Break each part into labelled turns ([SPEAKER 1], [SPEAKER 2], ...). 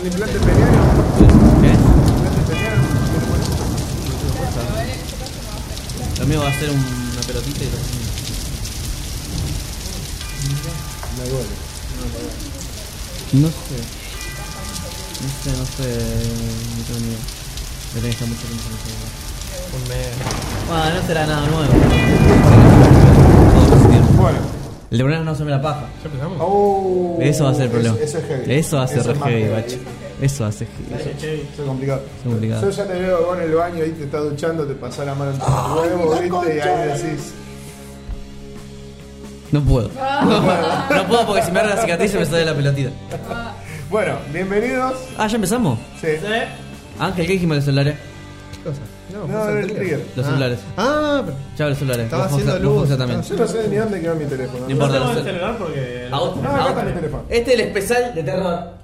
[SPEAKER 1] El implante peniano.
[SPEAKER 2] Lo mío va a ser una pelotita y lo No sé. No sé, no sé. No tengo ni idea. Me tenés que mucho tiempo en ese lugar. Bueno, no será nada nuevo. Todo positivo.
[SPEAKER 1] Bueno,
[SPEAKER 2] El de Brunner no se me la paja.
[SPEAKER 1] oh,
[SPEAKER 2] Eso va a ser el problema.
[SPEAKER 1] Eso, es heavy.
[SPEAKER 2] Eso va a ser re
[SPEAKER 1] es más
[SPEAKER 2] heavy, bacho. Eso hace heavy.
[SPEAKER 1] Eso es complicado.
[SPEAKER 2] Es complicado.
[SPEAKER 1] Yo ya te veo vos en el baño y te estás duchando, te pasás la mano entre los huevos, viste, y ahí decís.
[SPEAKER 2] No puedo. No puedo porque si me agarra la cicatriz se me sale la pelotita.
[SPEAKER 1] Bueno, bienvenidos.
[SPEAKER 2] Ah, ¿ya empezamos?
[SPEAKER 1] Sí.
[SPEAKER 2] Ángel, ¿qué dijimos de los celulares?
[SPEAKER 3] ¿Qué cosa? No,
[SPEAKER 1] No,
[SPEAKER 3] pasa
[SPEAKER 1] era
[SPEAKER 3] el
[SPEAKER 1] el trigger.
[SPEAKER 2] Los celulares.
[SPEAKER 3] Ah, pero.
[SPEAKER 2] Ya los celulares.
[SPEAKER 3] Estaba
[SPEAKER 2] Los Fox-
[SPEAKER 3] haciendo
[SPEAKER 2] los
[SPEAKER 3] luz,
[SPEAKER 2] Fox también.
[SPEAKER 1] Yo no sé ni dónde quedó mi teléfono.
[SPEAKER 2] No importa.
[SPEAKER 4] No,
[SPEAKER 2] los
[SPEAKER 4] el
[SPEAKER 2] cel-
[SPEAKER 4] celular porque.
[SPEAKER 2] Out,
[SPEAKER 1] No, acá
[SPEAKER 2] out.
[SPEAKER 1] está mi teléfono.
[SPEAKER 2] Este es el especial de terror.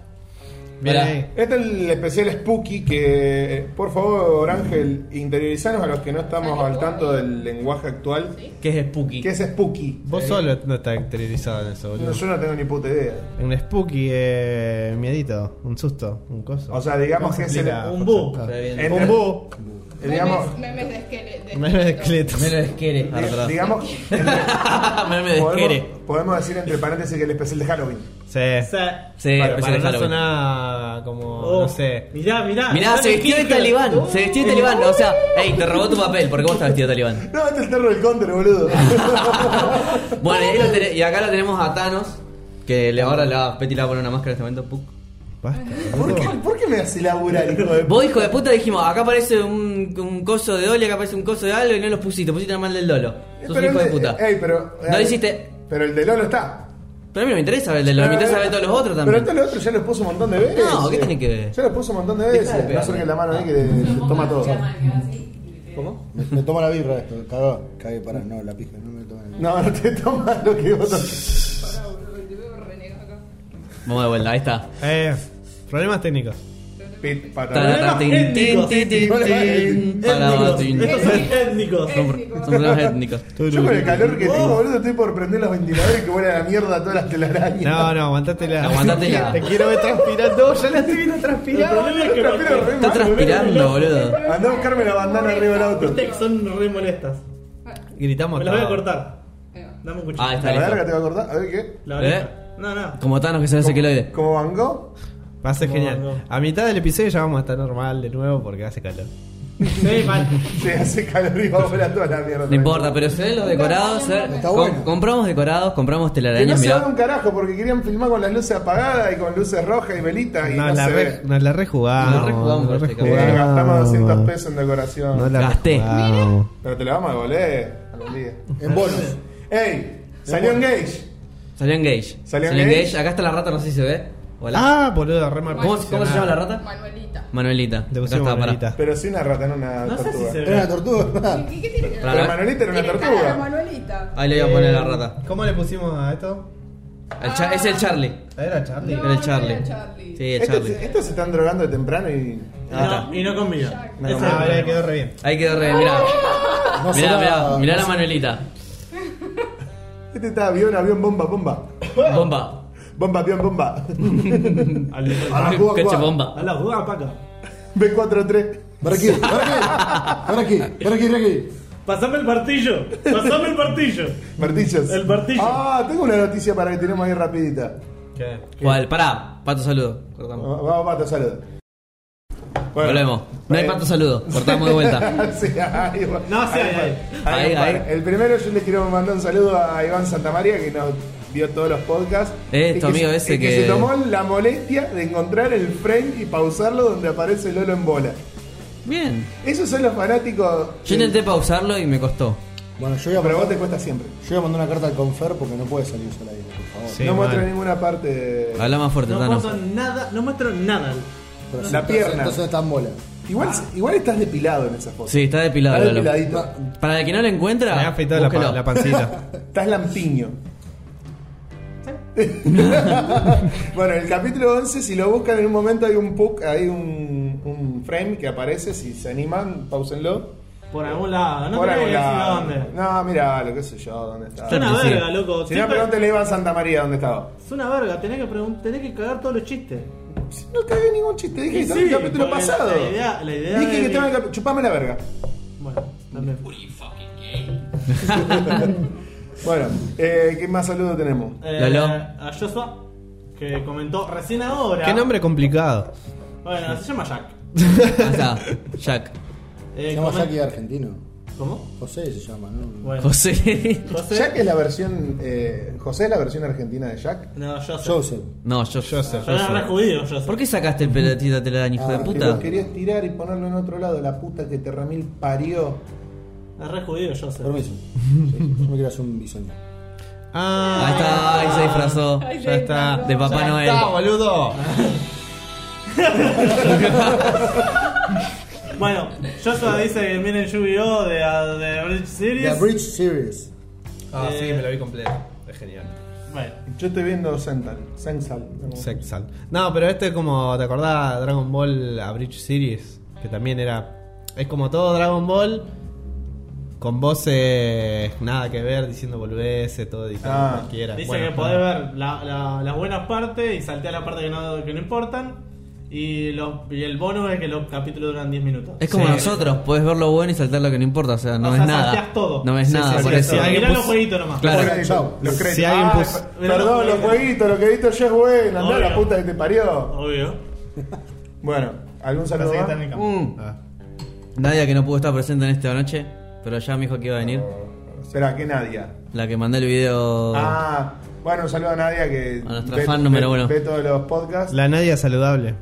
[SPEAKER 2] Mira,
[SPEAKER 3] Vale.
[SPEAKER 1] Este es el especial Spooky que, eh, por favor, Ángel, interiorizanos a los que no estamos al tanto del lenguaje actual.
[SPEAKER 2] que es Spooky.
[SPEAKER 1] ¿Qué es Spooky?
[SPEAKER 3] Vos solo no estás interiorizado en eso, boludo.
[SPEAKER 1] No, yo no tengo ni puta idea.
[SPEAKER 3] Un spooky, eh, miedito, un susto, un coso.
[SPEAKER 1] O sea, digamos
[SPEAKER 3] ¿Cómo se
[SPEAKER 1] que es el-
[SPEAKER 3] explica?
[SPEAKER 2] un bu.
[SPEAKER 3] Por
[SPEAKER 2] Está bien.
[SPEAKER 3] favor. Un bu.
[SPEAKER 1] Eh, digamos,
[SPEAKER 5] Memes de esqueleto.
[SPEAKER 3] Menos de esqueleto.
[SPEAKER 2] Menos de Esquere.
[SPEAKER 1] di- digamos
[SPEAKER 2] Menos de Esquere.
[SPEAKER 1] podemos, podemos decir entre paréntesis que el especial de Halloween.
[SPEAKER 3] Sí.
[SPEAKER 2] Sí,
[SPEAKER 3] Para,
[SPEAKER 2] especial de
[SPEAKER 3] para no
[SPEAKER 2] Halloween. Oh.
[SPEAKER 3] sonar como, no sé.
[SPEAKER 4] Oh,
[SPEAKER 3] Ah,
[SPEAKER 4] Mirá,
[SPEAKER 2] Mirá,
[SPEAKER 4] mirá. mirá
[SPEAKER 2] se
[SPEAKER 4] mi
[SPEAKER 2] vistió de
[SPEAKER 4] hija.
[SPEAKER 2] talibán. Se vistió de talibán. O sea, ey, te robó tu papel. ¿Por qué vos estás vestido de talibán?
[SPEAKER 1] No, este es el terror del counter, boludo.
[SPEAKER 2] Bueno, y, ahí lo tené- y acá lo tenemos a Thanos. Que le- ahora le va, Petty le va a poner una máscara en este momento. Puc.
[SPEAKER 3] Basta.
[SPEAKER 1] ¿Por qué, por qué me hace laburar, hijo de
[SPEAKER 2] Vos, hijo de puta, dijimos: acá aparece un, un coso de Dolly, acá aparece un coso de algo y no los pusiste. Pusiste nada más el del Lolo.
[SPEAKER 1] Eh,
[SPEAKER 2] Sos un
[SPEAKER 1] pero
[SPEAKER 2] hijo de
[SPEAKER 1] el de-
[SPEAKER 2] puta.
[SPEAKER 1] Ey, pero.
[SPEAKER 2] No
[SPEAKER 1] eh,
[SPEAKER 2] hiciste.
[SPEAKER 1] Pero el de Lolo está.
[SPEAKER 2] Pero a mí no me interesa ver el del Lolo, me interesa ver todos los otros también.
[SPEAKER 1] Pero el de los otros ya los puso un montón de veces.
[SPEAKER 2] No, ¿qué tiene que ver?
[SPEAKER 1] Ya los puso un montón de
[SPEAKER 2] Deja de
[SPEAKER 1] veces. No
[SPEAKER 2] pegarme.
[SPEAKER 1] acerques la mano ahí que te toma todo.
[SPEAKER 2] ¿Cómo?
[SPEAKER 6] Me, me toma la birra esto, cagó. Cagué, pará, no, la pija, no me toma la
[SPEAKER 1] No, no te toma lo que vos toques.
[SPEAKER 2] Vamos de vuelta, ahí está.
[SPEAKER 3] Eh, problemas técnicos.
[SPEAKER 1] Pit,
[SPEAKER 2] Tarara,
[SPEAKER 1] pata.
[SPEAKER 4] Problemas
[SPEAKER 2] tin, tin,
[SPEAKER 4] étnicos.
[SPEAKER 2] tin, tin, tin, tarara,
[SPEAKER 4] Étnicos.
[SPEAKER 2] tin.
[SPEAKER 4] Estos son étnicos.
[SPEAKER 2] Son son problemas étnicos.
[SPEAKER 1] Yo con el calor que tengo, boludo, estoy por prender los ventiladores que huele a la mierda todas las telarañas.
[SPEAKER 3] No, no, aguantatela.
[SPEAKER 2] Aguantatela.
[SPEAKER 3] Te quiero ver transpirando. Ya la estoy viendo transpirar.
[SPEAKER 4] El problema es que
[SPEAKER 1] Transpiro re
[SPEAKER 2] Está
[SPEAKER 1] mal.
[SPEAKER 2] transpirando, boludo.
[SPEAKER 1] Andá a buscarme la bandana arriba del auto.
[SPEAKER 4] Los textos son re molestas.
[SPEAKER 3] Gritamos.
[SPEAKER 4] Me las voy a
[SPEAKER 3] todo.
[SPEAKER 4] cortar. Dame un cuchillo.
[SPEAKER 2] Ah, está
[SPEAKER 1] La verga
[SPEAKER 2] listo.
[SPEAKER 1] te va a cortar. A ver qué.
[SPEAKER 4] La
[SPEAKER 2] ¿Eh?
[SPEAKER 4] oreja. No, no.
[SPEAKER 2] Como Thanos que se hace que lo oide.
[SPEAKER 1] ¿Cómo Van Gogh?
[SPEAKER 3] Va a ser
[SPEAKER 4] No,
[SPEAKER 3] genial.
[SPEAKER 4] no.
[SPEAKER 3] A mitad del episodio ya vamos a estar normal de nuevo porque hace calor.
[SPEAKER 4] Sí, mal.
[SPEAKER 1] Se hace calor y va a volar toda la mierda.
[SPEAKER 2] No importa, pero se ven los decorados. se ven-
[SPEAKER 6] Está
[SPEAKER 2] com-
[SPEAKER 6] bueno.
[SPEAKER 2] compramos decorados, compramos
[SPEAKER 1] Que no
[SPEAKER 2] telarañas.
[SPEAKER 1] se
[SPEAKER 2] mirá.
[SPEAKER 1] va un carajo porque querían filmar con las luces apagadas y con luces rojas y velitas y no,
[SPEAKER 3] Nos, la
[SPEAKER 1] se
[SPEAKER 3] re,
[SPEAKER 1] ve.
[SPEAKER 3] nos la rejugamos.
[SPEAKER 2] Nos la rejugamos
[SPEAKER 3] nos
[SPEAKER 2] con este cabrón.
[SPEAKER 1] Eh,
[SPEAKER 3] rejugamos.
[SPEAKER 1] gastamos 200 pesos en decoración.
[SPEAKER 3] Nos la
[SPEAKER 2] Gasté.
[SPEAKER 3] rejugamos.
[SPEAKER 1] Pero te la vamos a devolver algún día.
[SPEAKER 6] birra. En bonos.
[SPEAKER 1] ¡Ey! Salió Engage.
[SPEAKER 2] Salió Engage. Salió
[SPEAKER 1] Salió Engage.
[SPEAKER 2] Engage. Acá está la rata, no sé si se ve. Hola.
[SPEAKER 3] Ah, boludo, re mal
[SPEAKER 2] ¿Cómo, cómo se llama la rata?
[SPEAKER 5] Manuelita.
[SPEAKER 2] Manuelita.
[SPEAKER 3] Le
[SPEAKER 2] Acá
[SPEAKER 3] pusimos
[SPEAKER 2] está, pará.
[SPEAKER 3] Manuelita.
[SPEAKER 1] Pero sí una rata, no una
[SPEAKER 4] No sé si
[SPEAKER 1] tortuga.
[SPEAKER 4] se
[SPEAKER 6] Era una
[SPEAKER 4] ve.
[SPEAKER 6] tortuga, ¿verdad?
[SPEAKER 5] ¿Qué, qué tiene que ver?
[SPEAKER 2] Pará,
[SPEAKER 1] Pero
[SPEAKER 2] ¿eh?
[SPEAKER 1] Manuelita era una
[SPEAKER 5] Tiene cara la
[SPEAKER 1] tortuga.
[SPEAKER 5] Manuelita.
[SPEAKER 2] Ahí le voy a poner la rata.
[SPEAKER 3] ¿Cómo le pusimos a esto?
[SPEAKER 2] El Cha- es el Charlie.
[SPEAKER 3] Era Charlie.
[SPEAKER 5] No,
[SPEAKER 2] Era el
[SPEAKER 5] no
[SPEAKER 2] Charlie.
[SPEAKER 5] era Ah. el Charlie.
[SPEAKER 2] Sí, el
[SPEAKER 1] Estos,
[SPEAKER 2] Charlie.
[SPEAKER 1] estos se están drogando de temprano y.
[SPEAKER 2] Ahí
[SPEAKER 4] No,
[SPEAKER 2] está. Ah,
[SPEAKER 4] y no conmigo.
[SPEAKER 3] No,
[SPEAKER 5] No
[SPEAKER 4] Ese es el
[SPEAKER 3] ahora
[SPEAKER 4] problema.
[SPEAKER 3] Ah, quedó re bien.
[SPEAKER 2] Ahí quedó re. Mirá.
[SPEAKER 6] No
[SPEAKER 2] Mirá,
[SPEAKER 6] será-
[SPEAKER 2] mirá. Mirá la Manuelita.
[SPEAKER 1] Este está avión, avión, bomba, bomba.
[SPEAKER 2] Bomba.
[SPEAKER 1] Bomba, avión, bomba.
[SPEAKER 4] Al-
[SPEAKER 6] Ah, guau,
[SPEAKER 2] Cache
[SPEAKER 6] guau.
[SPEAKER 2] bomba.
[SPEAKER 4] Al lado, jugá, Paco.
[SPEAKER 1] B43.
[SPEAKER 6] Para aquí, para aquí, para aquí, para aquí, para aquí.
[SPEAKER 4] Pasame el martillo. Pasame el martillo.
[SPEAKER 1] Martillos.
[SPEAKER 4] El martillo.
[SPEAKER 1] Ah, tengo una noticia para que tenemos ahí rapidita.
[SPEAKER 3] ¿Qué?
[SPEAKER 2] ¿Cuál? Pará. Pato saludo. Cortamos.
[SPEAKER 1] Vamos, Pato, saludos. Bueno,
[SPEAKER 2] Volvemos. No hay
[SPEAKER 1] eh,
[SPEAKER 2] pato saludo. Cortamos de vuelta.
[SPEAKER 1] sí, ahí va.
[SPEAKER 4] No, sí, ahí,
[SPEAKER 1] Ahí va.
[SPEAKER 2] ahí.
[SPEAKER 1] Ahí va.
[SPEAKER 2] Ahí, ahí.
[SPEAKER 1] El primero yo le quiero mandar un saludo a Iván Santamaría que nos vio todos los podcasts.
[SPEAKER 2] Eh,
[SPEAKER 1] Y
[SPEAKER 2] tu amigo
[SPEAKER 1] se-
[SPEAKER 2] ese
[SPEAKER 1] y que,
[SPEAKER 2] que-
[SPEAKER 1] se tomó la molestia de encontrar el frame y pausarlo donde aparece Lolo en bola.
[SPEAKER 2] Bien.
[SPEAKER 1] Esos son los fanáticos.
[SPEAKER 2] Yo intenté pausarlo y me costó.
[SPEAKER 6] Bueno, yo voy, a
[SPEAKER 1] Pero a vos
[SPEAKER 6] mandar,
[SPEAKER 1] te cuesta siempre.
[SPEAKER 6] yo voy a mandar una carta al Confer porque no puede salir sola ahí, por favor.
[SPEAKER 3] Sí,
[SPEAKER 1] no muestra
[SPEAKER 3] mal.
[SPEAKER 1] ninguna parte. de-
[SPEAKER 2] Habla más fuerte,
[SPEAKER 4] No
[SPEAKER 2] Thanos.
[SPEAKER 4] muestro nada, no muestro nada.
[SPEAKER 7] Pero
[SPEAKER 1] La
[SPEAKER 7] si-
[SPEAKER 1] pierna.
[SPEAKER 7] Entonces están Ah. bola.
[SPEAKER 1] Igual, igual estás depilado en esa foto.
[SPEAKER 2] Sí, está depilado.
[SPEAKER 7] Está
[SPEAKER 2] Lalo.
[SPEAKER 7] depiladito.
[SPEAKER 2] Para el que no lo encuentra.
[SPEAKER 3] Me ha afeitado la, pa-
[SPEAKER 2] búsquelo.
[SPEAKER 3] la
[SPEAKER 7] Ah.
[SPEAKER 3] pancita.
[SPEAKER 1] Estás lampiño. bueno, en el capítulo 11, si lo buscan en un momento, hay un puck, hay un, un frame que aparece. Si se animan, pausenlo.
[SPEAKER 4] Por algún lado, no
[SPEAKER 1] Por
[SPEAKER 4] te voy a
[SPEAKER 1] algún
[SPEAKER 4] decir
[SPEAKER 1] lado.
[SPEAKER 4] dónde.
[SPEAKER 1] No, mirá, lo que sé yo, dónde está.
[SPEAKER 4] Es una
[SPEAKER 2] Sí, sí.
[SPEAKER 4] verga, loco.
[SPEAKER 1] Si no,
[SPEAKER 4] Siempre-
[SPEAKER 1] pregúntele a Iván Santa María dónde estaba.
[SPEAKER 4] Es una verga, tenés que, pregun- tenés que cagar todos los chistes.
[SPEAKER 1] Si No cagué ningún chiste, dije que
[SPEAKER 4] Y
[SPEAKER 1] estaba en el
[SPEAKER 4] sí,
[SPEAKER 1] capítulo
[SPEAKER 4] porque
[SPEAKER 1] pasado.
[SPEAKER 4] la idea- la idea
[SPEAKER 1] dije
[SPEAKER 4] de
[SPEAKER 1] que
[SPEAKER 4] mi-
[SPEAKER 1] estaba en el capítulo. Chupame la verga.
[SPEAKER 4] Bueno, también.
[SPEAKER 1] Bueno, eh, ¿qué más saludos tenemos?
[SPEAKER 4] Eh,
[SPEAKER 2] Lolo.
[SPEAKER 4] A Joshua, que comentó recién ahora.
[SPEAKER 3] Qué nombre complicado.
[SPEAKER 4] Bueno, se llama Jack.
[SPEAKER 2] Ahí está, Jack.
[SPEAKER 4] Eh,
[SPEAKER 7] Se llama
[SPEAKER 4] comen-
[SPEAKER 7] Jackie argentino.
[SPEAKER 4] ¿Cómo?
[SPEAKER 7] José se llama, ¿no?
[SPEAKER 4] Bueno,
[SPEAKER 2] José.
[SPEAKER 4] José.
[SPEAKER 1] Jack es la versión. eh, José es la versión argentina de Jack.
[SPEAKER 4] No, Joseph.
[SPEAKER 7] Joseph.
[SPEAKER 2] No, yo.
[SPEAKER 3] Joseph.
[SPEAKER 4] Yo era re judío, Joseph.
[SPEAKER 2] ¿Por qué sacaste el pelotito de la hijo de
[SPEAKER 1] Ah, que
[SPEAKER 2] puta?
[SPEAKER 1] lo querías tirar y ponerlo en otro lado, la puta que te ramil parió.
[SPEAKER 4] Es re judío, Joseph.
[SPEAKER 7] Permiso. Sí, Yo me quiero hacer un bisoño.
[SPEAKER 3] Ah,
[SPEAKER 2] Ahí está, ahí se disfrazó.
[SPEAKER 5] Ay,
[SPEAKER 3] Ya está.
[SPEAKER 5] no.
[SPEAKER 2] De Papá Noel.
[SPEAKER 4] Ah,
[SPEAKER 3] boludo.
[SPEAKER 4] Bueno, Joshua dice que miren Yu-Gi-Oh! de, uh, de Bridge
[SPEAKER 7] The
[SPEAKER 4] Series.
[SPEAKER 7] Bridge Series.
[SPEAKER 3] Ah, sí,
[SPEAKER 4] Eh.
[SPEAKER 3] me lo vi completo. Es genial.
[SPEAKER 4] Bueno,
[SPEAKER 1] Yo estoy viendo Sental. Sensal. ¿no?
[SPEAKER 3] Sexal. No, pero este es como, ¿te acordás? Dragon Ball a Bridge Series. Que también era. Es como todo Dragon Ball. Con voces nada que ver, diciendo boludeces, todo editado
[SPEAKER 1] Ah,
[SPEAKER 3] cualquiera.
[SPEAKER 4] dice
[SPEAKER 3] Bueno,
[SPEAKER 4] que podés ver la- la- las buenas partes y saltear la parte que no, que no importan. Y, los, y el bono es que los capítulos duran 10 minutos.
[SPEAKER 2] Es como
[SPEAKER 3] Sí.
[SPEAKER 2] nosotros, puedes ver lo bueno y saltar lo que no importa, o sea, no
[SPEAKER 4] O
[SPEAKER 2] es
[SPEAKER 4] sea,
[SPEAKER 2] nada.
[SPEAKER 4] salteás todo.
[SPEAKER 2] No es
[SPEAKER 4] Sí,
[SPEAKER 2] nada,
[SPEAKER 1] sí,
[SPEAKER 2] por
[SPEAKER 1] sí,
[SPEAKER 2] eso.
[SPEAKER 1] sí,
[SPEAKER 4] Mirá
[SPEAKER 1] alguien
[SPEAKER 4] los jueguitos nomás.
[SPEAKER 2] Claro. Ah,
[SPEAKER 1] Los créditos,
[SPEAKER 7] Chao.
[SPEAKER 1] los créditos.
[SPEAKER 3] Si alguien
[SPEAKER 1] Ay,
[SPEAKER 3] puso-
[SPEAKER 1] per- Perdón, los jueguitos, lo que edito yo es bueno. Andá a la
[SPEAKER 4] Obvio.
[SPEAKER 1] puta que te parió.
[SPEAKER 4] Obvio.
[SPEAKER 1] Bueno, ¿algún saludo?
[SPEAKER 4] Así que
[SPEAKER 1] más?
[SPEAKER 4] están en campo.
[SPEAKER 2] Mm.
[SPEAKER 3] Ah.
[SPEAKER 2] Nadia que no pudo estar presente en esta noche, pero ya me dijo que iba a venir.
[SPEAKER 1] Espera, que Nadia.
[SPEAKER 2] La que mandé el video.
[SPEAKER 1] Ah, bueno, un saludo a Nadia que.
[SPEAKER 2] A nuestra fan número uno.
[SPEAKER 1] Ve todos los podcasts.
[SPEAKER 3] La Nadia saludable.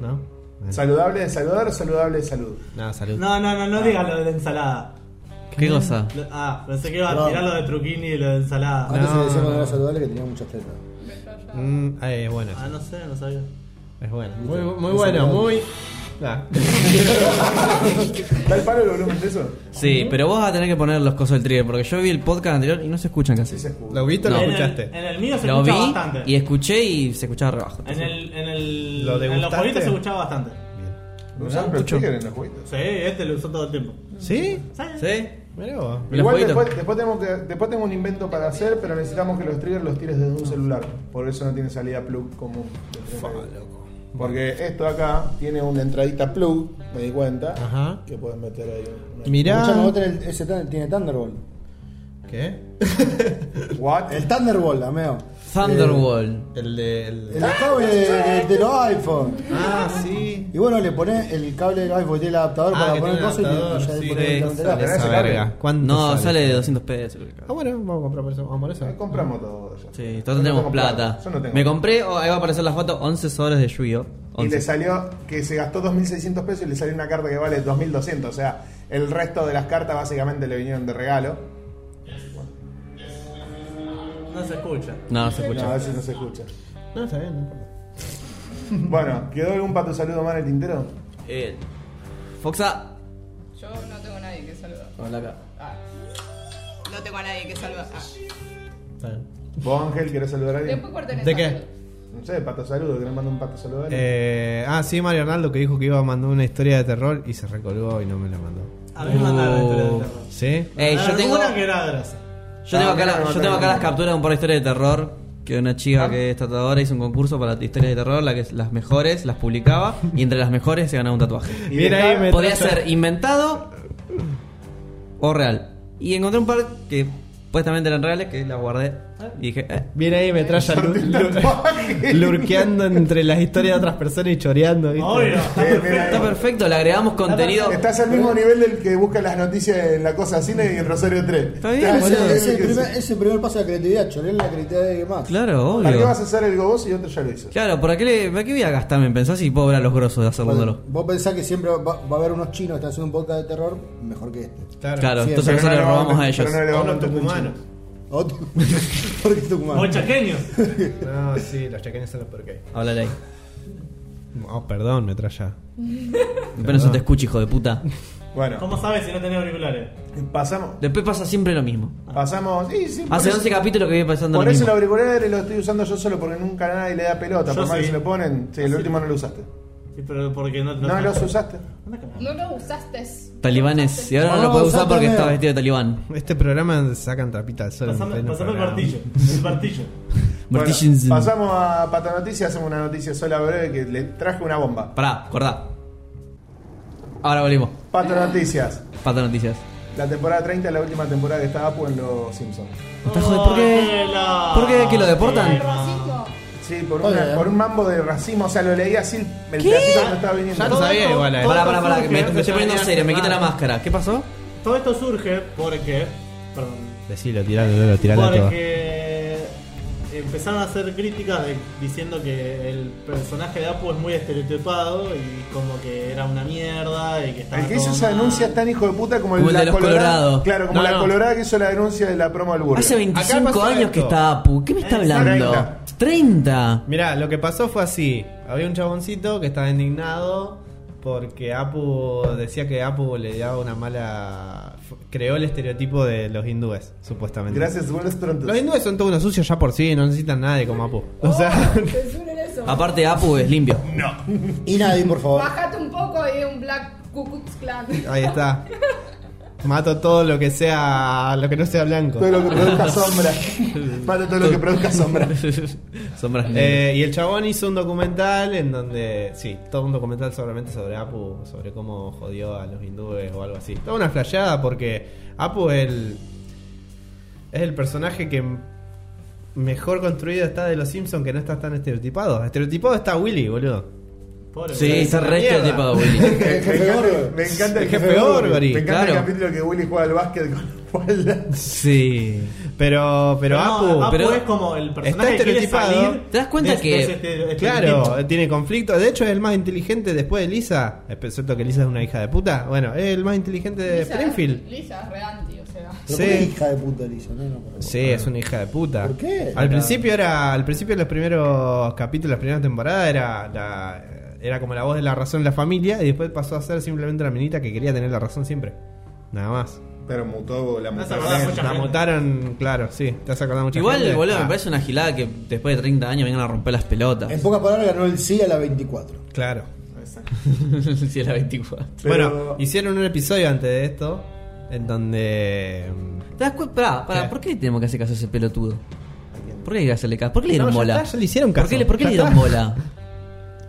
[SPEAKER 3] ¿No? Bueno,
[SPEAKER 1] Saludable de saludar o saludable de salud.
[SPEAKER 3] Nada, salud.
[SPEAKER 4] No, no, no, no digas lo de la ensalada.
[SPEAKER 2] ¿Qué cosa?
[SPEAKER 4] Lo- Ah, pensé que iba a
[SPEAKER 7] No.
[SPEAKER 4] tirar lo de truquini y lo de ensalada.
[SPEAKER 7] Antes
[SPEAKER 3] No.
[SPEAKER 7] se le decía cuando era saludable que tenía muchas tetas.
[SPEAKER 3] Mm, ay, es bueno.
[SPEAKER 4] Ah, no sé, no sabía.
[SPEAKER 3] Es bueno. Muy, muy
[SPEAKER 7] Es
[SPEAKER 3] bueno,
[SPEAKER 7] saludable.
[SPEAKER 3] muy. Ah.
[SPEAKER 1] ¿Está el palo el volumen de eso?
[SPEAKER 3] ¿Mm?
[SPEAKER 2] Sí, pero vos vas a tener que poner los cosas del trigger, porque yo vi el podcast anterior y no se escuchan casi.
[SPEAKER 1] Sí se escucha.
[SPEAKER 3] ¿Lo viste o
[SPEAKER 2] No.
[SPEAKER 3] lo
[SPEAKER 4] En el-
[SPEAKER 3] escuchaste?
[SPEAKER 4] En el, mío se
[SPEAKER 2] Lo vi
[SPEAKER 4] escuchaba bastante.
[SPEAKER 2] y escuché y se escuchaba rebajo.
[SPEAKER 4] En, el, en, el,
[SPEAKER 3] ¿Lo
[SPEAKER 4] en los
[SPEAKER 3] degustaste?
[SPEAKER 4] jueguitos se escuchaba bastante.
[SPEAKER 1] ¿Lo usaron los stickers en los jueguitos?
[SPEAKER 4] Sí, este lo usó todo el tiempo.
[SPEAKER 3] ¿Sí?
[SPEAKER 4] Sí.
[SPEAKER 2] ¿Sí?
[SPEAKER 3] Mirá vos.
[SPEAKER 2] Los
[SPEAKER 1] Igual
[SPEAKER 2] jueguitos.
[SPEAKER 1] después, después, tenemos que, después tengo un invento para hacer, pero necesitamos que los triggers los tires desde un celular. Por eso no tiene salida plug común. Porque esto acá tiene una entradita plug, me di cuenta,
[SPEAKER 3] Ajá.
[SPEAKER 1] que pueden meter ahí. una-
[SPEAKER 3] Mirá.
[SPEAKER 7] Escuchame, vos tenés, ese tan- tiene Thunderbolt.
[SPEAKER 3] ¿Qué?
[SPEAKER 1] What?
[SPEAKER 7] El Thunderbolt, amigo.
[SPEAKER 2] Thunderwall.
[SPEAKER 3] El de. el-
[SPEAKER 7] El cable de, de los iPhone.
[SPEAKER 3] Ah, sí.
[SPEAKER 7] Y bueno, le pones el cable del iPhone, tiene el adaptador
[SPEAKER 3] Ah,
[SPEAKER 7] para
[SPEAKER 3] que
[SPEAKER 7] poner
[SPEAKER 3] tiene
[SPEAKER 7] cosas y le-
[SPEAKER 3] adaptador,
[SPEAKER 7] y ya
[SPEAKER 3] sí,
[SPEAKER 7] le
[SPEAKER 2] sí,
[SPEAKER 7] pones el
[SPEAKER 1] Eh, sale.
[SPEAKER 7] cable.
[SPEAKER 3] Esa
[SPEAKER 1] cable?
[SPEAKER 3] verga. ¿Cuánto
[SPEAKER 2] No, sale de 200 pesos.
[SPEAKER 3] Ah, bueno, vamos a comprar por eso. Vamos por
[SPEAKER 1] Eh,
[SPEAKER 3] eso.
[SPEAKER 1] Compramos todo. ya.
[SPEAKER 2] Sí,
[SPEAKER 1] Yo
[SPEAKER 2] todos
[SPEAKER 1] no
[SPEAKER 2] tenemos
[SPEAKER 1] tengo
[SPEAKER 2] plata.
[SPEAKER 1] Yo no tengo.
[SPEAKER 2] Me compré, oh, ahí va a aparecer la foto, 11 horas de Yu-Gi-Oh!
[SPEAKER 1] y le
[SPEAKER 2] 11.
[SPEAKER 1] salió que se gastó 2.600 pesos y le salió una carta que vale 2.200. O sea, el resto de las cartas básicamente le vinieron de regalo.
[SPEAKER 4] No se escucha.
[SPEAKER 2] No, se
[SPEAKER 1] No,
[SPEAKER 2] escucha.
[SPEAKER 1] a veces no se escucha.
[SPEAKER 3] No, está bien, no importa.
[SPEAKER 1] Bueno, ¿quedó algún pato saludo más en el tintero?
[SPEAKER 2] Eh, Foxa.
[SPEAKER 5] Yo no tengo a nadie que saludar.
[SPEAKER 2] Hola acá.
[SPEAKER 5] Ah. No tengo a nadie que saludar. Ah.
[SPEAKER 3] Está bien.
[SPEAKER 1] ¿Vos, Ángel, querés saludar a alguien?
[SPEAKER 2] Eh,
[SPEAKER 5] Después corten
[SPEAKER 3] ¿De
[SPEAKER 5] esa
[SPEAKER 3] qué?
[SPEAKER 5] mierda.
[SPEAKER 1] No sé, pato saludo, que le mando un pato saludo a alguien.
[SPEAKER 3] Eh, ah, sí, Mario Arnaldo que dijo que iba a mandar una historia de terror y se recolgó y no me la mandó.
[SPEAKER 4] A mí me mandaron
[SPEAKER 2] Oh.
[SPEAKER 4] historias de terror.
[SPEAKER 3] ¿Sí?
[SPEAKER 2] Eh,
[SPEAKER 4] Mandaron
[SPEAKER 2] yo tengo,
[SPEAKER 4] Una Ah, que era grasa.
[SPEAKER 2] yo tengo,
[SPEAKER 1] Ah,
[SPEAKER 2] acá,
[SPEAKER 1] mira,
[SPEAKER 2] la-
[SPEAKER 1] no
[SPEAKER 2] yo
[SPEAKER 1] tengo
[SPEAKER 2] tengo acá las
[SPEAKER 1] ninguna.
[SPEAKER 2] capturas de un par de historias de terror. Que una chica
[SPEAKER 1] Ah.
[SPEAKER 2] que es tatuadora hizo un concurso para historias de terror, la que, las mejores las publicaba y entre las mejores se ganaba un tatuaje.
[SPEAKER 1] Y
[SPEAKER 3] Bien
[SPEAKER 1] deja-
[SPEAKER 3] ahí, me-
[SPEAKER 2] Podría
[SPEAKER 3] trazo.
[SPEAKER 2] ser inventado o real. Y encontré un par que supuestamente eran reales, que las guardé y dije, eh,
[SPEAKER 3] Viene ahí metralla lu-
[SPEAKER 1] tatuaje.
[SPEAKER 3] lu- lurqueando entre las historias de otras personas y choreando. ¿viste?
[SPEAKER 4] Obvio.
[SPEAKER 1] Eh, mira,
[SPEAKER 2] está perfecto, le agregamos contenido.
[SPEAKER 1] Estás al mismo nivel del que busca las noticias en la cosa cine y en Rosario 3.
[SPEAKER 2] Está bien,
[SPEAKER 1] Ah,
[SPEAKER 7] Ese-
[SPEAKER 2] boludo.
[SPEAKER 1] sí,
[SPEAKER 7] ese
[SPEAKER 1] sí,
[SPEAKER 7] Es el
[SPEAKER 1] sí.
[SPEAKER 7] primer- es el primer paso de la creatividad, chorear la creatividad de alguien más.
[SPEAKER 2] Claro,
[SPEAKER 1] ¿Para qué vas
[SPEAKER 2] obvio.
[SPEAKER 1] a hacer algo vos y otro ya lo hizo?
[SPEAKER 2] Claro, ¿para qué, le, ¿para qué voy a gastarme en pensar si puedo ver a los grosos de hacerlo
[SPEAKER 7] Bueno,
[SPEAKER 2] solo?
[SPEAKER 7] vos pensás que siempre va, va a haber unos chinos que están haciendo un podcast de terror mejor que este.
[SPEAKER 3] Claro.
[SPEAKER 2] Claro,
[SPEAKER 7] sí,
[SPEAKER 2] entonces nosotros
[SPEAKER 7] pero
[SPEAKER 2] le
[SPEAKER 1] le vamos
[SPEAKER 2] robamos a
[SPEAKER 1] meter-
[SPEAKER 2] ellos.
[SPEAKER 1] pero no le
[SPEAKER 3] O
[SPEAKER 1] vamos a
[SPEAKER 3] los
[SPEAKER 1] meter un
[SPEAKER 3] tucumanos.
[SPEAKER 7] Otro. porque es tucumano.
[SPEAKER 4] O chaqueños.
[SPEAKER 3] No, sí, los chaqueños son los porqué.
[SPEAKER 2] Háblale ahí.
[SPEAKER 3] Oh, perdón, metralla.
[SPEAKER 2] Espero no se te escuche, hijo de puta.
[SPEAKER 1] Bueno,
[SPEAKER 4] ¿Cómo sabes si no tenés auriculares?
[SPEAKER 1] pasamos.
[SPEAKER 2] Después pasa siempre lo mismo.
[SPEAKER 1] Pasamos. Sí, sí,
[SPEAKER 2] Hace
[SPEAKER 1] ponés-
[SPEAKER 2] 11 capítulos que viene pasando lo
[SPEAKER 1] Ponés el
[SPEAKER 2] mismo.
[SPEAKER 1] auricular y lo estoy usando yo solo porque nunca nadie le da pelota.
[SPEAKER 4] Yo
[SPEAKER 1] por más que
[SPEAKER 4] sí.
[SPEAKER 1] se lo ponen, sí, el
[SPEAKER 4] Así.
[SPEAKER 1] último no lo usaste.
[SPEAKER 4] Sí, pero porque no,
[SPEAKER 1] No los usaste.
[SPEAKER 4] Anda, cagada.
[SPEAKER 5] No lo usaste.
[SPEAKER 2] Talibanes. Y ahora no lo
[SPEAKER 7] Vamos,
[SPEAKER 2] puedo usar
[SPEAKER 7] saltame.
[SPEAKER 2] porque está vestido de talibán.
[SPEAKER 3] Este programa sacan trapita al sol. en
[SPEAKER 4] Pasame,
[SPEAKER 3] pleno
[SPEAKER 4] pasame el
[SPEAKER 3] programa.
[SPEAKER 4] martillo. El martillo.
[SPEAKER 1] Bueno,
[SPEAKER 2] Martín-
[SPEAKER 1] pasamos a Pata Noticias, hacemos una noticia sola breve que le traje una bomba.
[SPEAKER 2] Pará, acordá. Ahora volvemos.
[SPEAKER 1] Pata Noticias,
[SPEAKER 2] Pata noticias.
[SPEAKER 1] la temporada 30 es la última temporada que está Apu en Los Simpsons.
[SPEAKER 2] Está jodido. ¿Por qué?
[SPEAKER 4] Hola.
[SPEAKER 2] ¿Por qué que lo deportan?
[SPEAKER 5] Racismo.
[SPEAKER 1] Sí, por,
[SPEAKER 7] Joder.
[SPEAKER 1] una- por un mambo de racismo, o sea, lo leí así, el pedacito que me estaba viniendo.
[SPEAKER 3] Ya lo Ah, sabía
[SPEAKER 4] Todo-
[SPEAKER 3] igual. eh. a él.
[SPEAKER 4] todo-
[SPEAKER 2] Pará, pará, pará. que Me, me estoy
[SPEAKER 4] Ya
[SPEAKER 2] poniendo
[SPEAKER 4] venía
[SPEAKER 2] serio. Me quito la
[SPEAKER 4] cerrado.
[SPEAKER 2] máscara. ¿Qué pasó?
[SPEAKER 4] Todo esto surge porque. Perdón.
[SPEAKER 3] Decilo, tiralo, tiralo a todo.
[SPEAKER 4] Porque. Empezaron a hacer críticas de- diciendo que el personaje de Apu es muy estereotipado y como que era una mierda y que estaba.
[SPEAKER 1] El que
[SPEAKER 4] todo
[SPEAKER 1] hizo esa
[SPEAKER 4] mal.
[SPEAKER 1] denuncia es tan hijo de puta como,
[SPEAKER 2] Como el
[SPEAKER 1] la
[SPEAKER 2] de los
[SPEAKER 1] colorada.
[SPEAKER 2] Colorado. Ah,
[SPEAKER 1] Claro, como
[SPEAKER 3] No,
[SPEAKER 1] la
[SPEAKER 3] no.
[SPEAKER 1] colorada que hizo la denuncia de la promo al burro.
[SPEAKER 2] Hace
[SPEAKER 3] Acá
[SPEAKER 2] 25
[SPEAKER 3] pasó
[SPEAKER 2] años que
[SPEAKER 3] esto.
[SPEAKER 2] está Apu. ¿Qué me está hablando?
[SPEAKER 1] 30.
[SPEAKER 2] 30.
[SPEAKER 3] Mirá, lo que pasó fue así. Había un chaboncito que estaba indignado porque Apu decía que Apu le daba una mala... Creó el estereotipo de los hindúes, supuestamente.
[SPEAKER 1] Gracias, buenas pronto.
[SPEAKER 3] Los hindúes son todos unos sucios ya por sí, no necesitan nadie como Apu. O sea,
[SPEAKER 1] Oh.
[SPEAKER 5] Censuren eso.
[SPEAKER 2] Aparte, Apu es limpio.
[SPEAKER 7] Y nadie, por favor.
[SPEAKER 5] Bájate un poco y un Black Ku Klux Klan.
[SPEAKER 3] ahí está. Mato todo lo que sea, lo que no sea blanco.
[SPEAKER 1] Todo lo que produzca sombra. Mata todo lo que produzca sombra.
[SPEAKER 2] Sombras negras.
[SPEAKER 3] Eh, y el chabón hizo un documental en donde, sí, todo un documental solamente sobre Apu, sobre cómo jodió a los hindúes o algo así. Toda una flasheada porque Apu es el, es el personaje que mejor construido está de los Simpsons que no está tan estereotipado. Estereotipado está Willy, boludo.
[SPEAKER 4] Pobre,
[SPEAKER 2] Sí, está
[SPEAKER 3] una
[SPEAKER 2] re
[SPEAKER 3] mierda.
[SPEAKER 2] estereotipado, Willy.
[SPEAKER 1] Me
[SPEAKER 7] El jefe
[SPEAKER 1] encanta,
[SPEAKER 7] Gorgori.
[SPEAKER 1] me encanta el
[SPEAKER 3] El jefe
[SPEAKER 1] jefe Gorgori.
[SPEAKER 3] Gorgori,
[SPEAKER 1] Me encanta el
[SPEAKER 2] claro.
[SPEAKER 1] capítulo que Willy juega al básquet con la espalda.
[SPEAKER 2] Sí.
[SPEAKER 3] Pero, pero,
[SPEAKER 4] no,
[SPEAKER 3] Apu,
[SPEAKER 4] Apu
[SPEAKER 2] pero
[SPEAKER 4] es como el personaje
[SPEAKER 3] está
[SPEAKER 4] que quiere
[SPEAKER 3] estereotipado.
[SPEAKER 4] salir
[SPEAKER 2] ¿Te das cuenta
[SPEAKER 4] de- este de
[SPEAKER 2] que-
[SPEAKER 4] ese estere- estereotipo?
[SPEAKER 3] Claro, tiene conflicto. De hecho, es el más inteligente después de Lisa. Excepto que Lisa es una hija de puta. Bueno, es el más inteligente de
[SPEAKER 5] Lisa-
[SPEAKER 3] Springfield.
[SPEAKER 5] Lisa es re anti, o sea.
[SPEAKER 3] Sí.
[SPEAKER 7] Pero ¿por qué hija de puta le hizo? No, no, por favor.
[SPEAKER 3] Sí, es una hija de puta.
[SPEAKER 7] ¿Por qué?
[SPEAKER 3] Al principio era, al principio de los primeros capítulos, las primeras temporadas era la- era como la voz de la razón en la familia y después pasó a ser simplemente una minita que quería tener la razón siempre. Nada más.
[SPEAKER 1] Pero mutó la
[SPEAKER 4] No
[SPEAKER 1] mujer.
[SPEAKER 4] se acordaba
[SPEAKER 1] negra.
[SPEAKER 4] mucho.
[SPEAKER 3] La
[SPEAKER 4] Ah, gente.
[SPEAKER 3] mutaron, claro, sí. ¿Te has acordado mucho?
[SPEAKER 2] Igual, boludo,
[SPEAKER 3] Ah,
[SPEAKER 2] me parece una gilada que después de 30 años vengan a romper las pelotas.
[SPEAKER 7] En pocas palabras ganó el sí a la 24.
[SPEAKER 3] Claro.
[SPEAKER 4] Exacto.
[SPEAKER 2] sí, a la 24.
[SPEAKER 1] Pero-
[SPEAKER 3] Bueno, hicieron un episodio antes de esto en donde
[SPEAKER 2] ¿Te das cuenta? Pará, pará,
[SPEAKER 3] ¿Qué?
[SPEAKER 2] ¿por qué le tenemos que hacer caso a ese pelotudo? ¿Por qué hay que hacerle caso? ¿Por qué le dieron
[SPEAKER 3] No, ya
[SPEAKER 2] bola?
[SPEAKER 3] está, ya le hicieron caso.
[SPEAKER 2] ¿Por qué le, por qué
[SPEAKER 3] Ya
[SPEAKER 2] le dieron
[SPEAKER 3] está.
[SPEAKER 2] bola?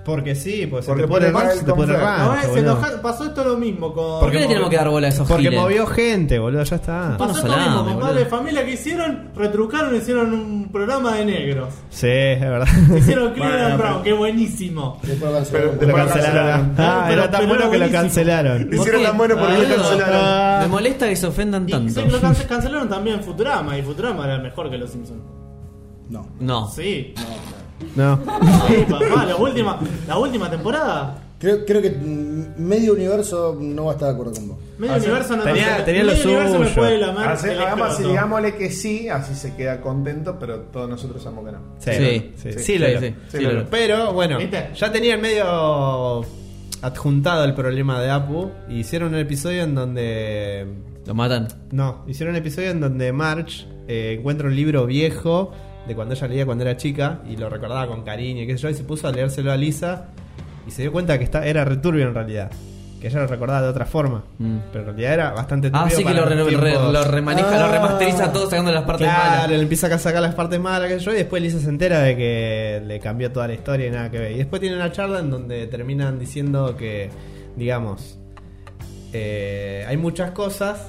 [SPEAKER 3] Porque sí, pues
[SPEAKER 1] Porque
[SPEAKER 3] se te pone
[SPEAKER 1] pone
[SPEAKER 3] rancho,
[SPEAKER 1] mal
[SPEAKER 3] se te pone
[SPEAKER 1] con-
[SPEAKER 4] No,
[SPEAKER 3] rancho,
[SPEAKER 4] se
[SPEAKER 3] boludo.
[SPEAKER 4] enojaron- pasó esto lo mismo con.
[SPEAKER 2] ¿Por qué le tenemos que dar bola a esos
[SPEAKER 3] Porque
[SPEAKER 2] giles?
[SPEAKER 3] movió gente, boludo, ya está.
[SPEAKER 4] Pasó
[SPEAKER 2] Unos
[SPEAKER 4] esto mismo
[SPEAKER 2] salames,
[SPEAKER 4] con
[SPEAKER 2] boludo.
[SPEAKER 4] padre de familia que hicieron, retrucaron, hicieron un programa de negros.
[SPEAKER 3] Sí, es verdad.
[SPEAKER 4] Hicieron Cleveland
[SPEAKER 1] Bueno,
[SPEAKER 4] Brown,
[SPEAKER 1] pero-
[SPEAKER 4] qué buenísimo.
[SPEAKER 7] Después
[SPEAKER 1] Pero-
[SPEAKER 7] canceló.
[SPEAKER 1] después
[SPEAKER 3] Lo
[SPEAKER 1] Bueno,
[SPEAKER 3] cancelaron.
[SPEAKER 1] cancelaron.
[SPEAKER 3] Ah,
[SPEAKER 4] Pero-
[SPEAKER 3] era tan
[SPEAKER 4] pero
[SPEAKER 3] bueno que lo
[SPEAKER 4] buenísimo.
[SPEAKER 3] cancelaron.
[SPEAKER 1] Lo hicieron
[SPEAKER 2] qué?
[SPEAKER 1] tan bueno porque lo
[SPEAKER 2] Boludo.
[SPEAKER 1] cancelaron.
[SPEAKER 3] Ah.
[SPEAKER 2] Me molesta que se ofendan
[SPEAKER 4] Y
[SPEAKER 2] tanto.
[SPEAKER 4] se- lo cance- cancelaron también Futurama, y Futurama era mejor que los Simpsons.
[SPEAKER 7] No.
[SPEAKER 2] No.
[SPEAKER 3] No.
[SPEAKER 4] Sí, sí, papá, la última, la última temporada.
[SPEAKER 7] Creo, creo que mm, medio universo no va a estar de acuerdo con vos.
[SPEAKER 4] Medio
[SPEAKER 1] Así-
[SPEAKER 4] universo no
[SPEAKER 3] tenía-
[SPEAKER 4] cancela-
[SPEAKER 3] tenía lo
[SPEAKER 4] medio universo me
[SPEAKER 3] suyo.
[SPEAKER 4] puede la mar-
[SPEAKER 1] Hace-
[SPEAKER 4] el
[SPEAKER 1] hagamos así,
[SPEAKER 4] escroto.
[SPEAKER 1] digámosle que sí, así se queda contento, pero todos nosotros sabemos que no.
[SPEAKER 3] Sí,
[SPEAKER 2] Sí.
[SPEAKER 3] sí,
[SPEAKER 1] Sí,
[SPEAKER 3] sí lo
[SPEAKER 2] sí,
[SPEAKER 3] hizo.
[SPEAKER 2] sí,
[SPEAKER 1] sí,
[SPEAKER 3] lo
[SPEAKER 1] lo
[SPEAKER 3] hizo.
[SPEAKER 1] hizo.
[SPEAKER 3] Pero bueno,
[SPEAKER 4] ¿Viste?
[SPEAKER 3] ya tenían medio adjuntado el problema de Apu. y hicieron un episodio en donde.
[SPEAKER 2] Lo matan.
[SPEAKER 3] No, hicieron un episodio en donde March eh, encuentra un libro viejo de cuando ella leía cuando era chica y lo recordaba con cariño y qué sé yo, y se puso a leérselo a Lisa y se dio cuenta que está, era returbio en realidad. Que ella lo recordaba de otra forma.
[SPEAKER 2] Mm.
[SPEAKER 3] Pero en realidad era bastante turbio
[SPEAKER 2] Ah, sí que
[SPEAKER 3] para
[SPEAKER 2] lo, re-
[SPEAKER 3] los
[SPEAKER 2] re-
[SPEAKER 3] tiempos.
[SPEAKER 2] lo remaneja,
[SPEAKER 7] Ah.
[SPEAKER 2] lo remasteriza todo sacando las partes
[SPEAKER 3] claro,
[SPEAKER 2] malas.
[SPEAKER 3] le empieza a sacar las partes malas que yo y después Lisa se entera de que le cambió toda la historia y nada que ver. Y después tiene una charla en donde terminan diciendo que, digamos, eh, hay muchas cosas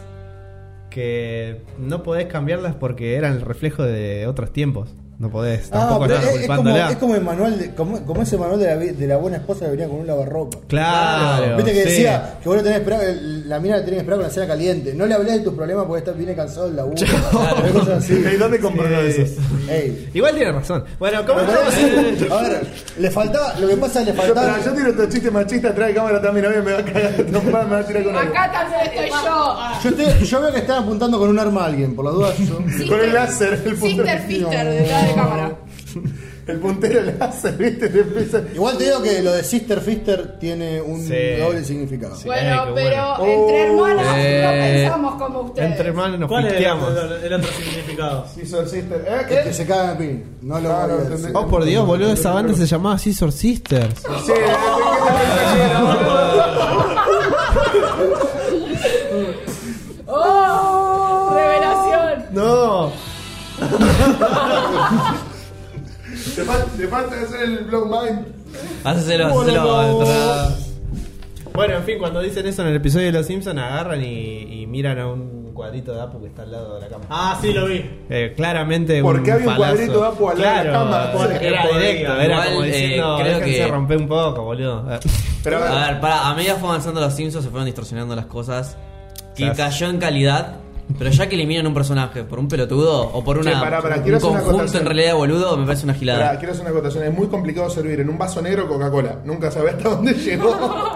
[SPEAKER 3] que no podés cambiarlas porque eran el reflejo de otros tiempos. No podés tampoco
[SPEAKER 7] Ah,
[SPEAKER 3] estar
[SPEAKER 7] pero es, es como,
[SPEAKER 3] culpándola.
[SPEAKER 7] es como el manual de- como, como ese manual de la, vi- de la buena esposa que venía con un lavarropa.
[SPEAKER 3] Claro,
[SPEAKER 7] Viste que
[SPEAKER 3] sí.
[SPEAKER 7] decía que vos lo tenés que esperar, el- la mina la tenés que esperar con la cena caliente. No le hablé de tus problemas porque está, viene cansado del laburo. Hay cosas así.
[SPEAKER 1] ¿Y dónde compró uno de esos?
[SPEAKER 7] Ey.
[SPEAKER 3] Eh, Igual tiene razón. Bueno, ¿cómo
[SPEAKER 7] Pero pará, A ver, le faltaba, lo que pasa es que le
[SPEAKER 1] Yo, pero
[SPEAKER 7] faltaba.
[SPEAKER 1] yo tiro estos chistes machistas, trae cámara también, a mí me va a cagar, no, me va a tirar con algo.
[SPEAKER 5] Acá también estoy yo.
[SPEAKER 7] Yo, te- yo veo que están apuntando con un arma a alguien, por las dudas. Yo...
[SPEAKER 5] Sister-
[SPEAKER 1] Con el láser, el punto
[SPEAKER 5] Sister
[SPEAKER 1] de-
[SPEAKER 5] Fister detrás de cámara.
[SPEAKER 4] el puntero láser, ¿viste? Te empieza-
[SPEAKER 7] Igual te digo que lo de Sister Fister tiene un
[SPEAKER 3] Sí.
[SPEAKER 7] doble significado.
[SPEAKER 3] Sí. qué
[SPEAKER 5] Bueno, pero
[SPEAKER 3] bueno.
[SPEAKER 5] entre hermanos
[SPEAKER 1] Oh,
[SPEAKER 5] no
[SPEAKER 3] Eh,
[SPEAKER 5] pensamos como ustedes.
[SPEAKER 3] Entre hermanos nos
[SPEAKER 4] ¿Cuál es el,
[SPEAKER 3] pisteamos.
[SPEAKER 4] otro- el otro significado?
[SPEAKER 1] Scissor Sister. ¿Eh?
[SPEAKER 7] Es que
[SPEAKER 1] ¿Qué?
[SPEAKER 7] se cagan a pin. No lo
[SPEAKER 1] Claro,
[SPEAKER 7] voy a
[SPEAKER 1] entendé.
[SPEAKER 7] decir.
[SPEAKER 3] Oh, por Dios, boludo, esa banda se llamaba Scissor Sisters.
[SPEAKER 1] Sí, ¿qué te
[SPEAKER 5] ¡Oh! ¡Revelación!
[SPEAKER 3] No.
[SPEAKER 1] pensás que era? Te fal- Te falta hacer el blow mind.
[SPEAKER 2] Hacéselo, hacéselo. entra.
[SPEAKER 3] Bueno, en fin, cuando dicen eso en el episodio de Los Simpsons, agarran y, y miran a un cuadrito de Apu que está al lado de la cama.
[SPEAKER 4] Ah, sí, lo vi.
[SPEAKER 3] Eh, claramente
[SPEAKER 1] ¿Por
[SPEAKER 3] un
[SPEAKER 1] qué había un
[SPEAKER 3] palazo.
[SPEAKER 1] cuadrito de Apu al lado de la
[SPEAKER 3] Claro,
[SPEAKER 1] cama?
[SPEAKER 3] porque Era
[SPEAKER 4] Porque
[SPEAKER 3] directo,
[SPEAKER 4] podía.
[SPEAKER 3] era
[SPEAKER 2] Igual,
[SPEAKER 3] como
[SPEAKER 2] eh,
[SPEAKER 3] diciendo,
[SPEAKER 2] creo
[SPEAKER 3] déjense
[SPEAKER 2] que-
[SPEAKER 3] romper un poco, boludo. Eh,
[SPEAKER 1] Pero a ver,
[SPEAKER 2] A ver, para, a medida fue avanzando los Simpsons se fueron distorsionando las cosas. Que
[SPEAKER 3] Claro.
[SPEAKER 2] cayó en calidad. Pero ya que eliminan un personaje por un pelotudo o por una,
[SPEAKER 1] Che, pará, pará,
[SPEAKER 2] un
[SPEAKER 1] quiero hacer una
[SPEAKER 2] conjunto
[SPEAKER 1] acotación.
[SPEAKER 2] en realidad de boludo, me parece una
[SPEAKER 1] pará,
[SPEAKER 2] gilada.
[SPEAKER 1] quiero hacer una acotación. Es muy complicado servir en un vaso negro Coca-Cola. Nunca sabés hasta dónde llegó.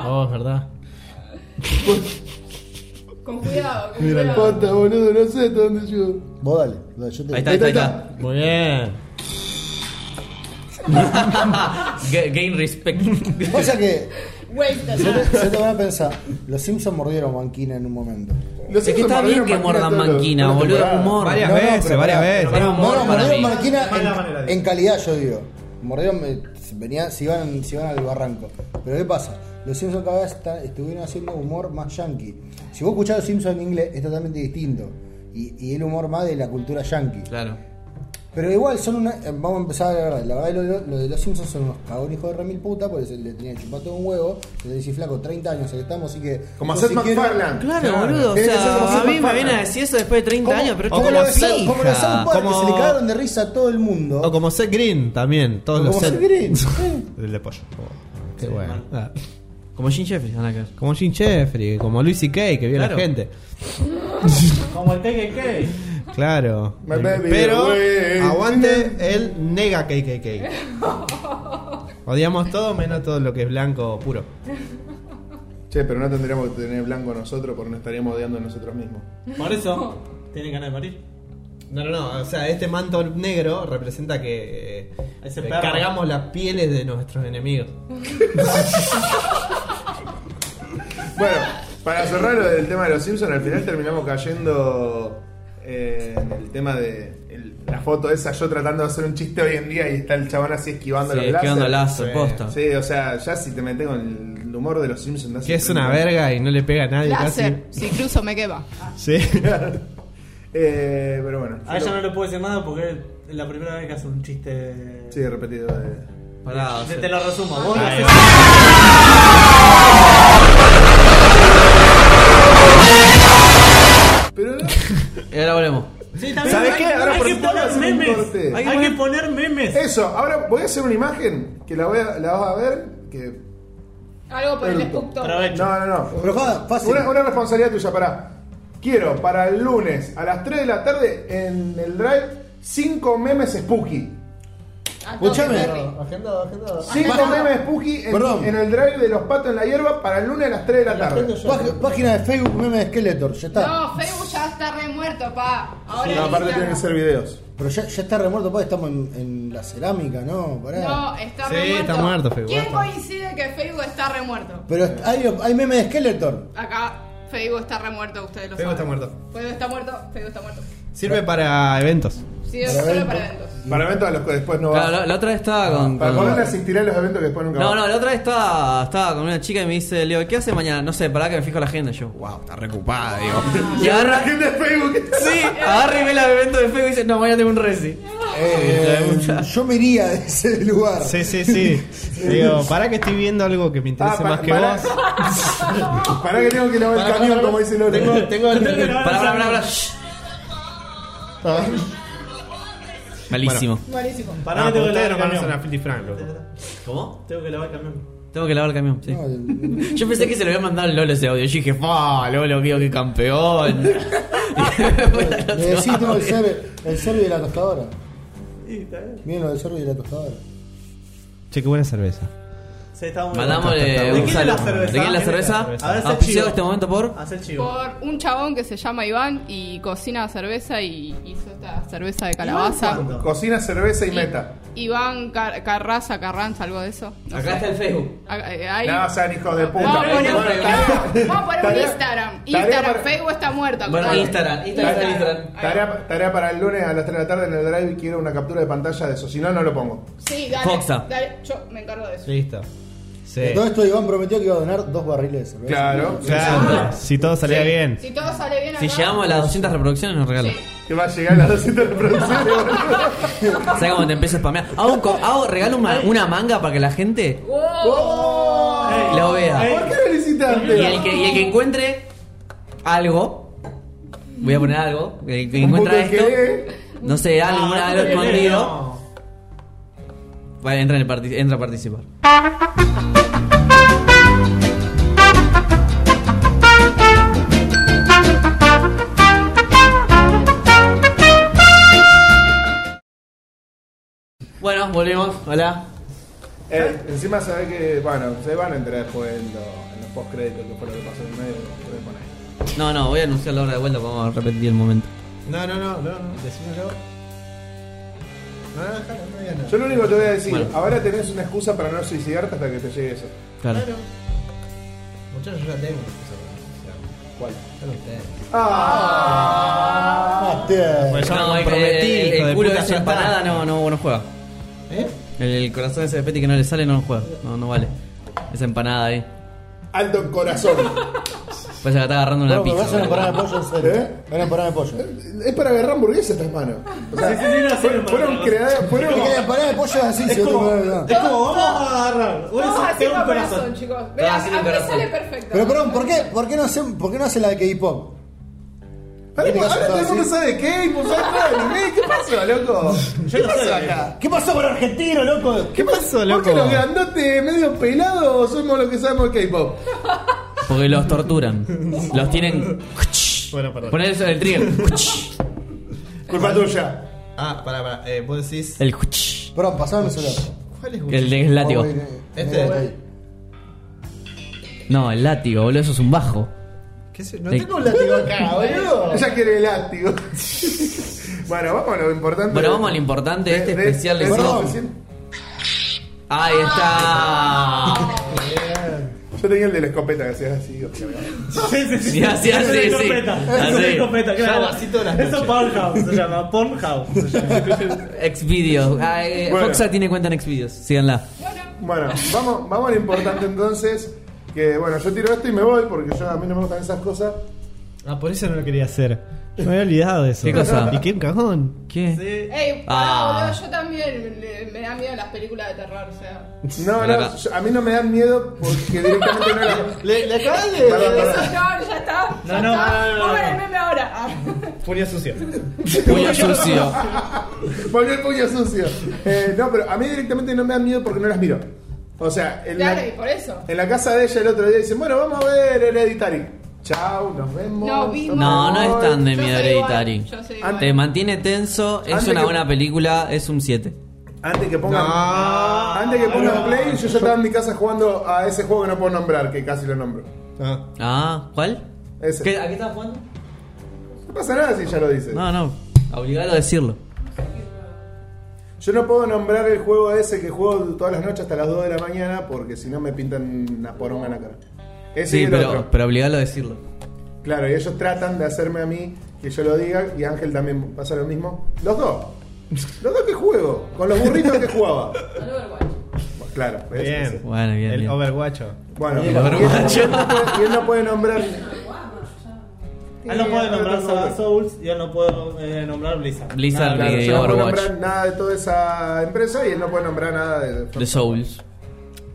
[SPEAKER 3] Oh, es verdad.
[SPEAKER 5] Con cuidado, con
[SPEAKER 1] Mira el
[SPEAKER 5] cuidado.
[SPEAKER 1] pata, boludo. No sé hasta dónde llegó.
[SPEAKER 7] Vos dale, dale, yo te
[SPEAKER 2] Ahí está, ahí está, ahí está.
[SPEAKER 3] Muy bien.
[SPEAKER 2] Ga- Gain respect.
[SPEAKER 7] O sea que,
[SPEAKER 5] Wasted.
[SPEAKER 7] yo te, yo te voy a pensar, los Simpsons mordieron banquina en un momento.
[SPEAKER 1] Los
[SPEAKER 2] Es que está bien que muerdan manquina, boludo, es humor.
[SPEAKER 3] Varias
[SPEAKER 7] No, no,
[SPEAKER 3] veces,
[SPEAKER 7] pero
[SPEAKER 3] varias
[SPEAKER 7] pará,
[SPEAKER 3] veces.
[SPEAKER 7] pero
[SPEAKER 2] Era humor
[SPEAKER 7] no,
[SPEAKER 2] para
[SPEAKER 7] no, mordieron
[SPEAKER 2] mí.
[SPEAKER 7] Marquina
[SPEAKER 4] De mala manera,
[SPEAKER 7] en,
[SPEAKER 4] digo.
[SPEAKER 7] en calidad, yo digo. Mordieron, eh, venían, se, iban, se iban al barranco. Pero ¿qué pasa? Los Simpsons cada vez está- estuvieron haciendo humor más yankee. Si vos escuchás los Simpsons en inglés, es totalmente distinto. Y, y el humor más de la cultura yankee.
[SPEAKER 2] claro.
[SPEAKER 7] Pero igual son una. eh, Vamos a empezar la verdad. La verdad, lo, lo- lo de los Simpsons son unos cagones hijos de remil puta, porque se le tenía chupado todo un huevo. Se le decís flaco, 30 años, aquí estamos, así que.
[SPEAKER 1] Como a
[SPEAKER 7] vos
[SPEAKER 1] Seth
[SPEAKER 7] si quieres-
[SPEAKER 1] MacFarlane.
[SPEAKER 2] Claro, boludo. O
[SPEAKER 1] Tiene que ser como
[SPEAKER 2] sea, a
[SPEAKER 1] Seth
[SPEAKER 2] mí me
[SPEAKER 1] MacFarlane.
[SPEAKER 2] vienen a decir eso después de 30 años, pero
[SPEAKER 7] como,
[SPEAKER 2] esto es
[SPEAKER 7] los South- como los
[SPEAKER 2] pija.
[SPEAKER 7] South Park,
[SPEAKER 3] Como-
[SPEAKER 7] que se le cagaron de risa a todo el mundo.
[SPEAKER 3] O como Seth Green también, todos los
[SPEAKER 7] Como ¿eh?
[SPEAKER 3] Seth
[SPEAKER 7] Seth Green, sí.
[SPEAKER 3] El de pollo. qué bueno. Ah.
[SPEAKER 2] Como Jim Jeffries, van a caer.
[SPEAKER 3] Como Jim Jeffrey, como Luis C.K. que vio la
[SPEAKER 2] Claro.
[SPEAKER 3] gente.
[SPEAKER 4] Como el KKK.
[SPEAKER 3] Claro.
[SPEAKER 1] My baby,
[SPEAKER 3] Pero
[SPEAKER 1] güey.
[SPEAKER 3] aguante el nega KKK. Odiamos todo menos todo lo que es blanco puro.
[SPEAKER 1] Che, pero no tendríamos que tener blanco nosotros porque nos estaríamos odiando a nosotros mismos.
[SPEAKER 4] Por eso, tiene ganas de morir.
[SPEAKER 3] No, no, no. O sea, este manto negro representa que eh,
[SPEAKER 4] Ese
[SPEAKER 3] eh,
[SPEAKER 4] perro.
[SPEAKER 3] cargamos las pieles de nuestros enemigos.
[SPEAKER 1] Bueno, para cerrar lo del tema de los Simpsons, al final terminamos cayendo eh, en el tema de el- la foto esa, yo tratando de hacer un chiste hoy en día y está el chabón así esquivando
[SPEAKER 2] Sí,
[SPEAKER 1] los
[SPEAKER 2] esquivando lazo,
[SPEAKER 1] láser.
[SPEAKER 3] Sí.
[SPEAKER 2] posta.
[SPEAKER 1] Sí, o sea, ya si te metes con el humor de los Simpsons... no hace
[SPEAKER 3] Que es una
[SPEAKER 1] 30.
[SPEAKER 3] verga y no le pega a nadie
[SPEAKER 5] Láser. Si cruzo me quema.
[SPEAKER 3] casi. Sí.
[SPEAKER 1] Eh, pero bueno.
[SPEAKER 3] Ah,
[SPEAKER 4] A ella no le puedo decir nada porque es la primera vez que hace un chiste.
[SPEAKER 1] Sí, repetido. eh.
[SPEAKER 2] Pará, o
[SPEAKER 4] Te,
[SPEAKER 2] sea,
[SPEAKER 4] te lo resumo. Vos no
[SPEAKER 3] Ahí
[SPEAKER 4] haces-
[SPEAKER 1] Pero no,
[SPEAKER 2] y eh, ahora volvemos.
[SPEAKER 4] Sí, también
[SPEAKER 1] ¿Sabés
[SPEAKER 4] hay-
[SPEAKER 1] qué? Ahora
[SPEAKER 4] hay
[SPEAKER 1] por
[SPEAKER 4] que
[SPEAKER 1] favor,
[SPEAKER 4] poner
[SPEAKER 1] haceme un
[SPEAKER 4] memes.
[SPEAKER 1] corte.
[SPEAKER 4] Hay,
[SPEAKER 2] Hay que
[SPEAKER 4] que poner memes.
[SPEAKER 1] eso, ahora voy a hacer una imagen que la, voy a- la vas a ver. Que...
[SPEAKER 5] Algo por el
[SPEAKER 1] Pronto.
[SPEAKER 5] escultor.
[SPEAKER 4] Aprovecho.
[SPEAKER 3] Ah,
[SPEAKER 1] No, no, no.
[SPEAKER 7] Pero joda, fácil.
[SPEAKER 1] Una, una responsabilidad tuya, pará. Quiero para el lunes a las 3 de la tarde en el drive 5 memes spooky.
[SPEAKER 5] A todos,
[SPEAKER 7] Escuchame.
[SPEAKER 5] Terry.
[SPEAKER 3] Agendado, agendado.
[SPEAKER 1] 5
[SPEAKER 7] Pará.
[SPEAKER 1] memes spooky en,
[SPEAKER 7] Perdón.
[SPEAKER 1] en el drive de los patos en la hierba para el lunes a las 3 de la tarde.
[SPEAKER 7] Pag- página de Facebook meme de Skeletor, ya está.
[SPEAKER 5] No, Facebook ya está re muerto, pa. Ahora
[SPEAKER 1] No, aparte
[SPEAKER 5] Instagram.
[SPEAKER 1] tienen que ser videos.
[SPEAKER 7] Pero ya, ya está remuerto, porque estamos en, en la cerámica, ¿no? Pará.
[SPEAKER 5] No, está
[SPEAKER 3] Sí,
[SPEAKER 5] re muerto.
[SPEAKER 3] está muerto Facebook.
[SPEAKER 5] ¿Quién coincide que Facebook está re muerto?
[SPEAKER 7] Pero est- hay, hay meme de Skeletor.
[SPEAKER 5] Acá Facebook está re muerto, ustedes lo
[SPEAKER 3] Facebook está
[SPEAKER 5] saben.
[SPEAKER 3] muerto.
[SPEAKER 5] Facebook está muerto, Facebook está muerto.
[SPEAKER 3] Sirve para eventos.
[SPEAKER 5] Sí,
[SPEAKER 7] Para
[SPEAKER 5] solo
[SPEAKER 7] eventos.
[SPEAKER 5] para eventos.
[SPEAKER 1] Para eventos a los que después no
[SPEAKER 2] Claro,
[SPEAKER 1] vas.
[SPEAKER 2] la, la otra vez estaba con.
[SPEAKER 1] Para
[SPEAKER 2] con-
[SPEAKER 1] poder asistir a los eventos que después nunca
[SPEAKER 2] No,
[SPEAKER 1] vas.
[SPEAKER 2] no, la otra vez estaba, estaba con una chica y me dice, Leo, ¿qué hace mañana? No sé, pará que me fijo la agenda. Yo, wow, está recupada, digo. Y
[SPEAKER 1] La
[SPEAKER 2] agarra.
[SPEAKER 1] gente de Facebook.
[SPEAKER 2] Sí, agarra y ve el evento de feo y dice, no, mañana tengo un resi.
[SPEAKER 7] Eh, yo me iría de ese lugar.
[SPEAKER 3] Sí, sí, sí. Digo, para que estoy viendo algo que me interese
[SPEAKER 1] Ah, pa-
[SPEAKER 3] más que
[SPEAKER 1] pará.
[SPEAKER 3] vos.
[SPEAKER 1] Pará que tengo que lavar el camión, como dice Lore.
[SPEAKER 3] Tengo, tengo el-
[SPEAKER 2] Pará, pará, pará, pará. Shh. Ah. Malísimo.
[SPEAKER 5] Buenísimo.
[SPEAKER 4] Pará,
[SPEAKER 3] Ah,
[SPEAKER 4] que tengo que
[SPEAKER 3] ustedes
[SPEAKER 4] lavar
[SPEAKER 3] no
[SPEAKER 4] el
[SPEAKER 3] conocen a
[SPEAKER 4] camión.
[SPEAKER 3] Filthy Frank, loco.
[SPEAKER 2] ¿Cómo?
[SPEAKER 4] Tengo que lavar el camión.
[SPEAKER 2] Tengo que lavar el camión, sí.
[SPEAKER 7] No, el-
[SPEAKER 2] Yo pensé que se lo había mandado al Lolo ese audio. Yo dije, fa, Lolo, mío, qué campeón.
[SPEAKER 7] le decís tengo el ser el cerdo y la tostadora.
[SPEAKER 4] Y está bien.
[SPEAKER 7] Miren lo del cerdo y la tostadora.
[SPEAKER 3] Che, qué buena cerveza.
[SPEAKER 4] Sí, está muy
[SPEAKER 2] Mandámosle
[SPEAKER 4] bien.
[SPEAKER 2] un
[SPEAKER 4] ¿De quién es la
[SPEAKER 2] saludo.
[SPEAKER 4] cerveza?
[SPEAKER 2] eh, ¿De quién es la cerveza?
[SPEAKER 4] A ver, hace
[SPEAKER 2] Auspiciado
[SPEAKER 4] chivo.
[SPEAKER 2] este momento por.
[SPEAKER 4] Hace el chivo.
[SPEAKER 5] Por un chabón que se llama Iván y cocina cerveza y hizo esta cerveza de
[SPEAKER 4] ¿Iván
[SPEAKER 5] calabaza.
[SPEAKER 4] cuándo?
[SPEAKER 1] Cocina, cerveza y meta.
[SPEAKER 5] Iván Car- Carraza, Carranza, algo de eso. No
[SPEAKER 2] Acá
[SPEAKER 5] sé.
[SPEAKER 2] está el Facebook.
[SPEAKER 5] Ah, eh, ahí-
[SPEAKER 1] No, sean hijos de puta.
[SPEAKER 5] Vamos a poner,
[SPEAKER 1] Bueno, tarea-
[SPEAKER 5] no, vamos a poner un
[SPEAKER 1] tarea-
[SPEAKER 5] Instagram.
[SPEAKER 1] tarea
[SPEAKER 5] Instagram,
[SPEAKER 1] para-
[SPEAKER 5] Facebook está muerta.
[SPEAKER 2] Bueno,
[SPEAKER 5] total.
[SPEAKER 2] Instagram, Instagram, Instagram.
[SPEAKER 1] Tarea, tarea para el lunes a las 3 de la tarde en el drive. Quiero una captura de pantalla de eso. Si no, no lo pongo.
[SPEAKER 5] Sí, dale,
[SPEAKER 2] Foxa.
[SPEAKER 5] dale, Yo me encargo de eso.
[SPEAKER 3] Listo. Sí.
[SPEAKER 7] De todo esto Iván prometió que iba a donar dos barriles de cerveza.
[SPEAKER 1] Claro.
[SPEAKER 3] Claro, Si todo salía bien.
[SPEAKER 5] Si todo sale bien,
[SPEAKER 2] Si
[SPEAKER 5] acá,
[SPEAKER 2] llegamos a las 200 reproducciones, nos regalan.
[SPEAKER 5] Sí.
[SPEAKER 1] Que va a llegar a las 200 reproducciones. boludo.
[SPEAKER 2] ¿Sabes cómo te empiezo a spamear? Hago, un co- hago- regalo una, una manga para que la gente la vea.
[SPEAKER 1] ¡Oh! ¿Por qué no lo hiciste
[SPEAKER 2] Y el
[SPEAKER 1] antes?
[SPEAKER 2] que, y el que encuentre algo, voy a poner algo, el que
[SPEAKER 1] Un
[SPEAKER 2] encuentra
[SPEAKER 1] puto
[SPEAKER 2] esto,
[SPEAKER 1] que-
[SPEAKER 2] no sé, algo,
[SPEAKER 4] Ah,
[SPEAKER 2] algo
[SPEAKER 4] no,
[SPEAKER 2] escondido,
[SPEAKER 4] no.
[SPEAKER 2] vale, entra, en el parti- entra a participar. Bueno, volvemos, hola.
[SPEAKER 1] Eh, encima se ve que, bueno, se van a entrar después en, lo- en los postcréditos, que fue lo que pasó en el medio. lo pueden poner.
[SPEAKER 2] No, no, voy a anunciar la hora de vuelta, vamos a repetir el momento.
[SPEAKER 3] No, no, no, no, no, decime yo. No, no, déjalo, no digas nada.
[SPEAKER 1] Yo lo único que te voy a decir,
[SPEAKER 2] Bueno.
[SPEAKER 1] ahora tenés una excusa para no suicidarte hasta que te llegue eso.
[SPEAKER 2] Claro.
[SPEAKER 3] Muchachos, yo ya tengo.
[SPEAKER 1] ¿Cuál?
[SPEAKER 3] Son ustedes.
[SPEAKER 7] Mateo.
[SPEAKER 3] Pues yo
[SPEAKER 2] No,
[SPEAKER 3] me
[SPEAKER 2] el-
[SPEAKER 3] comprometí,
[SPEAKER 2] el,
[SPEAKER 3] hijo
[SPEAKER 2] el
[SPEAKER 3] de
[SPEAKER 2] culo
[SPEAKER 3] puta,
[SPEAKER 2] ese
[SPEAKER 3] ya está.
[SPEAKER 2] empanada no, no, no juega.
[SPEAKER 3] ¿Eh?
[SPEAKER 2] El, el corazón ese de Peti que no le sale no juega. No, no vale. Esa empanada ahí.
[SPEAKER 1] Alto en corazón.
[SPEAKER 2] Pues se la está agarrando una
[SPEAKER 7] Bueno, pero vas a
[SPEAKER 2] pizza.
[SPEAKER 7] una empanada de pollo en serio.
[SPEAKER 1] ¿Eh?
[SPEAKER 7] Una empanada de pollo.
[SPEAKER 1] es para agarrar hamburguesas estas manos. O sea,
[SPEAKER 4] Sí, sí, sí, no, sí,
[SPEAKER 1] fueron,
[SPEAKER 4] no,
[SPEAKER 1] fueron
[SPEAKER 4] no.
[SPEAKER 1] creadas, fueron...
[SPEAKER 7] Porque la empanada de pollo es así, si
[SPEAKER 4] Es
[SPEAKER 7] yo te
[SPEAKER 4] como,
[SPEAKER 7] pongo la verdad.
[SPEAKER 4] es como vamos a agarrar. Voy
[SPEAKER 5] Todos
[SPEAKER 4] a hacer
[SPEAKER 5] haciendo
[SPEAKER 4] un
[SPEAKER 5] corazón,
[SPEAKER 4] corazón.
[SPEAKER 5] chicos. Vean,
[SPEAKER 2] Todos haciendo
[SPEAKER 5] a mí
[SPEAKER 2] corazón.
[SPEAKER 5] sale perfecto.
[SPEAKER 7] Pero perdón, ¿por qué, por qué, no, hace, por qué no hace la de K-pop?
[SPEAKER 1] Ahora
[SPEAKER 7] ¿Viste que
[SPEAKER 1] ahora
[SPEAKER 7] yo
[SPEAKER 1] todo el
[SPEAKER 7] estaba
[SPEAKER 1] mundo
[SPEAKER 7] así?
[SPEAKER 1] sabe qué, y pues algo de anime, ¿qué pasó, loco?
[SPEAKER 4] Yo
[SPEAKER 1] ¿Qué
[SPEAKER 4] no
[SPEAKER 1] pasó
[SPEAKER 4] sé.
[SPEAKER 1] acá?
[SPEAKER 7] ¿Qué pasó con Argentino, loco?
[SPEAKER 1] ¿Qué pasó, loco? ¿Por qué los grandotes medio pelados somos los que sabemos de K-pop?
[SPEAKER 2] Porque los torturan. Los tienen.
[SPEAKER 3] Bueno, perdón.
[SPEAKER 2] Poner eso el trigger.
[SPEAKER 1] Culpa tuya.
[SPEAKER 3] Ah, pará, pará. Eh, vos decís.
[SPEAKER 2] El.
[SPEAKER 7] Perdón, pasame el celular.
[SPEAKER 3] ¿Cuál es
[SPEAKER 2] El, el látigo.
[SPEAKER 7] Vamos a ir, eh,
[SPEAKER 3] Este.
[SPEAKER 7] eh, ahí.
[SPEAKER 2] No, el látigo, boludo, eso es un bajo.
[SPEAKER 3] ¿Qué sé? No
[SPEAKER 2] Sí.
[SPEAKER 3] tengo un látigo acá, boludo.
[SPEAKER 1] Ella quiere el látigo. bueno, vamos a lo importante.
[SPEAKER 2] Bueno, vamos a lo importante de este especial de
[SPEAKER 1] perdón.
[SPEAKER 2] Ahí está.
[SPEAKER 1] Yo tenía el de la escopeta que hacías así. obviamente.
[SPEAKER 4] Sí, sí, sí.
[SPEAKER 2] Sí, así,
[SPEAKER 4] Eso
[SPEAKER 2] así,
[SPEAKER 4] es
[SPEAKER 2] sí.
[SPEAKER 4] escopeta. Eso es
[SPEAKER 2] Así.
[SPEAKER 4] escopeta, claro.
[SPEAKER 3] Llama así todas las
[SPEAKER 4] Eso es Pornhub, se llama. Pornhub. se llama.
[SPEAKER 2] Xvideos. Ah, eh,
[SPEAKER 1] Bueno.
[SPEAKER 2] Foxa tiene cuenta en Xvideos. Síganla.
[SPEAKER 5] Bueno,
[SPEAKER 1] Bueno, vamos, vamos a lo importante entonces. Que bueno, yo tiro esto y me voy porque yo, a mí no me gustan esas cosas.
[SPEAKER 3] Ah, por eso no lo quería hacer. Me había olvidado de eso.
[SPEAKER 2] ¿Qué cosa?
[SPEAKER 3] ¿Y qué un cajón?
[SPEAKER 2] ¿Qué?
[SPEAKER 4] Sí.
[SPEAKER 5] ey, pará,
[SPEAKER 2] Ah.
[SPEAKER 5] boludo, yo también le- me da miedo las películas de terror, o sea.
[SPEAKER 1] No, no,
[SPEAKER 2] Acá.
[SPEAKER 1] yo- a mí no me dan miedo porque directamente no las.
[SPEAKER 3] Le, le acabas de.
[SPEAKER 1] Perdón,
[SPEAKER 5] Eso
[SPEAKER 1] perdón.
[SPEAKER 5] no, ya está. ya
[SPEAKER 4] No, no,
[SPEAKER 5] está.
[SPEAKER 4] no, no, no,
[SPEAKER 5] Pongan
[SPEAKER 4] no.
[SPEAKER 5] el meme ahora. Ah.
[SPEAKER 4] Furia sucia.
[SPEAKER 2] Puño sucio.
[SPEAKER 1] Volvió el puño sucio. Eh, no, pero a mí directamente no me dan miedo porque no las miro. O sea, en la,
[SPEAKER 5] Claro, y por eso.
[SPEAKER 1] en la casa de ella el otro día dicen, bueno, vamos a ver Hereditary. Chau, nos vemos.
[SPEAKER 5] No, vimos.
[SPEAKER 2] No, no es tan de
[SPEAKER 5] Yo
[SPEAKER 2] miedo
[SPEAKER 5] soy igual,
[SPEAKER 2] Hereditary.
[SPEAKER 5] yo soy
[SPEAKER 1] igual.
[SPEAKER 2] Te mantiene tenso, es
[SPEAKER 1] Antes
[SPEAKER 2] una
[SPEAKER 1] que-
[SPEAKER 2] buena película, es un 7.
[SPEAKER 1] Antes que pongan,
[SPEAKER 3] No.
[SPEAKER 1] antes que pongan
[SPEAKER 4] No.
[SPEAKER 1] play, yo ya estaba en mi casa jugando a ese juego que no puedo nombrar, que casi lo nombro.
[SPEAKER 3] Ah,
[SPEAKER 2] Ah, ¿cuál?
[SPEAKER 1] Ese.
[SPEAKER 2] ¿Qué- ¿A qué estás jugando?
[SPEAKER 1] No pasa nada si ya lo dices.
[SPEAKER 2] No, no, obligado a decirlo.
[SPEAKER 1] Yo no puedo nombrar el juego ese que juego todas las noches hasta las 2 de la mañana porque si no me pintan una poronga en la cara. Ese y
[SPEAKER 2] Sí,
[SPEAKER 1] el
[SPEAKER 2] pero,
[SPEAKER 1] otro.
[SPEAKER 2] pero obligado a decirlo.
[SPEAKER 1] Claro, y ellos tratan de hacerme a mí que yo lo diga y Ángel también pasa lo mismo. Los dos. Los dos que juego, con los burritos que jugaba. Bueno, Claro, ¿ves?
[SPEAKER 3] bien.
[SPEAKER 2] Bueno, bien,
[SPEAKER 3] El
[SPEAKER 2] bien.
[SPEAKER 3] overguacho.
[SPEAKER 1] Bueno,
[SPEAKER 2] El
[SPEAKER 1] y él, no
[SPEAKER 2] Overwatch.
[SPEAKER 1] puede, y él no puede nombrar.
[SPEAKER 4] Él no puede nombrar Saga
[SPEAKER 1] Saga
[SPEAKER 4] Souls y él no puede eh, nombrar Blizzard.
[SPEAKER 2] Blizzard
[SPEAKER 1] Claro,
[SPEAKER 2] y
[SPEAKER 1] yo no puedo
[SPEAKER 2] Overwatch.
[SPEAKER 1] nombrar nada de toda esa empresa y él no puede nombrar nada de.
[SPEAKER 2] The Souls.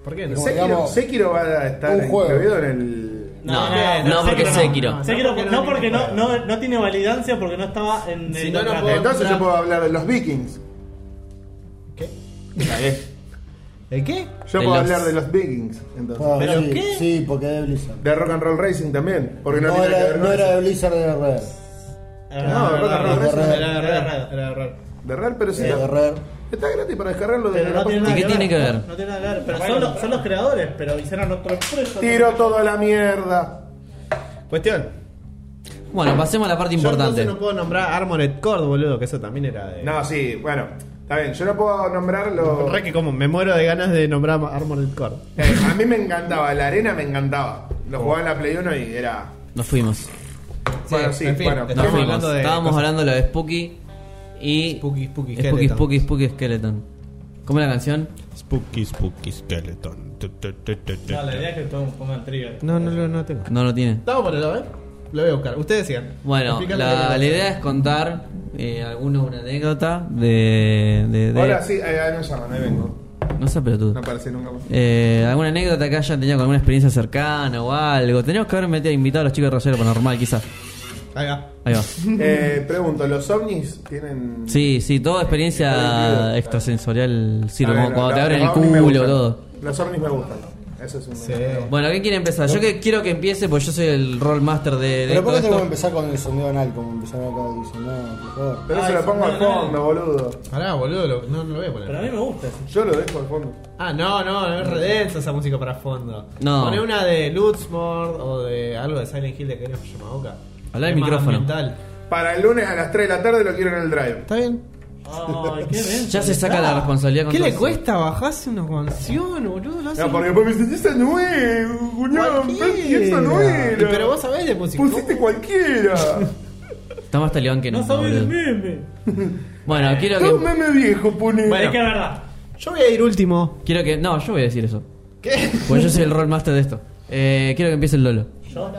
[SPEAKER 3] ¿Por qué no?
[SPEAKER 7] Como
[SPEAKER 1] Sekiro,
[SPEAKER 7] digamos,
[SPEAKER 1] Sekiro va a estar
[SPEAKER 7] un juego.
[SPEAKER 1] incluido en el.
[SPEAKER 2] No, no, porque Sekiro.
[SPEAKER 4] No, Sekiro no, porque no, no, no tiene validancia porque no estaba en
[SPEAKER 3] Si
[SPEAKER 4] el
[SPEAKER 3] no, no
[SPEAKER 4] contrato.
[SPEAKER 3] puedo-
[SPEAKER 1] Entonces yo puedo hablar de los Vikings.
[SPEAKER 3] ¿Qué?
[SPEAKER 1] Yo
[SPEAKER 3] ¿El qué?
[SPEAKER 2] De
[SPEAKER 1] puedo
[SPEAKER 2] los-
[SPEAKER 1] hablar de los Vikings. Entonces.
[SPEAKER 7] Ah,
[SPEAKER 4] ¿Pero
[SPEAKER 7] sí,
[SPEAKER 4] qué?
[SPEAKER 7] Sí, porque es de Blizzard.
[SPEAKER 1] De Rock and Roll Racing también. Porque no,
[SPEAKER 7] No
[SPEAKER 1] tiene que
[SPEAKER 7] era,
[SPEAKER 1] ver
[SPEAKER 7] no
[SPEAKER 1] con
[SPEAKER 7] era
[SPEAKER 1] eso.
[SPEAKER 7] de Blizzard, era de Rare.
[SPEAKER 1] No,
[SPEAKER 4] no,
[SPEAKER 1] Rock and Roll
[SPEAKER 7] no,
[SPEAKER 1] Racing.
[SPEAKER 7] no,
[SPEAKER 3] Era de red,
[SPEAKER 4] Era de
[SPEAKER 3] era de red.
[SPEAKER 1] De Rare, pero sí.
[SPEAKER 7] Era de Rare.
[SPEAKER 1] Está gratis para descargarlo de
[SPEAKER 4] Pero
[SPEAKER 1] la
[SPEAKER 4] no tiene
[SPEAKER 1] página.
[SPEAKER 4] nada
[SPEAKER 2] ¿Y qué tiene que ver?
[SPEAKER 4] No tiene nada que ver. Pero son los, son los creadores, pero hicieron otro proyecto.
[SPEAKER 1] Tiro toda la mierda.
[SPEAKER 3] Cuestión.
[SPEAKER 2] Bueno, pasemos a la parte
[SPEAKER 3] Yo entonces
[SPEAKER 2] importante.
[SPEAKER 3] no puedo nombrar Armored Core, boludo, que eso también era de.
[SPEAKER 1] No, sí, bueno. Está bien, yo no puedo nombrar los.
[SPEAKER 3] Re que como me muero de ganas de nombrar Armored Core.
[SPEAKER 1] Eh, a mí me encantaba, la arena me encantaba. Lo
[SPEAKER 2] Oh.
[SPEAKER 1] jugaba en la Play 1 y era.
[SPEAKER 2] Nos fuimos.
[SPEAKER 1] Bueno, sí,
[SPEAKER 3] en fin,
[SPEAKER 1] bueno.
[SPEAKER 3] te
[SPEAKER 2] Nos
[SPEAKER 3] Estamos
[SPEAKER 2] fuimos.
[SPEAKER 3] hablando de
[SPEAKER 2] Estábamos
[SPEAKER 3] cosas.
[SPEAKER 2] hablando de lo de Spooky y.
[SPEAKER 3] Spooky, Spooky,
[SPEAKER 2] Spooky,
[SPEAKER 3] Skeleton.
[SPEAKER 2] Spooky, Spooky Skeleton. ¿Cómo es la canción?
[SPEAKER 8] Spooky, spooky skeleton. Tu, tu, tu, tu, tu,
[SPEAKER 4] No, la
[SPEAKER 8] tu.
[SPEAKER 4] idea es que todos pongan trigger.
[SPEAKER 3] No, no, no, no tengo.
[SPEAKER 2] No lo tiene.
[SPEAKER 3] Vamos a ponerlo, a ver. ¿eh? Lo voy a buscar. Ustedes sigan.
[SPEAKER 2] Bueno,
[SPEAKER 3] Explícale
[SPEAKER 2] la,
[SPEAKER 3] lo
[SPEAKER 2] la
[SPEAKER 3] que-
[SPEAKER 2] idea es contar eh, alguna una anécdota de. de, de-
[SPEAKER 1] Ahora sí, eh, ahí, ahí me llaman, ahí vengo.
[SPEAKER 2] No sé, pero tú.
[SPEAKER 1] No aparecí nunca más.
[SPEAKER 2] Eh, alguna anécdota que hayan tenido con alguna experiencia cercana o algo. Teníamos que haber metido invitado a los chicos de Rosero Paranormal, quizás.
[SPEAKER 3] Ahí va.
[SPEAKER 2] Ahí va.
[SPEAKER 1] Eh, pregunto, ¿los ovnis tienen.?
[SPEAKER 2] Sí, sí, toda experiencia extrasensorial sirve.
[SPEAKER 1] A ver,
[SPEAKER 2] como cuando te
[SPEAKER 1] los-
[SPEAKER 2] abren el
[SPEAKER 1] los ovnis me
[SPEAKER 2] culo,
[SPEAKER 1] gustan.
[SPEAKER 2] todo.
[SPEAKER 1] Los ovnis me gustan. Eso es un.
[SPEAKER 3] Sí.
[SPEAKER 2] Bueno, ¿qué quiere empezar? Yo que quiero que empiece, porque yo soy el role master de, de
[SPEAKER 7] Pero ¿por
[SPEAKER 2] todo
[SPEAKER 7] qué tengo que
[SPEAKER 2] esto.
[SPEAKER 7] empezar con el sondeo anal? Como empezaron acá dicen, no, por favor.
[SPEAKER 1] Pero eso
[SPEAKER 4] Ay,
[SPEAKER 1] lo pongo al
[SPEAKER 4] son muy
[SPEAKER 1] fondo, boludo.
[SPEAKER 3] Pará, boludo. lo- no, no lo voy a poner.
[SPEAKER 4] Pero a mí me gusta eso.
[SPEAKER 1] Yo lo dejo al fondo.
[SPEAKER 3] Ah, no, no, no es redensa esa música para fondo.
[SPEAKER 2] No.
[SPEAKER 3] Poné una de Lutzmord o de algo de Silent Hill de Kerem Yamaoka.
[SPEAKER 2] Habla al
[SPEAKER 3] Es más
[SPEAKER 2] micrófono.
[SPEAKER 3] ambiental.
[SPEAKER 1] Para el lunes a las 3 de la tarde lo quiero en el drive.
[SPEAKER 3] ¿Está bien?
[SPEAKER 4] Ay, qué bien.
[SPEAKER 2] Ya se saca la responsabilidad con
[SPEAKER 3] Ah, ¿Qué
[SPEAKER 2] todo
[SPEAKER 3] le
[SPEAKER 2] eso.
[SPEAKER 3] cuesta bajarse una canción, boludo? Lo hace-
[SPEAKER 1] No, porque después me dicen, esa no es, Julián, Pati, esa no
[SPEAKER 3] Cualquiera.
[SPEAKER 1] era.
[SPEAKER 3] Pero vos sabés de música.
[SPEAKER 1] Pusiste Pues cualquiera.
[SPEAKER 2] Está más talibán que
[SPEAKER 4] No
[SPEAKER 2] nunca,
[SPEAKER 4] sabés el
[SPEAKER 2] boludo.
[SPEAKER 4] meme.
[SPEAKER 2] Bueno, quiero
[SPEAKER 1] Todo
[SPEAKER 2] que.
[SPEAKER 1] meme viejo, pone.
[SPEAKER 4] Es que es verdad.
[SPEAKER 3] Yo voy a ir último.
[SPEAKER 2] Quiero que. No, yo voy a decir eso.
[SPEAKER 3] ¿Qué?
[SPEAKER 2] Pues yo soy el role master de esto. Eh, quiero que empiece el Lolo.
[SPEAKER 3] ¿Qué?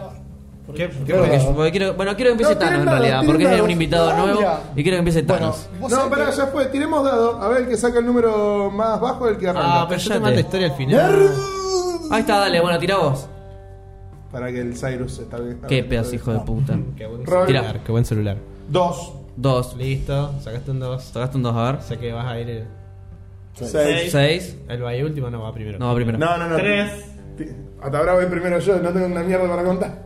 [SPEAKER 2] Porque yo- porque quiero, bueno, quiero que empiece
[SPEAKER 1] No,
[SPEAKER 2] Thanos en
[SPEAKER 1] tiene
[SPEAKER 2] realidad,
[SPEAKER 1] dados,
[SPEAKER 2] porque es
[SPEAKER 1] tiene
[SPEAKER 2] un
[SPEAKER 1] dados.
[SPEAKER 2] invitado
[SPEAKER 1] Ah,
[SPEAKER 2] nuevo
[SPEAKER 1] mira.
[SPEAKER 2] y quiero que empiece
[SPEAKER 7] Bueno,
[SPEAKER 2] Thanos.
[SPEAKER 7] vos
[SPEAKER 1] No,
[SPEAKER 7] sabés
[SPEAKER 1] pará,
[SPEAKER 7] que-
[SPEAKER 1] ya fue. Tiremos dado. A ver el que saca el número más bajo el que
[SPEAKER 3] Ah,
[SPEAKER 1] arranca.
[SPEAKER 3] pero yo te
[SPEAKER 2] cállate.
[SPEAKER 3] mando la historia al final.
[SPEAKER 2] Ahí está, dale, bueno, tira vos.
[SPEAKER 1] Para que el Cyrus está bien.
[SPEAKER 2] Qué pedazo, hijo de puta.
[SPEAKER 3] Qué buen
[SPEAKER 1] Roll.
[SPEAKER 3] celular, qué buen celular.
[SPEAKER 1] Dos.
[SPEAKER 2] Dos.
[SPEAKER 3] Listo, sacaste un 2.
[SPEAKER 2] Tocaste un dos, a ver.
[SPEAKER 3] Sé que vas a ir el,
[SPEAKER 1] Seis.
[SPEAKER 2] Seis.
[SPEAKER 3] el baile último, no va primero.
[SPEAKER 2] No, primero.
[SPEAKER 1] No, no, no.
[SPEAKER 4] Tres.
[SPEAKER 1] Ti- Hasta ahora voy primero yo, no tengo una mierda para contar.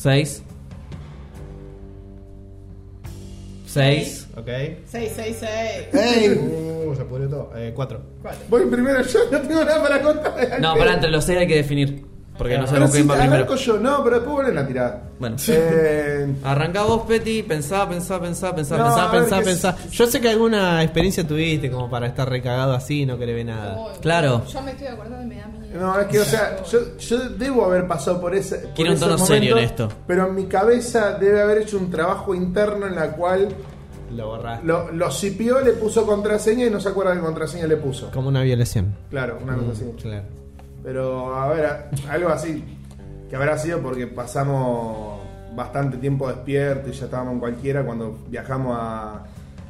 [SPEAKER 2] Seis. Seis.
[SPEAKER 3] Ok.
[SPEAKER 5] 666.
[SPEAKER 7] ¡Ey!
[SPEAKER 3] Uh, se pudrió todo. Eh, 4.
[SPEAKER 1] Voy primero yo, no tengo nada para contar.
[SPEAKER 2] No, pará, entre los seis hay que definir. Porque no
[SPEAKER 1] Pero
[SPEAKER 2] sabemos
[SPEAKER 1] si
[SPEAKER 2] quién va
[SPEAKER 1] arranco
[SPEAKER 2] primero.
[SPEAKER 1] yo, no, pero después vuelven a tirar.
[SPEAKER 2] Bueno.
[SPEAKER 1] Eh,
[SPEAKER 2] Arranca vos, Petty. Pensá, pensá, pensá, pensá,
[SPEAKER 1] No,
[SPEAKER 2] pensá.
[SPEAKER 1] a ver
[SPEAKER 3] Pensá,
[SPEAKER 1] qué-
[SPEAKER 3] pensá. Yo sé que alguna experiencia tuviste como para estar recagado así y no querer ver nada.
[SPEAKER 5] Uy,
[SPEAKER 2] Claro.
[SPEAKER 5] Yo me estoy acordando y me da miedo.
[SPEAKER 1] No, es que, o sea, yo, yo debo haber pasado por ese. por
[SPEAKER 2] Quiero un
[SPEAKER 1] ese
[SPEAKER 2] tono serio en esto.
[SPEAKER 1] Pero en mi cabeza debe haber hecho un trabajo interno en la cual
[SPEAKER 3] Lo borraste.
[SPEAKER 1] lo, lo sipió, le puso contraseña y no se acuerda qué contraseña le puso.
[SPEAKER 3] Como una violación.
[SPEAKER 1] Claro, una cosa así.
[SPEAKER 3] Claro.
[SPEAKER 1] Pero, a ver, a- algo así. Que habrá sido porque pasamos bastante tiempo despierto y ya estábamos en cualquiera cuando viajamos a.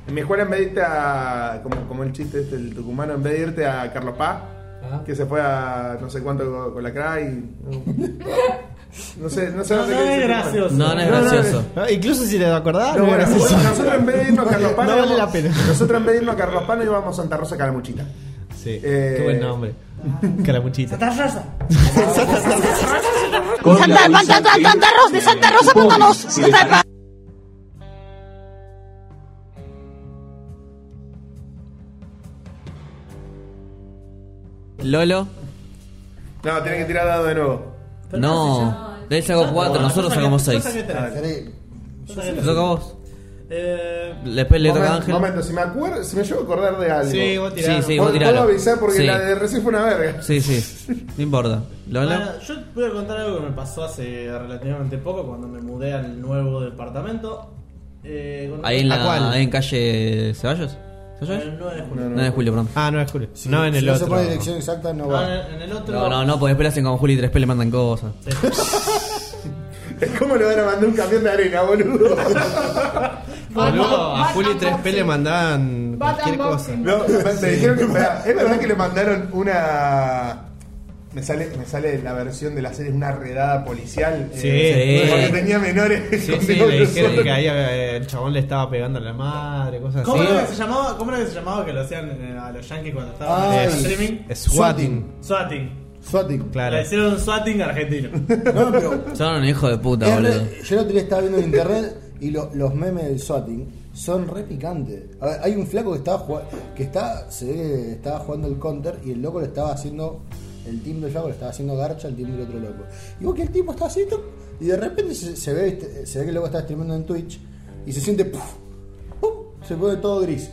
[SPEAKER 1] En mi escuela, en vez de irte a. Como, como el chiste este, el tucumano, en vez de irte a Carlos Paz, que se fue a no sé cuánto con, con la CRAI. No sé, no sé
[SPEAKER 4] No,
[SPEAKER 1] dónde
[SPEAKER 4] no
[SPEAKER 1] quedó
[SPEAKER 4] es
[SPEAKER 1] ese
[SPEAKER 4] gracioso.
[SPEAKER 2] No, no es
[SPEAKER 1] No, no,
[SPEAKER 2] gracioso.
[SPEAKER 3] Ah, incluso si te acordás,
[SPEAKER 1] no, bueno,
[SPEAKER 3] era así.
[SPEAKER 1] nosotros en vez de irnos a Carlos Paz,
[SPEAKER 3] No vale
[SPEAKER 1] íbamos-
[SPEAKER 3] la pena.
[SPEAKER 1] nosotros en vez de irnos a Carlos Paz, nos íbamos a Santa Rosa Calamuchita.
[SPEAKER 3] Sí.
[SPEAKER 1] Eh,
[SPEAKER 3] Qué buen nombre. Carapuchita.
[SPEAKER 9] Santa, Santa, Santa Rosa, de Santa Rosa, pónganos. Santa,
[SPEAKER 2] Lolo.
[SPEAKER 1] No, tienen que tirar dado de nuevo.
[SPEAKER 2] No. De él sacó cuatro, nosotros sacamos seis.
[SPEAKER 7] Seré-
[SPEAKER 2] Te toca a vos.
[SPEAKER 4] Eh,
[SPEAKER 2] Después le toca a
[SPEAKER 1] Momen-
[SPEAKER 2] Ángel.
[SPEAKER 1] Momento, si me acuerdo, si me llevo a acordar de algo.
[SPEAKER 3] Sí, vos tirás.
[SPEAKER 2] Sí, sí.
[SPEAKER 1] Puedo
[SPEAKER 2] vos tiralo.
[SPEAKER 1] avisar porque
[SPEAKER 2] Sí.
[SPEAKER 1] la de recién fue una verga.
[SPEAKER 2] Sí, sí. No importa. Lola.
[SPEAKER 4] bueno, yo voy a contar algo que me pasó hace relativamente poco cuando me mudé al nuevo departamento. Eh, cuando-
[SPEAKER 2] Ahí en
[SPEAKER 3] ¿A cuál?
[SPEAKER 2] la. ahí en calle Ceballos. ¿Ceballos?
[SPEAKER 4] El 9 de julio.
[SPEAKER 1] No, no,
[SPEAKER 2] 9 de julio, perdón.
[SPEAKER 3] Ah, no es Julio.
[SPEAKER 7] si-
[SPEAKER 3] no en el
[SPEAKER 7] si
[SPEAKER 3] otro.
[SPEAKER 7] No se pone dirección exacta, no
[SPEAKER 4] No,
[SPEAKER 7] va.
[SPEAKER 4] en, en el otro.
[SPEAKER 2] No, no, no, porque después le hacen como Juli y 3P le mandan cosas.
[SPEAKER 1] Es como le van a mandar un camión de arena, boludo.
[SPEAKER 3] Boludo, a
[SPEAKER 5] Bat-
[SPEAKER 3] Julio
[SPEAKER 5] Bat-
[SPEAKER 3] 3P le mandaban
[SPEAKER 5] Bat-
[SPEAKER 3] cualquier cosa.
[SPEAKER 5] Unboxing.
[SPEAKER 1] No, me dijeron que. pará, es verdad que le mandaron una. Me sale, me sale la versión de la serie, una redada policial. eh,
[SPEAKER 3] Sí.
[SPEAKER 1] Porque
[SPEAKER 2] Sí.
[SPEAKER 1] tenía menores.
[SPEAKER 3] Sí,
[SPEAKER 1] con
[SPEAKER 3] sí, le
[SPEAKER 1] menores.
[SPEAKER 3] dijeron que ahí eh, el chabón le estaba pegando a la madre, cosas
[SPEAKER 4] ¿Cómo, era que se
[SPEAKER 3] así.
[SPEAKER 4] llamaba, ¿Cómo era que se llamaba que lo hacían eh, a los yankees cuando estaban
[SPEAKER 7] Ay.
[SPEAKER 4] en streaming?
[SPEAKER 3] Es swatting.
[SPEAKER 4] Swatting.
[SPEAKER 7] Swatting.
[SPEAKER 4] Le
[SPEAKER 3] Claro.
[SPEAKER 4] hicieron swatting argentino.
[SPEAKER 7] No, pero.
[SPEAKER 2] Son un hijo de puta,
[SPEAKER 7] es re-
[SPEAKER 2] boludo.
[SPEAKER 7] yo el otro día estaba viendo en internet y lo- los memes del swatting son re picantes. A ver, hay un flaco que estaba jugando. Que está, se ve que estaba jugando el counter y el loco le estaba haciendo. El team del flaco le estaba haciendo garcha al team del otro loco. Y vos que el tipo está haciendo. este, Y de repente se, se ve, se ve que el loco está streamando en Twitch y se siente. ¡puf! ¡pum! se pone todo gris.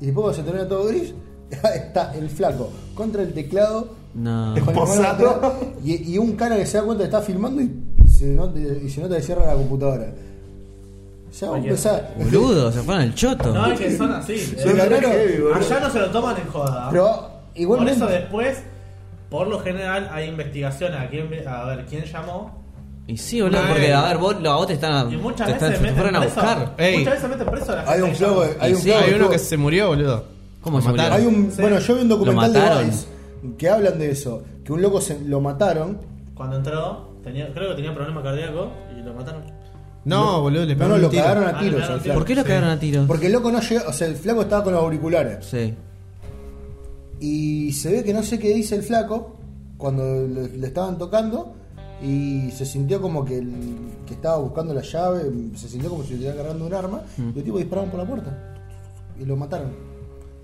[SPEAKER 7] Y después cuando se termina todo gris, está el flaco contra el teclado
[SPEAKER 2] No.
[SPEAKER 7] con la mano
[SPEAKER 10] Posado.
[SPEAKER 7] atrás, y, y un cara que se da cuenta que está filmando y, y se, nota, y se nota que cierra la computadora. Ya va a empezar.
[SPEAKER 2] Boludo, se fueron al choto.
[SPEAKER 4] No, es que son así.
[SPEAKER 7] Sí,
[SPEAKER 4] Eh,
[SPEAKER 7] claro.
[SPEAKER 4] Allá no se lo toman en joda. ¿ah?
[SPEAKER 7] Pero
[SPEAKER 4] Por
[SPEAKER 7] igualmente.
[SPEAKER 4] eso después, por lo general, hay investigaciones a, quién, a ver quién llamó.
[SPEAKER 2] Y sí, boludo, porque a ver, vos, a vos te están.
[SPEAKER 4] Y muchas
[SPEAKER 2] te
[SPEAKER 4] veces
[SPEAKER 2] están- te
[SPEAKER 4] meten
[SPEAKER 2] fueron a
[SPEAKER 4] preso-
[SPEAKER 2] buscar.
[SPEAKER 3] Ey.
[SPEAKER 4] Muchas veces meten preso a la gente.
[SPEAKER 7] Hay un
[SPEAKER 4] que
[SPEAKER 7] flaco
[SPEAKER 4] llama.
[SPEAKER 7] hay un
[SPEAKER 2] Sí,
[SPEAKER 7] flaco
[SPEAKER 3] Hay
[SPEAKER 7] que
[SPEAKER 3] uno que
[SPEAKER 7] estuvo-
[SPEAKER 3] se murió, boludo.
[SPEAKER 2] ¿Cómo se
[SPEAKER 3] Lo
[SPEAKER 2] murió?
[SPEAKER 3] mataron.
[SPEAKER 7] hay un-
[SPEAKER 4] Sí.
[SPEAKER 7] Bueno, yo vi un documental de
[SPEAKER 2] mataron.
[SPEAKER 7] Vice que hablan de eso. Que un loco se, lo mataron.
[SPEAKER 4] Cuando entró, tenía, creo que tenía problema cardíaco y lo mataron.
[SPEAKER 3] No, boludo, le
[SPEAKER 7] No, no,
[SPEAKER 3] pegaron
[SPEAKER 7] lo
[SPEAKER 3] un tiro.
[SPEAKER 7] cagaron a
[SPEAKER 4] Ah,
[SPEAKER 7] tiros.
[SPEAKER 4] le
[SPEAKER 7] al
[SPEAKER 4] cagaron
[SPEAKER 7] flaco.
[SPEAKER 2] ¿Por qué lo cagaron a tiros?
[SPEAKER 7] Porque el loco no llegó. O sea, el flaco estaba con los auriculares.
[SPEAKER 2] Sí.
[SPEAKER 7] Y se ve que no sé qué dice el flaco cuando le, le estaban tocando y se sintió como que, el- que estaba buscando la llave, se sintió como si le estuviera cargando un arma
[SPEAKER 2] Mm.
[SPEAKER 7] y el tipo dispararon por la puerta y lo mataron.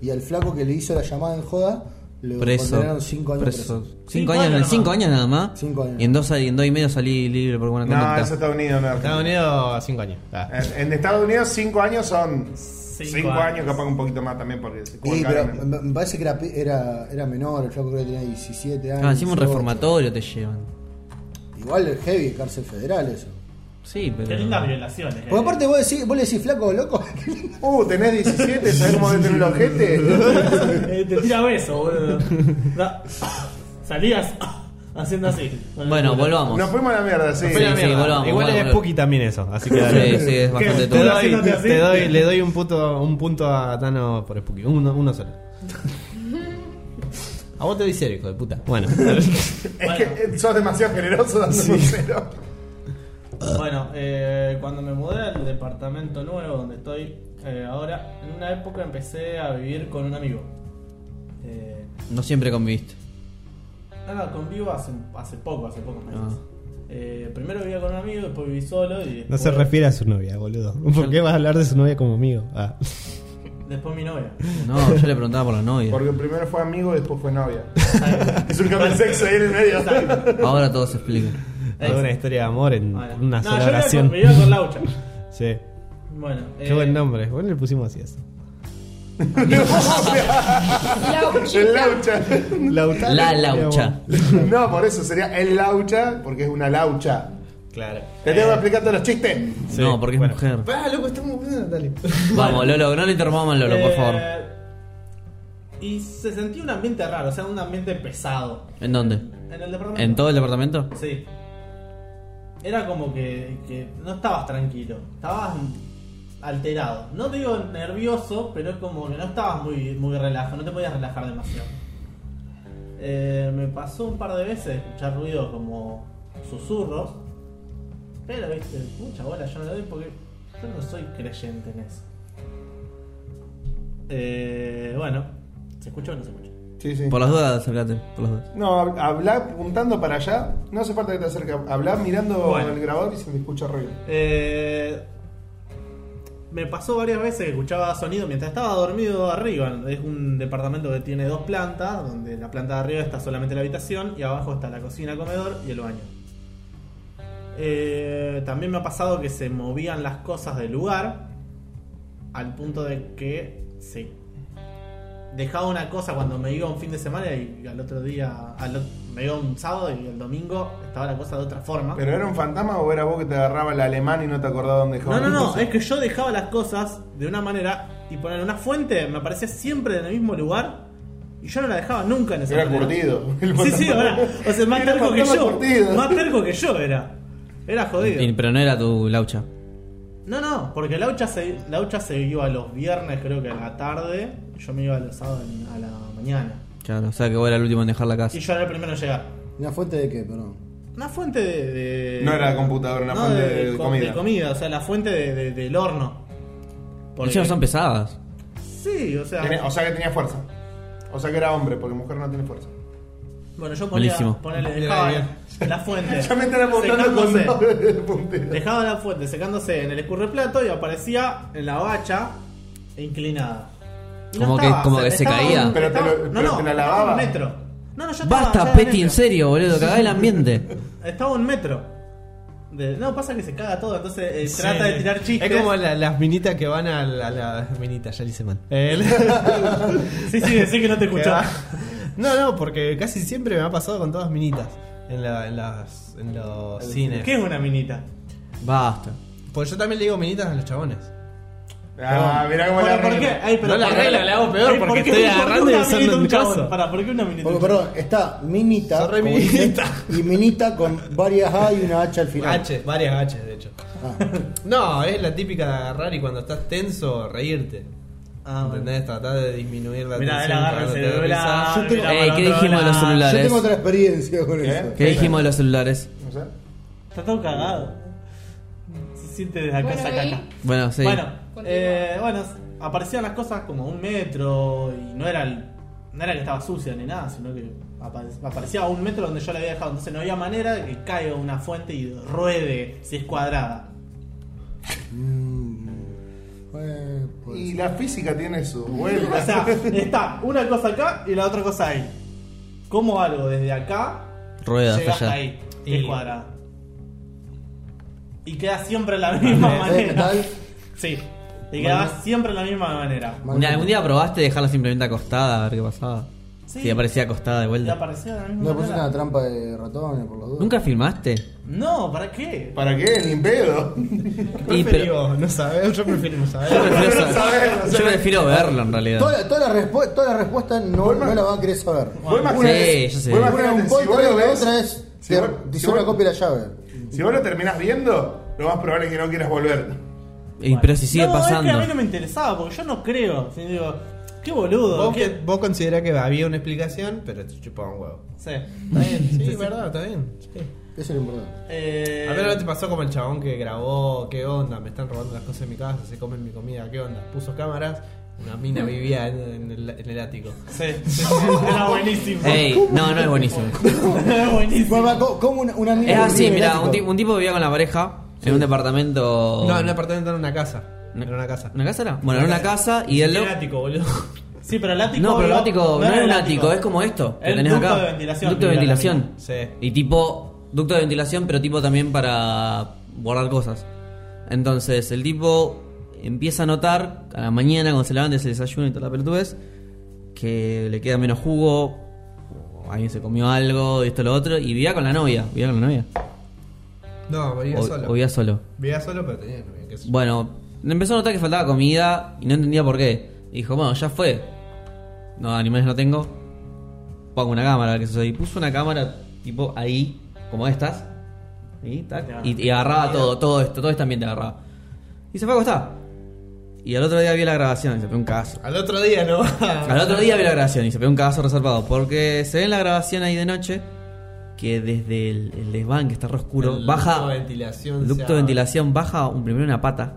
[SPEAKER 7] Y al flaco que le hizo la llamada en joda lo
[SPEAKER 2] Preso.
[SPEAKER 7] condenaron 5 años preso.
[SPEAKER 2] Cinco,
[SPEAKER 4] Cinco
[SPEAKER 2] años,
[SPEAKER 4] años
[SPEAKER 2] nada-
[SPEAKER 4] nada
[SPEAKER 2] cinco
[SPEAKER 4] más.
[SPEAKER 2] años nada más.
[SPEAKER 7] Cinco años.
[SPEAKER 2] Y en dos, y en dos y medio salí libre por buena
[SPEAKER 10] No,
[SPEAKER 2] conducta.
[SPEAKER 10] es Estados Unidos, no Argentina.
[SPEAKER 3] Estados Unidos, 5 años. Ah.
[SPEAKER 2] Eh,
[SPEAKER 10] En, en Estados Unidos, 5 años son. 5 años.
[SPEAKER 4] años.
[SPEAKER 10] capaz que un poquito más también, porque. se-
[SPEAKER 7] Y, pero
[SPEAKER 10] Carmen.
[SPEAKER 7] me me parece que era, pe- era, era menor, el flaco creo que tenía 17 años.
[SPEAKER 2] Ah, encima un
[SPEAKER 7] 18.
[SPEAKER 2] reformatorio te llevan.
[SPEAKER 7] Igual el heavy, cárcel federal eso.
[SPEAKER 2] Sí, pero.
[SPEAKER 4] Qué lindas violaciones. eh.
[SPEAKER 7] Porque aparte vos decís, vos le decís flaco loco,
[SPEAKER 10] Uh, tenés 17, ¿sabés cómo detener el ojete?
[SPEAKER 4] Eh, te tira beso, boludo. Da- Salías haciendo así. con el
[SPEAKER 2] Bueno,
[SPEAKER 4] culo.
[SPEAKER 2] volvamos.
[SPEAKER 10] Nos fuimos a la mierda, sí.
[SPEAKER 2] Sí,
[SPEAKER 3] Fue la
[SPEAKER 2] sí,
[SPEAKER 3] mierda.
[SPEAKER 2] volvamos,
[SPEAKER 3] Igual
[SPEAKER 2] volvamos.
[SPEAKER 3] es Puki también eso, así que dale.
[SPEAKER 2] Sí, sí, es bastante
[SPEAKER 3] Te
[SPEAKER 4] ¿Qué?
[SPEAKER 2] turbio.
[SPEAKER 4] Pero
[SPEAKER 3] doy,
[SPEAKER 4] haciéndote así.
[SPEAKER 3] te doy- le doy un punto, un punto a Tano por Spooky. Uno, uno solo. A vos te doy cero, hijo de puta. Bueno.
[SPEAKER 10] Es que eh, sos demasiado generoso dando un cero.
[SPEAKER 4] Bueno, eh, cuando me mudé al departamento nuevo donde estoy eh, ahora, en una época empecé a vivir con un amigo. Eh,
[SPEAKER 2] No siempre conviviste.
[SPEAKER 4] no, no, convivo hace, hace poco, hace pocos meses.
[SPEAKER 2] Ah.
[SPEAKER 4] Eh, primero vivía con un amigo, después viví solo y después,
[SPEAKER 3] No se refiere a su novia, boludo. ¿Por qué vas a hablar de su novia como amigo? Ah.
[SPEAKER 4] después mi novia.
[SPEAKER 2] No, yo le preguntaba por la novia.
[SPEAKER 10] Porque primero fue amigo y después fue novia. es un cambio de sexo ahí en el medio.
[SPEAKER 2] Ahora todo se explica.
[SPEAKER 3] Toda una historia de amor en
[SPEAKER 4] Bueno.
[SPEAKER 3] una
[SPEAKER 4] no,
[SPEAKER 3] sola
[SPEAKER 4] yo vivía
[SPEAKER 3] oración.
[SPEAKER 4] con, vivía con Laucha.
[SPEAKER 3] Sí.
[SPEAKER 4] Bueno,
[SPEAKER 3] Qué
[SPEAKER 4] eh,
[SPEAKER 3] buen nombre. Bueno, le pusimos así eso.
[SPEAKER 10] el laucha.
[SPEAKER 3] Lautaro.
[SPEAKER 2] La laucha.
[SPEAKER 10] No, por eso sería el laucha, porque es una laucha.
[SPEAKER 3] Claro.
[SPEAKER 10] Te
[SPEAKER 4] Eh.
[SPEAKER 10] tengo que explicar todos los chistes.
[SPEAKER 3] Sí,
[SPEAKER 2] no, porque
[SPEAKER 3] bueno.
[SPEAKER 2] es mujer.
[SPEAKER 10] Ah, loco, estamos bien, dale.
[SPEAKER 2] Vamos, Lolo, no le interrumpamos al Lolo, por
[SPEAKER 4] eh,
[SPEAKER 2] favor.
[SPEAKER 4] Y se sentía un ambiente raro, o sea, un ambiente pesado.
[SPEAKER 2] ¿En dónde?
[SPEAKER 4] En el departamento.
[SPEAKER 2] ¿En todo el departamento?
[SPEAKER 4] Sí. Era como que, que no estabas tranquilo, estabas alterado. No te digo nervioso, pero es como que no estabas muy, muy relajado, no te podías relajar demasiado. Eh, me pasó un par de veces de escuchar ruido como susurros, pero viste, mucha bola yo no le doy porque yo no soy creyente en eso. Eh, bueno, ¿se escucha o no se escucha?
[SPEAKER 10] Sí, sí.
[SPEAKER 2] Por las dudas, acércate. Por las dudas.
[SPEAKER 10] No, hab- hablá apuntando para allá. No hace falta que te acerques. Hablá mirando
[SPEAKER 4] Bueno.
[SPEAKER 10] el grabador y se me escucha ruido.
[SPEAKER 4] Eh, me pasó varias veces que escuchaba sonido mientras estaba dormido arriba. Es un departamento que tiene dos plantas, donde la planta de arriba está solamente la habitación y abajo está la cocina, comedor y el baño. Eh, también me ha pasado que se movían las cosas del lugar al punto de que se dejaba una cosa cuando me iba un fin de semana y al otro día, al ot- me iba un sábado y el domingo estaba la cosa de otra forma.
[SPEAKER 10] ¿Pero era un fantasma o era vos que te agarraba el alemán y no te acordabas dónde dejaba?
[SPEAKER 4] No, no,
[SPEAKER 10] las
[SPEAKER 4] no,
[SPEAKER 10] cosas?
[SPEAKER 4] es que yo dejaba las cosas de una manera y poner una fuente me aparecía siempre en el mismo lugar y yo no la dejaba nunca en ese
[SPEAKER 10] Era
[SPEAKER 4] manera.
[SPEAKER 10] curtido. El
[SPEAKER 4] Sí, sí,
[SPEAKER 10] fantasma.
[SPEAKER 4] ahora, o sea, más
[SPEAKER 10] Era
[SPEAKER 4] terco que
[SPEAKER 10] fantasma
[SPEAKER 4] yo.
[SPEAKER 10] curtido.
[SPEAKER 4] Más terco que yo era. Era jodido.
[SPEAKER 2] Y- Pero no era tu laucha.
[SPEAKER 4] No, no, porque la hucha se, la hucha se iba los viernes, creo que a la tarde, y yo me iba los sábados en- a la mañana.
[SPEAKER 2] Claro, o sea que vos eras el último en dejar la casa.
[SPEAKER 4] Y yo era el primero en llegar.
[SPEAKER 7] ¿Una fuente de qué? Perdón.
[SPEAKER 4] Una fuente de. de-
[SPEAKER 10] No era computadora, una
[SPEAKER 4] no,
[SPEAKER 10] fuente
[SPEAKER 4] de,
[SPEAKER 10] de
[SPEAKER 4] co-
[SPEAKER 10] comida.
[SPEAKER 4] de o sea, la fuente de- de- del horno. Porque-
[SPEAKER 2] Encima son pesadas.
[SPEAKER 4] Sí, o sea.
[SPEAKER 10] Tiene- O sea que tenía fuerza. O sea que era hombre, porque mujer no tiene fuerza.
[SPEAKER 4] Bueno, yo ponía,
[SPEAKER 2] Buenísimo.
[SPEAKER 4] ponele, dejaba la fuente.
[SPEAKER 10] Ya me están apuntando con
[SPEAKER 4] secándose.
[SPEAKER 10] el puntero.
[SPEAKER 4] Dejaba la fuente secándose en el escurreplato y aparecía en la bacha inclinada. Y
[SPEAKER 2] Como que- como que se
[SPEAKER 4] estaba-
[SPEAKER 2] caía.
[SPEAKER 10] Pero te lo- pero
[SPEAKER 4] estaba-
[SPEAKER 10] te la
[SPEAKER 4] estaba
[SPEAKER 10] lavaba.
[SPEAKER 4] un metro. No, no, yo estaba- ya
[SPEAKER 2] Basta,
[SPEAKER 4] era
[SPEAKER 2] Petty,
[SPEAKER 4] metro.
[SPEAKER 2] en serio, boludo, cagá el ambiente.
[SPEAKER 4] Estaba un metro. de- No, pasa que se caga todo, entonces eh,
[SPEAKER 3] Sí.
[SPEAKER 4] trata de tirar chistes.
[SPEAKER 3] Es como la- las minitas que van a la, a la- minita, ya le hice mal. El-
[SPEAKER 4] Sí, sí, decí que no te escuchaba.
[SPEAKER 3] No, no, porque casi siempre me ha pasado con todas minitas en, la- en las- en los cines.
[SPEAKER 4] ¿Qué es una minita?
[SPEAKER 2] Basta.
[SPEAKER 3] Pues yo también le digo minitas a los chabones.
[SPEAKER 10] Ah, mirá cómo la
[SPEAKER 4] Bueno, ¿por qué?
[SPEAKER 10] arregla.
[SPEAKER 4] Ay, pero
[SPEAKER 3] No la
[SPEAKER 4] ¿por qué?
[SPEAKER 3] arreglo, la hago peor
[SPEAKER 4] Ay, ¿por
[SPEAKER 3] porque
[SPEAKER 4] qué-
[SPEAKER 3] estoy
[SPEAKER 4] por qué
[SPEAKER 3] agarrando
[SPEAKER 4] una
[SPEAKER 3] y usando
[SPEAKER 4] minita
[SPEAKER 3] en
[SPEAKER 4] un
[SPEAKER 3] mi
[SPEAKER 4] chabón?
[SPEAKER 3] casa.
[SPEAKER 4] Pará, ¿por qué una minita?
[SPEAKER 7] Porque,
[SPEAKER 4] un chabón?
[SPEAKER 7] perdón, está Minita.
[SPEAKER 3] Son re
[SPEAKER 7] como
[SPEAKER 3] minita.
[SPEAKER 7] Y Minita con varias A y una H al final.
[SPEAKER 3] H, varias H, de hecho.
[SPEAKER 7] Ah.
[SPEAKER 3] No, es la típica de agarrar y cuando estás tenso, reírte.
[SPEAKER 4] Ah, bueno.
[SPEAKER 3] ¿Entendés? Tratar de disminuir la
[SPEAKER 4] Mirá, él
[SPEAKER 3] tensión.
[SPEAKER 4] agarra el
[SPEAKER 3] para que te dé
[SPEAKER 4] celular.
[SPEAKER 3] risa.
[SPEAKER 7] Yo tengo-
[SPEAKER 4] mirá
[SPEAKER 2] Ey,
[SPEAKER 4] para
[SPEAKER 2] ¿qué
[SPEAKER 4] otro
[SPEAKER 2] dijimos de los
[SPEAKER 4] lado.
[SPEAKER 7] Yo
[SPEAKER 2] celulares?
[SPEAKER 7] tengo otra experiencia con
[SPEAKER 10] ¿Eh?
[SPEAKER 7] eso.
[SPEAKER 2] ¿Qué dijimos de los celulares?
[SPEAKER 10] No sé.
[SPEAKER 4] Está todo cagado. Se siente desde acá,
[SPEAKER 5] Bueno,
[SPEAKER 4] saca
[SPEAKER 5] ¿y?
[SPEAKER 4] acá.
[SPEAKER 2] Bueno, sí.
[SPEAKER 4] Bueno,
[SPEAKER 5] Continúa.
[SPEAKER 4] eh, bueno, aparecían las cosas como un metro y no era, el- no era que estaba sucia ni nada, sino que apare- aparecía un metro donde yo la había dejado. Entonces no había manera de que caiga una fuente y ruede si es cuadrada.
[SPEAKER 7] Mm. Eh, pues,
[SPEAKER 10] Y la física tiene eso.
[SPEAKER 4] O
[SPEAKER 10] Vuelta.
[SPEAKER 4] sea, está una cosa acá y la otra cosa ahí. ¿Cómo algo desde acá
[SPEAKER 2] Rueda,
[SPEAKER 4] llega
[SPEAKER 2] falla.
[SPEAKER 4] hasta ahí? que es
[SPEAKER 3] Y-
[SPEAKER 4] cuadrada. Y queda siempre de la
[SPEAKER 2] ¿Eh?
[SPEAKER 4] misma
[SPEAKER 7] ¿sabes qué
[SPEAKER 4] manera.
[SPEAKER 7] tal?
[SPEAKER 4] Sí, y quedaba
[SPEAKER 7] Bueno.
[SPEAKER 4] siempre de la misma manera.
[SPEAKER 2] Un día- ¿Algún día probaste dejarla simplemente acostada a ver qué pasaba?
[SPEAKER 4] Sí.
[SPEAKER 2] Sí. Si aparecía acostada de
[SPEAKER 4] Y
[SPEAKER 2] vuelta.
[SPEAKER 4] apareció de la misma
[SPEAKER 7] No
[SPEAKER 2] pues
[SPEAKER 7] pusiste
[SPEAKER 4] manera.
[SPEAKER 7] una trampa de ratones por los dos.
[SPEAKER 2] ¿Nunca filmaste?
[SPEAKER 4] No, ¿para qué?
[SPEAKER 10] ¿Para qué? Ni en pedo.
[SPEAKER 2] Y, pero-
[SPEAKER 3] Prefiero no saber, yo prefiero no saber.
[SPEAKER 2] yo prefiero,
[SPEAKER 10] No sabes, no
[SPEAKER 2] yo
[SPEAKER 10] sabes.
[SPEAKER 2] prefiero verlo en realidad.
[SPEAKER 7] Todas toda las respuestas toda la respuesta no, no la van a querer saber.
[SPEAKER 10] Vos imaginate-
[SPEAKER 2] Sí, yo sé.
[SPEAKER 10] vos imaginate,
[SPEAKER 7] Una un
[SPEAKER 10] si vos
[SPEAKER 7] polvo y
[SPEAKER 10] lo
[SPEAKER 7] la
[SPEAKER 10] ves-
[SPEAKER 7] otra es.
[SPEAKER 10] si
[SPEAKER 7] Te
[SPEAKER 10] vos- si
[SPEAKER 7] dice
[SPEAKER 10] vos-
[SPEAKER 7] una copia y la llave.
[SPEAKER 10] Si vos lo terminás viendo, lo más probable es que no quieras volver.
[SPEAKER 2] Y, pero si sigue
[SPEAKER 4] no, Es que a
[SPEAKER 2] pasando.
[SPEAKER 4] mí no me interesaba, porque yo no creo. Si digo, qué boludo.
[SPEAKER 3] Vos,
[SPEAKER 4] qué-
[SPEAKER 3] que- vos considerás que había una explicación, pero te chupaba un huevo.
[SPEAKER 4] Sí.
[SPEAKER 3] Está bien, sí, verdad, está bien.
[SPEAKER 7] Eso es lo importante.
[SPEAKER 4] Eh,
[SPEAKER 3] A ver, ¿no te pasó como el chabón que grabó? ¿Qué onda? Me están robando las cosas de mi casa, se comen mi comida, ¿qué onda? Puso cámaras, una mina vivía en, en el, en el ático.
[SPEAKER 4] Sí, era buenísimo.
[SPEAKER 2] Ey, no, no es buenísimo.
[SPEAKER 4] Era buenísimo.
[SPEAKER 7] Bueno, co- como una, una mina
[SPEAKER 2] Es
[SPEAKER 7] que vive
[SPEAKER 2] así,
[SPEAKER 7] en el
[SPEAKER 2] mira,
[SPEAKER 7] ático.
[SPEAKER 2] un, ti- un tipo vivía con la pareja en un departamento.
[SPEAKER 3] No, en un apartamento era una casa.
[SPEAKER 2] Oh. No.
[SPEAKER 3] Era una casa.
[SPEAKER 2] ¿Una casa era? Bueno, era una casa y el
[SPEAKER 3] Era
[SPEAKER 2] loco.
[SPEAKER 3] ático, boludo.
[SPEAKER 4] Sí, pero el ático.
[SPEAKER 2] No, pero el
[SPEAKER 4] no-
[SPEAKER 2] ático no
[SPEAKER 4] era
[SPEAKER 2] es
[SPEAKER 4] el
[SPEAKER 2] un ático, es como esto. Que
[SPEAKER 4] El
[SPEAKER 2] tenés
[SPEAKER 4] ducto
[SPEAKER 2] acá.
[SPEAKER 4] de ventilación,
[SPEAKER 2] Ducto de
[SPEAKER 4] mira, la
[SPEAKER 2] ventilación.
[SPEAKER 3] Sí.
[SPEAKER 2] Y tipo, ducto de ventilación, pero tipo también para guardar cosas. Entonces, el tipo empieza a notar a la mañana cuando se levanta, se desayuna y toda la pelotudez, que le queda menos jugo, o alguien se comió algo, y esto, lo otro, y vivía con la novia. Vivía con la novia.
[SPEAKER 3] No, vivía
[SPEAKER 2] O-
[SPEAKER 3] solo.
[SPEAKER 2] o vivía solo.
[SPEAKER 3] Vivía solo, pero tenía novia, qué sé yo.
[SPEAKER 2] Bueno, empezó a notar que faltaba comida y no entendía por qué. Y dijo, bueno, ya fue. No, animales no tengo. Pongo una cámara, que Y puso una cámara tipo ahí, como estas. Ahí, tac,
[SPEAKER 4] Ya.
[SPEAKER 2] y, y agarraba todo, todo esto, todo este ambiente agarraba. Y se fue a acostar. Y al otro día vi la grabación y se pegó un caso.
[SPEAKER 3] Al otro día, ¿no?
[SPEAKER 2] Al otro día vi la grabación y se pegó un cagazo reservado. Porque se ve en la grabación ahí de noche que desde el, el desván que está re oscuro,
[SPEAKER 3] El
[SPEAKER 2] baja.
[SPEAKER 3] ducto de ventilación se
[SPEAKER 2] ducto de
[SPEAKER 3] abre.
[SPEAKER 2] ventilación baja un, primero una pata.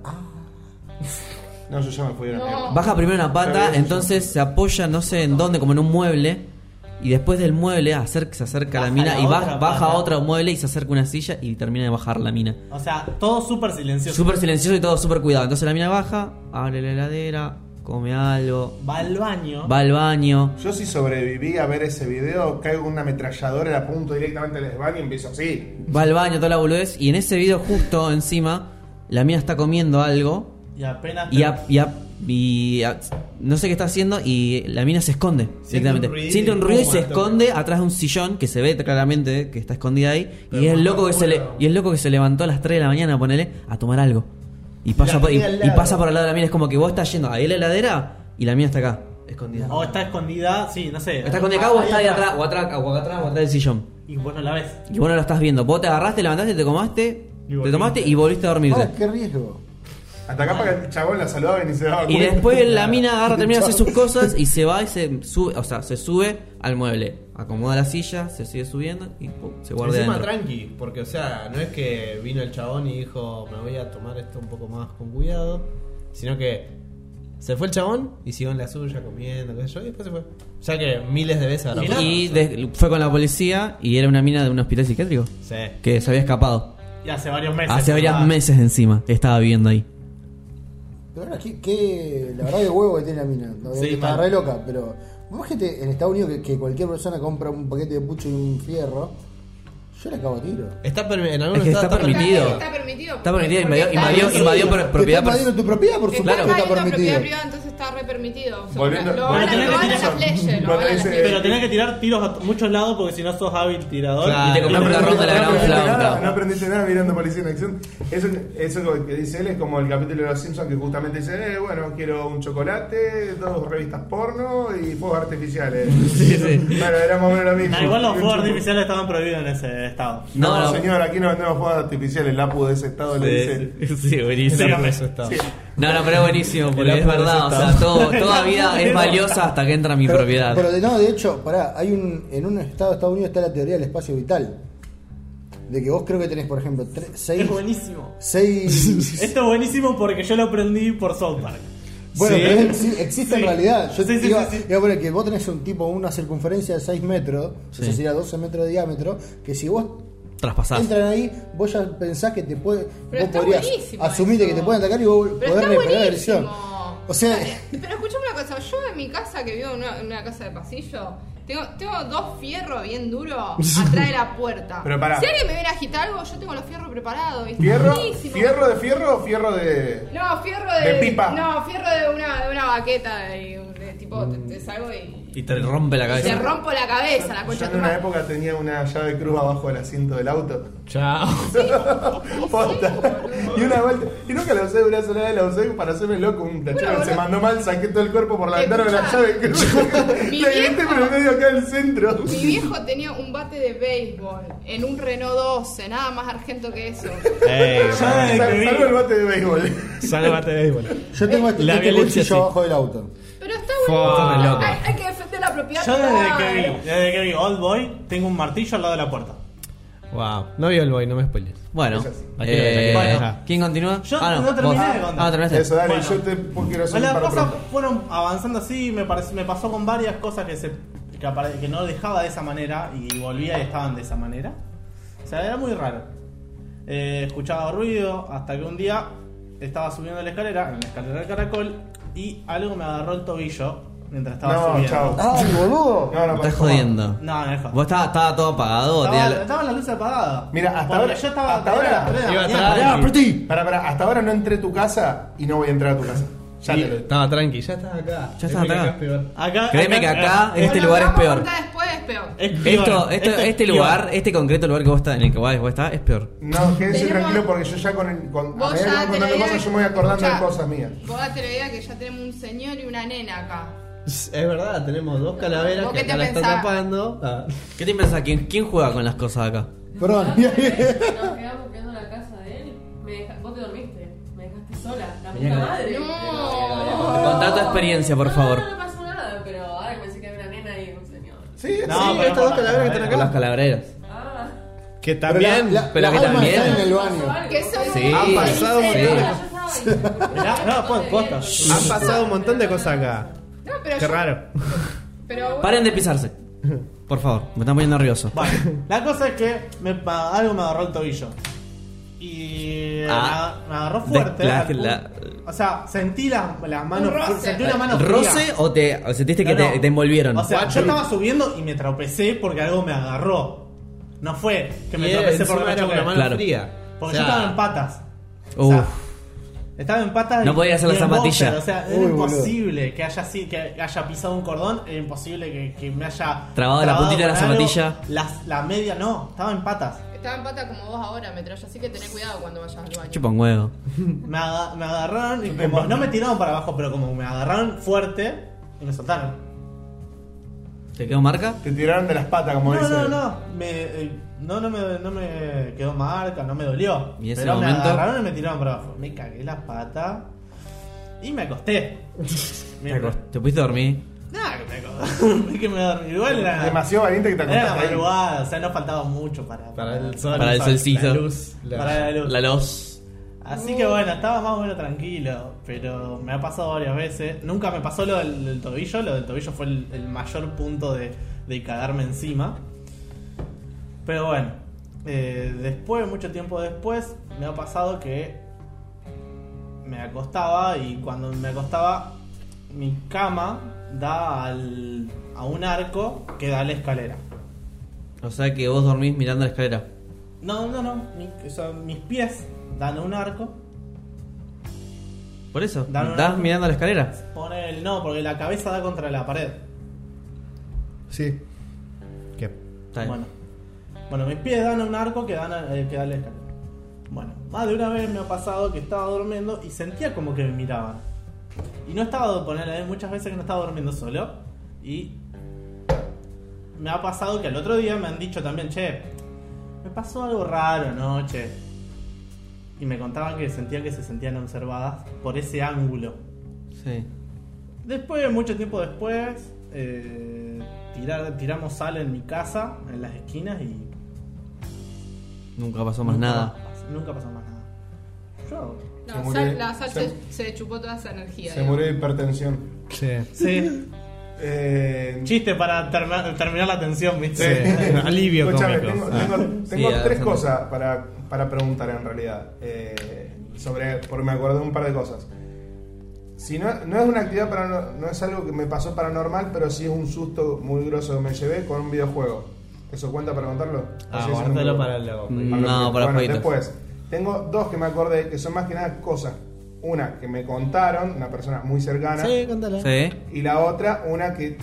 [SPEAKER 10] No, yo ya me fui de la mierda.
[SPEAKER 2] Baja primero una
[SPEAKER 10] Está
[SPEAKER 2] pata,
[SPEAKER 10] bien,
[SPEAKER 2] entonces se apoya no sé en dónde, como en un mueble. Y después del mueble acer- se acerca
[SPEAKER 4] Baja
[SPEAKER 2] la mina
[SPEAKER 4] la
[SPEAKER 2] y
[SPEAKER 4] otra
[SPEAKER 2] baja, baja
[SPEAKER 4] pata.
[SPEAKER 2] a otro mueble y se acerca una silla y termina de bajar la mina.
[SPEAKER 4] O sea, todo súper silencioso.
[SPEAKER 2] Súper silencioso y todo súper cuidado. Entonces la mina baja, abre la heladera, come algo,
[SPEAKER 4] Va al baño.
[SPEAKER 2] va al baño.
[SPEAKER 10] Yo si sobreviví a ver ese video, caigo con una ametralladora, la apunto directamente al desván y empiezo así.
[SPEAKER 2] Va al baño, toda la boludez. Y en ese video, justo encima, la mina está comiendo algo.
[SPEAKER 4] Y apenas.
[SPEAKER 2] Y, a- y a- y a- no sé qué está haciendo. Y la mina se esconde directamente.
[SPEAKER 3] ruido y
[SPEAKER 2] Siente un ruido y
[SPEAKER 3] pum,
[SPEAKER 2] se
[SPEAKER 3] al toque.
[SPEAKER 2] esconde atrás de un sillón que se ve claramente que está escondida ahí. Y es, el loco que se le, y es loco que se levantó a las 3 de la mañana, ponele, a tomar algo. Y pasa,
[SPEAKER 3] La
[SPEAKER 2] por, y,
[SPEAKER 3] tenía al
[SPEAKER 2] y
[SPEAKER 3] lado.
[SPEAKER 2] pasa por al lado de la mina. Es como que vos estás yendo ahí a la heladera y la mina está acá, escondida.
[SPEAKER 4] O está escondida, sí, no sé.
[SPEAKER 2] Está escondida acá o está ahí atrás, o atrás, o acá atrás, o atrás del sillón.
[SPEAKER 4] Y vos no la ves.
[SPEAKER 2] Y vos no lo estás viendo. Vos te agarraste, levantaste, te tomaste, te
[SPEAKER 3] volviste.
[SPEAKER 2] tomaste y volviste a dormirte.
[SPEAKER 7] Ah, qué riesgo.
[SPEAKER 10] Hasta acá para que el chabón la saludaba y ni se daba
[SPEAKER 2] Y
[SPEAKER 10] cuenta.
[SPEAKER 2] después la mina agarra, termina de hacer sus cosas y se va y se sube, o sea, se sube al mueble, acomoda la silla, se sigue subiendo y pum, se guarda
[SPEAKER 3] Encima
[SPEAKER 2] adentro.
[SPEAKER 3] tranqui, porque o sea, no es que vino el chabón y dijo, me voy a tomar esto un poco más con cuidado, sino que se fue el chabón y siguió en la suya comiendo, qué sé yo, y después se fue. Ya que miles de veces a la
[SPEAKER 4] Mirá.
[SPEAKER 2] Y de- fue con la policía y era una mina de un hospital psiquiátrico
[SPEAKER 3] Sí.
[SPEAKER 2] que se había escapado
[SPEAKER 4] Y hace varios meses.
[SPEAKER 2] hace varios
[SPEAKER 4] Ah,
[SPEAKER 2] meses encima, estaba viviendo ahí.
[SPEAKER 7] Pero ahora, ¿qué, qué- la verdad que huevo que tiene la mina. No,
[SPEAKER 3] Sí,
[SPEAKER 7] está
[SPEAKER 3] mal.
[SPEAKER 7] re loca, pero. Vos gente en Estados Unidos que, que cualquier persona compra un paquete de pucho y un fierro. Yo le acabo a tiro.
[SPEAKER 3] Está permi- en algún
[SPEAKER 2] Es que
[SPEAKER 3] estado
[SPEAKER 2] está permitido.
[SPEAKER 5] Está permitido.
[SPEAKER 2] Está permitido,
[SPEAKER 5] porque
[SPEAKER 2] invadió,
[SPEAKER 5] está-
[SPEAKER 2] invadió,
[SPEAKER 5] está-
[SPEAKER 2] invadió pro-
[SPEAKER 7] Te
[SPEAKER 2] propiedad.
[SPEAKER 7] Estás
[SPEAKER 2] pers-
[SPEAKER 7] invadiendo tu propiedad, por
[SPEAKER 5] Está
[SPEAKER 7] supuesto que
[SPEAKER 5] invadiendo
[SPEAKER 7] está
[SPEAKER 5] propiedad
[SPEAKER 7] permitido.
[SPEAKER 5] privada, entonces está re permitido. O sea,
[SPEAKER 1] Volviendo-
[SPEAKER 5] lo
[SPEAKER 1] Bueno,
[SPEAKER 5] van a- lo
[SPEAKER 4] tenés que
[SPEAKER 5] van a
[SPEAKER 4] tirar-
[SPEAKER 5] las leyes. lo
[SPEAKER 1] Pero
[SPEAKER 5] van a
[SPEAKER 1] te
[SPEAKER 5] las
[SPEAKER 1] dice-
[SPEAKER 5] leyes.
[SPEAKER 4] Pero tenés que tirar tiros a muchos lados porque si no sos hábil tirador.
[SPEAKER 3] Claro.
[SPEAKER 4] Y te
[SPEAKER 2] Comprame la ronda de la gran
[SPEAKER 1] Ah, aprendiste
[SPEAKER 2] flauta.
[SPEAKER 1] nada, no aprendiste nada mirando Policía en Acción. Eso, eso que dice él es como el capítulo de Los Simpsons que justamente dice, eh, bueno, quiero un chocolate, dos revistas porno y fuegos artificiales.
[SPEAKER 2] Sí, sí.
[SPEAKER 1] Bueno, era más o menos lo mismo.
[SPEAKER 4] Ah, igual los fuegos artificiales estaban prohibidos en ese estado.
[SPEAKER 1] No,
[SPEAKER 2] No, no.
[SPEAKER 1] señor, aquí no vendemos fuegos artificiales. El APU de ese estado le dice...
[SPEAKER 2] Sí, sí, buenísimo.
[SPEAKER 4] Dígame.
[SPEAKER 2] No, no, pero es buenísimo, porque
[SPEAKER 3] El
[SPEAKER 2] es verdad. O sea, todo, toda vida es valiosa hasta que entra mi
[SPEAKER 7] Pero-
[SPEAKER 2] propiedad.
[SPEAKER 7] Pero de, no, de hecho, pará, hay un, en un estado de Estados Unidos está la teoría del espacio vital. De que vos creo que tenés, por ejemplo, tres, seis,
[SPEAKER 4] Es buenísimo.
[SPEAKER 7] seis
[SPEAKER 4] Esto es buenísimo porque yo lo aprendí por South Park.
[SPEAKER 7] Bueno,
[SPEAKER 3] Sí.
[SPEAKER 7] pero es- sí, existe en
[SPEAKER 4] Sí.
[SPEAKER 7] realidad. Yo
[SPEAKER 4] Sí, sí,
[SPEAKER 7] iba,
[SPEAKER 4] sí, sí.
[SPEAKER 7] iba a poner que vos tenés un tipo, una circunferencia de 6 metros, o sea,
[SPEAKER 2] Sí.
[SPEAKER 7] sería 12 metros de diámetro, que si vos
[SPEAKER 2] Traspasar.
[SPEAKER 7] entran ahí, vos ya pensás que te puede.
[SPEAKER 5] Pero
[SPEAKER 7] vos
[SPEAKER 5] está
[SPEAKER 7] podrías
[SPEAKER 5] buenísimo
[SPEAKER 7] asumir
[SPEAKER 5] eso.
[SPEAKER 7] que te pueden atacar y vos
[SPEAKER 5] Pero
[SPEAKER 7] podés
[SPEAKER 5] está
[SPEAKER 7] repeler la
[SPEAKER 5] buenísimo.
[SPEAKER 7] agresión. O sea,
[SPEAKER 5] Pero escuchame una cosa, yo en mi casa que vivo en una, en una casa de pasillo, tengo, tengo dos fierros bien duros atrás de la puerta.
[SPEAKER 1] Pero pará.
[SPEAKER 5] Si alguien me viene a agitar algo, yo tengo los fierros preparados. ¿viste?
[SPEAKER 1] ¿Fierro?
[SPEAKER 5] Buenísimo.
[SPEAKER 1] ¿Fierro de fierro o fierro de...?
[SPEAKER 5] No, fierro de.
[SPEAKER 1] De pipa.
[SPEAKER 5] No, fierro de una, de una baqueta. y un- de tipo, te, te salgo y.
[SPEAKER 2] Y te rompe la
[SPEAKER 5] y Te
[SPEAKER 2] cabeza.
[SPEAKER 5] rompo la cabeza, la
[SPEAKER 1] Yo
[SPEAKER 5] concha de
[SPEAKER 1] en
[SPEAKER 5] tu
[SPEAKER 1] una
[SPEAKER 5] madre.
[SPEAKER 1] época tenía una llave cruz abajo del asiento del auto.
[SPEAKER 3] Chao.
[SPEAKER 1] Posta. y una vuelta. Y nunca la usé una sola vez, la usé para hacerme loco. Un tachón
[SPEAKER 5] boludo.
[SPEAKER 1] se mandó mal, saqué todo el cuerpo por la ventana de la
[SPEAKER 5] Escuchá.
[SPEAKER 1] llave. cruz.
[SPEAKER 5] Mi
[SPEAKER 1] la grité
[SPEAKER 5] viejo-
[SPEAKER 1] por el medio acá del centro.
[SPEAKER 4] eh,
[SPEAKER 5] Mi viejo tenía un bate de béisbol en un Renault 12, nada más argento que eso.
[SPEAKER 4] Ya desde que
[SPEAKER 1] Sal-
[SPEAKER 4] vi-
[SPEAKER 1] Salvo el bate de béisbol.
[SPEAKER 3] Sálvate de béisbol.
[SPEAKER 7] yo tengo este,
[SPEAKER 3] La
[SPEAKER 7] este
[SPEAKER 3] violencia,
[SPEAKER 7] cuchillo
[SPEAKER 3] sí.
[SPEAKER 7] abajo del auto.
[SPEAKER 5] Pero está
[SPEAKER 3] Fua,
[SPEAKER 5] bueno.
[SPEAKER 3] loco.
[SPEAKER 5] Hay, hay que defender la propiedad.
[SPEAKER 4] Yo desde que
[SPEAKER 5] privada.
[SPEAKER 4] vi, desde que vi Old Boy, tengo un martillo al lado de la puerta.
[SPEAKER 3] Wow. No vio el boy, no me spoiles.
[SPEAKER 2] Bueno,
[SPEAKER 1] Es así.
[SPEAKER 2] eh,
[SPEAKER 3] Bueno.
[SPEAKER 2] ¿quién continúa?
[SPEAKER 4] Yo
[SPEAKER 2] ah, no,
[SPEAKER 4] no terminé
[SPEAKER 2] vos.
[SPEAKER 4] de contar.
[SPEAKER 2] Ah, terminaste.
[SPEAKER 1] Eso, dale,
[SPEAKER 4] Bueno.
[SPEAKER 1] yo te pues, quiero hacer un
[SPEAKER 4] Las
[SPEAKER 1] paro
[SPEAKER 4] cosas
[SPEAKER 1] pronto.
[SPEAKER 4] fueron avanzando así, me, parece- me pasó con varias cosas que, se, que, apare- que no dejaba de esa manera y volvía y estaban de esa manera. O sea, era muy raro. Eh, escuchaba ruido hasta que un día estaba subiendo la escalera, en la escalera del caracol, y algo me agarró el tobillo mientras estaba
[SPEAKER 1] No,
[SPEAKER 4] subiendo.
[SPEAKER 1] chao.
[SPEAKER 7] ¡Ay, boludo!
[SPEAKER 1] No,
[SPEAKER 2] Me
[SPEAKER 1] no,
[SPEAKER 2] estás
[SPEAKER 1] pará.
[SPEAKER 2] jodiendo.
[SPEAKER 4] No, no es fácil.
[SPEAKER 2] Vos estabas estaba todo apagado.
[SPEAKER 4] Estaba,
[SPEAKER 2] tenía-
[SPEAKER 4] estaba la luz apagada.
[SPEAKER 1] Mira, hasta
[SPEAKER 4] Porque
[SPEAKER 1] ahora-
[SPEAKER 4] Yo estaba
[SPEAKER 1] hasta ahora-
[SPEAKER 4] a las tres de la
[SPEAKER 3] Iba
[SPEAKER 4] mañana.
[SPEAKER 3] atrás.
[SPEAKER 7] ¡Ah, Pretty!
[SPEAKER 1] Pará, pará, hasta ahora no entré a tu casa y no voy a entrar a tu casa. Ya te lo digo.
[SPEAKER 3] Estaba tranqui, ya estás acá.
[SPEAKER 2] Ya estás acá.
[SPEAKER 4] Acá-
[SPEAKER 2] Créeme que acá
[SPEAKER 5] Bueno,
[SPEAKER 2] este
[SPEAKER 5] lo
[SPEAKER 2] lugar
[SPEAKER 5] que
[SPEAKER 2] es
[SPEAKER 5] vamos a
[SPEAKER 2] peor.
[SPEAKER 5] contar después es peor.
[SPEAKER 4] es peor.
[SPEAKER 2] Esto, esto,
[SPEAKER 4] Esto es
[SPEAKER 2] este
[SPEAKER 4] peor.
[SPEAKER 2] lugar, este concreto lugar que vos estás, en el que vos vos estás, es peor.
[SPEAKER 1] No, quédese
[SPEAKER 5] Tenemos-
[SPEAKER 1] tranquilo porque yo ya con el. Con, a
[SPEAKER 5] Vos
[SPEAKER 1] medida que
[SPEAKER 5] ya
[SPEAKER 1] van
[SPEAKER 5] te
[SPEAKER 1] contando
[SPEAKER 5] la idea-
[SPEAKER 1] cosas, yo me voy acordando de
[SPEAKER 5] Escuchá,
[SPEAKER 1] cosas mías.
[SPEAKER 5] Vos date la idea que ya tenemos un señor y una nena acá.
[SPEAKER 3] Es verdad, tenemos dos calaveras
[SPEAKER 5] ¿Vos
[SPEAKER 3] que
[SPEAKER 5] qué te
[SPEAKER 3] acá la está
[SPEAKER 5] pensás?
[SPEAKER 3] tapando. Ah.
[SPEAKER 2] ¿Qué te pensás? ¿Quién, quién juega con las cosas acá?
[SPEAKER 7] Perdón.
[SPEAKER 11] Nos quedamos quedando en la casa de él. Me deja- Vos te dormiste. Me dejaste sola. La puta madre.
[SPEAKER 5] No.
[SPEAKER 2] Contá tu experiencia, por
[SPEAKER 11] No,
[SPEAKER 2] favor.
[SPEAKER 11] No, no pasó nada, pero ahora pensé que había una nena y un señor.
[SPEAKER 1] Sí,
[SPEAKER 4] No,
[SPEAKER 1] sí,
[SPEAKER 4] pero
[SPEAKER 1] estas
[SPEAKER 4] por
[SPEAKER 1] dos
[SPEAKER 4] la
[SPEAKER 1] calaveras que están
[SPEAKER 4] cadera.
[SPEAKER 1] acá.
[SPEAKER 2] Con las calabreras.
[SPEAKER 11] Ah.
[SPEAKER 3] Que
[SPEAKER 7] Pero la- la-
[SPEAKER 2] pero
[SPEAKER 7] las
[SPEAKER 2] que
[SPEAKER 7] almas
[SPEAKER 2] también.
[SPEAKER 7] están en el
[SPEAKER 11] pasó
[SPEAKER 7] baño.
[SPEAKER 11] algo.
[SPEAKER 5] Que son
[SPEAKER 2] Sí.
[SPEAKER 5] unos
[SPEAKER 3] Han pasado un
[SPEAKER 5] infelices.
[SPEAKER 3] montón.
[SPEAKER 11] Yo estaba ahí.
[SPEAKER 4] Mirá, no, po- posta. Ah,
[SPEAKER 3] Han pasado un montón de cosas acá.
[SPEAKER 5] No, pero
[SPEAKER 3] Qué
[SPEAKER 5] yo-
[SPEAKER 3] raro.
[SPEAKER 5] Pero bueno,
[SPEAKER 2] Paren de pisarse. Por favor, me están poniendo nervioso.
[SPEAKER 4] Bueno, la cosa es que me, pa- algo me agarró el tobillo. Y
[SPEAKER 2] Ah.
[SPEAKER 4] me agarró fuerte.
[SPEAKER 2] De- la-
[SPEAKER 4] al punto-
[SPEAKER 2] la-
[SPEAKER 4] o sea, sentí las las manos
[SPEAKER 5] Un roce.
[SPEAKER 4] frías, Sentí una mano fría.
[SPEAKER 2] ¿Roce o te o sentiste que
[SPEAKER 4] No, no.
[SPEAKER 2] Te, te envolvieron?
[SPEAKER 4] O sea,
[SPEAKER 3] Guacho.
[SPEAKER 4] yo estaba subiendo y me tropecé porque algo me agarró. No fue que me
[SPEAKER 3] Y
[SPEAKER 4] tropecé
[SPEAKER 3] encima
[SPEAKER 4] porque me
[SPEAKER 3] era
[SPEAKER 4] choqué.
[SPEAKER 3] una mano
[SPEAKER 2] Claro.
[SPEAKER 3] fría.
[SPEAKER 4] Porque
[SPEAKER 3] O sea,
[SPEAKER 4] yo estaba en patas. O
[SPEAKER 2] Uf.
[SPEAKER 4] sea, estaba en patas.
[SPEAKER 2] No
[SPEAKER 4] y-
[SPEAKER 2] podía hacer
[SPEAKER 4] y
[SPEAKER 2] la
[SPEAKER 4] en
[SPEAKER 2] zapatilla.
[SPEAKER 4] boxer, o sea,
[SPEAKER 7] Uy,
[SPEAKER 4] era
[SPEAKER 7] boludo.
[SPEAKER 4] imposible que haya, si- que haya pisado un cordón. Era imposible que, que me haya.
[SPEAKER 2] Trabado la puntita de la
[SPEAKER 4] con algo.
[SPEAKER 2] zapatilla.
[SPEAKER 4] Las- la media, no. Estaba en patas.
[SPEAKER 5] estaba en pata como vos ahora, metralla, así que tené cuidado cuando vayas al baño.
[SPEAKER 2] Chupa un huevo.
[SPEAKER 4] Me, aga- me agarraron y como. No me tiraron para abajo, pero como me agarraron fuerte y me soltaron.
[SPEAKER 2] ¿Te quedó marca?
[SPEAKER 1] Te tiraron de las patas, como
[SPEAKER 4] No,
[SPEAKER 1] dice.
[SPEAKER 4] no, no. Me, eh, no, no me, no me quedó marca, no me dolió.
[SPEAKER 2] ¿Y ese
[SPEAKER 4] pero
[SPEAKER 2] momento?
[SPEAKER 4] me agarraron y me tiraron para abajo. Me cagué la pata y me acosté. me
[SPEAKER 2] Te acost- ¿Te pudiste dormir?
[SPEAKER 4] No, que me acosté. Es que me dormí. Igual era.
[SPEAKER 1] Demasiado valiente que te
[SPEAKER 4] Era la
[SPEAKER 1] acostaste ahí.
[SPEAKER 4] madrugada, o sea, no faltaba mucho para,
[SPEAKER 3] Para el sol.
[SPEAKER 2] Para el
[SPEAKER 3] sol,
[SPEAKER 2] solcito.
[SPEAKER 3] La luz. la-
[SPEAKER 4] para la luz.
[SPEAKER 2] La los.
[SPEAKER 4] Así que bueno, estaba más o menos tranquilo, pero me ha pasado varias veces. Nunca me pasó lo del, del tobillo, lo del tobillo fue el, el mayor punto de, de cagarme encima. Pero bueno, eh, después, mucho tiempo después, me ha pasado que me acostaba y cuando me acostaba, mi cama da al, a un arco que da a la escalera.
[SPEAKER 2] O sea que vos dormís mirando la escalera.
[SPEAKER 4] No, no, no. Mi- o sea, mis pies dan un arco.
[SPEAKER 2] Por eso,
[SPEAKER 4] Dame una
[SPEAKER 2] estás
[SPEAKER 4] mano.
[SPEAKER 2] mirando la escalera.
[SPEAKER 4] Pone el no, porque la cabeza da contra la pared.
[SPEAKER 12] Sí.
[SPEAKER 3] ¿Qué?
[SPEAKER 2] Está bien.
[SPEAKER 4] Bueno. Bueno, mis pies dan un arco que dan a- eh, que da al escalera. Bueno, más de una vez me ha pasado que estaba durmiendo y sentía como que me miraban. Y no estaba ponerle eh, muchas veces que no estaba durmiendo solo. Y me ha pasado que al otro día me han dicho también, che, me pasó algo raro anoche. Y me contaban que sentían que se sentían observadas por ese ángulo.
[SPEAKER 2] Sí.
[SPEAKER 4] Después, mucho tiempo después, eh, tirar- tiramos sal en mi casa, en las esquinas y.
[SPEAKER 2] Nunca pasó más
[SPEAKER 4] nunca
[SPEAKER 2] nada.
[SPEAKER 4] pas- nunca pasó más nada. Yo.
[SPEAKER 1] Se
[SPEAKER 5] La
[SPEAKER 1] murió-
[SPEAKER 5] sal, la sal
[SPEAKER 1] se-
[SPEAKER 5] se, se chupó toda esa energía.
[SPEAKER 1] Se
[SPEAKER 5] digamos.
[SPEAKER 1] murió de hipertensión.
[SPEAKER 3] Sí.
[SPEAKER 4] Sí.
[SPEAKER 1] Eh,
[SPEAKER 4] Chiste para terma- terminar la tensión,
[SPEAKER 1] Sí.
[SPEAKER 4] ¿viste?
[SPEAKER 3] Alivio
[SPEAKER 1] Escuchame,
[SPEAKER 3] cómico.
[SPEAKER 1] tengo,
[SPEAKER 3] Ah.
[SPEAKER 1] tengo- tengo
[SPEAKER 2] Sí,
[SPEAKER 1] tres
[SPEAKER 2] Alejandro.
[SPEAKER 1] cosas para, para preguntar en realidad. eh, sobre, porque me acordé de un par de cosas. Si no, no es una actividad paranormal, no es algo que me pasó paranormal, pero sí es un susto muy grosso que me llevé con un videojuego. ¿Eso cuenta para contarlo? ¿O
[SPEAKER 3] Ah,
[SPEAKER 1] si es un-
[SPEAKER 3] guardalo para el pues. logo.
[SPEAKER 2] Mm.
[SPEAKER 1] para los
[SPEAKER 2] No,
[SPEAKER 1] juegos?
[SPEAKER 2] para
[SPEAKER 1] Bueno,
[SPEAKER 2] jueguitos.
[SPEAKER 1] después. Tengo dos que me acordé que son más que nada cosas. Una que me contaron, una persona muy cercana.
[SPEAKER 3] Sí, contala.
[SPEAKER 2] Sí.
[SPEAKER 1] Y la otra, una que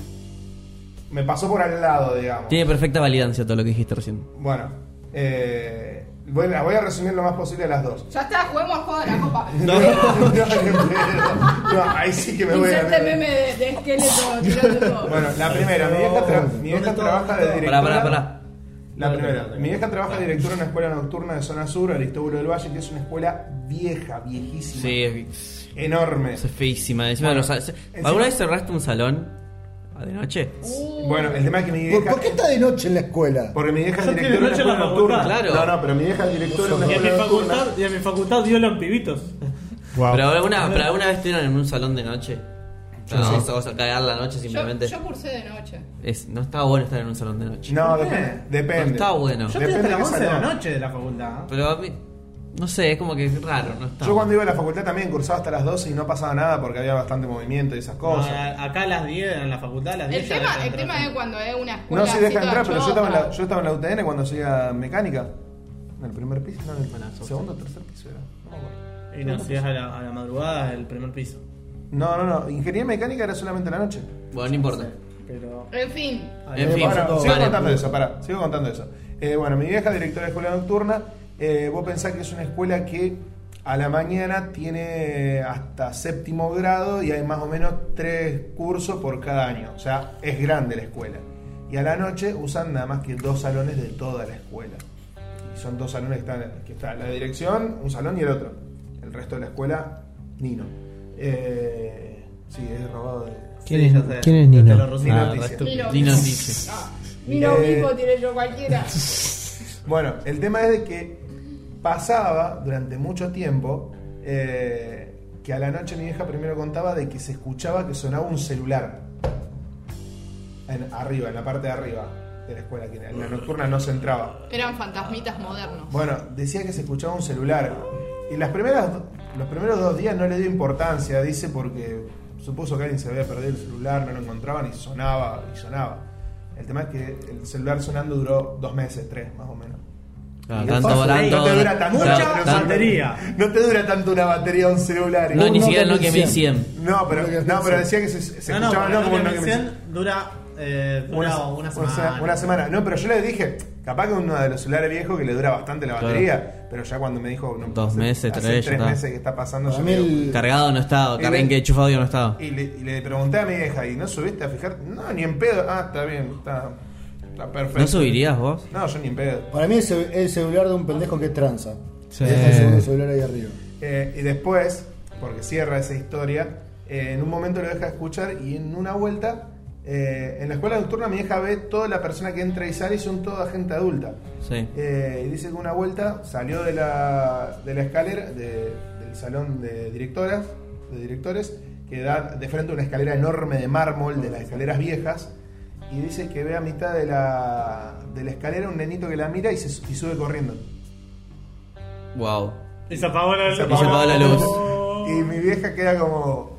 [SPEAKER 1] me pasó por al lado, digamos.
[SPEAKER 2] Tiene perfecta validancia todo lo que dijiste recién.
[SPEAKER 1] Bueno, eh, voy, la voy a resumir lo más posible a las dos.
[SPEAKER 5] Ya está, juguemos al juego de la copa.
[SPEAKER 1] No, no, no, no, ahí sí que me voy a.
[SPEAKER 5] Inserte meme de, de esqueleto tirando todo.
[SPEAKER 1] Bueno, la primera, mi vieja, tra- mi vieja
[SPEAKER 4] ¿Dónde
[SPEAKER 1] trabaja de
[SPEAKER 4] todo?
[SPEAKER 1] directora.
[SPEAKER 2] Pará, pará, pará.
[SPEAKER 1] La primera, mi vieja trabaja de directora en una escuela nocturna de zona sur, Aristóbulo del Valle, que es una escuela vieja, viejísima,
[SPEAKER 2] Sí, es,
[SPEAKER 1] enorme.
[SPEAKER 2] es feísima. Encima
[SPEAKER 1] Bueno,
[SPEAKER 2] no sabes-
[SPEAKER 1] encima-
[SPEAKER 2] ¿Alguna vez cerraste un salón ¿Ah, de noche?
[SPEAKER 5] Uh.
[SPEAKER 1] Bueno, el tema es que mi
[SPEAKER 7] ¿Por,
[SPEAKER 1] vieja.
[SPEAKER 7] por qué está de noche en la escuela?
[SPEAKER 1] Porque mi vieja es
[SPEAKER 4] Yo
[SPEAKER 1] directora de una
[SPEAKER 4] tiene noche en la
[SPEAKER 1] escuela nocturna.
[SPEAKER 2] facultad.
[SPEAKER 1] No,
[SPEAKER 2] Claro.
[SPEAKER 1] no, pero mi vieja es directora de una
[SPEAKER 4] Y en mi
[SPEAKER 1] escuela nocturna.
[SPEAKER 4] facultad, y en mi facultad violan pibitos.
[SPEAKER 3] Wow.
[SPEAKER 2] Pero, alguna, pero alguna vez estuvieron en un salón de noche. No,
[SPEAKER 3] sí.
[SPEAKER 2] vas, a- vas a cagar la noche
[SPEAKER 5] yo,
[SPEAKER 2] simplemente.
[SPEAKER 5] yo cursé de noche.
[SPEAKER 2] Es- no está bueno estar en un salón de noche.
[SPEAKER 1] No, depende. depende.
[SPEAKER 2] No está bueno.
[SPEAKER 4] Yo estoy
[SPEAKER 1] Depende
[SPEAKER 4] hasta
[SPEAKER 1] de qué
[SPEAKER 4] las 11 de la
[SPEAKER 1] salón.
[SPEAKER 4] noche de la facultad. ¿eh?
[SPEAKER 2] Pero a mí. No sé, es como que es raro, no está.
[SPEAKER 1] Yo cuando iba a la facultad también cursaba hasta las 12 y no pasaba nada porque había bastante movimiento y esas cosas.
[SPEAKER 4] A- acá a las 10, en la facultad, a las 10
[SPEAKER 5] El
[SPEAKER 4] ya
[SPEAKER 5] tema,
[SPEAKER 4] dejan
[SPEAKER 5] el tema
[SPEAKER 4] entrar.
[SPEAKER 5] es cuando es una escuela.
[SPEAKER 1] No se deja
[SPEAKER 5] así
[SPEAKER 1] entrar,
[SPEAKER 5] toda
[SPEAKER 1] pero yo estaba, en la,
[SPEAKER 5] chota.
[SPEAKER 1] yo estaba en la UTN cuando hacía mecánica. En el primer piso, no, en el segundo o tercer piso era. No me acuerdo.
[SPEAKER 4] Y no, si es a la, a la madrugada, el primer piso.
[SPEAKER 1] No, no, no. Ingeniería mecánica era solamente la noche.
[SPEAKER 2] Bueno, no importa.
[SPEAKER 4] Pero.
[SPEAKER 5] En fin,
[SPEAKER 2] En
[SPEAKER 1] Eh,
[SPEAKER 2] fin,
[SPEAKER 1] bueno, sigo
[SPEAKER 2] vale.
[SPEAKER 1] contando eso, pará, sigo contando eso. Eh, bueno, mi vieja directora de escuela nocturna, eh, vos pensás que es una escuela que a la mañana tiene hasta séptimo grado y hay más o menos tres cursos por cada año. O sea, es grande la escuela. Y a la noche usan nada más que dos salones de toda la escuela. Y son dos salones que están, que está la dirección, un salón y el otro. El resto de la escuela, Nino. Eh, sí, es robado de...
[SPEAKER 3] ¿Quién
[SPEAKER 4] Sí,
[SPEAKER 3] es-
[SPEAKER 4] ya sé.
[SPEAKER 3] quién es
[SPEAKER 4] Yo te
[SPEAKER 3] Nino?
[SPEAKER 4] lo resumo.
[SPEAKER 1] Nino
[SPEAKER 2] Ah,
[SPEAKER 1] Tice.
[SPEAKER 2] resto-
[SPEAKER 5] Ni lo-
[SPEAKER 2] ni nos dice.
[SPEAKER 5] mira,
[SPEAKER 1] Eh.
[SPEAKER 5] Ah, mismo tiré yo cualquiera.
[SPEAKER 1] Bueno, el tema es de que pasaba durante mucho tiempo eh, que a la noche mi vieja primero contaba de que se escuchaba que sonaba un celular en, arriba, en la parte de arriba de la escuela, que en la nocturna no se entraba.
[SPEAKER 5] Eran fantasmitas modernos.
[SPEAKER 1] Bueno, decía que se escuchaba un celular. Y las primeras, do- los primeros dos días no le dio importancia, dice, porque supuso que alguien se había perdido el celular, no lo encontraban y sonaba y sonaba. El tema es que el celular sonando duró dos meses, tres más o menos.
[SPEAKER 2] Claro,
[SPEAKER 1] Y
[SPEAKER 2] Ah, tanto,
[SPEAKER 1] pasa,
[SPEAKER 2] tanto-
[SPEAKER 1] no te dura tanto,
[SPEAKER 2] claro,
[SPEAKER 1] no
[SPEAKER 4] mucha
[SPEAKER 1] te-
[SPEAKER 4] batería.
[SPEAKER 1] No te dura tanto una batería de un celular.
[SPEAKER 2] No,
[SPEAKER 1] No,
[SPEAKER 2] ni
[SPEAKER 7] No,
[SPEAKER 2] siquiera en
[SPEAKER 7] no,
[SPEAKER 2] Nokia
[SPEAKER 7] no,
[SPEAKER 2] 1100.
[SPEAKER 1] pero, no, pero decía que se, se
[SPEAKER 4] No, no,
[SPEAKER 1] escuchaba
[SPEAKER 4] porque
[SPEAKER 1] no, como
[SPEAKER 4] la
[SPEAKER 1] un Nokia
[SPEAKER 4] mención dura, eh, dura
[SPEAKER 1] una,
[SPEAKER 4] una,
[SPEAKER 1] una
[SPEAKER 4] semana.
[SPEAKER 1] se- una semana. No, pero yo le dije, capaz que uno de los celulares viejos que le dura bastante la
[SPEAKER 2] Claro.
[SPEAKER 1] batería, pero ya cuando me dijo no,
[SPEAKER 2] Dos
[SPEAKER 1] hace-
[SPEAKER 2] meses,
[SPEAKER 1] hace
[SPEAKER 2] tres, ya está.
[SPEAKER 1] meses que está pasando,
[SPEAKER 7] Para
[SPEAKER 1] yo
[SPEAKER 7] mí
[SPEAKER 1] digo-
[SPEAKER 7] el-
[SPEAKER 2] Cargado no estaba,
[SPEAKER 1] Y
[SPEAKER 2] carga
[SPEAKER 1] le-
[SPEAKER 2] en que enchufa audio no estaba.
[SPEAKER 1] y, le, y le pregunté a mi vieja, ¿y no subiste a fijar? No, ni en pedo. Ah, está bien, está, está perfecto.
[SPEAKER 2] ¿No subirías vos?
[SPEAKER 1] No, yo ni en pedo.
[SPEAKER 7] Para mí es el el celular de un pendejo que tranza.
[SPEAKER 3] Sí.
[SPEAKER 7] Deja el celu- el celular ahí arriba.
[SPEAKER 1] Eh, y después, porque cierra esa historia, eh, en un momento lo deja escuchar y en una vuelta, eh, en la escuela nocturna mi vieja ve toda la persona que entra y sale y son toda gente adulta.
[SPEAKER 2] Sí.
[SPEAKER 1] Eh, y dice que una vuelta salió de la, de la escalera, de- del salón de directoras, de directores, que da de frente a una escalera enorme de mármol, de las escaleras viejas, y dice que ve a mitad de la, de la escalera un nenito que la mira y, se, y sube corriendo.
[SPEAKER 2] Wow.
[SPEAKER 4] Y se apagó la luz.
[SPEAKER 1] se
[SPEAKER 2] apagó la luz.
[SPEAKER 1] Y mi vieja queda como...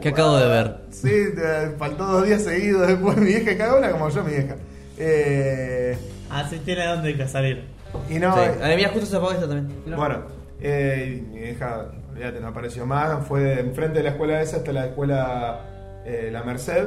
[SPEAKER 2] ¿Qué acabo de ver?
[SPEAKER 1] Sí, te- faltó dos días seguidos después mi vieja, cada una como yo, mi vieja. Eh,
[SPEAKER 4] Así Ah, tiene dónde salir.
[SPEAKER 1] y no.
[SPEAKER 2] Sí.
[SPEAKER 1] eh,
[SPEAKER 2] Ah, mirá, justo se apagó esta también.
[SPEAKER 1] Bueno, eh, mi hija, olvídate, no apareció más. Fue de enfrente de la escuela esa hasta la escuela eh, La Merced.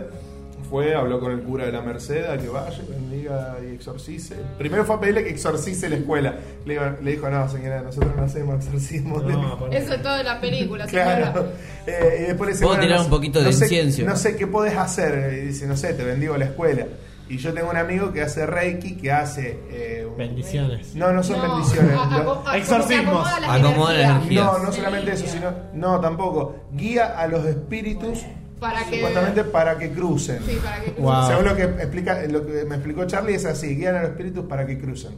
[SPEAKER 1] Fue, habló con el cura de La Merced a que vaya, bendiga y exorcice. Primero fue a pedirle que exorcice la escuela. Le, iba- le dijo, no, señora, nosotros no hacemos exorcismo.
[SPEAKER 5] Eso es todo de la película, señora.
[SPEAKER 1] Claro. Eh, y después le dice,
[SPEAKER 2] Puedo tirar
[SPEAKER 1] no
[SPEAKER 2] un
[SPEAKER 1] sé-
[SPEAKER 2] poquito
[SPEAKER 1] no
[SPEAKER 2] de
[SPEAKER 1] sé-
[SPEAKER 2] incienso.
[SPEAKER 1] No sé qué podés hacer. Y dice, no sé, te bendigo la escuela. Y yo tengo un amigo que hace Reiki, que hace. eh, un-
[SPEAKER 3] Bendiciones.
[SPEAKER 1] No, no son
[SPEAKER 5] No, Ah,
[SPEAKER 1] bendiciones.
[SPEAKER 5] a- a-
[SPEAKER 1] Lo-
[SPEAKER 5] a- como que Exorcismos. acomoda las
[SPEAKER 2] Acomoda las energías.
[SPEAKER 1] No, no solamente eso, sino. No, tampoco. Guía a los espíritus.
[SPEAKER 5] Para que.
[SPEAKER 1] Supuestamente para que crucen.
[SPEAKER 5] Sí, para que.
[SPEAKER 3] Wow.
[SPEAKER 1] Según lo que, explica, lo que me explicó Charlie, es así: guían a los espíritus para que crucen.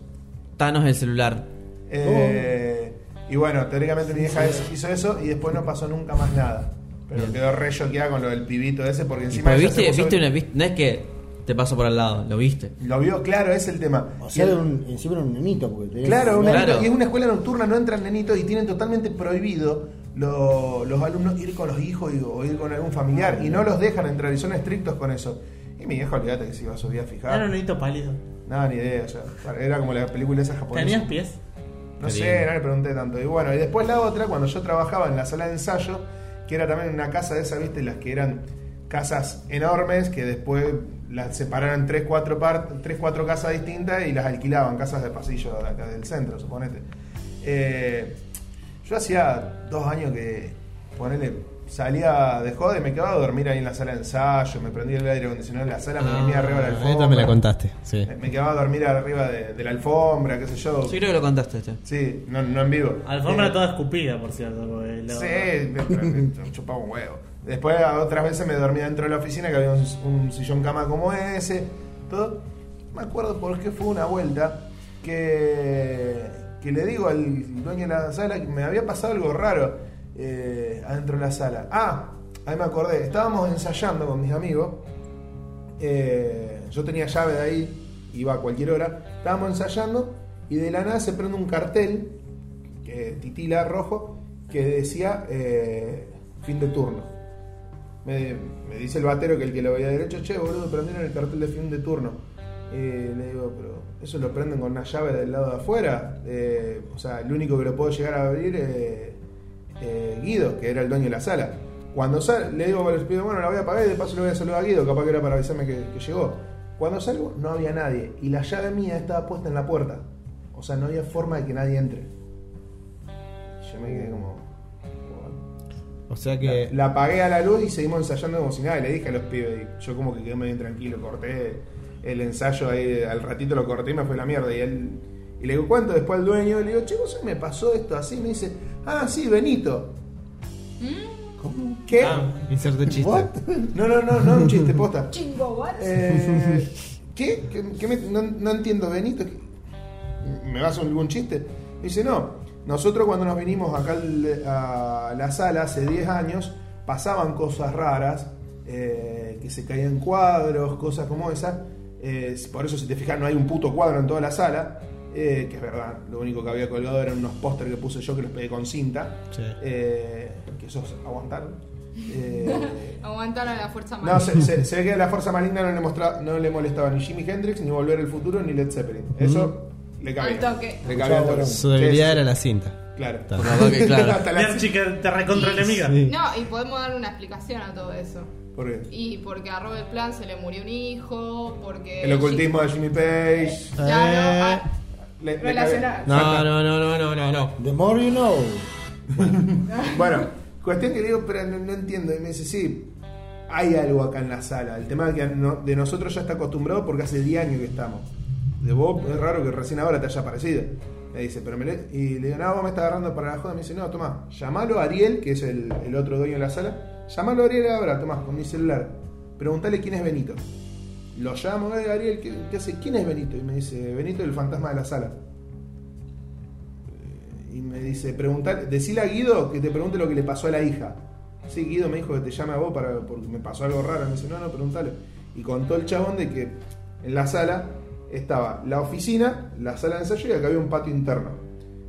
[SPEAKER 2] Thanos del celular.
[SPEAKER 1] Eh, Y bueno, teóricamente mi hija es- hizo eso y después no pasó nunca más nada. Pero
[SPEAKER 2] Bien.
[SPEAKER 1] quedó re choqueada con lo del pibito ese porque
[SPEAKER 2] Y
[SPEAKER 1] encima.
[SPEAKER 2] pues
[SPEAKER 1] ella se
[SPEAKER 2] viste,
[SPEAKER 1] puso-
[SPEAKER 2] viste una, viste- no es que te pasó por al lado, lo viste.
[SPEAKER 1] Lo vio, claro, ese es el tema.
[SPEAKER 7] O sea, era un, encima era un nenito. Porque tenía-
[SPEAKER 1] Claro, una-
[SPEAKER 2] Claro.
[SPEAKER 1] y es una escuela nocturna, no entran nenitos y tienen totalmente prohibido lo- los alumnos ir con los hijos y- o ir con algún familiar y no los dejan entrar y son estrictos con eso. Y mi vieja, olvídate que se iba a su día a fijar.
[SPEAKER 4] Era un hito pálido.
[SPEAKER 1] No, ni idea, o sea, era como la película esa japonesa.
[SPEAKER 4] ¿Tenías pies?
[SPEAKER 1] No
[SPEAKER 2] Qué
[SPEAKER 1] sé,
[SPEAKER 2] lindo.
[SPEAKER 1] no le pregunté tanto. Y bueno, y después la otra, cuando yo trabajaba en la sala de ensayo, que era también una casa de esas, viste, las que eran casas enormes, que después las separaron tres, cuatro, par- tres, cuatro casas distintas y las alquilaban, casas de pasillo de acá del centro, suponete. Eh, yo hacía dos años que, ponele, salía de joda y me quedaba a dormir ahí en la sala de ensayo, me prendía el aire acondicionado en la sala, me venía arriba de la alfombra.
[SPEAKER 3] Ah, Esta me la contaste, sí.
[SPEAKER 1] Me quedaba a dormir arriba de, de la alfombra, qué sé yo.
[SPEAKER 2] Yo creo que lo contaste este.
[SPEAKER 1] Sí, no, no en vivo.
[SPEAKER 4] Alfombra
[SPEAKER 1] Eh,
[SPEAKER 4] toda escupida, por cierto. porque lo-
[SPEAKER 1] Sí, me- me- me chupaba un huevo. Después otras veces me dormía dentro de la oficina que había un, un sillón cama como ese, todo. Me acuerdo por qué fue una vuelta que, que le digo al dueño de la sala que me había pasado algo raro eh, adentro de la sala. Ah, ahí me acordé, estábamos ensayando con mis amigos. Eh, yo tenía llave de ahí, iba a cualquier hora. Estábamos ensayando y de la nada se prende un cartel, que titila rojo, que decía eh, fin de turno. Me, me dice el batero que el que lo veía derecho, che, boludo, prendieron el cartel de fin de turno. Eh, le digo, pero eso lo prenden con una llave del lado de afuera. Eh, o sea, el único que lo puedo llegar a abrir eh, eh, Guido, que era el dueño de la sala. Cuando sal, le digo a los pibes, bueno, la voy a apagar y de paso le voy a saludar a Guido, capaz que era para avisarme que, que llegó. Cuando salgo, no había nadie y la llave mía estaba puesta en la puerta. O sea, no había forma de que nadie entre. Yo me quedé como. "What?".
[SPEAKER 3] O sea que.
[SPEAKER 1] La apagué a la luz y seguimos ensayando como si nada. Y le dije a los pibes, y yo como que quedé medio tranquilo, corté el ensayo ahí, al ratito lo corté y me fue la mierda. Y él. Y le digo, ¿cuánto? Después al dueño, y le digo, chicos, me pasó esto así. Me dice, ah, sí, Benito.
[SPEAKER 5] ¿Mm?
[SPEAKER 1] ¿Qué?
[SPEAKER 3] Inserte Ah, chiste.
[SPEAKER 7] ¿What?
[SPEAKER 1] No, no, no, no, un chiste, posta.
[SPEAKER 5] Chingo, what?
[SPEAKER 1] Eh, ¿Qué? ¿Qué- qué me- no, no entiendo, Benito. ¿Me vas a hacer algún chiste? Dice, no. Nosotros cuando nos vinimos acá al- a la sala hace 10 años, pasaban cosas raras, eh, que se caían cuadros, cosas como esas. Eh, por eso, si te fijas, no hay un puto cuadro en toda la sala. eh, que es verdad, lo único que había colgado eran unos póster que puse yo que los pegué con cinta.
[SPEAKER 3] Sí.
[SPEAKER 1] eh, que esos aguantaron. Eh,
[SPEAKER 5] Aguantaron la fuerza
[SPEAKER 1] no,
[SPEAKER 5] maligna.
[SPEAKER 1] se, se- se ve que a la fuerza maligna no le, mostra- no le molestaba ni Jimi Hendrix, ni Volver al Futuro, ni Led Zeppelin. Eso le cabía.
[SPEAKER 5] Al toque.
[SPEAKER 1] Le cabía al toque.
[SPEAKER 3] Su debilidad
[SPEAKER 1] Sí,
[SPEAKER 3] era la cinta.
[SPEAKER 1] Claro.
[SPEAKER 3] Claro.
[SPEAKER 2] Capaz que, claro.
[SPEAKER 1] Hasta la-
[SPEAKER 4] Mira, chica, te recontra enemiga.
[SPEAKER 3] Sí.
[SPEAKER 5] No, y podemos dar una explicación a todo eso.
[SPEAKER 1] ¿Por qué?
[SPEAKER 5] Y porque a Robert Plant se le murió un hijo, porque.
[SPEAKER 1] El ocultismo Eh. de Jimmy Page.
[SPEAKER 5] Claro, ah,
[SPEAKER 1] Le- le
[SPEAKER 5] Relacionar.
[SPEAKER 3] No, no,
[SPEAKER 1] cabía.
[SPEAKER 3] no, no, no, no, no.
[SPEAKER 7] The more you know.
[SPEAKER 1] Bueno, cuestión que le digo, pero no, no entiendo. Y me dice, sí, hay algo acá en la sala. El tema es que no- de nosotros ya está acostumbrado porque hace 10 años que estamos. De vos es raro que recién ahora te haya aparecido. Me dice, pero me le... Y le digo, no, vos me estás agarrando para la joda. Me dice, no, tomá, llamalo a Ariel, que es el, el otro dueño de la sala. Llamalo a Ariel ahora, tomás, con mi celular. Preguntale quién es Benito. Lo llamo, eh, Ariel, ¿qué, qué hace? ¿Quién es Benito? Y me dice, Benito, el fantasma de la sala. Y me dice, preguntar, decile a Guido que te pregunte lo que le pasó a la hija. Sí, Guido me dijo que te llame a vos para, porque me pasó algo raro. Me dice, no, no, preguntale. Y contó el chabón de que en la sala estaba la oficina, la sala de ensayo y acá había un patio interno.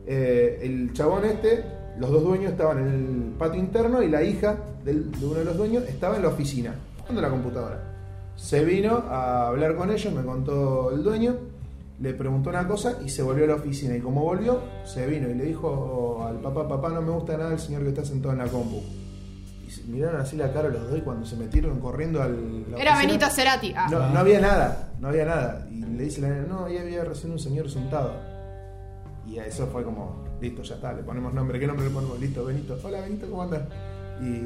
[SPEAKER 1] Eh, el chabón este, los dos dueños estaban en el patio interno y la hija del- de uno de los dueños estaba en la oficina, jugando a la computadora. Se vino a hablar con ellos, me contó el dueño, le preguntó una cosa y se volvió a la oficina. Y como volvió, se vino y le dijo al papá, papá, no me gusta nada el señor que está sentado en la compu. Y se- miraron así la cara los dos y cuando se metieron corriendo al... la
[SPEAKER 5] Era
[SPEAKER 1] oficina-
[SPEAKER 5] Benito Cerati. Ah.
[SPEAKER 1] no, no había nada, no había nada. Y le dice la nena, no, ahí había recién un señor sentado. Y a eso fue como, listo, ya está, le ponemos nombre. ¿Qué nombre le ponemos? Listo, Benito. Hola, Benito, ¿cómo andas? Y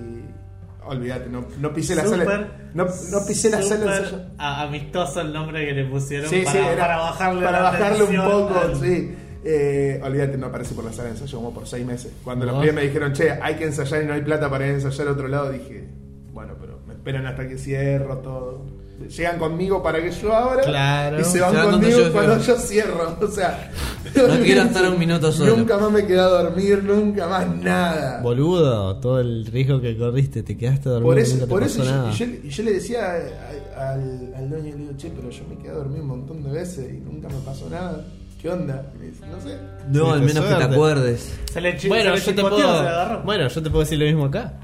[SPEAKER 1] olvídate, no, no pisé la sala.
[SPEAKER 4] Súper-
[SPEAKER 1] No, no pisé la sala. del
[SPEAKER 4] súper a- amistoso el nombre que le pusieron
[SPEAKER 1] Sí,
[SPEAKER 4] para,
[SPEAKER 1] sí, era
[SPEAKER 4] para bajarle,
[SPEAKER 1] para
[SPEAKER 4] la
[SPEAKER 1] bajarle un
[SPEAKER 4] tensión
[SPEAKER 1] poco,
[SPEAKER 4] al-
[SPEAKER 1] sí. Eh, olvídate, no aparece por la sala de ensayo como por seis meses. Cuando los
[SPEAKER 4] Ah.
[SPEAKER 1] pibes me dijeron, che, hay que ensayar y no hay plata para ir a ensayar a otro lado, dije, bueno, pero me esperan hasta que cierro todo. Llegan conmigo para que yo abra
[SPEAKER 3] Claro.
[SPEAKER 1] y se van
[SPEAKER 2] Se van cuando
[SPEAKER 1] conmigo
[SPEAKER 2] yo
[SPEAKER 1] cuando
[SPEAKER 2] cierro.
[SPEAKER 1] yo cierro. O sea,
[SPEAKER 2] No quiero estar un minuto solo.
[SPEAKER 1] Nunca más me quedé a dormir, nunca más nada.
[SPEAKER 3] Boludo, todo el riesgo que corriste, te quedaste dormido.
[SPEAKER 1] Por eso,
[SPEAKER 3] nunca te
[SPEAKER 1] por
[SPEAKER 3] pasó
[SPEAKER 1] eso yo,
[SPEAKER 3] nada.
[SPEAKER 1] yo- yo le decía a- a- al, al dueño, le digo, che, pero yo me quedé a dormir un montón de veces y nunca me pasó nada. ¿Qué onda? Y me dice, no sé.
[SPEAKER 2] No, al
[SPEAKER 3] Tuviste
[SPEAKER 2] menos que te
[SPEAKER 3] suerte.
[SPEAKER 2] acuerdes.
[SPEAKER 4] Se le chi-
[SPEAKER 3] Bueno, yo
[SPEAKER 4] se le
[SPEAKER 3] te
[SPEAKER 4] chispoteó, se le
[SPEAKER 3] puedo.
[SPEAKER 4] agarró.
[SPEAKER 3] Bueno, yo te puedo decir lo mismo acá.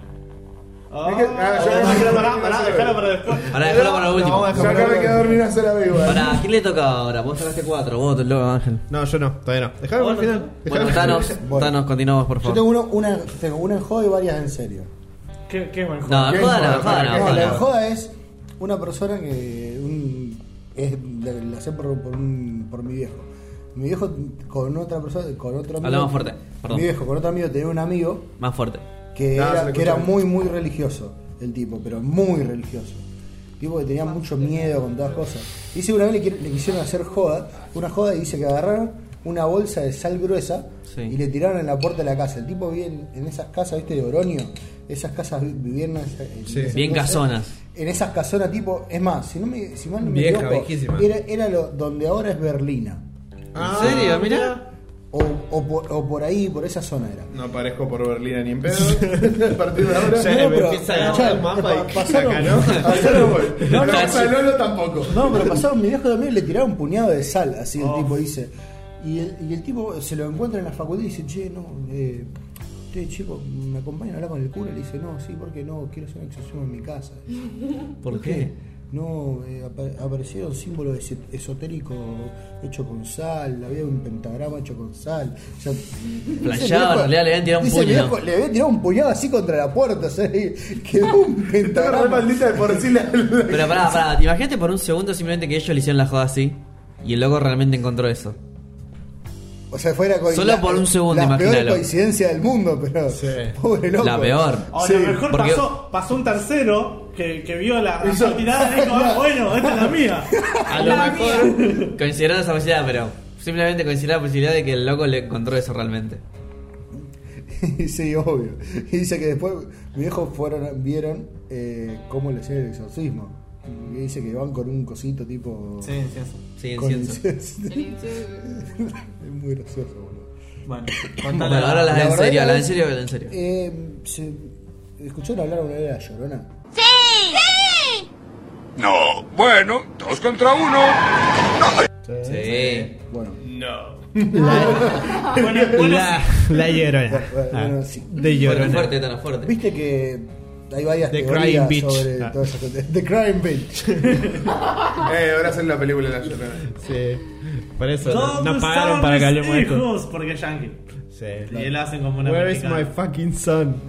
[SPEAKER 4] Ah,
[SPEAKER 1] Es que- ah, yo-
[SPEAKER 4] déjalo para- pará, déjalo para después.
[SPEAKER 2] Pará, déjalo para lo último.
[SPEAKER 1] Yo acá me quedé a dormir una sola vez igual.
[SPEAKER 2] Pará, ¿quién le toca ahora? Vos sacaste cuatro, vos, loco, Ángel.
[SPEAKER 3] No, yo no, todavía no. Dejame para el final.
[SPEAKER 2] Bueno, Thanos, Thanos, continuamos, por
[SPEAKER 7] Yo
[SPEAKER 2] favor.
[SPEAKER 7] tengo uno, una, tengo una en joda y varias en serio.
[SPEAKER 4] ¿Qué, qué Ah, es mejor?
[SPEAKER 2] No,
[SPEAKER 4] ¿Qué es
[SPEAKER 2] joda no,
[SPEAKER 4] mejor?
[SPEAKER 2] joda no,
[SPEAKER 7] No,
[SPEAKER 2] joda
[SPEAKER 7] la
[SPEAKER 2] no.
[SPEAKER 7] joda es una persona que un- es la, la sé por, por, un- por mi viejo. Mi viejo con otra persona, con otro amigo.
[SPEAKER 2] Habla más fuerte, perdón.
[SPEAKER 7] Mi viejo con otro amigo tenía un amigo
[SPEAKER 2] Más fuerte.
[SPEAKER 7] que,
[SPEAKER 3] Ah,
[SPEAKER 2] No, se
[SPEAKER 7] era,
[SPEAKER 2] le
[SPEAKER 7] que era
[SPEAKER 2] escucha.
[SPEAKER 7] muy, muy religioso el tipo, pero muy religioso. Tipo que tenía mucho miedo con todas cosas. Y seguramente le, qui- le quisieron hacer joda, una joda y dice que agarraron una bolsa de sal gruesa
[SPEAKER 2] Sí.
[SPEAKER 7] y le tiraron en la puerta de la casa. El tipo vivía en, en esas casas, viste, de Oronio, esas casas vi- vivían en esa- en
[SPEAKER 3] Sí.
[SPEAKER 7] esas
[SPEAKER 2] Bien
[SPEAKER 7] cosas.
[SPEAKER 2] casonas.
[SPEAKER 7] En esas casonas tipo, es más, si no me, si mal no me
[SPEAKER 3] Vieja,
[SPEAKER 7] equivoco,
[SPEAKER 3] viejísima.
[SPEAKER 7] era, era lo, donde ahora es Berlina.
[SPEAKER 3] ¿En serio? Ah, Mirá.
[SPEAKER 7] O, o por, o por ahí, por esa zona era.
[SPEAKER 1] No aparezco por Berlina ni en pedo. A partir de ahora.
[SPEAKER 7] Ya,
[SPEAKER 1] No,
[SPEAKER 7] me
[SPEAKER 1] pero-
[SPEAKER 7] empieza a agarrar el mapa y-
[SPEAKER 1] pa- pasaron-
[SPEAKER 7] Acá, ¿no?
[SPEAKER 1] pasaron-
[SPEAKER 7] No,
[SPEAKER 1] A
[SPEAKER 7] no,
[SPEAKER 1] la casa de
[SPEAKER 7] sí.
[SPEAKER 1] Lolo tampoco.
[SPEAKER 7] No, pero pasaron, mi viejo también le tiraron un puñado de sal, así
[SPEAKER 1] Oh.
[SPEAKER 7] el tipo dice. Y el, y el tipo se lo encuentra en la facultad y dice, che, no, eh, che, chico, ¿me acompañan a hablar con el cura? Y le dice, no, sí, porque no, quiero hacer una exorcismo en mi casa.
[SPEAKER 2] ¿Por
[SPEAKER 7] qué? No, eh, apa- aparecieron símbolos ese- esotéricos hechos con sal, había un pentagrama hecho con sal. O sea, dice el
[SPEAKER 2] Flasheaba,
[SPEAKER 7] viejo-
[SPEAKER 2] en realidad le habían tirado un
[SPEAKER 7] dice el
[SPEAKER 2] puño.
[SPEAKER 7] viejo, le habían tirado un puñado así contra la puerta, o sea, y quedó un
[SPEAKER 1] Estaba
[SPEAKER 7] pentagrama.
[SPEAKER 1] re maldita de por sí la- la-
[SPEAKER 2] Pero pará, pará, imagínate por un segundo simplemente que ellos le hicieron la joda así y el loco realmente encontró eso.
[SPEAKER 7] O sea, fuera con
[SPEAKER 2] Solo por un segundo,
[SPEAKER 7] la peor
[SPEAKER 2] imagínalo.
[SPEAKER 7] coincidencia del mundo, pero. Pobre loco.
[SPEAKER 2] La peor.
[SPEAKER 4] O a
[SPEAKER 7] Sí.
[SPEAKER 4] lo mejor
[SPEAKER 2] porque-
[SPEAKER 4] pasó, pasó un tercero que, que vio la, la
[SPEAKER 7] Hizo-
[SPEAKER 4] tirada y dijo, "Ah, bueno, esta es la mía.
[SPEAKER 2] A lo mejor coincidieron esa posibilidad, pero simplemente coincidió la posibilidad de que el loco le encontró eso realmente.
[SPEAKER 7] sí, obvio. Y dice que después mis viejos fueron, vieron eh, cómo le hacían el exorcismo. Y dice que van con un cosito tipo.
[SPEAKER 4] Sí, incienso.
[SPEAKER 2] Sí,
[SPEAKER 7] con
[SPEAKER 2] incienso.
[SPEAKER 7] incienso. es muy gracioso, boludo.
[SPEAKER 4] Bueno,
[SPEAKER 2] Bueno, ahora las en
[SPEAKER 7] verdad
[SPEAKER 2] serio,
[SPEAKER 7] es-
[SPEAKER 2] las en serio, las en serio.
[SPEAKER 7] Eh, ¿se- ¿Escucharon hablar una vez de la llorona?
[SPEAKER 13] No, bueno, dos contra uno.
[SPEAKER 2] Sí.
[SPEAKER 7] Bueno.
[SPEAKER 3] Mm.
[SPEAKER 1] No.
[SPEAKER 3] La, la llorona.
[SPEAKER 7] Bueno,
[SPEAKER 3] Ah,
[SPEAKER 7] sí.
[SPEAKER 3] De llorona.
[SPEAKER 2] fuerte, tan fuerte.
[SPEAKER 7] Viste que hay varias
[SPEAKER 3] The
[SPEAKER 7] teorías
[SPEAKER 3] Crying Bitch.
[SPEAKER 7] sobre
[SPEAKER 3] Ah.
[SPEAKER 7] todo eso. The Crime Bitch.
[SPEAKER 1] Eh, ahora hacen la película de la llorona.
[SPEAKER 3] Sí. Por eso no,
[SPEAKER 4] Todos
[SPEAKER 3] no pagaron para que hablemos de esto.
[SPEAKER 4] hijos, porque es yankee.
[SPEAKER 3] Sí.
[SPEAKER 4] Y él hacen como una
[SPEAKER 3] Where
[SPEAKER 4] mexicana.
[SPEAKER 3] is my fucking son?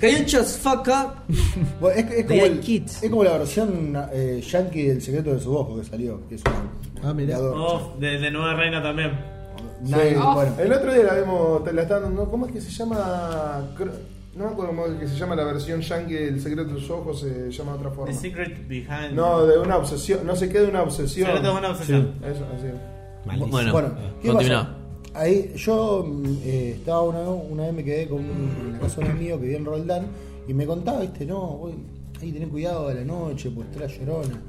[SPEAKER 2] Can you just fuck up?
[SPEAKER 7] Bueno, es, es
[SPEAKER 2] They
[SPEAKER 7] como
[SPEAKER 2] are
[SPEAKER 7] el- es como la versión eh, yankee del secreto de su ojo que salió. Que es una, ah, mirá.
[SPEAKER 4] Oh, de, de Nueva Reina también.
[SPEAKER 1] Sí.
[SPEAKER 3] Oh.
[SPEAKER 1] El otro día la vemos, te la estaban, ¿no? ¿cómo es que se llama? Cro- No me acuerdo cómo es que se llama la versión yankee, El secreto de tus ojos se llama de otra
[SPEAKER 4] The
[SPEAKER 1] forma.
[SPEAKER 4] Secret Behind.
[SPEAKER 1] No, de una obsesión, no se queda una obsesión.
[SPEAKER 4] Secreto de una obsesión.
[SPEAKER 1] Sí, Eso, así.
[SPEAKER 2] Bueno,
[SPEAKER 7] ¿qué
[SPEAKER 2] continúa.
[SPEAKER 7] pasa? Ahí yo mm, eh, estaba una, una vez me quedé con un- en la casa de un amigo que vivía en Roldán y me contaba, viste, no, vos, ahí tenés cuidado a la noche, pues está la llorona.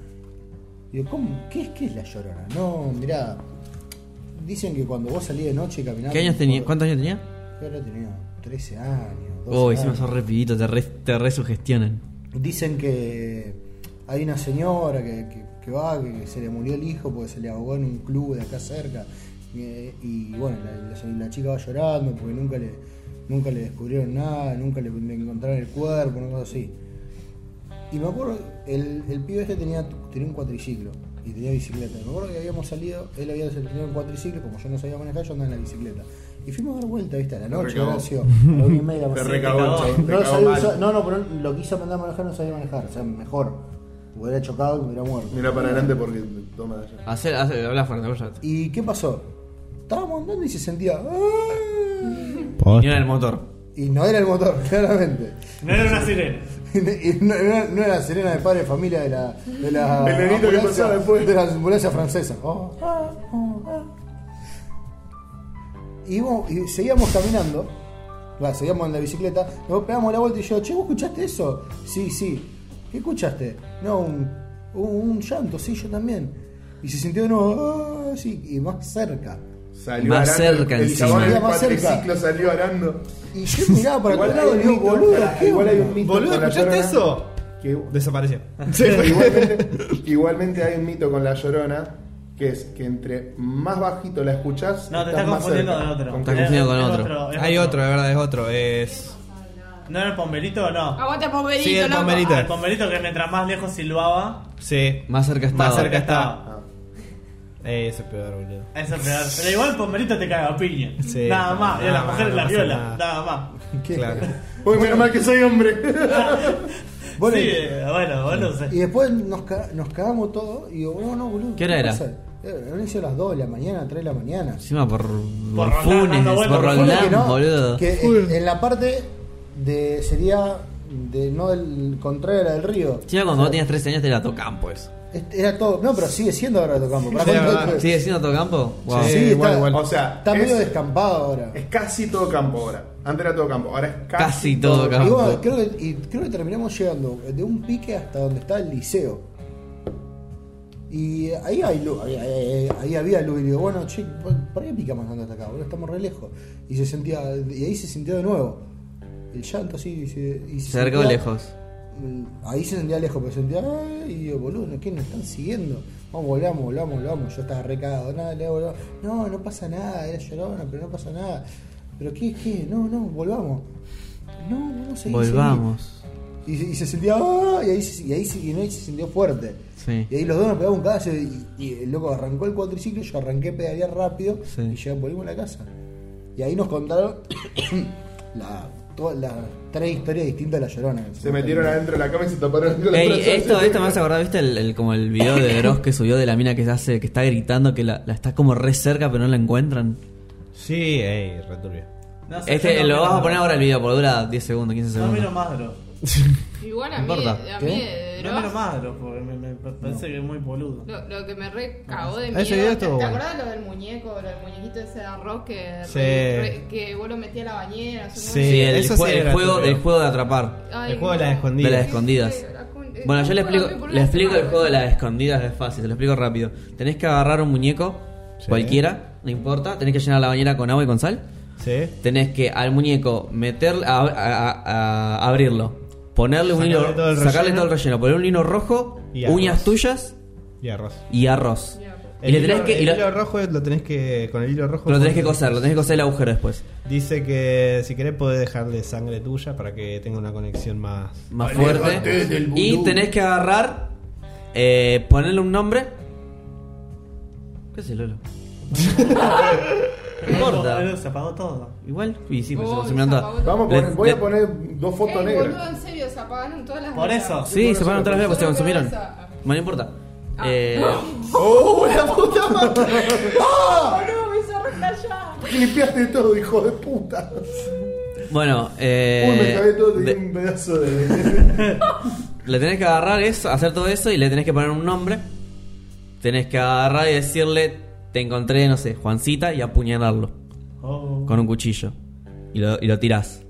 [SPEAKER 7] Digo, ¿cómo? ¿Qué es, qué es la llorona? No, mirá, dicen que cuando vos salís de noche y caminás.
[SPEAKER 2] ¿Qué años
[SPEAKER 7] por-
[SPEAKER 2] tenía? ¿Cuántos años tenía?
[SPEAKER 7] Yo ahora tenía 13 años. 12
[SPEAKER 2] Oh,
[SPEAKER 7] años.
[SPEAKER 2] hicimos un repidito, te, re, te resugestionan.
[SPEAKER 7] Dicen que hay una señora que, que- que va, que se le murió el hijo porque se le ahogó en un club de acá cerca. Eh, y bueno, la, la- la chica va llorando porque nunca le, nunca le descubrieron nada, nunca le, le encontraron el cuerpo, una cosa así. Y me acuerdo, el, el pibe este tenía, tenía un cuatriciclo y tenía bicicleta. Me acuerdo que habíamos salido, él había tenido un cuatriciclo, como yo no sabía manejar, yo andaba en la bicicleta. Y fuimos a dar vuelta, viste, a la noche,
[SPEAKER 1] recagó.
[SPEAKER 7] Horacio. a la una y media de la
[SPEAKER 1] Te
[SPEAKER 7] mañana.
[SPEAKER 1] recagó, chabón, te
[SPEAKER 7] no,
[SPEAKER 1] cagó
[SPEAKER 7] sabía
[SPEAKER 1] mal.
[SPEAKER 7] usar- no, no, pero lo quiso mandar a manejar, no sabía manejar. O sea, mejor. Hubiera chocado y hubiera muerto.
[SPEAKER 1] Mira para adelante porque toma de allá.
[SPEAKER 2] Hacer, hacer, habla Fernando, cállate.
[SPEAKER 7] ¿Y qué pasó? Estábamos andando y se sentía. "Ah".
[SPEAKER 2] Y era el motor.
[SPEAKER 7] Y no era el motor, claramente.
[SPEAKER 4] No era una sirena.
[SPEAKER 7] Y no, no- no era la sirena de padre de familia de la. De la
[SPEAKER 1] El nenito que pasaba
[SPEAKER 7] después. De la ambulancia francesa. Oh. Y, íbamos- y seguíamos caminando. Va, seguíamos en la bicicleta. Nos pegamos la vuelta y yo, che, ¿vos escuchaste eso? Sí, sí. ¿Qué escuchaste? No, un, un- un llanto, sí, yo también. Y se sintió de nuevo, "Ah", sí, y más cerca.
[SPEAKER 1] Salió arando, El chabón del cuatriciclo salió arando.
[SPEAKER 7] Y yo miraba para
[SPEAKER 1] Igual
[SPEAKER 7] el lado y
[SPEAKER 1] hay
[SPEAKER 7] digo,
[SPEAKER 1] un mito,
[SPEAKER 7] boludo,
[SPEAKER 1] pará,
[SPEAKER 7] ¿qué
[SPEAKER 1] igual hay
[SPEAKER 7] onda?".
[SPEAKER 1] un mito
[SPEAKER 3] Boludo,
[SPEAKER 1] con la
[SPEAKER 3] ¿escuchaste
[SPEAKER 1] llorona.
[SPEAKER 3] eso?
[SPEAKER 1] Que
[SPEAKER 3] Desapareció.
[SPEAKER 1] igualmente, igualmente hay un mito con la llorona que es que entre más bajito la escuchás,
[SPEAKER 4] No,
[SPEAKER 1] estás
[SPEAKER 4] te estás
[SPEAKER 1] más
[SPEAKER 4] confundiendo
[SPEAKER 1] cerca.
[SPEAKER 4] con otro.
[SPEAKER 1] ¿Con
[SPEAKER 4] Estás
[SPEAKER 1] qué?
[SPEAKER 4] confundiendo con otro. Es
[SPEAKER 3] Hay
[SPEAKER 4] otro.
[SPEAKER 3] otro, eh. de verdad, es otro. Es.
[SPEAKER 4] ¿No era el pomberito no?
[SPEAKER 5] Aguanta el pomberito,
[SPEAKER 3] Sí, el
[SPEAKER 5] loco.
[SPEAKER 3] pomberito.
[SPEAKER 4] El pomberito que mientras más lejos silbaba,
[SPEAKER 3] Sí.
[SPEAKER 2] Más cerca estaba.
[SPEAKER 3] Más cerca estaba. Eh, eso es peor, boludo.
[SPEAKER 4] eso es peor. Pero igual el pomberito te caga a piña.
[SPEAKER 3] Sí.
[SPEAKER 4] nada más, y a las
[SPEAKER 3] Nada
[SPEAKER 4] mujeres
[SPEAKER 3] más,
[SPEAKER 4] la
[SPEAKER 3] no pasa
[SPEAKER 4] viola,
[SPEAKER 3] nada.
[SPEAKER 4] nada, más.
[SPEAKER 3] Claro.
[SPEAKER 1] Uy, menos mal que soy hombre.
[SPEAKER 7] Bueno,
[SPEAKER 4] sí,
[SPEAKER 7] y-
[SPEAKER 4] eh, bueno, bueno, sí.
[SPEAKER 7] Y después nos, ca- nos cagamos todo y digo, "Oh, no, no, boludo.
[SPEAKER 2] ¿Qué hora era?
[SPEAKER 7] pasa? Era han sido las 2 de la mañana, 3 de la mañana.
[SPEAKER 2] Encima por, por
[SPEAKER 4] Roldán,
[SPEAKER 2] Funes,
[SPEAKER 4] dando vueltas
[SPEAKER 2] por
[SPEAKER 4] por
[SPEAKER 2] Roldán,
[SPEAKER 7] Que no,
[SPEAKER 2] boludo.
[SPEAKER 7] que en, en la parte de. sería. De, no del contrario a la del río.
[SPEAKER 2] Encima cuando vos tenías 13 años te la tocan, pues.
[SPEAKER 7] Este, Era todo. No, pero sigue siendo ahora Tocampo. Para
[SPEAKER 2] Sí,
[SPEAKER 7] contar-
[SPEAKER 2] ¿verdad? ¿Sigue siendo todo campo? Wow.
[SPEAKER 7] Pues. Sí, está,
[SPEAKER 1] O sea,
[SPEAKER 7] está
[SPEAKER 1] es-
[SPEAKER 7] medio descampado ahora.
[SPEAKER 1] Es casi todo campo ahora. Antes era todo campo, ahora es casi,
[SPEAKER 2] Casi todo campo.
[SPEAKER 7] Y bueno, creo que, y creo que terminamos llegando de un pique hasta donde está el liceo. Y ahí, hay luz, ahí, ahí- ahí había luz. Y digo, bueno, che, ¿por qué picamos tanto hasta acá? boludo? estamos re lejos. Y se sentía, y ahí se sintió de nuevo. El llanto así. Y se, y se
[SPEAKER 2] Cerca o
[SPEAKER 7] sentía-
[SPEAKER 2] lejos.
[SPEAKER 7] Mm, Ahí se sentía lejos, pero sentía, "Ah", y digo, boludo, ¿qué nos están siguiendo? Vamos, volvamos, volvamos, volvamos. Yo estaba recado, nada, le hago, no, no pasa nada, era llorona, pero no pasa nada. ¿Pero qué, qué? No, no, volvamos. No, vamos a seguir.
[SPEAKER 2] Volvamos.
[SPEAKER 7] Y, se- y se sentía, "Ah", y ahí, se- y ahí se- y no, y se sintió fuerte.
[SPEAKER 2] Sí.
[SPEAKER 7] Y ahí los dos nos pegamos un cagazo y, y el loco arrancó el cuatriciclo, yo arranqué pedalear rápido
[SPEAKER 2] Sí.
[SPEAKER 7] y ya volvimos a la casa. Y ahí nos contaron la- todas las tres historias distintas de la llorona.
[SPEAKER 1] Se metieron adentro de la cama y se taparon con la
[SPEAKER 2] Ey,
[SPEAKER 1] frase.
[SPEAKER 2] esto, esto me hace acordar, ¿viste? El, el- como el video de Dross que subió de la mina que se hace, que está gritando, que la, la está como re cerca pero no la encuentran.
[SPEAKER 3] Sí, ey, returbio.
[SPEAKER 4] No sé,
[SPEAKER 2] Este,
[SPEAKER 4] yo no
[SPEAKER 2] lo
[SPEAKER 4] miro-
[SPEAKER 2] vas a poner ahora el video, porque dura 10 segundos, 15
[SPEAKER 4] No
[SPEAKER 2] segundos.
[SPEAKER 4] miro más Dross.
[SPEAKER 5] Igual a
[SPEAKER 2] No
[SPEAKER 5] mí,
[SPEAKER 2] importa.
[SPEAKER 5] a mí de
[SPEAKER 4] No miro
[SPEAKER 5] Dross,
[SPEAKER 4] más Dross porque me, me parece que es muy boludo.
[SPEAKER 5] lo, lo que me re cagó de
[SPEAKER 3] Ah, Ese
[SPEAKER 5] miedo.
[SPEAKER 3] video
[SPEAKER 5] ¿Te,
[SPEAKER 3] estuvo
[SPEAKER 5] te
[SPEAKER 3] bueno.
[SPEAKER 5] acordás lo del muñeco, lo del muñequito ese de arroz que,
[SPEAKER 3] Sí.
[SPEAKER 5] re- re- que vos lo metías a la bañera? supongo?
[SPEAKER 3] Sí,
[SPEAKER 2] Sí, el,
[SPEAKER 3] eso
[SPEAKER 2] jue-
[SPEAKER 3] sí
[SPEAKER 2] el
[SPEAKER 3] era
[SPEAKER 2] juego,
[SPEAKER 3] turbio.
[SPEAKER 2] el juego de atrapar.
[SPEAKER 5] Ay,
[SPEAKER 3] El juego de las
[SPEAKER 5] no.
[SPEAKER 3] escondidas.
[SPEAKER 2] De las escondidas.
[SPEAKER 5] eh,
[SPEAKER 2] Bueno, yo le explico, le explico el juego de las escondidas, es fácil, te lo explico rápido. Tenés que agarrar un muñeco,
[SPEAKER 3] Sí.
[SPEAKER 2] cualquiera, no importa, tenés que llenar la bañera con agua y con sal.
[SPEAKER 3] Sí.
[SPEAKER 2] Tenés que al muñeco meter, a- a- a- a- abrirlo, ponerle un
[SPEAKER 3] Sacarle
[SPEAKER 2] hilo,
[SPEAKER 3] todo el
[SPEAKER 2] sacarle
[SPEAKER 3] relleno.
[SPEAKER 2] todo el relleno, poner un hilo rojo,
[SPEAKER 3] Y arroz.
[SPEAKER 2] uñas tuyas
[SPEAKER 3] Y arroz.
[SPEAKER 2] y arroz. Y
[SPEAKER 3] El
[SPEAKER 2] le tenés
[SPEAKER 3] hilo-
[SPEAKER 2] que,
[SPEAKER 3] el
[SPEAKER 2] y lo-
[SPEAKER 3] hilo rojo lo tenés que. Con el hilo rojo.
[SPEAKER 2] lo tenés que coser, lo tenés que coser el agujero después.
[SPEAKER 3] Dice que si querés podés dejarle sangre tuya para que tenga una conexión más.
[SPEAKER 2] más
[SPEAKER 1] Alejate
[SPEAKER 2] fuerte.
[SPEAKER 1] del
[SPEAKER 2] Y
[SPEAKER 1] vudú.
[SPEAKER 2] tenés que agarrar, eh, ponerle un nombre. ¿Qué es el Lolo? No importa.
[SPEAKER 4] Boludo, Se apagó todo.
[SPEAKER 2] Igual, y sí, pues,
[SPEAKER 5] Oh,
[SPEAKER 2] se me anda.
[SPEAKER 5] se apagó todo.
[SPEAKER 1] Vamos, a poner-
[SPEAKER 2] Le-
[SPEAKER 1] voy a
[SPEAKER 2] le-
[SPEAKER 1] poner dos fotos
[SPEAKER 5] Ey,
[SPEAKER 1] negras.
[SPEAKER 5] boludo, en serio, se apagaron todas las
[SPEAKER 4] Por eso.
[SPEAKER 2] Sí, se pararon todas las velas porque se
[SPEAKER 5] Solo
[SPEAKER 2] consumieron.
[SPEAKER 5] por esa.
[SPEAKER 2] Bueno, no importa. Eh,
[SPEAKER 1] ¡Oh, la puta madre! ¡Ah!
[SPEAKER 5] ¡Oh, no! Me hizo reflejado.
[SPEAKER 1] Limpiaste todo, hijo de puta.
[SPEAKER 2] bueno,
[SPEAKER 1] Uy, me
[SPEAKER 2] eh,
[SPEAKER 1] cagué todo, tenía
[SPEAKER 2] de-
[SPEAKER 1] un pedazo de.
[SPEAKER 2] le tenés que agarrar eso, hacer todo eso y le tenés que poner un nombre. Tenés que agarrar y decirle, te encontré, no sé, Juancita y apuñalarlo.
[SPEAKER 4] Oh.
[SPEAKER 2] con un cuchillo y lo, y lo tirás.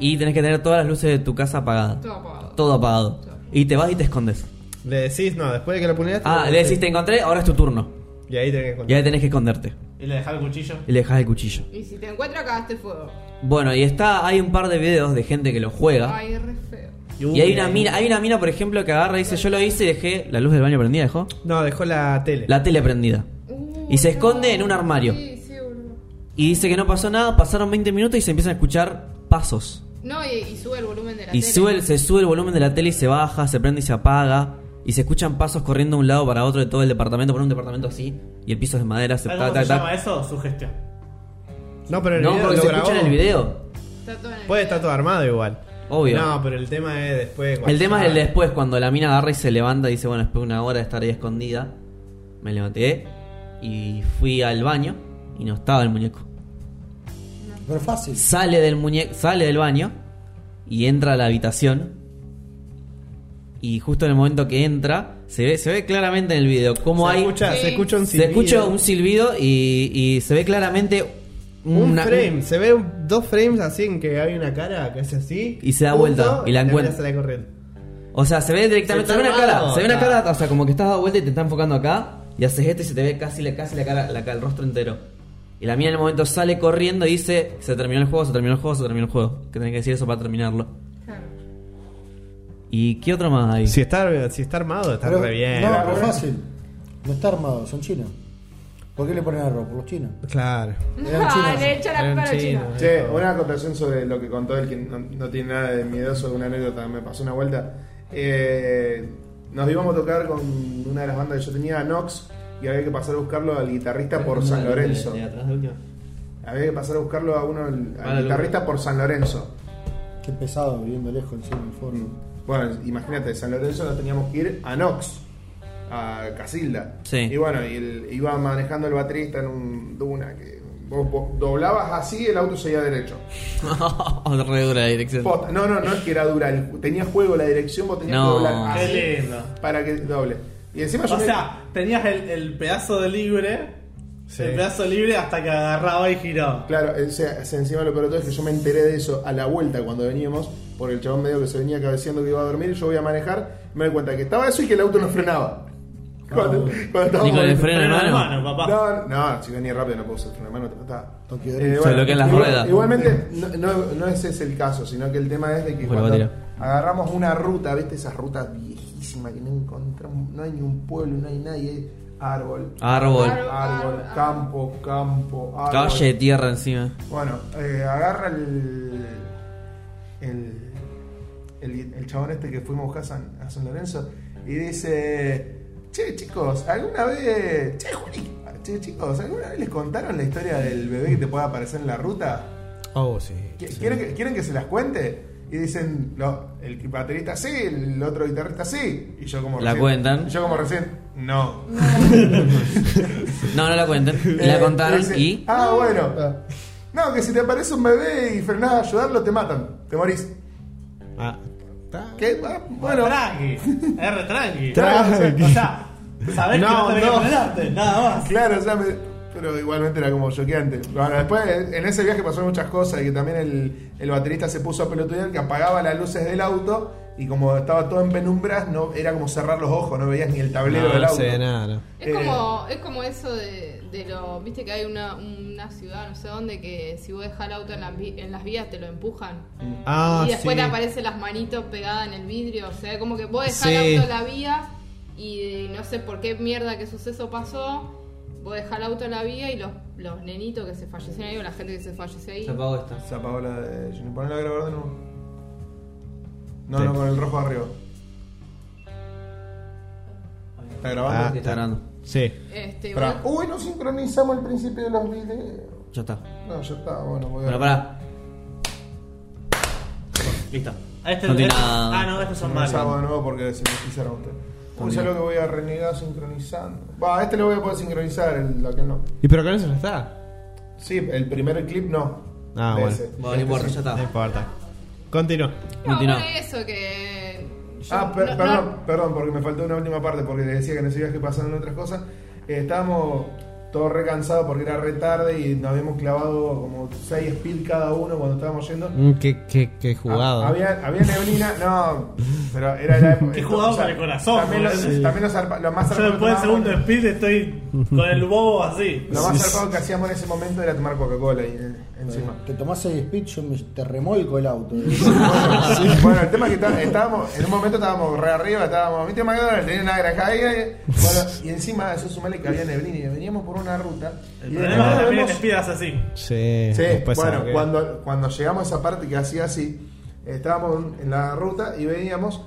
[SPEAKER 2] Y tenés que tener todas las luces de tu casa apagadas.
[SPEAKER 5] Todo apagado.
[SPEAKER 2] Todo apagado. Y te vas y te escondes.
[SPEAKER 3] Le decís, no, después de que lo apuñalaste.
[SPEAKER 2] Ah, le decís, te encontré, ahora es tu turno.
[SPEAKER 3] Y ahí tenés que
[SPEAKER 2] Y
[SPEAKER 3] contar.
[SPEAKER 2] ahí tenés que esconderte.
[SPEAKER 4] Y le dejaba el cuchillo.
[SPEAKER 2] Y le dejás el cuchillo.
[SPEAKER 5] Y si te encuentro, cagaste fuego.
[SPEAKER 2] Bueno, y está, hay un par de videos de gente que lo juega.
[SPEAKER 5] Ay, es re feo.
[SPEAKER 2] Y hay una mina, hay una mina, por ejemplo, que agarra y dice, yo lo hice y dejé la luz del baño prendida, dejó.
[SPEAKER 3] No, dejó la tele.
[SPEAKER 2] La tele prendida.
[SPEAKER 5] Uh,
[SPEAKER 2] Y se
[SPEAKER 5] no.
[SPEAKER 2] esconde en un armario.
[SPEAKER 5] Sí, sí, boludo.
[SPEAKER 2] Y dice que no pasó nada, pasaron 20 minutos y se empiezan a escuchar pasos.
[SPEAKER 5] No, y, y sube el volumen de de la
[SPEAKER 2] Y
[SPEAKER 5] tele.
[SPEAKER 2] sube, el- se sube el volumen de la tele y se baja, se prende y se apaga. Y se escuchan pasos corriendo de un lado para otro de todo el departamento, por un departamento así. Y el piso es de madera, se
[SPEAKER 4] ¿Sabes
[SPEAKER 2] ta,
[SPEAKER 4] cómo
[SPEAKER 2] ta,
[SPEAKER 4] se
[SPEAKER 2] ta.
[SPEAKER 4] llama eso? Sugestión.
[SPEAKER 3] No, pero el
[SPEAKER 2] No,
[SPEAKER 3] video
[SPEAKER 2] porque
[SPEAKER 3] lo
[SPEAKER 2] se
[SPEAKER 3] grabó.
[SPEAKER 2] escucha en el video.
[SPEAKER 3] Puede estar todo armado igual.
[SPEAKER 2] Obvio.
[SPEAKER 3] No, pero el tema es después.
[SPEAKER 2] El tema es el
[SPEAKER 3] de
[SPEAKER 2] después, cuando la mina agarra y se levanta y dice, bueno, después de una hora de estar ahí escondida, me levanté y fui al baño y no estaba el muñeco.
[SPEAKER 7] Pero fácil.
[SPEAKER 2] Sale del muñeco, sale del baño y entra a la habitación. Y justo en el momento que entra, se ve, se ve claramente en el video cómo
[SPEAKER 3] Se
[SPEAKER 2] hay.
[SPEAKER 3] escucha- se Sí. escucha un
[SPEAKER 2] se
[SPEAKER 3] silbido.
[SPEAKER 2] escucha un silbido y, y se ve claramente
[SPEAKER 3] Un
[SPEAKER 2] una-
[SPEAKER 3] frame, se ve un- dos frames así en que hay una cara que hace así.
[SPEAKER 2] Y se da vuelta, y la encuentra.
[SPEAKER 3] mina sale corriendo.
[SPEAKER 2] O sea, se ve directamente.
[SPEAKER 3] Se
[SPEAKER 2] Se, ve una
[SPEAKER 3] está armado,
[SPEAKER 2] cara. Se ve una
[SPEAKER 3] está.
[SPEAKER 2] cara. O sea, como que estás dado vuelta y te está enfocando acá. Y haces esto y se te ve casi, la- casi la cara, la, cara- el rostro entero. Y la mina en el momento sale corriendo y dice: Se terminó el juego, se terminó el juego, se terminó el juego. Que tenés que decir eso para terminarlo. ¿Y qué otro más hay?
[SPEAKER 3] Si está, si está armado, está
[SPEAKER 7] Pero-
[SPEAKER 3] re bien.
[SPEAKER 7] No,
[SPEAKER 3] la
[SPEAKER 7] pero
[SPEAKER 3] verdad.
[SPEAKER 7] fácil. No está armado, son chinos. ¿Por qué le ponen arroz? Por los chinos.
[SPEAKER 3] Claro.
[SPEAKER 7] Eran chinos.
[SPEAKER 5] le echa la
[SPEAKER 7] Eran
[SPEAKER 5] culpa a los
[SPEAKER 7] chinos.
[SPEAKER 5] chinos.
[SPEAKER 1] Che, una acotación sobre lo que contó el que no, no tiene nada de miedoso, una anécdota, me pasó una vuelta. Eh, nos íbamos a tocar con una de las bandas que yo tenía, Nox, y había que pasar a buscarlo al guitarrista por San Lorenzo. Había que pasar a buscarlo a uno, al- al,
[SPEAKER 7] Para el-
[SPEAKER 1] guitarrista por San Lorenzo.
[SPEAKER 7] Ah, Qué pesado viviendo lejos encima del forno.
[SPEAKER 1] Bueno, imagínate, de San Lorenzo nos teníamos que ir a Nox, a Casilda.
[SPEAKER 2] Sí.
[SPEAKER 1] Y bueno, y el- iba manejando el baterista en un duna que vos- vos doblabas así, el auto seguía derecho.
[SPEAKER 2] Re dura la dirección.
[SPEAKER 1] Posta. No, no, no es que era dura. el- Tenía juego la dirección, vos tenías
[SPEAKER 2] No.
[SPEAKER 1] que doblar.
[SPEAKER 4] Qué
[SPEAKER 1] así
[SPEAKER 4] lindo.
[SPEAKER 1] Para que doble. Y encima Ah, yo
[SPEAKER 4] o
[SPEAKER 1] me-
[SPEAKER 4] sea, tenías el, el pedazo de libre.
[SPEAKER 1] Sí.
[SPEAKER 4] El pedazo libre hasta que agarraba y giró.
[SPEAKER 1] Claro, o sea, se- encima lo peor de todo es que yo me enteré de eso a la vuelta cuando veníamos, porque el chabón medio que se venía cabeceando que iba a dormir, yo voy a manejar, me doy cuenta que estaba eso y que el auto no frenaba. Cuando, cuando estábamos-
[SPEAKER 2] Ni con el freno en mano.
[SPEAKER 1] No, no, si venía rápido no puedo usar freno de mano, te mataba.
[SPEAKER 7] Tokio
[SPEAKER 1] Eh,
[SPEAKER 7] Drift.
[SPEAKER 1] bueno,
[SPEAKER 2] bloquean las
[SPEAKER 1] igual-
[SPEAKER 2] ruedas.
[SPEAKER 1] Igualmente, no, no- no ese es el caso, sino que el tema es de que
[SPEAKER 2] Bueno, va
[SPEAKER 1] cuando
[SPEAKER 2] a tirar.
[SPEAKER 1] agarramos una ruta, ¿viste? Esas rutas viejísimas que no encontramos, no hay ni un pueblo, no hay nadie, hay árbol.
[SPEAKER 2] Árbol.
[SPEAKER 1] Árbol, campo, campo, árbol.
[SPEAKER 2] Calle de tierra encima.
[SPEAKER 1] Bueno, eh, agarra el, el, el. el chabón este que fuimos a buscar a San, a San Lorenzo y dice: Che, chicos, ¿alguna vez. Che, Juli, che, chicos, ¿alguna vez les contaron la historia del bebé que te puede aparecer en la ruta?
[SPEAKER 3] Oh, sí.
[SPEAKER 1] ¿Qui- ¿Quieren, que, quieren que se las cuente? Y dicen, no, el baterista sí, el otro guitarrista sí. Y yo como
[SPEAKER 2] La
[SPEAKER 1] recién-
[SPEAKER 2] cuentan.
[SPEAKER 1] y Yo como recién, no.
[SPEAKER 2] No, no la cuenten. Y la
[SPEAKER 1] Eh,
[SPEAKER 2] contaron
[SPEAKER 1] dice,
[SPEAKER 2] y.
[SPEAKER 1] Ah, bueno. No, que si te aparece un bebé y frenás a ayudarlo, te matan. Te morís.
[SPEAKER 3] Ah.
[SPEAKER 1] ¿Qué? Ah, bueno.
[SPEAKER 4] Tranqui. R tranqui.
[SPEAKER 1] Tranqui.
[SPEAKER 4] O sea, sabés
[SPEAKER 1] No,
[SPEAKER 4] que no tenés
[SPEAKER 1] no.
[SPEAKER 4] que frenarte, nada más.
[SPEAKER 1] Claro, o sea, me- pero igualmente era como choqueante. Bueno, después en ese viaje pasaron muchas cosas y que también el, el baterista se puso a pelotudear que apagaba las luces del auto y como estaba todo en penumbras, no, era como cerrar los ojos, no veías ni el tablero
[SPEAKER 3] No,
[SPEAKER 1] del
[SPEAKER 3] no
[SPEAKER 1] auto.
[SPEAKER 3] se ve nada, no.
[SPEAKER 5] Es como, es como eso de, de lo. Viste que hay una, una ciudad, no sé dónde, que si vos dejás el auto en, las vi- en las vías te lo empujan.
[SPEAKER 3] Ah,
[SPEAKER 5] y después
[SPEAKER 3] sí.
[SPEAKER 5] te aparecen las manitos pegadas en el vidrio. O sea, como que vos dejás
[SPEAKER 3] Sí.
[SPEAKER 5] el auto en la vía y eh, no sé por qué mierda, qué suceso pasó. Vos dejás el auto en la vía y los, los nenitos que se fallecieron ahí o la gente que se falleció ahí.
[SPEAKER 2] apagó esta.
[SPEAKER 1] Se apagó la de Juni. Poné la grabadora de nuevo. No,
[SPEAKER 2] Sí.
[SPEAKER 1] no, con el rojo arriba. ¿Está grabando?
[SPEAKER 2] está grabando.
[SPEAKER 3] Sí.
[SPEAKER 5] Este,
[SPEAKER 1] Pará.
[SPEAKER 5] vos-
[SPEAKER 1] Uy, no sincronizamos el principio de los videos.
[SPEAKER 2] Ya está.
[SPEAKER 1] No, ya está, bueno, voy a.
[SPEAKER 2] Bueno, pará. Listo.
[SPEAKER 4] Este-
[SPEAKER 2] no tiene
[SPEAKER 4] este-
[SPEAKER 2] nada.
[SPEAKER 4] ah, no, estos son
[SPEAKER 1] Sincronizamos
[SPEAKER 4] malos.
[SPEAKER 1] de nuevo porque sincronizaron ustedes.
[SPEAKER 2] No,
[SPEAKER 1] Uy, ya
[SPEAKER 2] mira.
[SPEAKER 1] lo que voy a renegar sincronizando. Va, a este lo voy a poder sincronizar, el, aquel no.
[SPEAKER 3] ¿Y pero con eso ya está?
[SPEAKER 1] Sí, el primer clip no.
[SPEAKER 3] Ah,
[SPEAKER 1] De
[SPEAKER 3] bueno.
[SPEAKER 1] ese.
[SPEAKER 2] Bueno, no importa, ya
[SPEAKER 3] No
[SPEAKER 2] está.
[SPEAKER 3] importa. Continúa.
[SPEAKER 5] No,
[SPEAKER 2] Continúa.
[SPEAKER 5] bueno, eso que. yo-
[SPEAKER 1] Ah, per-
[SPEAKER 5] no-
[SPEAKER 1] perdón,
[SPEAKER 5] no-
[SPEAKER 1] perdón, porque me faltó una última parte, porque les decía que en ese viaje pasaron otras cosas. Eh, estábamos todos re cansados porque era re tarde y nos habíamos clavado como 6 speed cada uno cuando estábamos yendo.
[SPEAKER 3] Mm, Qué, qué, qué jugado.
[SPEAKER 1] Ah, Había, había neblina, no, pero era la época.
[SPEAKER 4] Qué jugado para el corazón,
[SPEAKER 1] También, lo,
[SPEAKER 4] boludo.
[SPEAKER 1] también lo, zarpa- lo más
[SPEAKER 4] Yo
[SPEAKER 1] zarpado,
[SPEAKER 4] después del
[SPEAKER 1] que tomábamos-
[SPEAKER 4] segundo speed estoy con el bobo así.
[SPEAKER 1] lo más zarpado que hacíamos en ese momento era tomar Coca-Cola y, eh, encima.
[SPEAKER 7] Te tomás el speed, yo me, te remolco el auto.
[SPEAKER 1] Bueno, el tema es que está- estábamos, en un momento estábamos re arriba, estábamos, viste McDonald's, tenía una granja ahí, ahí, bueno, y encima a eso sumale que había neblina y veníamos por una ruta.
[SPEAKER 4] El
[SPEAKER 1] y de
[SPEAKER 4] problema es
[SPEAKER 1] repente
[SPEAKER 4] que también
[SPEAKER 1] vemos-
[SPEAKER 4] te pidas así.
[SPEAKER 3] Sí.
[SPEAKER 1] Sí,
[SPEAKER 3] después
[SPEAKER 1] bueno,
[SPEAKER 3] sabe que-
[SPEAKER 1] cuando, cuando llegamos a esa parte que hacía así, Estábamos en la ruta y veíamos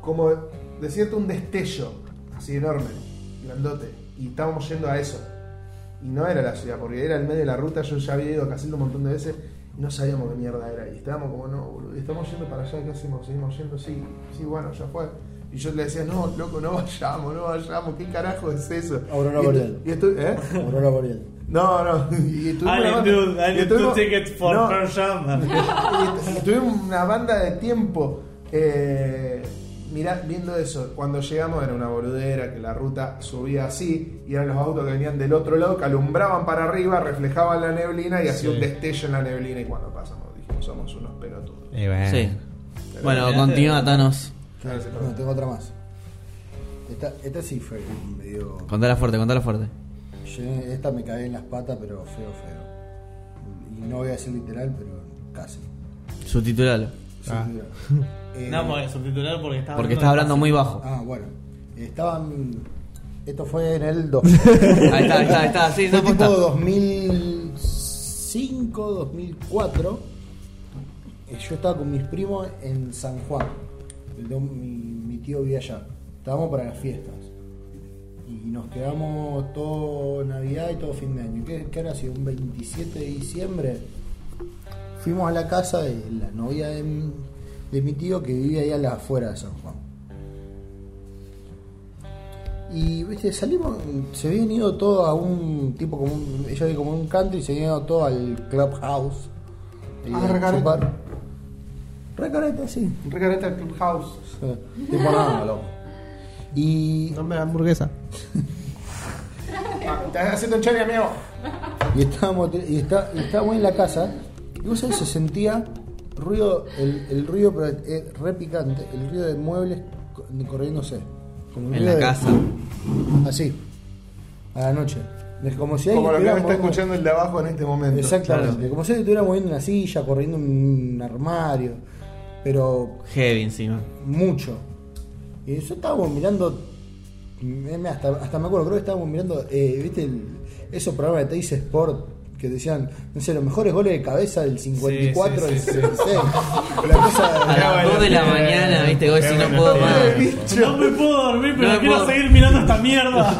[SPEAKER 1] como de cierto un destello así enorme, grandote, y estábamos yendo a eso. Y no era la ciudad, porque era el medio de la ruta, yo ya había ido a Casilda un montón de veces y no sabíamos qué mierda era. Y estábamos como, no, boludo, estamos yendo para allá, ¿qué hacemos? Seguimos yendo, sí, sí, bueno, ya fue. Y yo le decía, no, loco, no vayamos, no vayamos, ¿qué carajo es eso?
[SPEAKER 7] Aurora
[SPEAKER 1] Y estu-
[SPEAKER 7] Boreal.
[SPEAKER 1] Y estu- ¿Eh?
[SPEAKER 7] Aurora Boreal.
[SPEAKER 1] No, no. Y estuvimos una
[SPEAKER 7] I need
[SPEAKER 1] banda-
[SPEAKER 7] two- I
[SPEAKER 1] y
[SPEAKER 7] need two
[SPEAKER 1] estuvimos-
[SPEAKER 7] tickets for
[SPEAKER 1] no.
[SPEAKER 7] Pearl Jam.
[SPEAKER 1] Y- y Tuvimos una banda de tiempo eh, mirá, viendo eso. Cuando llegamos era una boludera que la ruta subía así y eran los autos que venían del otro lado que alumbraban para arriba, reflejaban la neblina y hacía
[SPEAKER 2] Sí.
[SPEAKER 1] un destello en la neblina. Y cuando pasamos dijimos, somos unos pelotudos.
[SPEAKER 3] Y bueno.
[SPEAKER 2] Sí. Bueno, continúa, Thanos.
[SPEAKER 7] No, tengo otra más. Esta, esta sí fue medio.
[SPEAKER 2] Contala fuerte, contala fuerte.
[SPEAKER 7] Yo en esta me caí en las patas, pero feo, feo. Y no voy a decir literal, pero casi.
[SPEAKER 2] Subtitulalo. Ah.
[SPEAKER 7] Sí, eh,
[SPEAKER 4] No, porque subtitular porque estaba
[SPEAKER 2] Porque estás hablando muy bajo.
[SPEAKER 7] Ah, bueno. Estaban. Esto fue en el 2.
[SPEAKER 2] Ahí está, ahí está, ahí está, Ah, sí,
[SPEAKER 7] fue
[SPEAKER 2] no,
[SPEAKER 7] tipo
[SPEAKER 2] posta.
[SPEAKER 7] 2005, 2004. eh, Yo estaba con mis primos en San Juan. El de- Mi, mi tío vivía allá. Estábamos para las fiestas. Y nos quedamos todo Navidad y todo fin de año. ¿Qué, qué habrá sido? ¿Un 27 de diciembre? Fuimos a la casa de la novia de mi, de mi tío que vivía ahí a la afuera de San Juan. Y viste, salimos, se habían ido todo a un tipo como un, ella vive como en un country y se habían ido todo al clubhouse. Y
[SPEAKER 1] Ah, recareta.
[SPEAKER 7] Recareta, sí.
[SPEAKER 1] Recareta Clubhouse.
[SPEAKER 7] Tipo nada, loco. Y.
[SPEAKER 3] Nombre de hamburguesa.
[SPEAKER 1] Ah, Estás haciendo un chale, amigo.
[SPEAKER 7] Y estábamos, y está, y estábamos en la casa y vos sabés, se sentía ruido, el, el ruido pero, eh, re picante, el ruido de muebles co- corriéndose. Como el
[SPEAKER 2] En
[SPEAKER 7] ruido
[SPEAKER 2] la
[SPEAKER 7] de-
[SPEAKER 2] casa.
[SPEAKER 7] Así. A la noche. Es Como si alguien
[SPEAKER 1] Como lo que me
[SPEAKER 7] estuviera
[SPEAKER 1] está
[SPEAKER 7] moviendo-
[SPEAKER 1] escuchando el de abajo en este momento.
[SPEAKER 7] Exactamente. Como si alguien estuviera moviendo una silla, corriendo un armario. Pero
[SPEAKER 2] Heavy encima.
[SPEAKER 7] mucho. Y yo estábamos mirando, eh, me- me- hasta, hasta me acuerdo, creo que estábamos mirando, eh, ¿viste? el- esos programas de te dice Sport que decían, no sé, los mejores goles de cabeza del 54
[SPEAKER 2] Sí,
[SPEAKER 7] del
[SPEAKER 2] sí, sí,
[SPEAKER 7] 66. La cosa-
[SPEAKER 2] A las 2 de la mañana, viste, hoy si no puedo más.
[SPEAKER 4] No me puedo dormir, pero
[SPEAKER 2] No me
[SPEAKER 4] quiero
[SPEAKER 2] puedo-
[SPEAKER 4] seguir mirando esta mierda.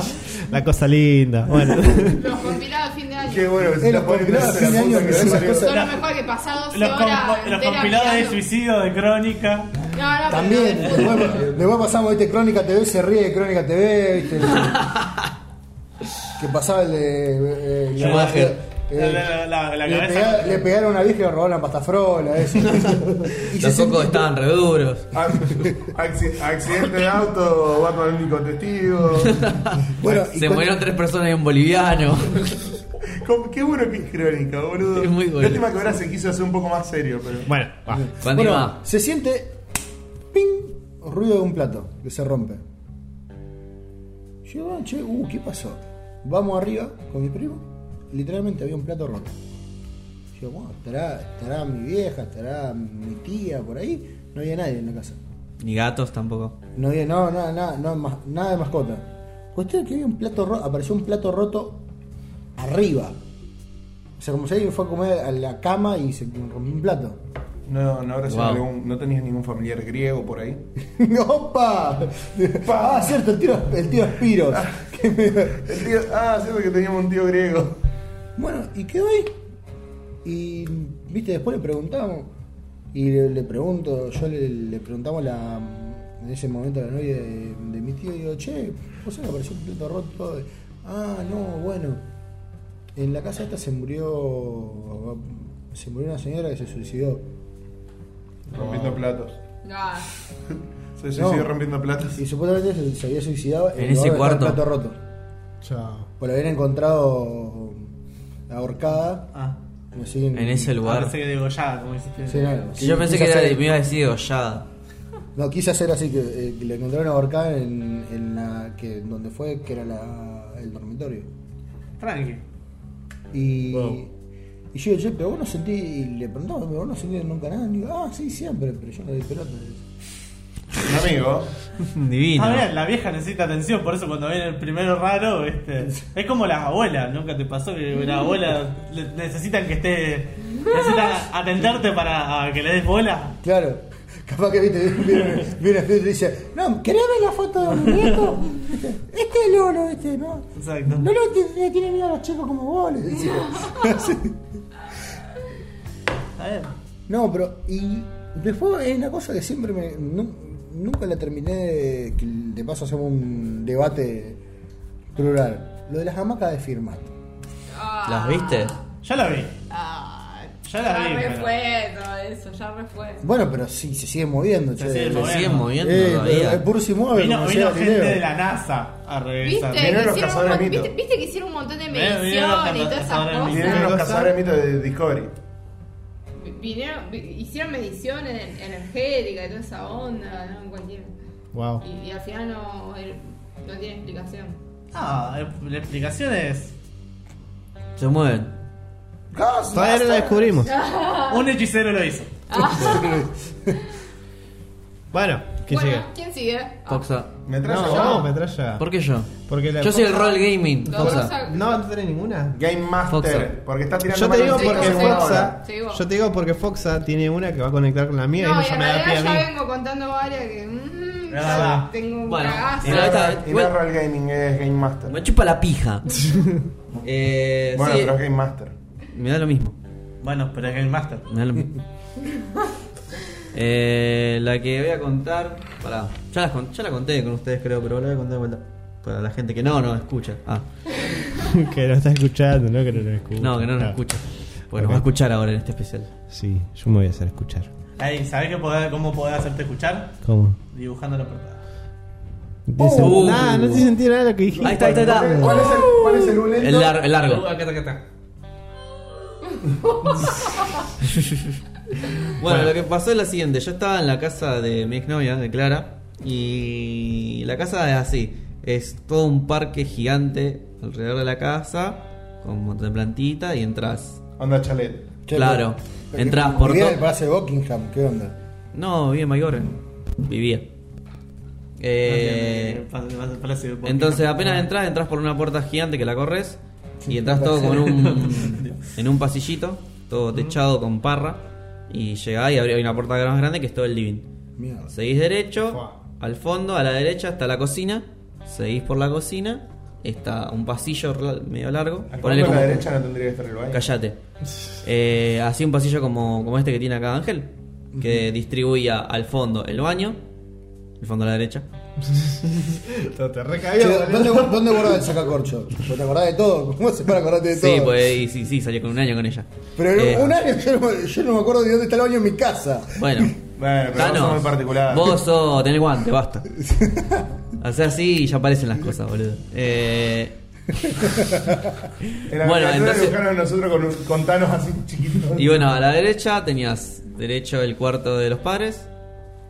[SPEAKER 3] La cosa linda. Bueno.
[SPEAKER 5] Los compilados de fin de año.
[SPEAKER 1] Qué bueno, que
[SPEAKER 7] Eh,
[SPEAKER 1] si la
[SPEAKER 7] los
[SPEAKER 1] ponen
[SPEAKER 7] compilados
[SPEAKER 1] clase,
[SPEAKER 7] de fin
[SPEAKER 1] la
[SPEAKER 7] de
[SPEAKER 1] puta
[SPEAKER 7] año
[SPEAKER 1] que
[SPEAKER 7] que
[SPEAKER 1] me
[SPEAKER 7] son
[SPEAKER 1] salió.
[SPEAKER 7] las
[SPEAKER 5] Son lo mejor que pasás 12
[SPEAKER 4] Los,
[SPEAKER 5] horas.
[SPEAKER 4] compo- los
[SPEAKER 5] enteras
[SPEAKER 4] compilados de
[SPEAKER 5] mirando.
[SPEAKER 4] suicidio de crónica.
[SPEAKER 5] No, no,
[SPEAKER 7] También,
[SPEAKER 5] pero de fútbol.
[SPEAKER 7] después, después pasamos, ¿viste? Crónica TV se ríe de Crónica TV, ¿viste? que pasaba el de. eh, eh,
[SPEAKER 2] Schumacher.
[SPEAKER 7] eh,
[SPEAKER 4] La- la- la
[SPEAKER 7] le,
[SPEAKER 4] cabeza-
[SPEAKER 7] pega- le pegaron a eh. una vieja y le robaron la pasta frola, eso. Y se
[SPEAKER 2] Los cocos estaban re duros.
[SPEAKER 1] Ac- acci- Accidente de auto, va con el único testigo.
[SPEAKER 7] Bueno, y
[SPEAKER 2] Se
[SPEAKER 7] con-
[SPEAKER 2] murieron tres personas y un boliviano.
[SPEAKER 1] Como- Qué bueno que es crónica, boludo.
[SPEAKER 2] Es muy bueno.
[SPEAKER 1] Lástima que ahora se quiso hacer un poco más serio, pero.
[SPEAKER 3] Bueno, va.
[SPEAKER 7] Bueno,
[SPEAKER 2] Continúa.
[SPEAKER 7] se siente ping, ruido de un plato que se rompe. Yo, ah, che, uh, ¿qué pasó? Vamos arriba con mi primo. Literalmente había un plato roto. Yo, bueno, estará, estará mi vieja, estará mi tía por ahí. No había nadie en la casa.
[SPEAKER 2] Ni gatos tampoco.
[SPEAKER 7] No había, no, nada, nada, no, mas- nada de mascota. Cuestión que había un plato roto, apareció un plato roto arriba. O sea, como si alguien fue a comer a la cama y se rompió un plato.
[SPEAKER 1] No, no, ahora sí,
[SPEAKER 2] Wow.
[SPEAKER 1] algún- no tenías ningún familiar griego por ahí.
[SPEAKER 7] ¡Opa! Ah, cierto, el tío, el tío Spiros. Que me-
[SPEAKER 1] El tío, ah, cierto que teníamos un tío griego.
[SPEAKER 7] Bueno, y quedó ahí. Y, viste, después le preguntamos. Y le, le pregunto, yo le, le preguntamos a la, en ese momento a la novia de, de mi tío. Y digo, che, ¿vos sabés que apareció un plato roto? Ah, no, bueno. En la casa esta se murió. Se murió una señora que se suicidó.
[SPEAKER 1] Rompiendo platos.
[SPEAKER 5] No,
[SPEAKER 1] Se
[SPEAKER 7] No.
[SPEAKER 1] suicidó rompiendo platos.
[SPEAKER 7] Y supuestamente se, se había suicidado en,
[SPEAKER 2] En
[SPEAKER 7] el
[SPEAKER 2] ese
[SPEAKER 7] lugar donde estaba
[SPEAKER 2] cuarto.
[SPEAKER 7] el plato roto. Pues la habían encontrado ahorcada.
[SPEAKER 4] Ah,
[SPEAKER 7] no sé,
[SPEAKER 2] En ese
[SPEAKER 4] ah,
[SPEAKER 2] lugar.
[SPEAKER 4] pensé que digo ya, como hiciste.
[SPEAKER 7] Sí, no,
[SPEAKER 2] Yo pensé
[SPEAKER 7] quise
[SPEAKER 2] que era
[SPEAKER 7] hacer-
[SPEAKER 2] de, me iba a decir degollada.
[SPEAKER 7] No, quise hacer así, que, eh, que la encontraron ahorcada en, en la que donde fue, que era la, el dormitorio.
[SPEAKER 4] Tranqui.
[SPEAKER 7] Y, y yo, che, pero vos no sentí, y le preguntaba, pero vos no sentí nunca nada. Y digo, ah, sí, siempre, pero yo no di pelota.
[SPEAKER 1] un amigo.
[SPEAKER 2] Divino.
[SPEAKER 4] Ah, mirá, la vieja necesita atención, por eso cuando viene el primero raro, este, es como las abuelas, nunca te pasó que una abuela le- necesitan que esté necesitan atenderte para a que le des bola.
[SPEAKER 7] Claro. Capaz que viste, viene, viene Fidel y dice, no, ¿querés ver la foto de mi nieto? Este es Lolo, este, ¿no?
[SPEAKER 4] Exacto.
[SPEAKER 7] Lolo te- le tiene miedo a los chicos como vos, le dice. Así. No, pero, y después hay una cosa que siempre me. nu- nunca la terminé, de, que de paso hacemos un debate plural. Lo de las hamacas de firma.
[SPEAKER 2] ¿Las viste?
[SPEAKER 4] Ya la vi. Ya la
[SPEAKER 5] re
[SPEAKER 4] vi, pero-
[SPEAKER 5] Ah, fue todo eso, ya re fue.
[SPEAKER 7] Bueno, pero sí, se sigue moviendo,
[SPEAKER 4] Se sigue moviendo. Se sigue
[SPEAKER 2] moviendo
[SPEAKER 7] Eh,
[SPEAKER 2] todavía.
[SPEAKER 7] pero el Bursi mueve.
[SPEAKER 4] Vino,
[SPEAKER 7] como
[SPEAKER 4] vino
[SPEAKER 7] sea,
[SPEAKER 4] gente
[SPEAKER 7] Galileo.
[SPEAKER 4] de la NASA a
[SPEAKER 5] ¿Viste?
[SPEAKER 4] revisar.
[SPEAKER 5] Que hicieron un mon- ¿viste, viste que hicieron un montón de
[SPEAKER 4] Vinieron-
[SPEAKER 5] mediciones y
[SPEAKER 4] vinieron los
[SPEAKER 5] todas esas
[SPEAKER 4] cazadores de
[SPEAKER 5] cosas.
[SPEAKER 1] Y vienen los
[SPEAKER 4] ¿Cosa?
[SPEAKER 1] cazadores de mitos de Discovery.
[SPEAKER 5] Vinieron- vi- hicieron mediciones en- energéticas y toda esa onda, ¿no? En cualquier-
[SPEAKER 3] Wow.
[SPEAKER 5] Y, y al final no, no tiene explicación.
[SPEAKER 4] Ah, eh, la explicación es.
[SPEAKER 2] Se mueven.
[SPEAKER 3] Todavía no la descubrimos.
[SPEAKER 5] Ah.
[SPEAKER 4] Un hechicero lo hizo.
[SPEAKER 3] Bueno, que
[SPEAKER 5] bueno,
[SPEAKER 3] llegue.
[SPEAKER 5] ¿quién sigue? Ah.
[SPEAKER 2] Foxa.
[SPEAKER 3] No, no, metralla.
[SPEAKER 2] ¿Por qué yo?
[SPEAKER 3] Porque la-
[SPEAKER 2] yo soy el rol gaming.
[SPEAKER 5] No,
[SPEAKER 2] Foxa.
[SPEAKER 5] Foxa.
[SPEAKER 3] No, no tenés ninguna.
[SPEAKER 1] Game Master.
[SPEAKER 2] Foxa.
[SPEAKER 1] Porque está tirando
[SPEAKER 3] Yo te
[SPEAKER 1] más
[SPEAKER 3] digo
[SPEAKER 1] de un
[SPEAKER 3] porque
[SPEAKER 1] cinco por
[SPEAKER 3] Foxa.
[SPEAKER 2] Ah,
[SPEAKER 1] hora.
[SPEAKER 5] Sí, vos.
[SPEAKER 3] Yo te digo porque Foxa tiene una que va a conectar con la mía
[SPEAKER 5] No,
[SPEAKER 3] y
[SPEAKER 5] y
[SPEAKER 3] eso
[SPEAKER 5] en
[SPEAKER 3] me da pie
[SPEAKER 5] realidad ya
[SPEAKER 3] a mí.
[SPEAKER 5] vengo contando varias que. mm,
[SPEAKER 3] La
[SPEAKER 5] ya
[SPEAKER 3] verdad.
[SPEAKER 5] tengo un
[SPEAKER 2] Bueno,
[SPEAKER 5] cagazo.
[SPEAKER 1] Y
[SPEAKER 2] Pero
[SPEAKER 1] no-
[SPEAKER 2] esta-
[SPEAKER 1] y no
[SPEAKER 2] bueno.
[SPEAKER 1] es Roll Gaming, es Game Master.
[SPEAKER 2] Me chupa la pija. Eh,
[SPEAKER 1] Bueno,
[SPEAKER 2] sí,
[SPEAKER 1] pero es Game Master.
[SPEAKER 2] Me da lo mismo.
[SPEAKER 4] Bueno, pero es Game Master.
[SPEAKER 2] Me da lo mismo. Eh, la que voy a contar. Pará. Ya, las con- ya la conté con ustedes, creo, pero la voy a contar de vuelta. Para la gente que no, no escucha. Ah,
[SPEAKER 3] que no está escuchando, no que no lo escucha.
[SPEAKER 2] no, que no nos escucha. Bueno,
[SPEAKER 3] Ok.
[SPEAKER 2] va a escuchar ahora en este especial.
[SPEAKER 3] Sí, yo me voy a hacer escuchar.
[SPEAKER 4] Ahí, ¿sabés que podés- cómo podés hacerte escuchar?
[SPEAKER 3] ¿Cómo?
[SPEAKER 4] Dibujando la portada.
[SPEAKER 3] No tiene sen-
[SPEAKER 2] Uh.
[SPEAKER 3] Nada, no tiene sentido nada de lo que dijiste.
[SPEAKER 2] Ahí está, ahí está, ahí está.
[SPEAKER 1] ¿Cuál es el, cuál es el un lento?
[SPEAKER 2] El, lar- el largo.
[SPEAKER 3] Acá está, acá está.
[SPEAKER 2] Bueno, lo que pasó es la siguiente. Yo estaba en la casa de mi exnovia, de Clara, y la casa es así. Es todo un parque gigante alrededor de la casa, con un montón de plantita, y entras.
[SPEAKER 1] Onda chalet.
[SPEAKER 7] Che,
[SPEAKER 2] claro.
[SPEAKER 7] pero-
[SPEAKER 2] Entras por
[SPEAKER 7] Vivía en
[SPEAKER 2] todo.
[SPEAKER 7] el Palacio de Buckingham, ¿qué onda?
[SPEAKER 2] No, vivía en Mayor. Vivía. Eh,
[SPEAKER 4] Ah.
[SPEAKER 2] entonces apenas entras, entras por una puerta gigante que la corres y entras todo con un en un pasillito, todo techado con parra y llegás y abrí- hay una puerta más grande que es todo el living.
[SPEAKER 7] Mierda.
[SPEAKER 2] Seguís derecho, al fondo, a la derecha está la cocina, seguís por la cocina, está un pasillo rela- medio largo,
[SPEAKER 1] Al
[SPEAKER 2] ponele
[SPEAKER 1] fondo a
[SPEAKER 2] como
[SPEAKER 1] la derecha no tendría que estar el baño.
[SPEAKER 2] Cállate. Eh, así un pasillo como, como este que tiene acá Ángel, que distribuía al fondo el baño, el fondo a la derecha.
[SPEAKER 3] Te
[SPEAKER 7] Che,
[SPEAKER 3] recabió.
[SPEAKER 7] ¿dónde, ¿Dónde guardaba el sacacorcho? ¿Vos te acordás de todo? ¿Cómo se para acordarte de todo?
[SPEAKER 2] Sí, pues y sí, sí, salí con un año con ella.
[SPEAKER 7] Pero
[SPEAKER 2] Eh,
[SPEAKER 7] en un año yo no, yo no me acuerdo de dónde está el baño en mi casa.
[SPEAKER 2] Bueno,
[SPEAKER 1] Bueno, pero
[SPEAKER 2] Thanos,
[SPEAKER 1] vos sos muy particular.
[SPEAKER 2] vos sos, tenés guante, basta. Hacer así y ya aparecen las cosas, boludo. Eh,
[SPEAKER 1] En la
[SPEAKER 2] Bueno,
[SPEAKER 1] bueno,
[SPEAKER 2] entonces-
[SPEAKER 1] dibujaron a nosotros con, un- con Thanos así chiquitos.
[SPEAKER 2] Y bueno, a la derecha tenías derecho el cuarto de los padres,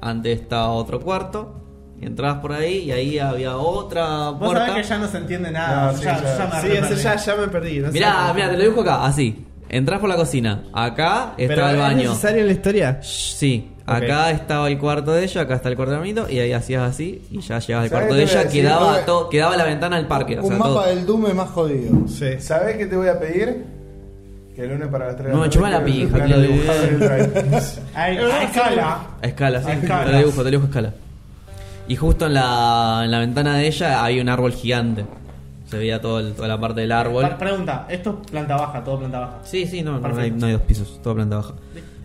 [SPEAKER 2] antes estaba otro cuarto, y entrabas por ahí y ahí había otra
[SPEAKER 4] Vos
[SPEAKER 2] puerta.
[SPEAKER 4] sabés que ya no se entiende nada.
[SPEAKER 1] No, sí,
[SPEAKER 4] ya,
[SPEAKER 1] ya-
[SPEAKER 4] ya me
[SPEAKER 3] Sí,
[SPEAKER 4] arrepentí.
[SPEAKER 3] ese ya, ya me perdí. No sé.
[SPEAKER 2] Mirá, mirá, te lo dibujo acá, así. Entrás por la cocina, acá
[SPEAKER 3] Pero
[SPEAKER 2] estaba el
[SPEAKER 3] ¿Es
[SPEAKER 2] baño. Ah,
[SPEAKER 3] necesario en la historia?
[SPEAKER 2] Shh, Sí, acá estaba el cuarto de ella, acá está el cuarto de Armito, y ahí hacías así, y ya llegabas al
[SPEAKER 1] ¿Sabés
[SPEAKER 2] cuarto de
[SPEAKER 1] qué te
[SPEAKER 2] ella,
[SPEAKER 1] iba a decir?
[SPEAKER 2] quedaba,
[SPEAKER 7] Tuve-
[SPEAKER 2] todo- quedaba la ventana al parque. O
[SPEAKER 7] un
[SPEAKER 2] sea,
[SPEAKER 7] mapa
[SPEAKER 2] todo.
[SPEAKER 7] del Doom es más jodido.
[SPEAKER 3] Sí.
[SPEAKER 1] ¿Sabés qué te voy a pedir? Que el lunes para las 3
[SPEAKER 2] No, chupá la pija,
[SPEAKER 1] Claro,
[SPEAKER 2] que-
[SPEAKER 1] dibujado en el drive.
[SPEAKER 4] Ahí, ahí escala.
[SPEAKER 2] A escala, sí.
[SPEAKER 4] A escala.
[SPEAKER 2] Te lo dibujo, te lo dibujo a escala. Y justo en la, en la ventana de ella había un árbol gigante. Se veía todo el- toda la parte del árbol.
[SPEAKER 4] Pa- Pregunta, esto es planta baja, todo planta baja.
[SPEAKER 2] Sí, sí, no, no,
[SPEAKER 4] Perfecto.
[SPEAKER 2] hay, no hay dos pisos, toda planta baja.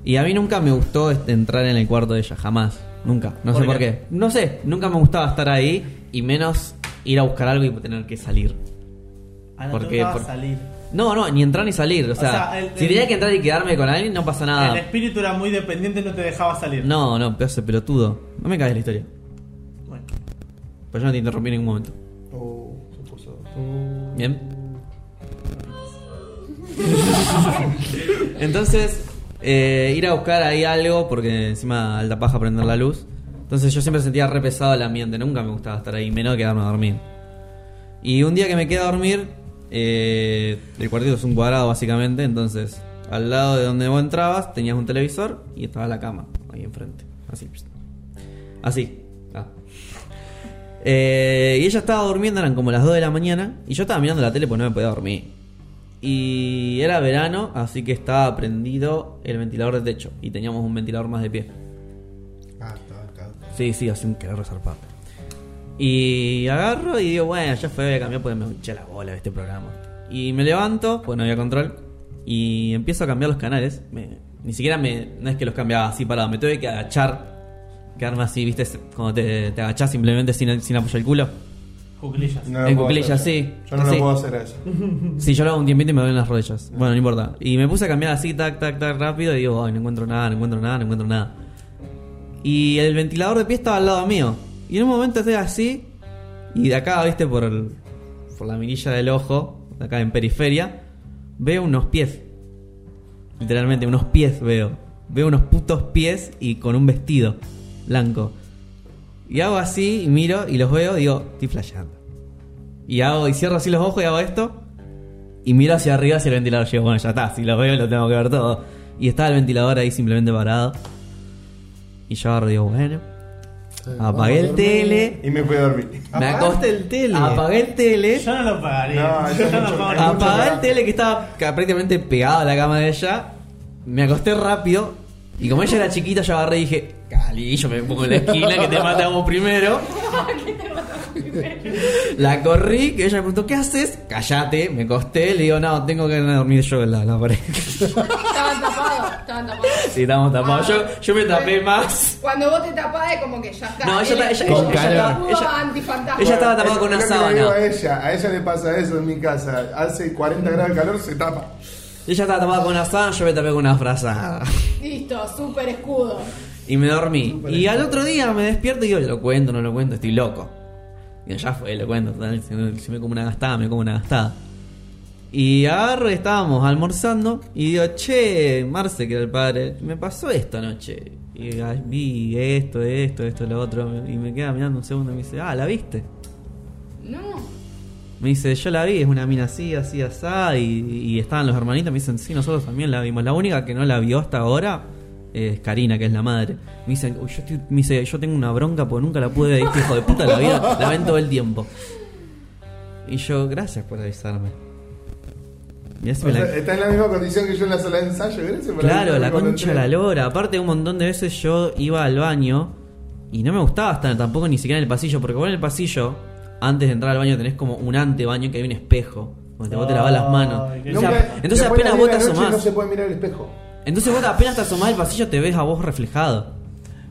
[SPEAKER 2] Y a mí nunca me gustó este, entrar en el cuarto de ella, jamás. Nunca, no
[SPEAKER 4] ¿Por
[SPEAKER 2] sé por
[SPEAKER 4] qué?
[SPEAKER 2] qué. No sé, nunca me gustaba estar ahí y menos ir a buscar algo y tener que salir.
[SPEAKER 4] Ah, no,
[SPEAKER 2] ¿Por
[SPEAKER 4] te
[SPEAKER 2] qué?
[SPEAKER 4] gustaba
[SPEAKER 2] Por-
[SPEAKER 4] salir.
[SPEAKER 2] No, no, ni entrar ni salir. O sea,
[SPEAKER 4] sea, el-
[SPEAKER 2] si
[SPEAKER 4] el-
[SPEAKER 2] tenía que entrar y quedarme con alguien, no pasa nada.
[SPEAKER 4] El espíritu era muy dependiente, no te dejaba salir.
[SPEAKER 2] Ah. No, no, pedazo de pelotudo. No me caes la historia.
[SPEAKER 4] Bueno.
[SPEAKER 2] Pero yo no te interrumpí en ningún momento.
[SPEAKER 1] Oh, se puso.
[SPEAKER 2] Bien. Entonces, eh, ir a buscar ahí algo, porque encima alta paja prender la luz. Entonces yo siempre sentía re pesado el ambiente, nunca me gustaba estar ahí, menos quedarme a dormir. Y un día que me quedé a dormir, eh, el cuartito es un cuadrado básicamente, entonces al lado de donde vos entrabas tenías un televisor y estaba la cama ahí enfrente. Así. Ah. pst. Así. Eh, y ella estaba durmiendo, eran como las 2 de la mañana, y yo estaba mirando la tele porque no me podía dormir. Y era verano, así que estaba prendido el ventilador de techo, y teníamos un ventilador más de pie. Sí, sí, hace un calor resarpado. Y agarro y digo, bueno, ya fue, voy a cambiar porque me hinché la bola de este programa. Y me levanto, pues no había control, y empiezo a cambiar los canales. Me- ni siquiera me. No es que los cambiaba así parado, me tuve que agachar. Quedarme así, viste, cuando te, te agachás simplemente sin, sin apoyar el culo.
[SPEAKER 4] Cuclillas.
[SPEAKER 1] No lo
[SPEAKER 2] en
[SPEAKER 1] puedo
[SPEAKER 2] cuclillas,
[SPEAKER 1] hacer.
[SPEAKER 2] sí.
[SPEAKER 1] Yo no lo
[SPEAKER 2] Sí.
[SPEAKER 1] puedo hacer eso.
[SPEAKER 2] Sí, yo lo hago un tiempito y me duelen las rodillas. Bueno, no importa. Y me puse a cambiar así, tac, tac, tac, rápido. Y digo, ay, no encuentro nada, no encuentro nada, no encuentro nada. Y el ventilador de pie estaba al lado mío. Y en un momento estoy así. Y de acá, viste, por, el- por la mirilla del ojo, de acá en periferia, veo unos pies. Literalmente, unos pies veo. Veo unos putos pies y con un vestido blanco. Y hago así, y miro, y los veo, digo, estoy flasheando. Y hago, y cierro así los ojos y hago esto. Y miro hacia arriba hacia el ventilador. Y digo, bueno, ya está, si lo veo lo tengo que ver todo. Y estaba el ventilador ahí simplemente parado. Y yo agarro y digo, bueno. Apagué el tele.
[SPEAKER 1] Y me fui a dormir.
[SPEAKER 2] Me acosté el tele. Apagué el tele. Yo
[SPEAKER 4] no lo pagaría.
[SPEAKER 1] No, eso
[SPEAKER 4] yo
[SPEAKER 1] es
[SPEAKER 4] no
[SPEAKER 1] mucho-
[SPEAKER 4] lo pagaría.
[SPEAKER 2] Apagué el tele que estaba ca- prácticamente pegado a la cama de ella. Me acosté rápido. Y como ella era chiquita, yo agarré y dije, Cali, yo me pongo en la esquina que te matamos primero. La corrí, que ella me preguntó, ¿qué haces? Callate, me costé, le digo, no, tengo que irme a dormir yo en la, en la pared.
[SPEAKER 5] Estaban tapados, estaban tapados.
[SPEAKER 2] Sí, estábamos tapados. Yo, yo me tapé más.
[SPEAKER 5] Cuando vos te tapás es como que ya está.
[SPEAKER 2] No, ella
[SPEAKER 5] Él
[SPEAKER 2] está-
[SPEAKER 5] es
[SPEAKER 2] ella-
[SPEAKER 5] un
[SPEAKER 2] ella- ella
[SPEAKER 5] escudo
[SPEAKER 2] está- ella-
[SPEAKER 5] antifantasma.
[SPEAKER 2] ella estaba tapada
[SPEAKER 1] Es
[SPEAKER 2] con una
[SPEAKER 1] lo que le
[SPEAKER 2] sábana.
[SPEAKER 1] digo a ella, a ella le pasa eso en mi casa. Hace 40 grados de calor, se tapa.
[SPEAKER 2] Ella estaba tapada con una sábana, yo me tapé con una frazada.
[SPEAKER 5] Ah. Listo, super escudo.
[SPEAKER 2] Y me dormí. Y al otro día me despierto y digo, lo cuento, no lo cuento, estoy loco. Y ya fue, lo cuento. total, Si si me como una gastada, me como una gastada. Y agarro, y estábamos almorzando y digo, che, Marce, que era el padre, me pasó esto anoche. Y ah, vi esto, esto, esto, lo otro. Y me queda mirando un segundo y me dice, ah, ¿la viste?
[SPEAKER 5] No.
[SPEAKER 2] Me dice, yo la vi, es una mina así, así, así. Y, y estaban los hermanitos, me dicen, sí, nosotros también la vimos. La única que no la vio hasta ahora es Karina, que es la madre. Me dicen, "Uy, yo, estoy- me dice, yo tengo una bronca porque nunca la pude ver. Este hijo de puta la vida, la ven todo el tiempo. Y yo, gracias por avisarme. Y así
[SPEAKER 1] O
[SPEAKER 2] me la-
[SPEAKER 1] sea, está en la misma condición que yo en la sala de ensayo, gracias por
[SPEAKER 2] Claro,
[SPEAKER 1] avisarme
[SPEAKER 2] la
[SPEAKER 1] cuando
[SPEAKER 2] concha de
[SPEAKER 1] entré.
[SPEAKER 2] la lora. Aparte, un montón de veces yo iba al baño y no me gustaba estar tampoco ni siquiera en el pasillo, porque vos en el pasillo, antes de entrar al baño, tenés como un antebaño que hay un espejo, donde vos te lavas las manos.
[SPEAKER 1] Ay, qué
[SPEAKER 2] O sea,
[SPEAKER 1] nunca-
[SPEAKER 2] entonces
[SPEAKER 1] después de
[SPEAKER 2] apenas
[SPEAKER 1] las
[SPEAKER 2] vos te
[SPEAKER 1] 10 de la noche
[SPEAKER 2] asomás.
[SPEAKER 1] No se puede mirar el espejo.
[SPEAKER 2] Entonces vos apenas te asomás al pasillo, te ves a vos reflejado.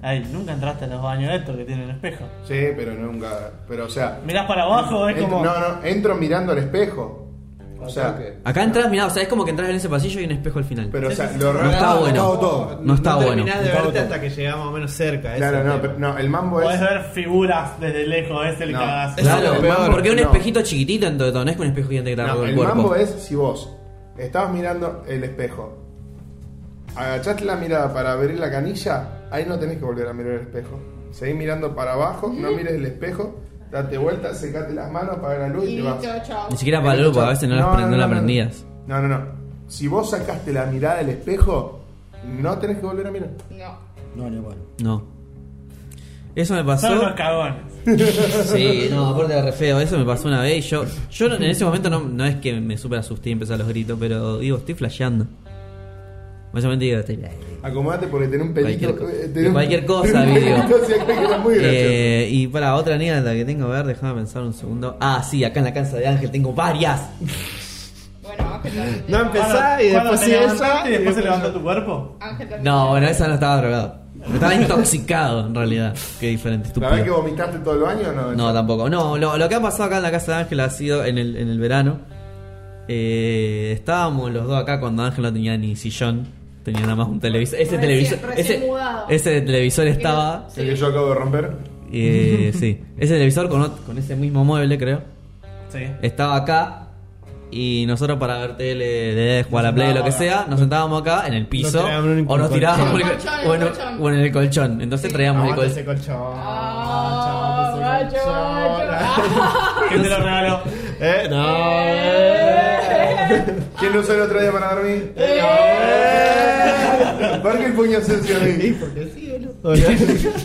[SPEAKER 4] Ay, nunca entraste a los baños estos que tienen espejo.
[SPEAKER 1] Sí, pero nunca. Pero, o sea.
[SPEAKER 4] Mirás para abajo, es
[SPEAKER 1] Entro-
[SPEAKER 4] como.
[SPEAKER 1] No, no, entro mirando al espejo. O sea,
[SPEAKER 2] Acá entras, mirá, o sea, es como que entras en ese pasillo y hay un espejo al final.
[SPEAKER 1] Pero, o sea,
[SPEAKER 2] no
[SPEAKER 1] lo raro-
[SPEAKER 2] está
[SPEAKER 1] no,
[SPEAKER 2] bueno.
[SPEAKER 1] no, todo.
[SPEAKER 2] No está
[SPEAKER 1] No
[SPEAKER 2] bueno.
[SPEAKER 3] Terminás de verte hasta que llegás más o menos cerca. ¿eh? ese
[SPEAKER 1] Claro,
[SPEAKER 3] es
[SPEAKER 1] no,
[SPEAKER 3] el
[SPEAKER 1] pero
[SPEAKER 3] tema.
[SPEAKER 1] no, el mambo
[SPEAKER 4] Podés
[SPEAKER 1] es.
[SPEAKER 4] ver figuras desde lejos, es el
[SPEAKER 1] pues- No.
[SPEAKER 4] cagazo.
[SPEAKER 2] Claro,
[SPEAKER 1] Es peor,
[SPEAKER 2] porque un
[SPEAKER 1] no.
[SPEAKER 2] espejito chiquitito en todo, no es que un espejo gigante que te
[SPEAKER 1] No,
[SPEAKER 2] agarra
[SPEAKER 1] el
[SPEAKER 2] el cuerpo.
[SPEAKER 1] mambo es si vos estabas mirando el espejo, agachaste la mirada para abrir la canilla, ahí no tenés que volver a mirar el espejo. Seguís mirando para abajo, no mires el espejo, date vuelta, secate las manos, apaga la luz y,
[SPEAKER 5] Y
[SPEAKER 1] te vas.
[SPEAKER 5] listo, chao.
[SPEAKER 2] Ni siquiera para el grupo, a veces no, las
[SPEAKER 1] No,
[SPEAKER 2] pre-
[SPEAKER 1] no,
[SPEAKER 2] no la
[SPEAKER 1] no, no.
[SPEAKER 2] prendías.
[SPEAKER 1] No, no, no. Si vos sacaste la mirada del espejo, no tenés que volver a mirar.
[SPEAKER 5] No.
[SPEAKER 7] No, ni bueno.
[SPEAKER 2] No. Eso me pasó.
[SPEAKER 4] Son los cagones.
[SPEAKER 2] Sí, no, aparte re feo. Eso me pasó una vez y yo. Yo no- en ese momento no, no es que me super asusté y empecé a los gritos, pero digo, estoy flasheando. Básicamente digo, estoy.
[SPEAKER 1] Acomodate porque tenés un
[SPEAKER 2] Cualquier
[SPEAKER 1] pelito.
[SPEAKER 2] co-
[SPEAKER 1] eh, tenés un-
[SPEAKER 2] cualquier cosa,
[SPEAKER 1] tenés un
[SPEAKER 2] video.
[SPEAKER 1] pelito hacia acá que era muy gracioso.
[SPEAKER 2] Eh, y para otra anécdota que tengo, a ver, déjame pensar un segundo. Ah, sí, acá en la casa de Ángel tengo varias.
[SPEAKER 3] No empezás y
[SPEAKER 4] Cuando- cuando
[SPEAKER 3] después
[SPEAKER 4] te
[SPEAKER 3] sigue
[SPEAKER 4] levantaste
[SPEAKER 3] ella.
[SPEAKER 4] Y después se levantó tu cuerpo.
[SPEAKER 5] Ángel también.
[SPEAKER 2] No, bueno, esa no estaba drogado. Estaba intoxicado en realidad. Qué diferente,
[SPEAKER 1] ¿La vez que
[SPEAKER 2] estúpido.
[SPEAKER 1] vomitaste todo el baño o no?
[SPEAKER 2] No, tampoco. No, lo, lo que ha pasado acá en la casa de Ángel ha sido en el, en el verano. Eh, estábamos los dos acá cuando Ángel no tenía ni sillón, tenía nada más un televisor. Ese
[SPEAKER 5] Recién-
[SPEAKER 2] televisor,
[SPEAKER 5] recién
[SPEAKER 2] ese,
[SPEAKER 5] mudado.
[SPEAKER 2] ese televisor estaba.
[SPEAKER 1] El que yo acabo de romper.
[SPEAKER 2] eh, sí, ese televisor con, ot- con ese mismo mueble, creo.
[SPEAKER 4] Sí.
[SPEAKER 2] Estaba acá y nosotros para ver tele, de jugar a la play, lo que sea, nos sentábamos acá en el piso
[SPEAKER 3] tirábamos en un
[SPEAKER 2] o nos
[SPEAKER 3] colchón.
[SPEAKER 2] tirábamos
[SPEAKER 5] En el
[SPEAKER 2] el-
[SPEAKER 5] colchón, en el
[SPEAKER 2] o en-
[SPEAKER 5] colchón.
[SPEAKER 2] o en el colchón. Entonces traíamos el
[SPEAKER 3] Aguante
[SPEAKER 2] colchón.
[SPEAKER 3] ese colchón.
[SPEAKER 5] Ah,
[SPEAKER 3] aguante ese
[SPEAKER 5] macho, macho. Ah.
[SPEAKER 4] ¿Quién te lo regaló?
[SPEAKER 3] Eh, no. eh.
[SPEAKER 1] ¿Quién lo usó el otro día para dormir? ¿Por qué el puño sucio ahí?
[SPEAKER 3] Sí, boludo.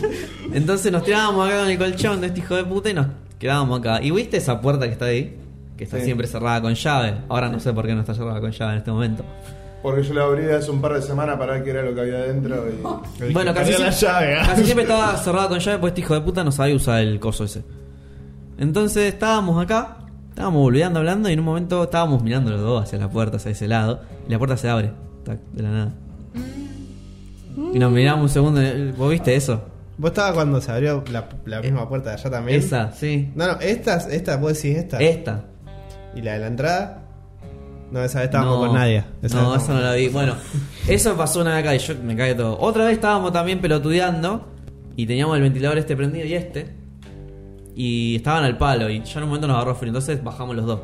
[SPEAKER 2] Entonces nos tirábamos acá con el colchón de este hijo de puta y nos quedábamos acá. ¿Y viste esa puerta que está ahí? Que está
[SPEAKER 1] Sí.
[SPEAKER 2] siempre cerrada con llave. Ahora no sé por qué no está cerrada con llave en este momento.
[SPEAKER 1] Porque yo la abrí hace un par de semanas para ver qué era lo que había adentro y. y
[SPEAKER 2] Bueno,
[SPEAKER 1] dije,
[SPEAKER 2] casi
[SPEAKER 1] "Tenía
[SPEAKER 2] siempre,
[SPEAKER 1] ¿eh?".
[SPEAKER 2] casi siempre estaba cerrada con llave, pues este hijo de puta no sabía usar el coso ese. Entonces estábamos acá, estábamos volviendo hablando y en un momento estábamos mirando los dos hacia la puerta, hacia ese lado, y la puerta se abre, tac, de la nada. Y nos miramos un segundo, ¿vos viste eso?
[SPEAKER 3] ¿Vos estabas cuando se abrió la, la misma puerta de allá también?
[SPEAKER 2] Esa, sí.
[SPEAKER 3] No, no, esta, esta, vos decís esta.
[SPEAKER 2] Esta.
[SPEAKER 3] ¿Y la de la entrada? No, esa vez estábamos
[SPEAKER 2] No,
[SPEAKER 3] con nadie.
[SPEAKER 2] no, esa no la vi. Bueno, eso pasó una vez acá y yo me cagué todo. Otra vez estábamos también pelotudeando y teníamos el ventilador este prendido y este. Y estaban al palo y ya en un momento nos agarró frío. Entonces bajamos los dos.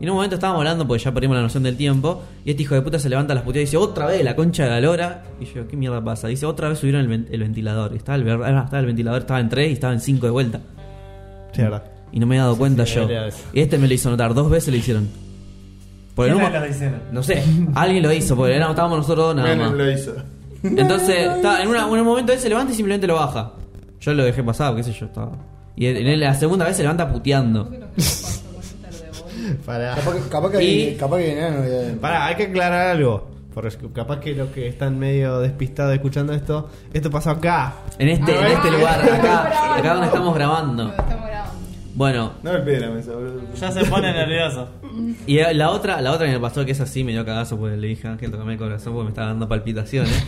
[SPEAKER 2] Y en un momento estábamos hablando porque ya perdimos la noción del tiempo. Y este hijo de puta se levanta a las puteadas y dice: Otra vez la concha de la lora. Y yo, ¿qué mierda pasa? Dice: Otra vez subieron el, ven- el ventilador. Y estaba el, ver- ah, estaba el ventilador, estaba en 3 y estaba en 5 de vuelta.
[SPEAKER 3] Sí, verdad.
[SPEAKER 2] Y no me he dado cuenta
[SPEAKER 3] sí,
[SPEAKER 2] yo.
[SPEAKER 3] era eso.
[SPEAKER 2] Y este me lo hizo notar, dos veces lo hicieron. Por el
[SPEAKER 1] ¿Quién
[SPEAKER 2] humo-
[SPEAKER 1] la hicieron?
[SPEAKER 2] No sé, alguien lo hizo, porque no, estábamos nosotros dos nada
[SPEAKER 1] Menem
[SPEAKER 2] más.
[SPEAKER 1] lo hizo.
[SPEAKER 2] Entonces, está- en, una- en un momento él se levanta y simplemente lo baja. Yo lo dejé pasar, qué sé yo, estaba. Y en en la segunda vez se levanta puteando.
[SPEAKER 3] Pará.
[SPEAKER 7] Capaz que, capaz que,
[SPEAKER 3] Y-
[SPEAKER 7] capaz que enano había adentro.
[SPEAKER 3] Pará, hay que aclarar algo. Porque capaz que los que están medio despistados escuchando esto, esto pasó acá.
[SPEAKER 2] En este, en este lugar, acá, acá donde estamos grabando. Bueno,
[SPEAKER 1] No me pide la mesa, boludo.
[SPEAKER 4] Ya se pone nervioso.
[SPEAKER 2] y la otra, la otra que me pasó, que es así, me dio cagazo porque le dije a Ángel, tocame el corazón porque me estaba dando palpitaciones.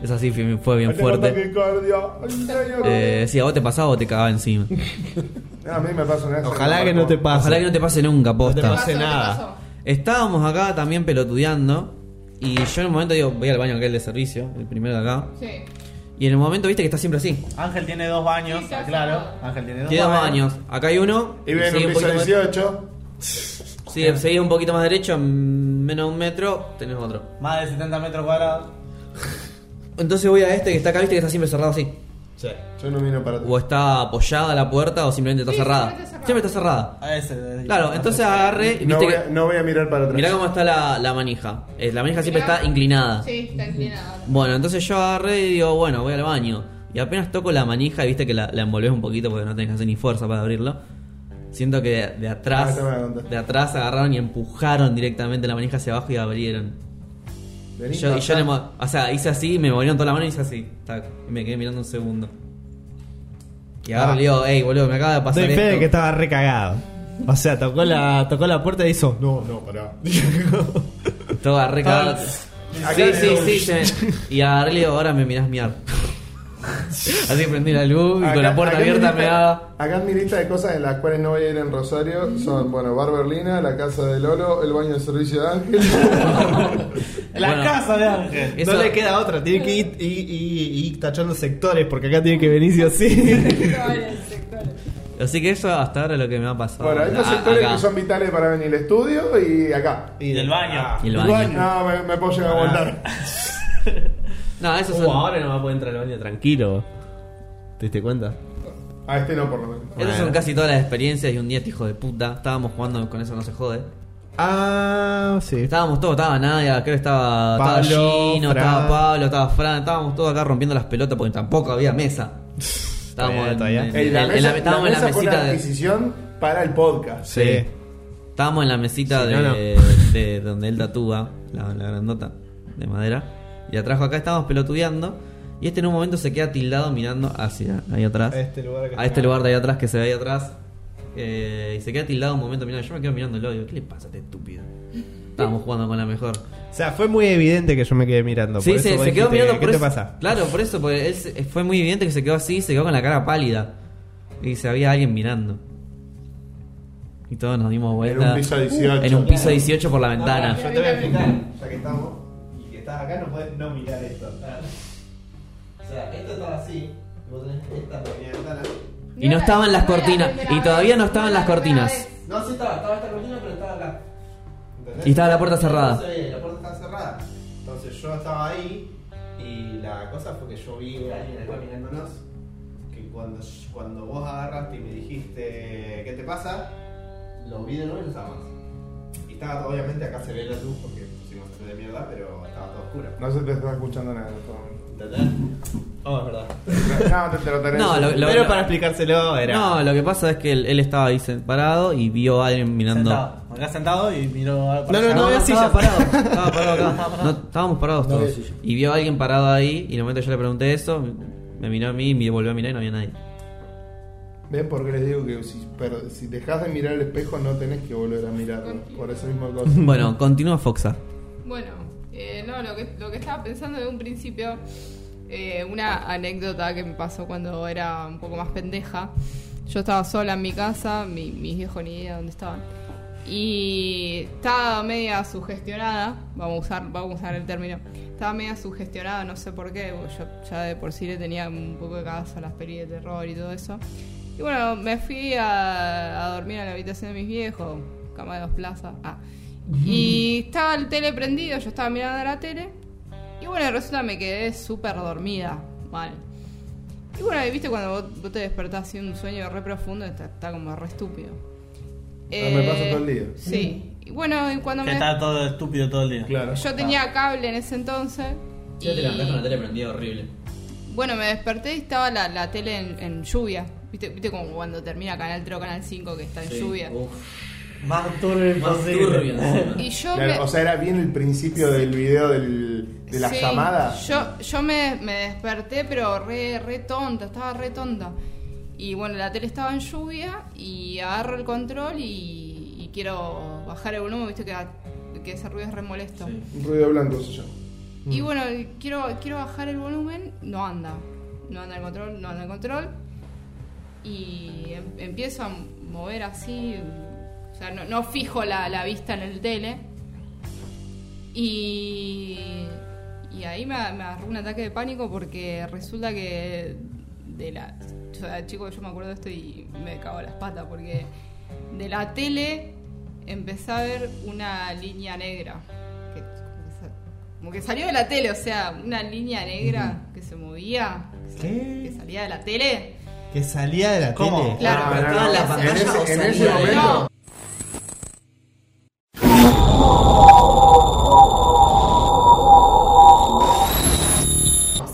[SPEAKER 2] Es así, fue, fue bien
[SPEAKER 1] Tengo
[SPEAKER 2] fuerte.
[SPEAKER 1] taquicardia. Ay, señor.
[SPEAKER 2] Eh, sí, a vos te pasaba o te cagaba encima.
[SPEAKER 1] No, a mí me pasa una
[SPEAKER 3] Ojalá que no te pase.
[SPEAKER 2] Ojalá que no te pase nunca, posta.
[SPEAKER 3] No te pase nada.
[SPEAKER 2] Estábamos acá también pelotudeando. Y yo en un momento digo, voy al baño que es el de servicio, el primero de acá.
[SPEAKER 5] Sí.
[SPEAKER 2] Y en el momento viste que está siempre así.
[SPEAKER 4] Ángel tiene dos baños, claro. Ángel tiene dos
[SPEAKER 2] Tiene dos
[SPEAKER 4] baños.
[SPEAKER 2] baños. Acá hay uno.
[SPEAKER 1] Y vive en un piso
[SPEAKER 2] más-
[SPEAKER 1] 18.
[SPEAKER 2] sí, seguí un poquito más derecho, mm, menos de un metro, tenés otro.
[SPEAKER 4] Más de 70 metros cuadrados.
[SPEAKER 2] Entonces voy a este que está acá, viste que está siempre cerrado así.
[SPEAKER 3] Sí.
[SPEAKER 1] Yo no vino para ti.
[SPEAKER 2] O está apoyada la puerta o simplemente está cerrada. Siempre está cerrada.
[SPEAKER 4] A ese.
[SPEAKER 2] Claro, entonces ah, agarré y viste
[SPEAKER 1] No voy, a,
[SPEAKER 2] que.
[SPEAKER 1] no voy a mirar para atrás.
[SPEAKER 2] Mirá cómo está la, la manija. Eh, La manija siempre está inclinada.
[SPEAKER 5] Sí, está inclinada.
[SPEAKER 2] Bueno, entonces yo agarré y digo, bueno, voy al baño. Y apenas toco la manija, y viste que la, la envolvés un poquito porque no tenés que hacer ni fuerza para abrirlo. Siento que de, de
[SPEAKER 1] Ah,
[SPEAKER 2] atrás,
[SPEAKER 1] te voy a contar.
[SPEAKER 2] de atrás agarraron y empujaron directamente la manija hacia abajo y abrieron. Y
[SPEAKER 1] Vení,
[SPEAKER 2] yo, y yo
[SPEAKER 1] pasá.
[SPEAKER 2] le mo- o sea, hice así, me movieron toda la mano y hice así. tac, y me quedé mirando un segundo. Y agarro y le digo, hey, boludo, me acaba de pasar
[SPEAKER 3] Doy
[SPEAKER 2] esto.
[SPEAKER 3] fe de que estaba recagado. O sea, tocó la, Ah, tocó la puerta y hizo. No, no, pará.
[SPEAKER 2] Todo arrecado.
[SPEAKER 3] Ah,
[SPEAKER 2] Sí,
[SPEAKER 1] acá
[SPEAKER 2] sí,
[SPEAKER 1] tengo-
[SPEAKER 2] sí. se- Y agarré y le digo, ahora me mirás miar. Así que prendí la luz y con la puerta
[SPEAKER 1] acá en mi
[SPEAKER 2] abierta
[SPEAKER 1] lista-
[SPEAKER 2] me daba.
[SPEAKER 1] Acá en mi lista de cosas en las cuales no voy a ir en Rosario son, bueno, Bar Berlina, la casa de Lolo, el baño de servicio de Ángel.
[SPEAKER 4] La
[SPEAKER 2] Bueno.
[SPEAKER 4] casa de Ángel.
[SPEAKER 2] Eso-
[SPEAKER 3] No le queda otra, tiene que ir, ir- ir- ir tachando sectores porque acá tiene que venir sí o sí.
[SPEAKER 2] Así que eso hasta ahora es lo que me ha pasado.
[SPEAKER 1] bueno, estos
[SPEAKER 2] A-
[SPEAKER 1] sectores
[SPEAKER 2] Ah, acá.
[SPEAKER 1] que son vitales para venir al estudio y acá.
[SPEAKER 3] Y
[SPEAKER 4] del
[SPEAKER 3] Ah.
[SPEAKER 4] baño.
[SPEAKER 2] Y el baño.
[SPEAKER 1] No, me, me puedo llegar a aguantar.
[SPEAKER 2] No, eso
[SPEAKER 3] Uh,
[SPEAKER 2] son,
[SPEAKER 3] ahora no va a poder entrar al baño tranquilo. ¿Te diste cuenta?
[SPEAKER 1] A este no, por lo menos.
[SPEAKER 2] esas son casi todas las experiencias y un día este hijo de puta. Estábamos jugando con eso no se jode.
[SPEAKER 3] Ah, sí.
[SPEAKER 2] Estábamos todos, estaba Nadia, creo que estaba, estaba
[SPEAKER 3] Pablo,
[SPEAKER 2] Gino,
[SPEAKER 3] Fran.
[SPEAKER 2] estaba Pablo, estaba Fran, estábamos todos acá rompiendo las pelotas porque tampoco había mesa. Estábamos
[SPEAKER 3] bien,
[SPEAKER 2] en,
[SPEAKER 3] está bien.
[SPEAKER 2] en-
[SPEAKER 1] Eh, la
[SPEAKER 2] en- en
[SPEAKER 1] mesa-
[SPEAKER 2] la- estábamos en la
[SPEAKER 1] mesa fue
[SPEAKER 2] mesita
[SPEAKER 1] una
[SPEAKER 2] de.
[SPEAKER 1] adquisición para el podcast.
[SPEAKER 3] Sí.
[SPEAKER 2] Estábamos en la mesita
[SPEAKER 3] Sí,
[SPEAKER 2] de,
[SPEAKER 3] no, no.
[SPEAKER 2] de donde él tatúa, la, la grandota de madera. Y atrás acá estábamos pelotudeando. Y este en un momento se queda tildado mirando hacia ahí atrás.
[SPEAKER 3] A este lugar que
[SPEAKER 2] a
[SPEAKER 3] está.
[SPEAKER 2] este lugar de ahí atrás que se ve ahí atrás. Eh, y se queda tildado un momento mirando. Yo me quedo mirándolo y digo, ¿qué le pasa a este estúpido? Estábamos jugando con la mejor.
[SPEAKER 3] O sea, fue muy evidente que yo me quedé mirando.
[SPEAKER 2] Sí,
[SPEAKER 3] por eso
[SPEAKER 2] se,
[SPEAKER 3] vos
[SPEAKER 2] se quedó
[SPEAKER 3] dijiste,
[SPEAKER 2] mirando
[SPEAKER 3] ¿Qué
[SPEAKER 2] por
[SPEAKER 3] te
[SPEAKER 2] eso.
[SPEAKER 3] pasa?
[SPEAKER 2] Claro, por eso, porque él se- fue muy evidente que se quedó así, se quedó con la cara pálida. Y se había alguien mirando. Y todos nos dimos
[SPEAKER 1] En
[SPEAKER 2] vuelta.
[SPEAKER 1] un piso 18.
[SPEAKER 2] En un piso 18 por la ventana.
[SPEAKER 3] Ah, Yo te voy a explicar, ya que estamos y que estás acá, no puedes no mirar esto. O sea, esto estaba así, y vos tenés esta pequeña ventana.
[SPEAKER 2] Y no estaban las cortinas. Y todavía no estaban las cortinas.
[SPEAKER 3] No, sí estaba, estaba esta cortina, pero estaba acá. ¿Entendés?
[SPEAKER 2] Y estaba la puerta cerrada.
[SPEAKER 3] No se veía, la puerta estaba cerrada. Entonces yo estaba ahí y la cosa fue que yo vi a alguien acá mirándonos. Que cuando, cuando vos agarraste y me dijiste, ¿qué te pasa? Lo vi de nuevo y no estaba más. Y estaba, obviamente, acá se ve la luz porque pusimos el de mierda, pero estaba todo oscuro.
[SPEAKER 1] No se te está escuchando nada en este momento.
[SPEAKER 3] Oh, es verdad.
[SPEAKER 1] No, te lo tenés.
[SPEAKER 2] No, lo- lo-
[SPEAKER 3] Pero
[SPEAKER 2] lo-
[SPEAKER 3] para explicárselo era.
[SPEAKER 2] No, lo que pasa es que él, él estaba ahí parado y vio a alguien mirando.
[SPEAKER 4] Sentado. Acá sentado y miró. a-
[SPEAKER 3] no, no había
[SPEAKER 2] estaba
[SPEAKER 3] sillas.
[SPEAKER 2] parado. Estaba parado acá. No, estábamos parados
[SPEAKER 4] No había
[SPEAKER 2] todos. y vio a alguien parado ahí y en el momento que yo le pregunté eso, me miró a mí, me volvió a mirar y no había nadie.
[SPEAKER 1] ¿Ven por qué les digo que si, per- si dejas de mirar el espejo no tenés que volver a mirarlo? Por esa misma cosa.
[SPEAKER 2] Bueno, continúa Foxa.
[SPEAKER 5] Bueno, eh, no, lo que, lo que estaba pensando de un principio, eh, una anécdota que me pasó cuando era un poco más pendeja. Yo estaba sola en mi casa, mi- mis viejos ni idea dónde estaban. Y estaba media sugestionada, vamos a usar, vamos a usar el término. Estaba media sugestionada, no sé por qué, porque yo ya de por sí le tenía un poco de cagazo a las pelis de terror y todo eso. Y bueno, me fui a, a dormir a la habitación de mis viejos, cama de dos plazas. Ah. Y estaba el tele prendido, yo estaba mirando la tele. Y bueno, resulta que me quedé súper dormida, mal. Y bueno, y viste cuando vos, vos te despertás así un sueño re profundo, está, está como re estúpido.
[SPEAKER 1] Ah, me pasa todo el día.
[SPEAKER 5] Sí. Y bueno, y cuando
[SPEAKER 4] Que
[SPEAKER 5] me...
[SPEAKER 4] estaba todo estúpido todo el día.
[SPEAKER 1] Claro.
[SPEAKER 5] Yo tenía cable en ese entonces.
[SPEAKER 2] Yo te
[SPEAKER 5] y-
[SPEAKER 2] levanté con la tele prendida horrible.
[SPEAKER 5] Bueno, me desperté y estaba la, la tele en, en lluvia. ¿Viste, ¿Viste como cuando termina Canal 3 o Canal 5 que está en lluvia?
[SPEAKER 4] Más turbio imposible.
[SPEAKER 5] Y yo
[SPEAKER 1] Claro,
[SPEAKER 5] me-
[SPEAKER 1] O sea, era bien el principio del video del- de la
[SPEAKER 5] Sí,
[SPEAKER 1] llamada.
[SPEAKER 5] Yo, yo me, me desperté, pero re, re tonta, estaba re tonta. Y bueno, la tele estaba en lluvia y agarro el control y, y quiero bajar el volumen, viste que, que ese ruido es re molesto.
[SPEAKER 1] Un ruido blanco se llama.
[SPEAKER 5] Y bueno, quiero, quiero bajar el volumen, no anda. No anda el control, no anda el control. Y em- empiezo a mover así, o sea, no, no fijo la, la vista en el tele. Y, y ahí me, me agarró un ataque de pánico porque resulta que de la... o sea, chico, yo me acuerdo de esto y me cago en las patas porque de la tele empecé a ver una línea negra. Que, como que sa- como que salió de la tele, o sea, una línea negra que se movía, que, sal- que salía de la tele.
[SPEAKER 3] Que salía de la
[SPEAKER 4] ¿Cómo?
[SPEAKER 3] tele.
[SPEAKER 5] Claro,
[SPEAKER 4] pero estaba en la pantalla
[SPEAKER 1] Ah, En
[SPEAKER 4] o
[SPEAKER 1] ese, en ese
[SPEAKER 4] salía de-
[SPEAKER 1] momento.
[SPEAKER 5] No.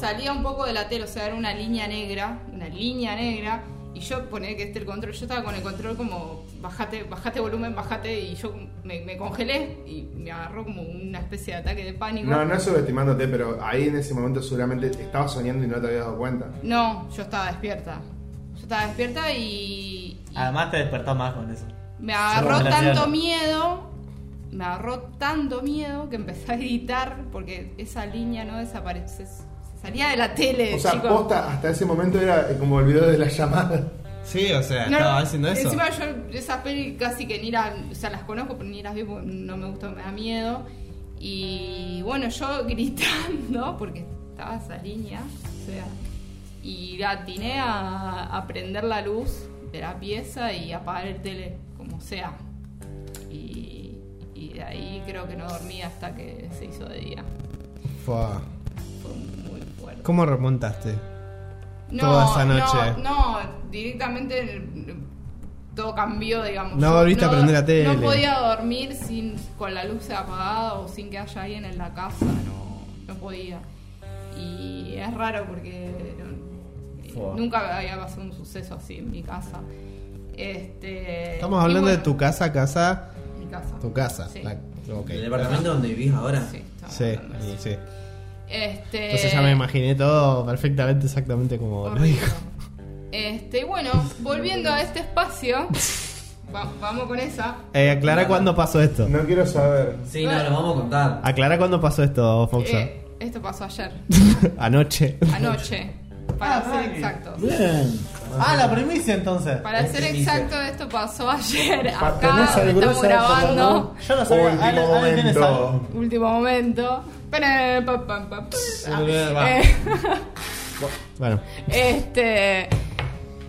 [SPEAKER 5] Salía un poco de la tele, o sea, era una línea negra, una línea negra. Y yo ponía que este el control, yo estaba con el control como bajate, bajate volumen, bajate, y yo me, me congelé y me agarró como una especie de ataque de pánico.
[SPEAKER 1] No, no es subestimándote, pero ahí en ese momento seguramente estabas soñando y no te habías dado cuenta.
[SPEAKER 5] No, yo estaba despierta. Yo estaba despierta y
[SPEAKER 4] Además te despertó más con eso.
[SPEAKER 5] me agarró
[SPEAKER 4] Cerró la
[SPEAKER 5] tanto
[SPEAKER 4] llave.
[SPEAKER 5] miedo, me agarró tanto miedo que empecé a gritar porque esa línea no desaparece. se Salía de la tele,
[SPEAKER 1] O sea,
[SPEAKER 5] Eh, chicos.
[SPEAKER 1] posta hasta ese momento era eh, como el video de la llamada.
[SPEAKER 3] Sí, o sea,
[SPEAKER 5] No,
[SPEAKER 3] estaba
[SPEAKER 5] no,
[SPEAKER 3] haciendo eso.
[SPEAKER 5] Encima yo esas pelis casi que ni las, o sea, las conozco, pero ni las vi porque no me gustó, me da miedo. Y bueno, yo gritando, porque estaba esa línea, o sea, y atiné a, a prender la luz de la pieza y apagar el tele, como sea. Y, y de ahí creo que no dormí hasta que se hizo de día.
[SPEAKER 3] Fua.
[SPEAKER 5] Fue muy fuerte.
[SPEAKER 3] ¿Cómo remontaste? Toda esa noche.
[SPEAKER 5] No, no, directamente eh, todo cambió, digamos.
[SPEAKER 3] No
[SPEAKER 5] Yo
[SPEAKER 3] volviste a prender la tele.
[SPEAKER 5] No podía dormir sin con la luz apagada o sin que haya alguien en la casa, no, no podía. Y es raro porque no, eh,
[SPEAKER 3] Fua.
[SPEAKER 5] nunca había pasado un suceso así en mi casa. Este,
[SPEAKER 3] Estamos
[SPEAKER 5] y
[SPEAKER 3] hablando
[SPEAKER 5] bueno,
[SPEAKER 3] de tu casa, casa,
[SPEAKER 5] mi casa.
[SPEAKER 3] tu casa.
[SPEAKER 5] Sí.
[SPEAKER 3] La- ok.
[SPEAKER 2] ¿El departamento donde vivís ahora?
[SPEAKER 5] Sí, está.
[SPEAKER 3] Sí, y sí.
[SPEAKER 5] Este,
[SPEAKER 3] Entonces ya me imaginé todo perfectamente, exactamente como lo dijo.
[SPEAKER 5] Este, y bueno, volviendo a este espacio, va- vamos con esa.
[SPEAKER 3] Eh, aclara cuándo pasó esto.
[SPEAKER 1] No quiero saber.
[SPEAKER 2] Sí, no, lo vamos a contar.
[SPEAKER 3] Aclara cuándo pasó esto, Foxa.
[SPEAKER 5] Eh, esto pasó ayer,
[SPEAKER 3] Anoche.
[SPEAKER 5] anoche, para ser exactos.
[SPEAKER 4] Ah, la premisa entonces.
[SPEAKER 5] Para
[SPEAKER 3] Este
[SPEAKER 5] ser exacto, esto pasó ayer,
[SPEAKER 4] Pa-
[SPEAKER 5] acá
[SPEAKER 4] tenés
[SPEAKER 5] donde
[SPEAKER 4] al
[SPEAKER 5] estamos
[SPEAKER 4] grueso,
[SPEAKER 5] grabando.
[SPEAKER 4] Yo no sabía.
[SPEAKER 3] Ah,
[SPEAKER 1] Último
[SPEAKER 4] Ale- Ale tiene
[SPEAKER 1] momento.
[SPEAKER 4] sal-
[SPEAKER 5] Último momento. Pará, pa, pa, pa, pa.
[SPEAKER 3] Va.
[SPEAKER 5] Eh,
[SPEAKER 3] Bueno,
[SPEAKER 5] Este.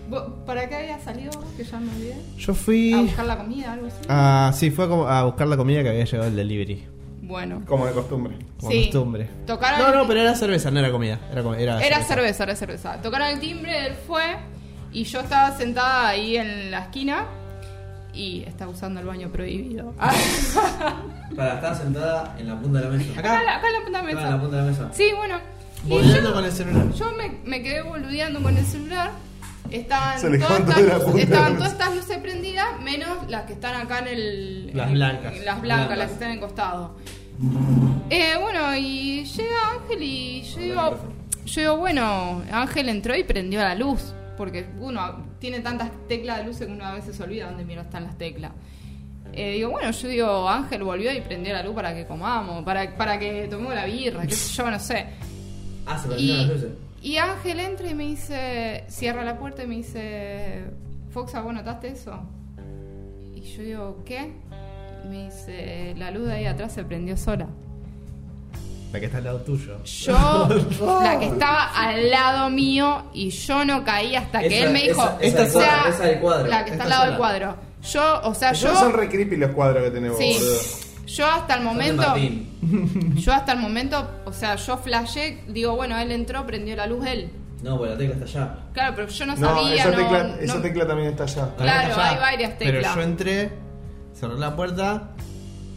[SPEAKER 5] ¿vo- ¿Para qué había salido? Que ya me olvidé.
[SPEAKER 3] yo
[SPEAKER 5] A
[SPEAKER 3] fui.
[SPEAKER 5] buscar la comida, algo así.
[SPEAKER 3] Ah, sí, fue como a buscar la comida que había llegado el delivery.
[SPEAKER 5] Bueno.
[SPEAKER 1] Como de costumbre.
[SPEAKER 3] Como
[SPEAKER 5] Sí.
[SPEAKER 3] costumbre.
[SPEAKER 5] Tocaron-
[SPEAKER 3] No, no, pero era cerveza, no era comida. Era, com- era
[SPEAKER 5] Era cerveza, era cerveza. Tocaron el timbre, él fue y yo estaba sentada ahí en la esquina y estaba usando el baño prohibido. Ah,
[SPEAKER 2] Para estar sentada en la punta de la mesa.
[SPEAKER 5] Acá, acá en la punta de la
[SPEAKER 2] Estaba
[SPEAKER 5] mesa.
[SPEAKER 2] en la punta de la mesa.
[SPEAKER 5] Sí, bueno. Y
[SPEAKER 3] Boludeando
[SPEAKER 5] yo-
[SPEAKER 3] con el celular.
[SPEAKER 5] Yo me, me quedé boludeando con el celular. Estaban,
[SPEAKER 3] Se le
[SPEAKER 5] todas,
[SPEAKER 3] cortó
[SPEAKER 5] estas
[SPEAKER 3] la punta
[SPEAKER 5] luces, estaban
[SPEAKER 3] de la
[SPEAKER 5] todas estas luces prendidas, menos las que están acá en el.
[SPEAKER 3] Las
[SPEAKER 5] en-
[SPEAKER 3] blancas.
[SPEAKER 5] Las
[SPEAKER 3] Blancas.
[SPEAKER 5] blancas, las que están en el costado. Eh, bueno, y llega Ángel y yo digo, yo digo, bueno, Ángel entró y prendió la luz, porque uno tiene tantas teclas de luces que uno a veces se olvida dónde mierda están las teclas. Eh, digo, bueno, yo digo, Ángel volvió y prendió la luz para que comamos, para, para que tomemos la birra, qué sé yo, no sé.
[SPEAKER 4] Ah, se
[SPEAKER 5] prendieron
[SPEAKER 4] las
[SPEAKER 5] las luces. Y Ángel entra y me dice, cierra la puerta y me dice, Foxa, ¿vos notaste eso? Y yo digo, ¿qué? Y me dice, la luz de ahí atrás se prendió sola.
[SPEAKER 3] La que está al lado tuyo.
[SPEAKER 5] Yo, la que estaba al lado mío y yo no caí hasta que
[SPEAKER 1] Esa-
[SPEAKER 5] él me dijo,
[SPEAKER 1] esa- esa del
[SPEAKER 5] o sea,
[SPEAKER 1] cuadro, esa del cuadro.
[SPEAKER 5] la que
[SPEAKER 1] Esta
[SPEAKER 5] está al lado del
[SPEAKER 1] sola.
[SPEAKER 5] cuadro. Yo, o sea, yo,
[SPEAKER 1] Esos son re creepy los cuadros que tenemos,
[SPEAKER 5] Sí.
[SPEAKER 1] boludo.
[SPEAKER 5] yo hasta el momento, yo hasta el momento, o sea, yo flashé, digo, bueno, él entró, prendió la luz él.
[SPEAKER 2] No, pues la tecla está allá.
[SPEAKER 5] Claro, pero yo no,
[SPEAKER 1] No,
[SPEAKER 5] sabía,
[SPEAKER 1] esa,
[SPEAKER 5] no-
[SPEAKER 1] tecla,
[SPEAKER 5] no-
[SPEAKER 1] esa tecla también está allá.
[SPEAKER 5] Claro,
[SPEAKER 3] Allá.
[SPEAKER 5] hay varias teclas.
[SPEAKER 3] Pero yo entré, cerré la puerta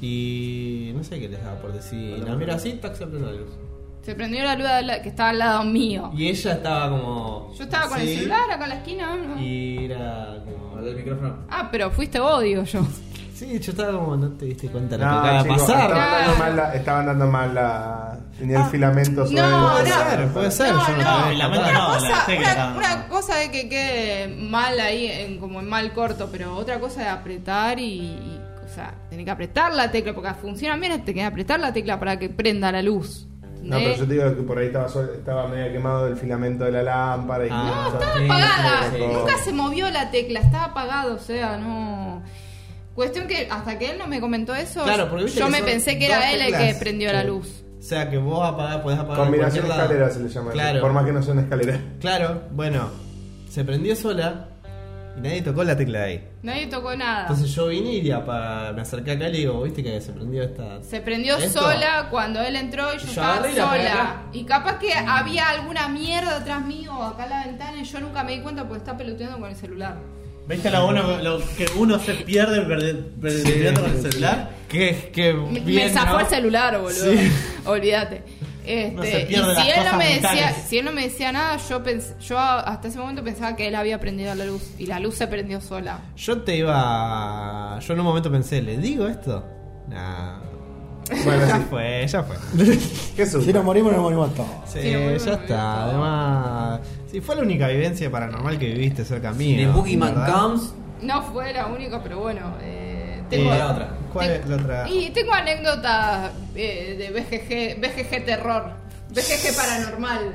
[SPEAKER 3] y no sé qué les daba por decir. La miro así, tac, se prende la luz.
[SPEAKER 5] Se prendió la luz de la- que estaba al lado mío.
[SPEAKER 3] Y ella estaba como.
[SPEAKER 5] Yo estaba con el
[SPEAKER 3] así,
[SPEAKER 5] celular acá en la esquina. ¿no?
[SPEAKER 3] Y era como. el micrófono?
[SPEAKER 5] Ah, pero fuiste vos, digo yo.
[SPEAKER 3] Sí, yo estaba como, no te diste cuenta de lo que
[SPEAKER 1] No,
[SPEAKER 3] acaba de
[SPEAKER 1] chicos,
[SPEAKER 3] pasar.
[SPEAKER 1] Estaban dando mal la. Estaban dando mal la tenía el filamento sobre
[SPEAKER 5] Ah. no,
[SPEAKER 1] el-
[SPEAKER 5] no. Puede ser,
[SPEAKER 3] puede ser, yo no
[SPEAKER 1] no.
[SPEAKER 3] sabía.
[SPEAKER 1] Filamento
[SPEAKER 5] Una
[SPEAKER 1] no, la
[SPEAKER 5] cosa,
[SPEAKER 1] tecla
[SPEAKER 5] una-
[SPEAKER 1] estaba-
[SPEAKER 5] una cosa de que quede mal ahí, en- como en mal corto, pero otra cosa de apretar y, y, o sea, tener que apretar la tecla, porque funciona bien, te que apretar la tecla para que prenda la luz.
[SPEAKER 1] No,
[SPEAKER 5] Eh.
[SPEAKER 1] pero yo te digo que por ahí estaba, sol- estaba medio quemado el filamento de la lámpara. Y
[SPEAKER 3] Ah,
[SPEAKER 5] No,
[SPEAKER 1] estaba
[SPEAKER 5] apagada. Nunca se movió la tecla, estaba apagado, o sea, no. Cuestión que hasta que él no me comentó eso,
[SPEAKER 3] Claro, porque viste
[SPEAKER 5] yo
[SPEAKER 3] que
[SPEAKER 5] me
[SPEAKER 3] son
[SPEAKER 5] pensé que
[SPEAKER 3] dos
[SPEAKER 5] era él el que
[SPEAKER 3] teclas
[SPEAKER 5] prendió la
[SPEAKER 3] que-
[SPEAKER 5] luz.
[SPEAKER 3] O sea, que vos apagás, podés apagar.
[SPEAKER 1] Combinación
[SPEAKER 3] de cualquier
[SPEAKER 1] escalera
[SPEAKER 3] lado.
[SPEAKER 1] se le llama. eso,
[SPEAKER 3] Claro.
[SPEAKER 1] Por más que no sea una escalera.
[SPEAKER 3] Claro, bueno, se prendió sola y nadie tocó la tecla de ahí.
[SPEAKER 5] Nadie tocó nada.
[SPEAKER 3] Entonces yo vine y apa- me acerqué acá y le digo, viste que se prendió esta.
[SPEAKER 5] Se prendió
[SPEAKER 3] ¿Esto?
[SPEAKER 5] sola cuando él entró y yo,
[SPEAKER 3] Yo
[SPEAKER 5] estaba
[SPEAKER 3] agarré y la apagué
[SPEAKER 5] sola.
[SPEAKER 3] acá.
[SPEAKER 5] Y capaz que había alguna mierda atrás mío o acá en la ventana y yo nunca me di cuenta porque estaba peloteando con el celular.
[SPEAKER 4] ¿Viste lo bueno lo que uno se pierde perdiendo con el celular?
[SPEAKER 3] Que, que
[SPEAKER 5] Me, me zafó el celular, boludo. Olvídate. Este,
[SPEAKER 4] No se
[SPEAKER 5] y
[SPEAKER 4] pierden las
[SPEAKER 5] si él,
[SPEAKER 4] cosas
[SPEAKER 5] no me decía,
[SPEAKER 4] mentales.
[SPEAKER 5] si él no me decía nada, yo pens- yo hasta ese momento pensaba que él había prendido la luz y la luz se prendió sola.
[SPEAKER 3] Yo te iba. Yo en un momento pensé, ¿le digo esto? Nah.
[SPEAKER 1] Bueno,
[SPEAKER 3] ya
[SPEAKER 1] sí.
[SPEAKER 3] fue, ya fue.
[SPEAKER 1] ¿Qué
[SPEAKER 7] Si nos morimos, nos morimos todos.
[SPEAKER 3] Sí, ya está. Además, si fue la única vivencia paranormal que viviste cerca mío.
[SPEAKER 2] The Boogeyman
[SPEAKER 3] ¿verdad?
[SPEAKER 2] Comes.
[SPEAKER 5] No fue la única, pero bueno. eh,
[SPEAKER 3] Eh,
[SPEAKER 5] tengo,
[SPEAKER 3] ¿Cuál es la otra?
[SPEAKER 5] Y tengo anécdotas eh, de BGG, BGG terror, BGG paranormal.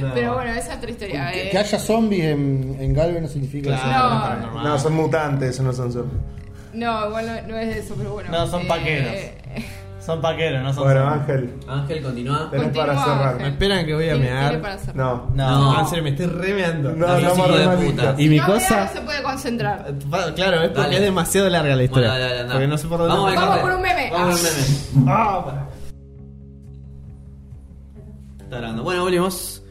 [SPEAKER 7] No.
[SPEAKER 5] Pero bueno, esa es otra historia.
[SPEAKER 7] Que,
[SPEAKER 5] eh.
[SPEAKER 7] que haya zombies en, en Galve no significa que
[SPEAKER 5] Claro.
[SPEAKER 7] sea
[SPEAKER 5] No.
[SPEAKER 7] paranormal.
[SPEAKER 1] No, son mutantes, no son zombies.
[SPEAKER 5] No, igual no, no es eso, pero bueno.
[SPEAKER 4] No, son
[SPEAKER 5] eh,
[SPEAKER 4] paqueros. Son paqueros, no son
[SPEAKER 1] Bueno,
[SPEAKER 4] zombies.
[SPEAKER 1] Ángel.
[SPEAKER 2] Ángel, continúa.
[SPEAKER 1] Tenés
[SPEAKER 5] Continúa,
[SPEAKER 1] para cerrar.
[SPEAKER 5] Ángel.
[SPEAKER 3] Me esperan que voy a
[SPEAKER 5] Tiene- tiene
[SPEAKER 3] mear.
[SPEAKER 5] para cerrar.
[SPEAKER 1] No.
[SPEAKER 3] No, en serio, me estoy remeando.
[SPEAKER 1] No, no, vamos a remar listas.
[SPEAKER 3] Y mi
[SPEAKER 5] No, mira,
[SPEAKER 3] cosa.
[SPEAKER 5] No se puede concentrar.
[SPEAKER 3] Va- Claro, es porque
[SPEAKER 2] Dale.
[SPEAKER 3] es demasiado larga la historia.
[SPEAKER 2] Bueno, dale, dale, anda.
[SPEAKER 3] Porque no sé por dónde.
[SPEAKER 2] Vamos al
[SPEAKER 5] Vamos
[SPEAKER 2] corte.
[SPEAKER 5] por un meme.
[SPEAKER 2] Vamos por un meme.
[SPEAKER 3] Ah, para.
[SPEAKER 2] Está grabando. Bueno, volvimos.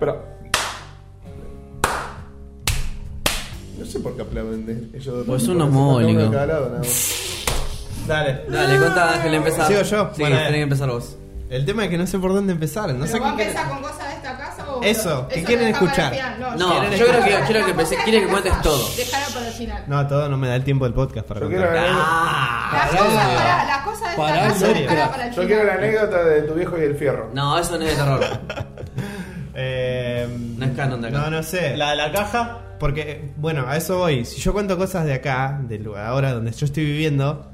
[SPEAKER 1] Pero. No sé por qué aplauden de ellos dos.
[SPEAKER 2] Pues son
[SPEAKER 1] Parece
[SPEAKER 2] unos
[SPEAKER 1] que cada uno
[SPEAKER 2] mólicos.
[SPEAKER 1] de cada lado, nada más.
[SPEAKER 3] Dale.
[SPEAKER 2] Dale, contá, Ángel, empezá.
[SPEAKER 3] ¿Sigo yo?
[SPEAKER 2] Sí,
[SPEAKER 3] Bueno,
[SPEAKER 2] tenés que empezar vos.
[SPEAKER 3] El tema es que no sé por dónde empezar. No
[SPEAKER 5] ¿Pero
[SPEAKER 3] sé
[SPEAKER 5] vos
[SPEAKER 3] qué.
[SPEAKER 5] empezás con cosas de esta casa o.?
[SPEAKER 3] Eso, ¿qué
[SPEAKER 5] lo
[SPEAKER 3] quieren
[SPEAKER 5] dejá para el
[SPEAKER 3] escuchar?
[SPEAKER 5] final.
[SPEAKER 2] No, yo
[SPEAKER 5] si quieren
[SPEAKER 2] creo que-
[SPEAKER 5] escuchar
[SPEAKER 2] quiero que
[SPEAKER 5] las
[SPEAKER 2] pensé- quiere
[SPEAKER 5] cosas
[SPEAKER 2] que
[SPEAKER 5] de esta
[SPEAKER 2] cuentes
[SPEAKER 5] casa,
[SPEAKER 2] todo.
[SPEAKER 5] Dejalo para el final.
[SPEAKER 3] No, todo no me da el tiempo del podcast para
[SPEAKER 1] Yo
[SPEAKER 3] contar.
[SPEAKER 1] quiero la-
[SPEAKER 5] Las cosas, pará, las cosas de esta
[SPEAKER 3] Pará,
[SPEAKER 5] casa
[SPEAKER 3] en serio.
[SPEAKER 5] dejala para
[SPEAKER 1] Yo
[SPEAKER 5] el final.
[SPEAKER 1] quiero la anécdota de tu viejo y el fierro.
[SPEAKER 2] No, eso no es de terror.
[SPEAKER 3] Eh,
[SPEAKER 2] No es canon de acá.
[SPEAKER 3] No, no sé.
[SPEAKER 4] La de la caja.
[SPEAKER 3] Porque, eh, bueno, a eso voy. Si yo cuento cosas de acá, del lugar ahora donde yo estoy viviendo,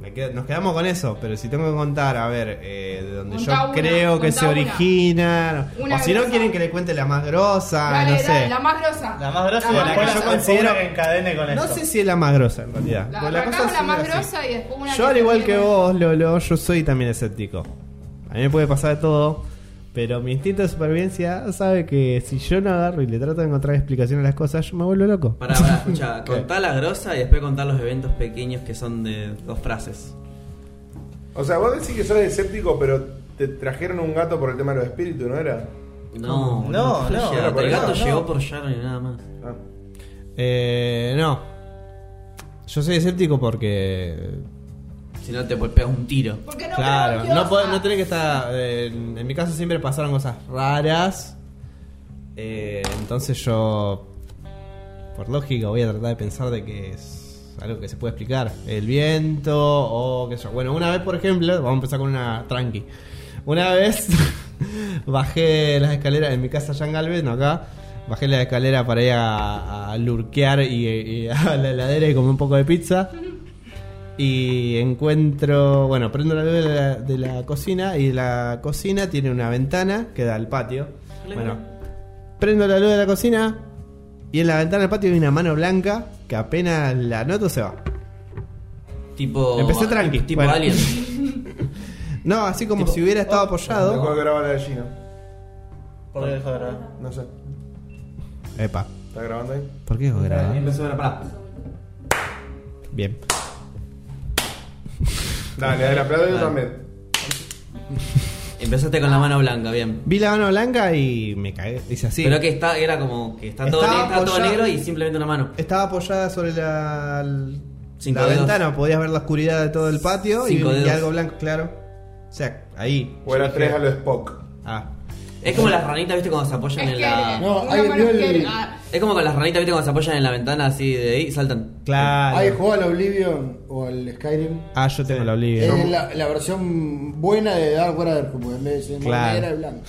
[SPEAKER 3] me quedo- nos quedamos con eso. Pero si tengo que contar, a ver, eh, de donde
[SPEAKER 5] Contá
[SPEAKER 3] yo
[SPEAKER 5] una,
[SPEAKER 3] creo que
[SPEAKER 5] contá
[SPEAKER 3] se
[SPEAKER 5] una.
[SPEAKER 3] origina.
[SPEAKER 5] Una
[SPEAKER 3] o si no
[SPEAKER 5] grosa.
[SPEAKER 3] quieren que le cuente la más grosa,
[SPEAKER 5] Dale,
[SPEAKER 3] no
[SPEAKER 5] dale,
[SPEAKER 3] sé.
[SPEAKER 5] la más grosa.
[SPEAKER 4] La más grosa
[SPEAKER 5] La
[SPEAKER 4] y
[SPEAKER 5] más
[SPEAKER 4] la cual
[SPEAKER 5] grosa.
[SPEAKER 4] yo considero que encadene con
[SPEAKER 3] No
[SPEAKER 4] esto.
[SPEAKER 3] sé si es la más grosa en realidad.
[SPEAKER 5] La,
[SPEAKER 3] Porque la
[SPEAKER 5] arrancás
[SPEAKER 3] cosa
[SPEAKER 5] con la
[SPEAKER 3] sigue
[SPEAKER 5] más
[SPEAKER 3] así.
[SPEAKER 5] grosa y después una
[SPEAKER 3] Yo, al igual que
[SPEAKER 5] termine.
[SPEAKER 3] vos, Lolo, yo soy también escéptico. A mí me puede pasar de todo, pero mi instinto de supervivencia sabe que si yo no agarro y le trato de encontrar explicación a las cosas, yo me vuelvo loco.
[SPEAKER 2] Pará, pará, escucha, contá la grosa y después contá los eventos pequeños que son de dos frases.
[SPEAKER 1] O sea, vos decís que sos escéptico, pero te trajeron un gato por el tema de los espíritus, ¿no era?
[SPEAKER 2] No,
[SPEAKER 4] No,
[SPEAKER 2] fue
[SPEAKER 4] no,
[SPEAKER 2] Sharon,
[SPEAKER 1] no, por
[SPEAKER 2] el
[SPEAKER 1] eso,
[SPEAKER 2] gato
[SPEAKER 1] no.
[SPEAKER 2] llegó por Sharon y nada más.
[SPEAKER 1] Ah.
[SPEAKER 3] Eh, no. Yo soy escéptico porque
[SPEAKER 2] Si no te golpeas un tiro.
[SPEAKER 3] claro, no, podés- no tenés que estar. eh, en, en mi caso siempre pasaron cosas raras. Eh, entonces yo, por lógica, voy a tratar de pensar de que es algo que se puede explicar. El viento o qué sé yo. Bueno, una vez, por ejemplo, vamos a empezar con una tranqui. Una vez bajé las escaleras en mi casa allá en Galvez, no acá. Bajé la escalera para ir a, a lurquear y, y a la heladera y comer un poco de pizza. Y encuentro, bueno, prendo la luz de la, de la cocina y la cocina tiene una ventana que da al patio. Bueno, prendo la luz de la cocina y en la ventana del patio hay una mano blanca que apenas la noto se va.
[SPEAKER 2] Tipo. ah,
[SPEAKER 3] Empecé tranqui,
[SPEAKER 2] Tipo
[SPEAKER 3] bueno.
[SPEAKER 2] alien.
[SPEAKER 3] No, así como si hubiera estado
[SPEAKER 1] Me acuerdo que
[SPEAKER 3] apoyado.
[SPEAKER 1] grababa la gallina.
[SPEAKER 4] ¿Por qué dejó de grabar?
[SPEAKER 3] Ah,
[SPEAKER 1] No sé.
[SPEAKER 3] Epa,
[SPEAKER 1] ¿Está grabando ahí?
[SPEAKER 3] ¿por qué vos grabás?
[SPEAKER 4] Empezó a grabar.
[SPEAKER 3] Bien.
[SPEAKER 1] Dale, dale, aplaudo yo
[SPEAKER 2] Dale.
[SPEAKER 1] también.
[SPEAKER 2] Empezaste con la mano blanca, bien.
[SPEAKER 3] Vi la mano blanca y me cagué. Dice así.
[SPEAKER 2] Pero que está, era como que está todo,
[SPEAKER 3] Estaba
[SPEAKER 2] ne- está todo
[SPEAKER 3] apoyado.
[SPEAKER 2] negro y simplemente una mano.
[SPEAKER 3] Estaba apoyada sobre la,
[SPEAKER 2] Cinco
[SPEAKER 3] la
[SPEAKER 2] dedos.
[SPEAKER 3] ventana, podías ver la oscuridad de todo el patio y,
[SPEAKER 2] Cinco
[SPEAKER 3] y
[SPEAKER 2] dedos.
[SPEAKER 3] algo blanco, claro. O sea, ahí.
[SPEAKER 1] O era
[SPEAKER 3] Yo
[SPEAKER 1] tres
[SPEAKER 3] dije,
[SPEAKER 1] a lo Spock.
[SPEAKER 3] Ah.
[SPEAKER 2] Es como las ranitas, viste, cuando se apoyan
[SPEAKER 5] Es
[SPEAKER 2] en
[SPEAKER 5] que
[SPEAKER 2] la.
[SPEAKER 7] No,
[SPEAKER 5] una
[SPEAKER 7] ahí
[SPEAKER 5] mano
[SPEAKER 7] vio el-
[SPEAKER 5] izquierda-
[SPEAKER 2] Es como con las ranitas, viste, cuando se apoyan en la ventana así de ahí y saltan.
[SPEAKER 3] Claro.
[SPEAKER 7] ¿Hay jugado al Oblivion o al Skyrim?
[SPEAKER 3] Ah, yo tengo la Oblivion.
[SPEAKER 7] Es la, la versión buena de Dark Brother, como en vez de ser
[SPEAKER 3] Claro.
[SPEAKER 7] negra y blanca.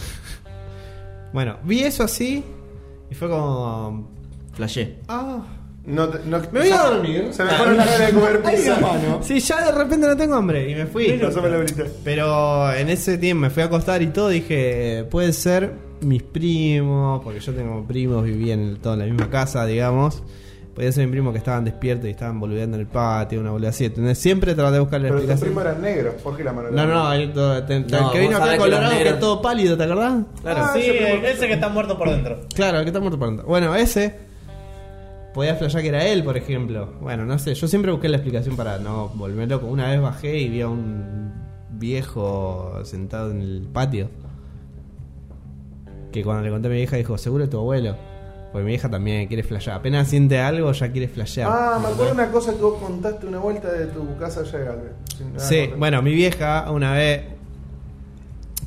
[SPEAKER 3] Bueno, vi eso así y fue como.
[SPEAKER 2] Flashé.
[SPEAKER 3] Ah.
[SPEAKER 1] No, te- no,
[SPEAKER 3] Me voy a dormir.
[SPEAKER 1] Se me fueron las ganas de comer
[SPEAKER 7] Ay,
[SPEAKER 1] pizza.
[SPEAKER 7] la mano.
[SPEAKER 3] Sí, ya de repente no tengo hambre y me fui.
[SPEAKER 1] Pásame la bolita.
[SPEAKER 3] Pero en ese tiempo me fui a acostar y todo, dije, puede ser mis primos, porque yo tengo primos, vivían en, toda la misma casa, digamos. Podía ser mis primos que estaban despiertos y estaban boludeando en el patio, una boludez así. ¿entendés? Siempre traté de buscar la
[SPEAKER 1] Pero tus
[SPEAKER 3] explicación.
[SPEAKER 1] primos eran negros. ¿Por qué la mano
[SPEAKER 3] No,
[SPEAKER 1] blanca?
[SPEAKER 3] no, el, to-
[SPEAKER 2] No,
[SPEAKER 3] te- te- el que
[SPEAKER 2] vos
[SPEAKER 3] vino acá
[SPEAKER 2] sabés que los
[SPEAKER 3] colorado, que,
[SPEAKER 2] negros-
[SPEAKER 3] es todo pálido, ¿te acordás?
[SPEAKER 2] Claro.
[SPEAKER 4] Sí,
[SPEAKER 1] ese primo-
[SPEAKER 4] ese que está muerto por dentro.
[SPEAKER 3] Claro, el que está muerto por dentro. Bueno, ese podía flashear que era él, por ejemplo. Bueno, no sé, yo siempre busqué la explicación para no volver loco. Una vez bajé y vi a un viejo sentado en el patio. Que cuando le conté a mi vieja dijo, seguro es tu abuelo. Porque mi vieja también quiere flashear. Apenas siente algo, ya quiere flashear.
[SPEAKER 1] Ah, me acuerdo una cosa que vos contaste una vuelta de tu casa allá de Galvez. Sin nada
[SPEAKER 3] Sí,
[SPEAKER 1] contra-
[SPEAKER 3] bueno, mi vieja una vez.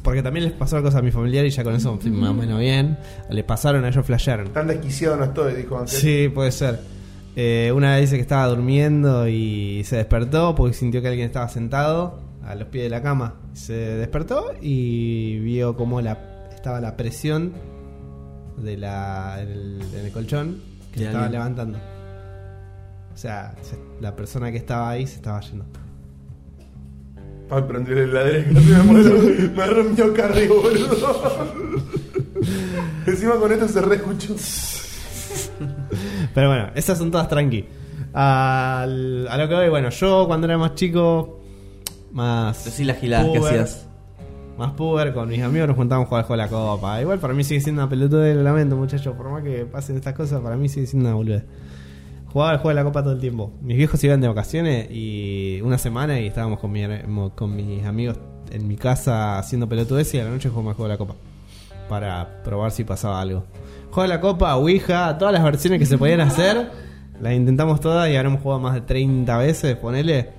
[SPEAKER 3] Porque también les pasó cosas a mi familiar y ya con eso estoy más o menos bien. Le pasaron a ellos flashearon.
[SPEAKER 1] Tan desquiciado no estoy, dijo antes.
[SPEAKER 3] Sí, puede ser. Eh, una vez dice que estaba durmiendo y se despertó porque sintió que alguien estaba sentado a los pies de la cama. Se despertó y vio cómo la, estaba la presión de la, en, el, en el colchón que
[SPEAKER 2] De
[SPEAKER 3] se estaba
[SPEAKER 2] alguien.
[SPEAKER 3] levantando. O sea, se- la persona que estaba ahí se estaba yendo.
[SPEAKER 1] Ay, prendió el ladrillo, casi me muero. Me rompió Carrie, boludo. Encima con esto se re escuchó.
[SPEAKER 3] Pero bueno, esas son todas tranqui. Al- a lo que voy, bueno, yo cuando era más chico, más.
[SPEAKER 2] Decí las giladas que
[SPEAKER 3] puber,
[SPEAKER 2] hacías.
[SPEAKER 3] Más puber, con mis amigos nos juntábamos a jugar al juego de la copa. Igual para mí sigue siendo una pelotuda de lamento, muchachos. Por más que pasen estas cosas, para mí sigue siendo una boludez. Jugaba al juego de la copa todo el tiempo. Mis viejos iban de vacaciones y una semana y estábamos con, mi her- mo- con mis amigos en mi casa haciendo pelotudes y a la noche jugamos al juego de la copa. Para probar si pasaba algo. Juego de la copa, Ouija, todas las versiones que se podían hacer. Las intentamos todas y habremos jugado más de 30 veces, ponele.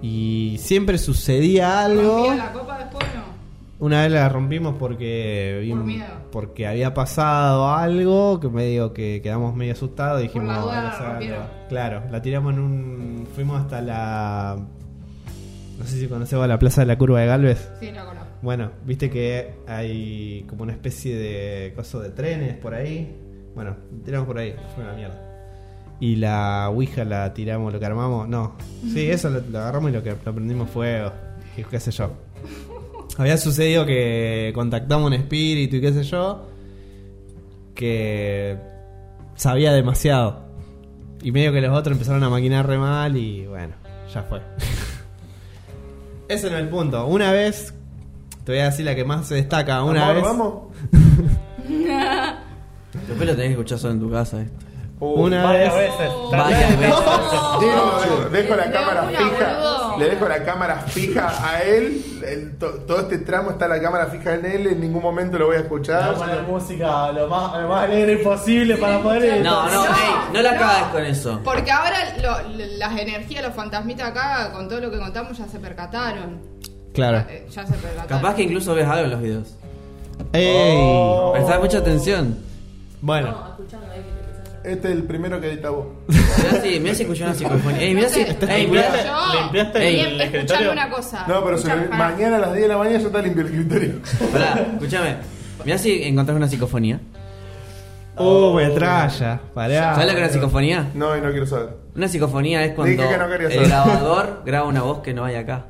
[SPEAKER 3] Y siempre sucedía algo.
[SPEAKER 5] Rompía la copa después no.
[SPEAKER 3] Una vez la rompimos porque
[SPEAKER 5] Por miedo.
[SPEAKER 3] porque había pasado algo que medio que quedamos medio asustados y
[SPEAKER 5] Por
[SPEAKER 3] dijimos
[SPEAKER 5] la duda
[SPEAKER 3] "Bueno,
[SPEAKER 5] la
[SPEAKER 3] se haga
[SPEAKER 5] rompieron".
[SPEAKER 3] algo". claro la tiramos en un fuimos hasta la no sé si conocemos la plaza de la curva de Galvez
[SPEAKER 5] Sí, la conozco.
[SPEAKER 3] bueno viste que hay como una especie de coso de trenes por ahí bueno tiramos por ahí fue una mierda y la ouija la tiramos lo que armamos no sí eso lo, lo agarramos y lo que lo prendimos fuego y qué sé yo había sucedido que contactamos un espíritu y qué sé yo, que sabía demasiado. Y medio que los otros empezaron a maquinar re mal y bueno, ya fue. Ese no es el punto. Una vez, te voy a decir la que más se destaca, una
[SPEAKER 1] Amor,
[SPEAKER 3] vez...
[SPEAKER 1] vamos.
[SPEAKER 2] Después lo tenés que escuchar solo en tu casa esto.
[SPEAKER 1] Uh,
[SPEAKER 3] Una
[SPEAKER 4] Varias
[SPEAKER 3] vez...
[SPEAKER 4] veces.
[SPEAKER 2] Varias veces.
[SPEAKER 1] Dejo, dejo la cámara
[SPEAKER 5] una,
[SPEAKER 1] fija.
[SPEAKER 5] boludo.
[SPEAKER 1] Le dejo la cámara fija a él. el- to- todo este tramo está la cámara fija en él. En ningún momento lo voy a escuchar.
[SPEAKER 4] Vamos a la música lo más, lo más alegre posible para poder.
[SPEAKER 2] No, no, ey, no la cagas con eso.
[SPEAKER 5] Porque ahora lo- las energías, los fantasmitas acá, con todo lo que contamos, ya se percataron.
[SPEAKER 3] Claro.
[SPEAKER 5] Eh, Ya se percataron.
[SPEAKER 2] Capaz que incluso ves algo en los videos.
[SPEAKER 3] ¡Ey!
[SPEAKER 1] Oh.
[SPEAKER 2] Prestá mucha atención.
[SPEAKER 3] Bueno.
[SPEAKER 1] Este es el primero que edita vos.
[SPEAKER 2] Mirá si, mirá si escuchó una psicofonía. Ey, mirá si. Ey, mirá.
[SPEAKER 5] Yo-
[SPEAKER 1] ¿Limpiaste el
[SPEAKER 5] Ey, escuchame
[SPEAKER 1] escritorio?
[SPEAKER 5] una cosa.
[SPEAKER 1] No, pero se-
[SPEAKER 5] Escuchame.
[SPEAKER 1] mañana a las 10 de la mañana ya está limpio el escritorio.
[SPEAKER 2] Pará, escúchame. Mirá si encontrás una psicofonía.
[SPEAKER 3] Uh, metralla. Pará.
[SPEAKER 2] ¿Sabes lo que es una psicofonía?
[SPEAKER 1] No, y no quiero saber.
[SPEAKER 2] Una psicofonía es cuando
[SPEAKER 1] Dije que no quería
[SPEAKER 2] el
[SPEAKER 1] saber.
[SPEAKER 2] grabador graba una voz que no hay acá.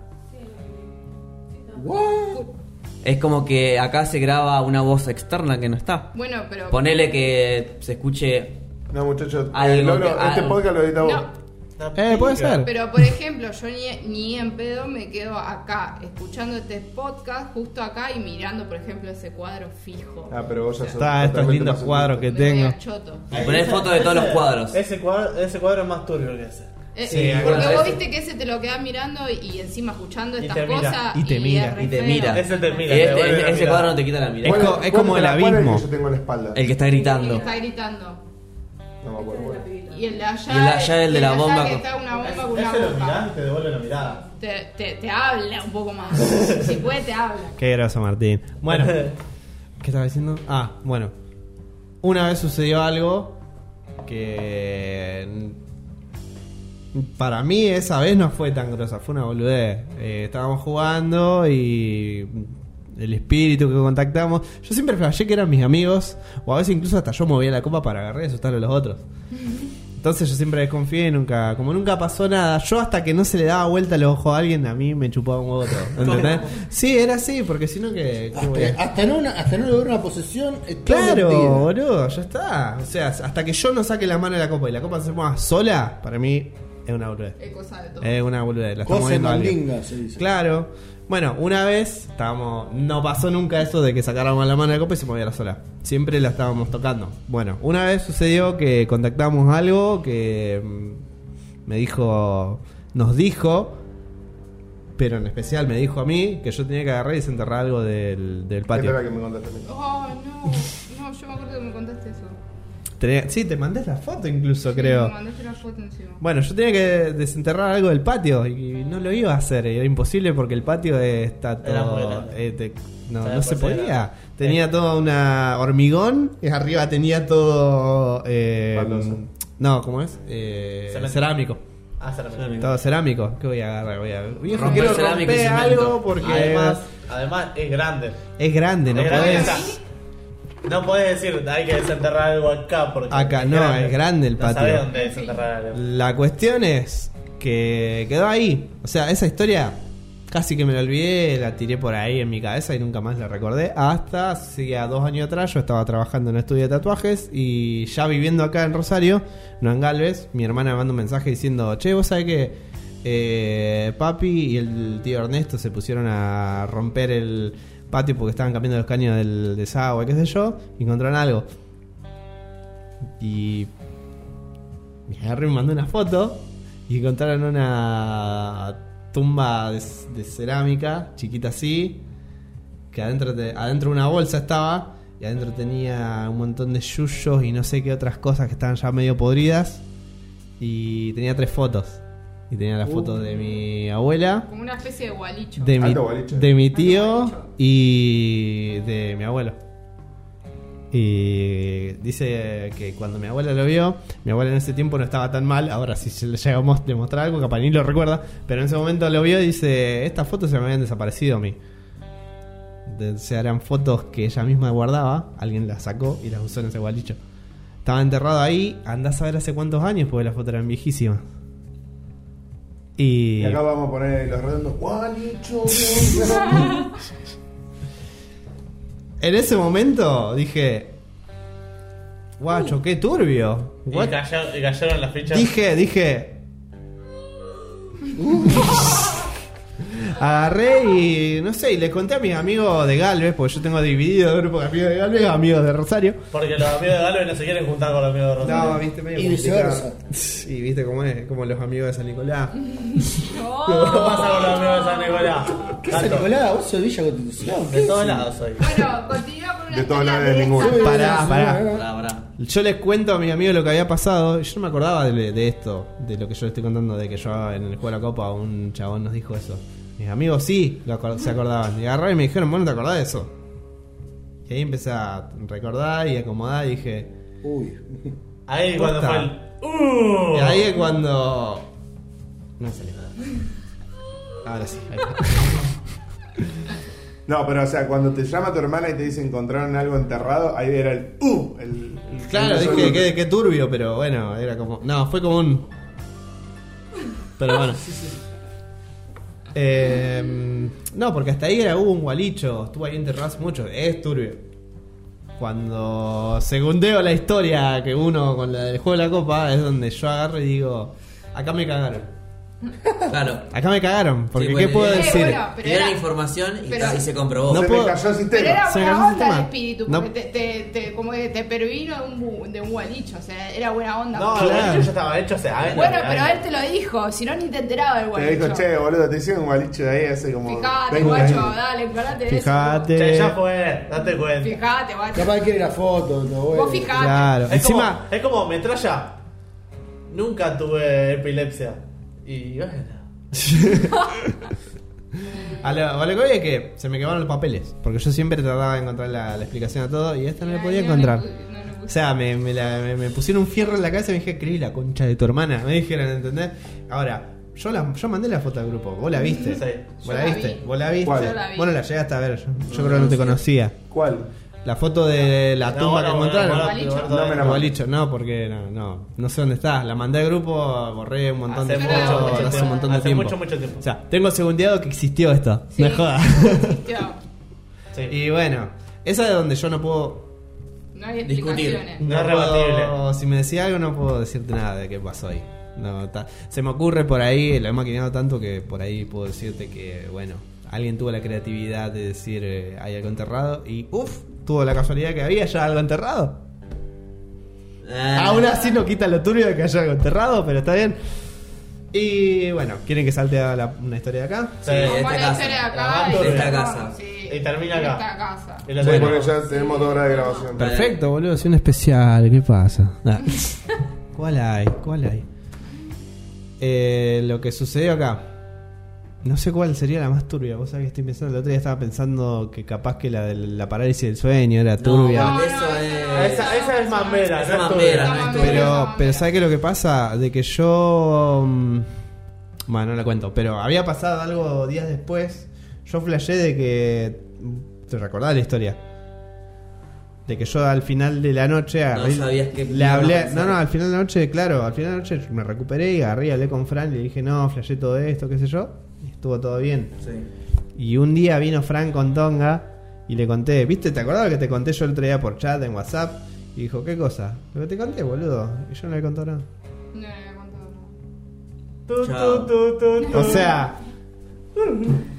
[SPEAKER 2] Es como que acá se graba una voz externa que no está.
[SPEAKER 5] Bueno, pero.
[SPEAKER 2] Ponele que se escuche.
[SPEAKER 1] No, muchachos.
[SPEAKER 2] Algo
[SPEAKER 1] Lolo,
[SPEAKER 2] que-
[SPEAKER 1] este
[SPEAKER 2] algo.
[SPEAKER 1] podcast lo edita vos.
[SPEAKER 5] No.
[SPEAKER 3] Eh, puede ser.
[SPEAKER 5] Pero por ejemplo, yo ni, ni en pedo me quedo acá escuchando este podcast justo acá y mirando, por ejemplo, ese cuadro fijo.
[SPEAKER 1] Ah, pero vos ya sos
[SPEAKER 3] Está estos
[SPEAKER 1] totalmente
[SPEAKER 3] lindos
[SPEAKER 1] más
[SPEAKER 3] cuadros que tengo.
[SPEAKER 5] Choto.
[SPEAKER 2] Y ponés fotos de todos los cuadros.
[SPEAKER 4] Ese cuadro, ese cuadro es más turbio que ese.
[SPEAKER 5] Eh,
[SPEAKER 2] Sí,
[SPEAKER 5] porque
[SPEAKER 2] bueno,
[SPEAKER 5] vos
[SPEAKER 2] ese.
[SPEAKER 5] viste que ese te lo quedás mirando y encima escuchando
[SPEAKER 4] Y
[SPEAKER 5] estas
[SPEAKER 4] te mira,
[SPEAKER 5] cosas.
[SPEAKER 3] y te
[SPEAKER 5] es
[SPEAKER 3] mira,
[SPEAKER 5] re
[SPEAKER 2] Y te
[SPEAKER 5] feo.
[SPEAKER 2] mira.
[SPEAKER 4] Ese te mira,
[SPEAKER 2] Y
[SPEAKER 4] te
[SPEAKER 2] este-
[SPEAKER 4] vuelve a
[SPEAKER 2] ese
[SPEAKER 4] mirar.
[SPEAKER 2] cuadro no te quita la
[SPEAKER 3] Es
[SPEAKER 2] mirada.
[SPEAKER 1] ¿Cuál-
[SPEAKER 3] co- es
[SPEAKER 1] cuál
[SPEAKER 3] como el
[SPEAKER 1] la- cuál es
[SPEAKER 3] abismo.
[SPEAKER 1] que yo tengo en la espalda?
[SPEAKER 2] El que está
[SPEAKER 5] Y
[SPEAKER 2] gritando.
[SPEAKER 5] está gritando.
[SPEAKER 1] No me acuerdo. bueno.
[SPEAKER 5] Y el de allá.
[SPEAKER 2] Y el de allá, el de
[SPEAKER 5] y
[SPEAKER 2] la
[SPEAKER 5] allá
[SPEAKER 2] bomba
[SPEAKER 5] Que
[SPEAKER 2] con-
[SPEAKER 5] está una bomba con una
[SPEAKER 4] Ese lo
[SPEAKER 5] boca.
[SPEAKER 4] mirás y te devuelve la mirada.
[SPEAKER 5] Te, te, te habla un poco más. si puede, te habla.
[SPEAKER 3] Qué groso Martín. Bueno, ¿qué estaba diciendo? Ah, bueno. Una vez sucedió algo que para mí esa vez no fue tan grosa, fue una boludez. Eh, estábamos jugando y el espíritu que contactamos. Yo siempre flashé que eran mis amigos, o a veces incluso hasta yo movía la copa para agarrar y asustar a los otros. Entonces yo siempre desconfié, nunca, como nunca pasó nada, yo hasta que no se le daba vuelta el ojo a alguien, a mí me chupaba un huevo todo. ¿Entendés? sí, era así, porque si no que. que voy a-
[SPEAKER 7] Hasta, hasta no, una, hasta no lograr una posesión. es todo
[SPEAKER 3] Claro,
[SPEAKER 7] mentira.
[SPEAKER 3] boludo, ya está. O sea, hasta que yo no saque la mano de la copa y la copa se mueva sola, para mí es una boludez.
[SPEAKER 5] Es cosa de todo.
[SPEAKER 3] Es una boludez, la estamos
[SPEAKER 7] Cosa
[SPEAKER 3] viendo
[SPEAKER 7] mandinga, se dice.
[SPEAKER 3] Claro. Bueno, una vez estábamos. No pasó nunca eso de que sacáramos la mano de la copa y se moviera sola. Siempre la estábamos tocando. Bueno, una vez sucedió que contactamos algo que mm, me dijo. Nos dijo. Pero en especial me dijo a mí que yo tenía que agarrar y desenterrar algo del, del patio.
[SPEAKER 1] Espera que me contaste a mí.
[SPEAKER 5] Oh, no. No, yo me acuerdo que me contaste eso.
[SPEAKER 3] Tenía- sí, te mandé la foto incluso, creo.
[SPEAKER 5] Me mandaste la foto encima.
[SPEAKER 3] Bueno, yo tenía que desenterrar algo del patio y no lo iba a hacer, era imposible porque el patio está
[SPEAKER 4] Era muy
[SPEAKER 3] todo.
[SPEAKER 4] grande.
[SPEAKER 3] eh, te- no,
[SPEAKER 4] Estaba
[SPEAKER 3] no se
[SPEAKER 4] por fuera.
[SPEAKER 3] podía. Tenía toda una hormigón y arriba tenía todo. eh,
[SPEAKER 1] Baldosa.
[SPEAKER 3] no, ¿cómo es? Eh,
[SPEAKER 4] Cerámico.
[SPEAKER 3] cerámico.
[SPEAKER 4] Ah, se la mirá.
[SPEAKER 3] Todo cerámico. ¿Qué voy a agarrar? Voy a... Viejo,
[SPEAKER 2] Romper
[SPEAKER 3] quiero
[SPEAKER 2] cerámico y
[SPEAKER 3] romper
[SPEAKER 2] cemento.
[SPEAKER 3] algo porque
[SPEAKER 4] Además, además es grande.
[SPEAKER 3] es grande, no
[SPEAKER 4] Es grande,
[SPEAKER 3] podés.
[SPEAKER 4] está. No podés decir, hay que desenterrar algo acá porque.
[SPEAKER 3] Acá, no, es grande el patio.
[SPEAKER 4] No sabés dónde desenterrar algo.
[SPEAKER 3] La cuestión es que quedó ahí. O sea, esa historia casi que me la olvidé, la tiré por ahí en mi cabeza y nunca más la recordé. Hasta sí, a dos años atrás yo estaba trabajando en un estudio de tatuajes y ya viviendo acá en Rosario, no en Galvez, mi hermana me manda un mensaje diciendo, che, vos sabés que eh, papi y el tío Ernesto se pusieron a romper el patio porque estaban cambiando los caños del desagüe, qué sé yo, y encontraron algo. Y me agarré y me mandó una foto y encontraron una tumba de, c- de cerámica, chiquita así, que adentro, te- adentro una bolsa estaba y adentro tenía un montón de yuyos y no sé qué otras cosas que estaban ya medio podridas y tenía tres fotos. Y tenía la
[SPEAKER 4] Uh.
[SPEAKER 3] foto de mi abuela,
[SPEAKER 5] Como una especie de gualicho.
[SPEAKER 3] de mi,
[SPEAKER 1] Alto boliche.
[SPEAKER 3] de mi
[SPEAKER 5] Alto
[SPEAKER 3] tío
[SPEAKER 5] boliche.
[SPEAKER 3] y de mi abuelo. Y dice que cuando mi abuela lo vio, mi abuela en ese tiempo no estaba tan mal. Ahora, si se le llega a mos- le mostrar algo, capaz ni lo recuerda. Pero en ese momento lo vio y dice: Estas fotos se me habían desaparecido a mí. De- O sea, eran fotos que ella misma guardaba. Alguien las sacó y las usó en ese gualicho. Estaba enterrado ahí, andás a ver hace cuántos años, porque las fotos eran viejísimas. Y.
[SPEAKER 1] Y acá vamos a poner los redondos. Gualicho.
[SPEAKER 3] En ese momento dije. Guacho, qué turbio.
[SPEAKER 4] Y
[SPEAKER 3] What?
[SPEAKER 4] cayeron, y cayeron las fichas.
[SPEAKER 3] Dije, dije. "Uh". Agarré y no sé, y les conté a mis amigos de Galvez, porque yo tengo dividido el grupo de amigos de Galvez, amigos de Rosario.
[SPEAKER 4] Porque los amigos de Galvez no se quieren juntar con los amigos de Rosario.
[SPEAKER 3] No, viste, medio
[SPEAKER 4] Y viceversa.
[SPEAKER 3] Sí, viste cómo es, como los amigos de San Nicolás.
[SPEAKER 4] ¿Qué pasa con los amigos de San Nicolás?
[SPEAKER 7] ¿Qué es Nicolás? ¿Vos sos Villa Constitución?
[SPEAKER 4] De todos lados soy.
[SPEAKER 5] Bueno, continúa con una
[SPEAKER 10] De todos
[SPEAKER 5] historia
[SPEAKER 10] lados, de
[SPEAKER 5] esa.
[SPEAKER 10] ninguno.
[SPEAKER 3] Pará, pará.
[SPEAKER 2] Pará, pará.
[SPEAKER 3] Yo les cuento a mi amigo lo que había pasado. Yo no me acordaba de, de esto, de lo que yo le estoy contando, de que yo en el juego de la copa un chabón nos dijo eso. Mis amigos sí lo acor- se acordaban. Y agarraron y me dijeron, ¿vos no te acordás de eso? Y ahí empecé a recordar y acomodar y dije.
[SPEAKER 7] Uy.
[SPEAKER 4] Ahí cuando
[SPEAKER 3] "Posta".
[SPEAKER 4] fue el. ¡Uh!
[SPEAKER 3] Y ahí es cuando. No sale nada. Ahora sí. ahí está.
[SPEAKER 10] No, pero o sea, cuando te llama tu hermana y te dice encontraron algo enterrado, ahí era el uh, el, el-
[SPEAKER 3] Claro,
[SPEAKER 10] el-
[SPEAKER 3] dije
[SPEAKER 10] el-
[SPEAKER 3] que, que turbio, pero bueno, era como. No, fue como un. Pero bueno. Eh, no, porque hasta ahí era hubo un gualicho, estuvo ahí enterrado hace mucho, es turbio. Cuando segundeo la historia que uno con la del juego de la copa, es donde yo agarro y digo, acá me cagaron.
[SPEAKER 2] Claro.
[SPEAKER 3] Acá me cagaron, porque
[SPEAKER 2] Sí, bueno,
[SPEAKER 3] ¿qué puedo
[SPEAKER 2] eh,
[SPEAKER 3] decir?
[SPEAKER 5] bueno, Ah, pero
[SPEAKER 2] Te dieron
[SPEAKER 5] era-
[SPEAKER 2] información y
[SPEAKER 5] pero-
[SPEAKER 2] casi se comprobó.
[SPEAKER 3] No
[SPEAKER 10] se
[SPEAKER 3] puedo-
[SPEAKER 10] me cayó el
[SPEAKER 5] Pero
[SPEAKER 10] sistema.
[SPEAKER 5] era
[SPEAKER 3] Se me
[SPEAKER 5] buena
[SPEAKER 3] cayó el
[SPEAKER 5] onda el
[SPEAKER 3] sistema.
[SPEAKER 5] espíritu,
[SPEAKER 3] No.
[SPEAKER 5] porque te, te, te- como que te pervino de un, bu- de un gualicho, o sea, era buena onda.
[SPEAKER 4] No,
[SPEAKER 3] Claro.
[SPEAKER 4] el gualicho ya estaba hecho hace años.
[SPEAKER 5] bueno,
[SPEAKER 4] hace
[SPEAKER 5] pero
[SPEAKER 4] años.
[SPEAKER 5] él te lo dijo, si no ni te enteraba del
[SPEAKER 10] Te
[SPEAKER 5] gualicho.
[SPEAKER 10] dijo, che, boludo, te hicieron un gualicho de ahí hace como.
[SPEAKER 5] Fijate,
[SPEAKER 10] 20
[SPEAKER 5] guacho,
[SPEAKER 10] años".
[SPEAKER 5] dale, encarate de
[SPEAKER 4] Che,
[SPEAKER 3] Fijate.
[SPEAKER 4] ya fue, date
[SPEAKER 5] eso.
[SPEAKER 4] cuenta.
[SPEAKER 5] Fijate, guacho.
[SPEAKER 7] Capaz quiere la foto, no, bueno.
[SPEAKER 5] Vos fijate.
[SPEAKER 3] Claro,
[SPEAKER 4] Es,
[SPEAKER 3] encima.
[SPEAKER 4] como, es como metralla. Nunca tuve epilepsia. Y bueno.
[SPEAKER 3] A lo, a lo que voy es que se me quemaron los papeles. Porque yo siempre trataba de encontrar la, la explicación a todo y esta no la podía encontrar. O sea, me, me la- me- me pusieron un fierro en la cabeza y me dije, escribí la concha de tu hermana. Me dijeron, ¿entendés? Ahora, yo, la, yo mandé la foto al grupo. Vos la viste.
[SPEAKER 4] Sí.
[SPEAKER 5] Yo
[SPEAKER 3] Vos la
[SPEAKER 5] la
[SPEAKER 3] viste.
[SPEAKER 5] vi.
[SPEAKER 3] Vos la viste.
[SPEAKER 10] ¿Cuál?
[SPEAKER 5] Yo la vi.
[SPEAKER 3] Vos no la llegaste a ver. Yo, yo creo que no te conocía.
[SPEAKER 10] ¿Cuál?
[SPEAKER 3] La foto de la
[SPEAKER 4] No,
[SPEAKER 3] tumba
[SPEAKER 4] no,
[SPEAKER 3] que
[SPEAKER 4] no,
[SPEAKER 3] encontraron.
[SPEAKER 4] no,
[SPEAKER 5] Gualicho.
[SPEAKER 4] Roberto,
[SPEAKER 10] No me la
[SPEAKER 3] No,
[SPEAKER 10] mandé.
[SPEAKER 3] Balicho, no, porque no, no, no sé dónde está. La mandé al grupo, borré un montón de
[SPEAKER 4] Hace
[SPEAKER 3] fotos,
[SPEAKER 5] mucho, mucho
[SPEAKER 3] hace un
[SPEAKER 5] tiempo.
[SPEAKER 3] montón de
[SPEAKER 4] Hace
[SPEAKER 3] tiempo.
[SPEAKER 4] mucho, mucho tiempo.
[SPEAKER 3] O sea, tengo segundeado que existió esto.
[SPEAKER 5] Sí,
[SPEAKER 3] Me joda.
[SPEAKER 5] existió.
[SPEAKER 4] sí.
[SPEAKER 3] y bueno, esa es donde yo no puedo.
[SPEAKER 5] No hay
[SPEAKER 2] Discutir.
[SPEAKER 5] explicaciones.
[SPEAKER 4] No es
[SPEAKER 3] puedo-
[SPEAKER 4] rebatible.
[SPEAKER 3] Si me decía algo, no puedo decirte nada de qué pasó ahí. No, ta- se me ocurre por ahí, lo he maquinado tanto que por ahí puedo decirte que, bueno, alguien tuvo la creatividad de decir eh, hay algo enterrado y uff, tuvo la casualidad que había ya algo enterrado.
[SPEAKER 2] Eh,
[SPEAKER 4] Ah.
[SPEAKER 3] Aún así no quita lo turbio de que haya algo enterrado, pero está bien. Y bueno, ¿quieren que salte a la- una historia de acá?
[SPEAKER 2] Sí, de
[SPEAKER 5] Como
[SPEAKER 2] esta
[SPEAKER 5] la
[SPEAKER 2] casa.
[SPEAKER 5] historia de
[SPEAKER 4] La
[SPEAKER 5] acá.
[SPEAKER 4] mando
[SPEAKER 2] de
[SPEAKER 5] y-
[SPEAKER 2] esta casa.
[SPEAKER 5] Sí.
[SPEAKER 4] Y termina
[SPEAKER 5] De
[SPEAKER 4] acá.
[SPEAKER 5] Esta casa.
[SPEAKER 4] Y la
[SPEAKER 10] Sí,
[SPEAKER 4] tenemos.
[SPEAKER 10] porque ya tenemos dos horas de grabación.
[SPEAKER 3] Perfecto, boludo, si un especial, ¿qué pasa? Ah. ¿Cuál hay? ¿Cuál hay? Eh, lo que sucedió acá. No sé cuál sería la más turbia, vos sabés que estoy pensando. El otro día estaba pensando que capaz que la de la parálisis del sueño era turbia.
[SPEAKER 2] No,
[SPEAKER 5] No,
[SPEAKER 2] eso
[SPEAKER 5] no,
[SPEAKER 2] es.
[SPEAKER 4] Esa, esa es mamera,
[SPEAKER 2] Esa
[SPEAKER 4] no es
[SPEAKER 2] mamera,
[SPEAKER 4] tuya.
[SPEAKER 2] no es tuya.
[SPEAKER 3] Pero, pero ¿sabes qué es lo que pasa? De que yo... mm, Bueno, no la cuento, pero había pasado algo días después. Yo flashé de que... ¿Te recordás la historia? De que yo al final de la noche... agarré-
[SPEAKER 2] sabías que-
[SPEAKER 3] Le hablé...
[SPEAKER 2] no,
[SPEAKER 3] No,
[SPEAKER 2] no,
[SPEAKER 3] no, al final de la noche, claro, al final de la noche me recuperé y agarré y hablé con Fran y le dije, no, flashé todo esto, qué sé yo. y estuvo todo bien.
[SPEAKER 2] Sí.
[SPEAKER 3] Y un día vino Frank con Tonga y le conté, ¿viste? ¿Te acordabas que te conté yo el otro día por chat en WhatsApp? Y dijo, ¿qué cosa? Lo que te conté, boludo. Y yo no le conté nada.
[SPEAKER 5] No, no, no, no, no.
[SPEAKER 4] Tu,
[SPEAKER 2] Chao.
[SPEAKER 4] tu, tu, tu, tu.
[SPEAKER 3] O sea,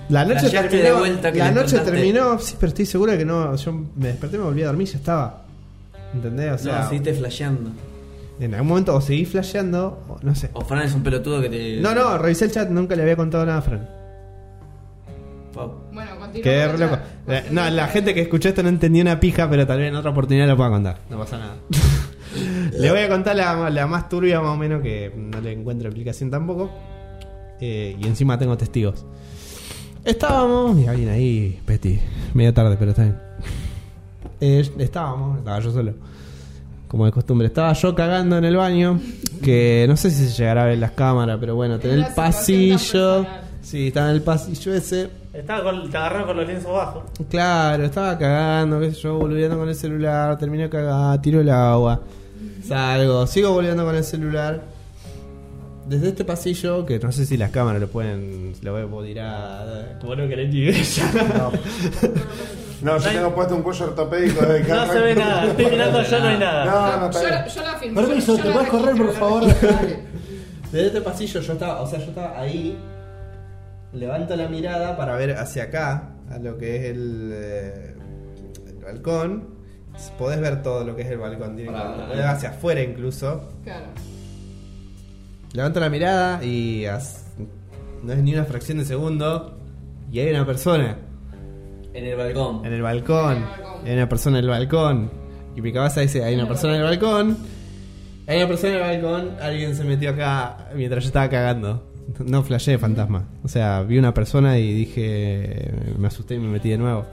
[SPEAKER 3] la noche
[SPEAKER 2] Flasheaste
[SPEAKER 3] terminó.
[SPEAKER 2] de vuelta que
[SPEAKER 3] la
[SPEAKER 2] le
[SPEAKER 3] noche
[SPEAKER 2] contaste.
[SPEAKER 3] terminó, sí, pero estoy seguro de que no. Yo me desperté, me volví a dormir y ya estaba. ¿Entendés? O sea,
[SPEAKER 2] no, seguiste flasheando.
[SPEAKER 3] en algún momento o seguí flasheando, o no sé.
[SPEAKER 2] O Fran es un pelotudo que te.
[SPEAKER 3] No, no, revisé el chat, nunca le había contado nada a Fran.
[SPEAKER 2] Pau.
[SPEAKER 5] Bueno, continúa.
[SPEAKER 3] Qué re
[SPEAKER 5] con
[SPEAKER 3] loco.
[SPEAKER 5] la-
[SPEAKER 3] La- no, la gente que escuchó esto no entendió una pija, pero tal vez en otra oportunidad lo pueda contar. No pasa nada. le voy a contar la, la más turbia, más o menos, que no le encuentro explicación tampoco. Eh, y encima tengo testigos. Estábamos. Mira, alguien ahí, Petty. Media tarde, pero está bien. Eh, estábamos, estaba yo solo. Como de costumbre, estaba yo cagando en el baño. Que no sé si se llegará a ver las cámaras, pero bueno, tener
[SPEAKER 5] Es
[SPEAKER 3] el
[SPEAKER 5] una situación tan
[SPEAKER 3] pasillo.
[SPEAKER 5] personal.
[SPEAKER 3] Sí, estaba en el pasillo ese.
[SPEAKER 4] Estaba con, te agarraron con los lienzos bajos.
[SPEAKER 3] Claro, estaba cagando, qué sé yo, volviendo con el celular, termino de cagar, tiro el agua, salgo, sigo volviendo con el celular. Desde este pasillo, que no sé si las cámaras lo pueden, lo voy a poder ir a... Como no querés ni ver ya.
[SPEAKER 10] No, yo tengo puesto un cuello ortopédico desde que
[SPEAKER 4] No se ve
[SPEAKER 10] arranco.
[SPEAKER 4] nada, estoy mirando ya no hay nada.
[SPEAKER 10] No, no,
[SPEAKER 5] Yo,
[SPEAKER 10] está
[SPEAKER 5] yo,
[SPEAKER 10] bien.
[SPEAKER 5] yo la firmé.
[SPEAKER 7] Permiso,
[SPEAKER 5] yo
[SPEAKER 7] ¿te
[SPEAKER 5] la
[SPEAKER 7] puedes correr, por
[SPEAKER 5] registro,
[SPEAKER 7] favor?
[SPEAKER 5] la registro.
[SPEAKER 3] Desde este pasillo yo estaba, o sea, yo estaba ahí levanto la mirada para ver hacia acá, a lo que es el, eh, el balcón. Podés ver todo lo que es el balcón directamente.
[SPEAKER 2] Pará,
[SPEAKER 3] Podés ver hacia afuera incluso.
[SPEAKER 5] Claro.
[SPEAKER 3] Levanto la mirada y as- no es ni una fracción de segundo. Y hay una persona
[SPEAKER 2] En el balcón.
[SPEAKER 3] en el balcón. Hay una persona en el balcón. Y mi cabeza dice, hay una persona en el balcón. Hay una persona en el balcón. Alguien se metió acá mientras yo estaba cagando. No flashé fantasma. O sea, vi una persona y dije, me asusté y me metí de nuevo.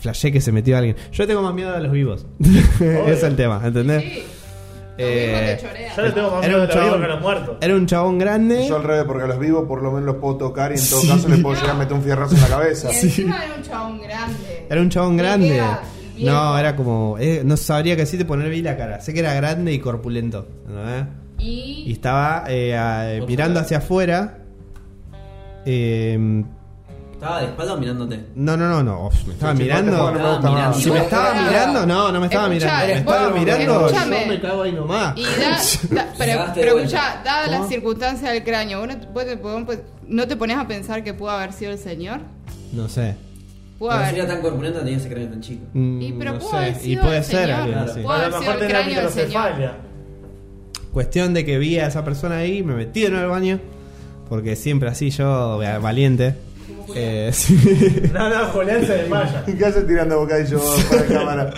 [SPEAKER 3] Flashé que se metió alguien. Yo tengo más miedo a los vivos. Ese es el tema, ¿entendés? Eh,
[SPEAKER 4] Yo le tengo más miedo a los vivos que a los muertos.
[SPEAKER 3] Era un chabón grande.
[SPEAKER 10] Yo al revés, porque a los vivos por lo menos los puedo tocar y en todo caso les puedo llegar a meter un fierrazo en la cabeza.
[SPEAKER 5] Y encima era un chabón grande.
[SPEAKER 3] Era un chabón
[SPEAKER 5] ¿De qué
[SPEAKER 3] grande.
[SPEAKER 5] edad? Viejo.
[SPEAKER 3] No, era como. eh, no sabría qué decirte poner bien la cara. Sé que era grande y corpulento. ¿no? ¿Eh?
[SPEAKER 5] Y-
[SPEAKER 3] Y estaba eh, a- eh, mirando hacia afuera. Eh, no,
[SPEAKER 2] Estaba de espalda mirándote.
[SPEAKER 3] no, no, no. Uf, me estaba
[SPEAKER 2] Este
[SPEAKER 3] mirando.
[SPEAKER 2] juego no me gusta nada.
[SPEAKER 3] si me estaba
[SPEAKER 2] Escuchá.
[SPEAKER 3] mirando, no, no me estaba
[SPEAKER 5] Escuchá,
[SPEAKER 3] mirando. Me estaba
[SPEAKER 5] vos,
[SPEAKER 3] mirando.
[SPEAKER 5] escuchame.
[SPEAKER 3] Yo me cago ahí nomás.
[SPEAKER 5] Y da, da-
[SPEAKER 3] Cagaste
[SPEAKER 5] pero,
[SPEAKER 3] de
[SPEAKER 5] pero
[SPEAKER 3] vuelta.
[SPEAKER 5] escuchá, dadas
[SPEAKER 3] ¿Cómo?
[SPEAKER 5] las circunstancias del cráneo, ¿vos no, te- vos te, podés- pues, ¿no te pones a pensar que pudo haber sido el señor?
[SPEAKER 3] No sé.
[SPEAKER 5] Pudo
[SPEAKER 2] Pero
[SPEAKER 5] haber-
[SPEAKER 2] si era tan corpulenta, tenía ese cráneo tan chico.
[SPEAKER 3] Mm,
[SPEAKER 5] Y, pero
[SPEAKER 3] no
[SPEAKER 5] pudo
[SPEAKER 3] sé.
[SPEAKER 5] haber
[SPEAKER 3] Y
[SPEAKER 5] sido
[SPEAKER 3] puede
[SPEAKER 5] el
[SPEAKER 3] ser
[SPEAKER 5] señor.
[SPEAKER 3] alguien,
[SPEAKER 5] Claro.
[SPEAKER 3] sí.
[SPEAKER 5] Pudo haber sido el cráneo del señor.
[SPEAKER 3] Cuestión de que vi a esa persona ahí, me metí en el baño. Porque siempre así yo, valiente. Eh, sí.
[SPEAKER 4] No, no, Julián se desmaya.
[SPEAKER 10] ¿Qué haces tirando bocadillo para la cámara?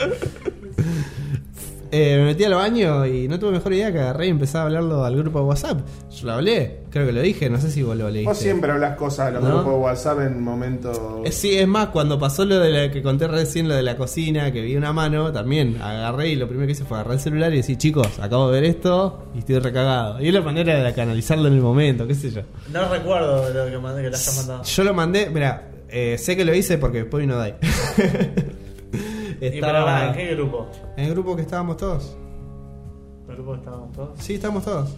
[SPEAKER 3] Eh, me metí al baño y no tuve mejor idea que agarré y empecé a hablarlo al grupo de WhatsApp. Yo lo hablé, creo que lo dije, no sé si vos lo leíste.
[SPEAKER 1] Oh,
[SPEAKER 10] Vos siempre hablas cosas de los
[SPEAKER 3] ¿No?
[SPEAKER 10] grupos de WhatsApp en momentos.
[SPEAKER 3] Eh, Sí, es más, cuando pasó lo de la que conté recién, lo de la cocina, que vi una mano, también agarré y lo primero que hice fue agarrar el celular y decir, chicos, acabo de ver esto y estoy recagado. Y es la manera de canalizarlo en el momento, qué sé yo.
[SPEAKER 4] No recuerdo lo que, mandé, que le hayas mandado.
[SPEAKER 3] Yo lo mandé, mira, eh, sé que lo hice porque después vino Dai.
[SPEAKER 4] Y pero
[SPEAKER 3] Estaba
[SPEAKER 4] pará, ¿en qué grupo?
[SPEAKER 3] en el grupo que estábamos todos.
[SPEAKER 4] ¿En el grupo que estábamos todos?
[SPEAKER 3] Sí, estábamos todos.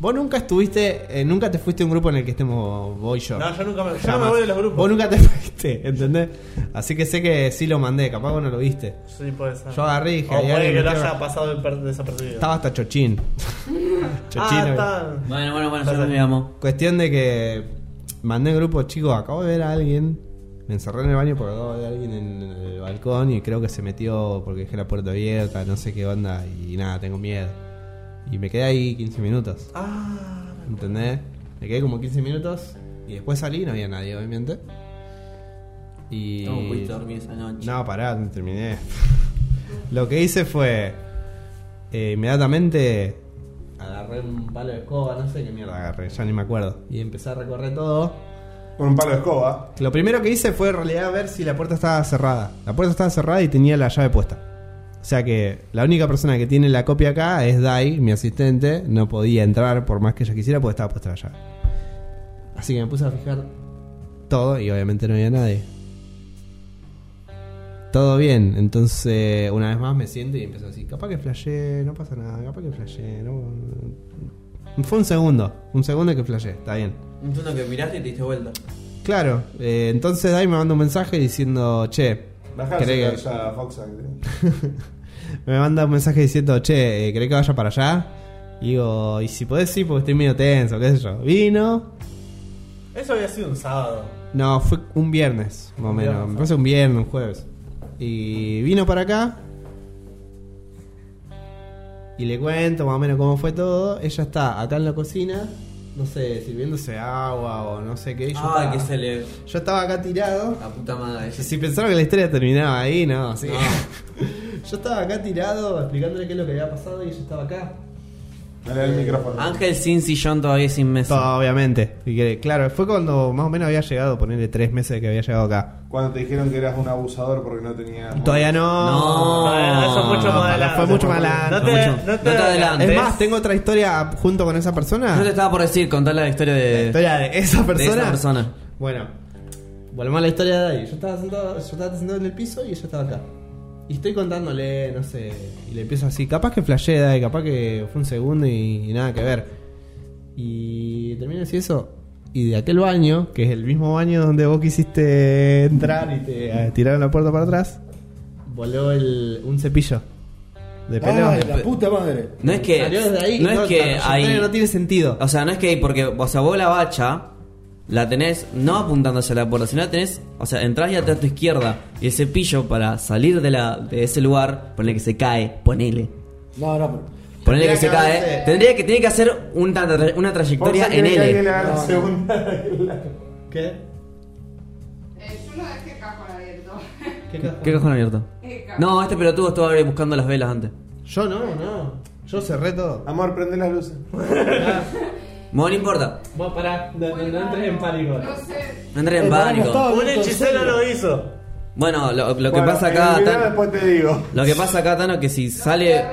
[SPEAKER 3] Vos nunca estuviste, eh, nunca te fuiste a un grupo en el que estemos vos y yo.
[SPEAKER 4] No, yo nunca me- yo
[SPEAKER 3] Jamás.
[SPEAKER 4] me voy de los grupos.
[SPEAKER 3] Vos nunca te fuiste, ¿entendés? Así que sé que sí lo mandé, capaz vos no lo viste.
[SPEAKER 4] Sí, puede ser.
[SPEAKER 3] Yo agarré y dije,
[SPEAKER 4] O
[SPEAKER 3] ahí
[SPEAKER 4] puede
[SPEAKER 3] alguien
[SPEAKER 4] que lo
[SPEAKER 3] metió-
[SPEAKER 4] haya pasado per- desapercibido.
[SPEAKER 3] Estaba hasta Chochín.
[SPEAKER 4] Ah,
[SPEAKER 3] eh.
[SPEAKER 4] está.
[SPEAKER 2] Bueno, bueno, bueno, yo me amo.
[SPEAKER 3] Cuestión de que mandé el grupo, chicos, acabo de ver a alguien. Me encerré en el baño porque acabo de ver a alguien en el balcón y creo que se metió porque dejé la puerta abierta, no sé qué onda y nada, tengo miedo. Y me quedé ahí 15 minutos. ¿Entendés? Me quedé como 15 minutos y después salí y no había nadie, obviamente. Y...
[SPEAKER 2] No pudiste dormir esa noche.
[SPEAKER 3] No, pará, no terminé. Lo que hice fue. eh, inmediatamente. Agarré un palo de escoba, no sé qué mierda agarré, ya ni me acuerdo. Y empecé a recorrer todo.
[SPEAKER 10] Con un palo de escoba.
[SPEAKER 3] Lo primero que hice fue en realidad ver si la puerta estaba cerrada. La puerta estaba cerrada y tenía la llave puesta. O sea que la única persona que tiene la copia acá es Dai, mi asistente. No podía entrar por más que ella quisiera porque estaba puesta la llave. Así que me puse a fijar todo y obviamente no había nadie. Todo bien, entonces una vez más me siento y empiezo así, capaz que flashé, no pasa nada, capaz que flashé, no... Fue un segundo, un segundo que flashé, está bien.
[SPEAKER 2] Un turno que miraste y te diste vuelta.
[SPEAKER 3] Claro, eh, entonces Dai me manda un mensaje diciendo, che,
[SPEAKER 10] Bajarse
[SPEAKER 3] ¿querés
[SPEAKER 10] allá a Fox Angry.
[SPEAKER 3] que- me manda un mensaje diciendo, che, eh, ¿querés que vaya para allá? Y digo, y si podés, sí, porque estoy medio tenso, qué sé yo. Vino,
[SPEAKER 4] Eso había sido un sábado.
[SPEAKER 3] no, fue un viernes, más o
[SPEAKER 4] Un
[SPEAKER 3] menos,
[SPEAKER 4] viernes,
[SPEAKER 3] me
[SPEAKER 4] ah.
[SPEAKER 3] parece un viernes, un jueves. Y vino para acá. Y le cuento más o menos cómo fue todo. Ella está acá en la cocina, no sé, sirviéndose agua o no sé qué. y yo
[SPEAKER 2] Ah,
[SPEAKER 3] estaba-
[SPEAKER 2] que se le.
[SPEAKER 3] Yo estaba acá tirado.
[SPEAKER 2] La puta madre.
[SPEAKER 3] Si pensaron que la historia terminaba ahí, no, así que- Yo estaba acá tirado explicándole qué es lo que había pasado y ella estaba acá.
[SPEAKER 10] Dale
[SPEAKER 2] Eh,
[SPEAKER 10] el micrófono.
[SPEAKER 2] Ángel sin sillón todavía sin mesa.
[SPEAKER 3] Todo, obviamente. Y que, claro, fue cuando más o menos había llegado, ponerle tres meses que había llegado acá.
[SPEAKER 10] Cuando te dijeron que eras un abusador porque no tenías.
[SPEAKER 3] Todavía no.
[SPEAKER 2] No.
[SPEAKER 4] Bueno, eso es mucho más adelante.
[SPEAKER 3] Fue mucho más adelante.
[SPEAKER 4] No te,
[SPEAKER 3] Fue mucho-
[SPEAKER 4] no te
[SPEAKER 2] no te adelantes.
[SPEAKER 3] Es más, tengo otra historia junto con esa persona.
[SPEAKER 2] Yo te estaba por decir, contarle la historia de.
[SPEAKER 3] La historia de esa persona.
[SPEAKER 2] De esa persona.
[SPEAKER 3] Bueno, volvemos a la historia de Dai. Yo estaba sentado, yo estaba sentado en el piso y ella estaba acá. Y estoy contándole, no sé, y le empiezo así, capaz que flashé Dai, capaz que fue un segundo y, y nada que ver. Y termino así eso. Y de aquel baño, que es el mismo baño donde vos quisiste entrar y te eh, tiraron la puerta para atrás, voló el, un cepillo de pelo.
[SPEAKER 7] Ay, la puta madre.
[SPEAKER 2] No es que.
[SPEAKER 3] Ah, Salió desde ahí,
[SPEAKER 2] no,
[SPEAKER 3] no,
[SPEAKER 2] es que
[SPEAKER 3] la- la
[SPEAKER 2] hay.
[SPEAKER 3] historia no tiene sentido.
[SPEAKER 2] O sea, no es que hay porque. O sea, vos la bacha. la tenés no apuntando hacia la puerta, sino la tenés, o sea, entras y atrás a tu izquierda. Y el cepillo para salir de, la, de ese lugar, ponle que se cae, ponele.
[SPEAKER 7] No, no, pero.
[SPEAKER 2] Ponele que se
[SPEAKER 7] Tendría que
[SPEAKER 2] cae.
[SPEAKER 7] haberse-
[SPEAKER 2] Tendría que, tiene que hacer una, tra- una trayectoria en L.
[SPEAKER 1] No.
[SPEAKER 3] ¿Qué?
[SPEAKER 5] Eh, yo no dejé cajón abierto.
[SPEAKER 3] ¿Qué
[SPEAKER 2] ¿Qué cajón abierto?
[SPEAKER 5] Eh,
[SPEAKER 2] No, este pelotudo estuvo ahí buscando las velas antes.
[SPEAKER 3] Yo no, no. Yo cerré todo.
[SPEAKER 1] Amor, prende las luces.
[SPEAKER 2] Bueno, no importa.
[SPEAKER 3] Vos pará, no, no- no entres en pánico.
[SPEAKER 5] No sé.
[SPEAKER 2] No
[SPEAKER 7] Eh,
[SPEAKER 2] entres en pánico.
[SPEAKER 3] Un hechicero lo hizo.
[SPEAKER 2] Bueno, lo, lo que
[SPEAKER 1] Bueno,
[SPEAKER 2] pasa
[SPEAKER 1] en el
[SPEAKER 2] acá.
[SPEAKER 1] video
[SPEAKER 2] Tan-
[SPEAKER 1] después te digo.
[SPEAKER 2] Lo que pasa acá, Tano, que si sale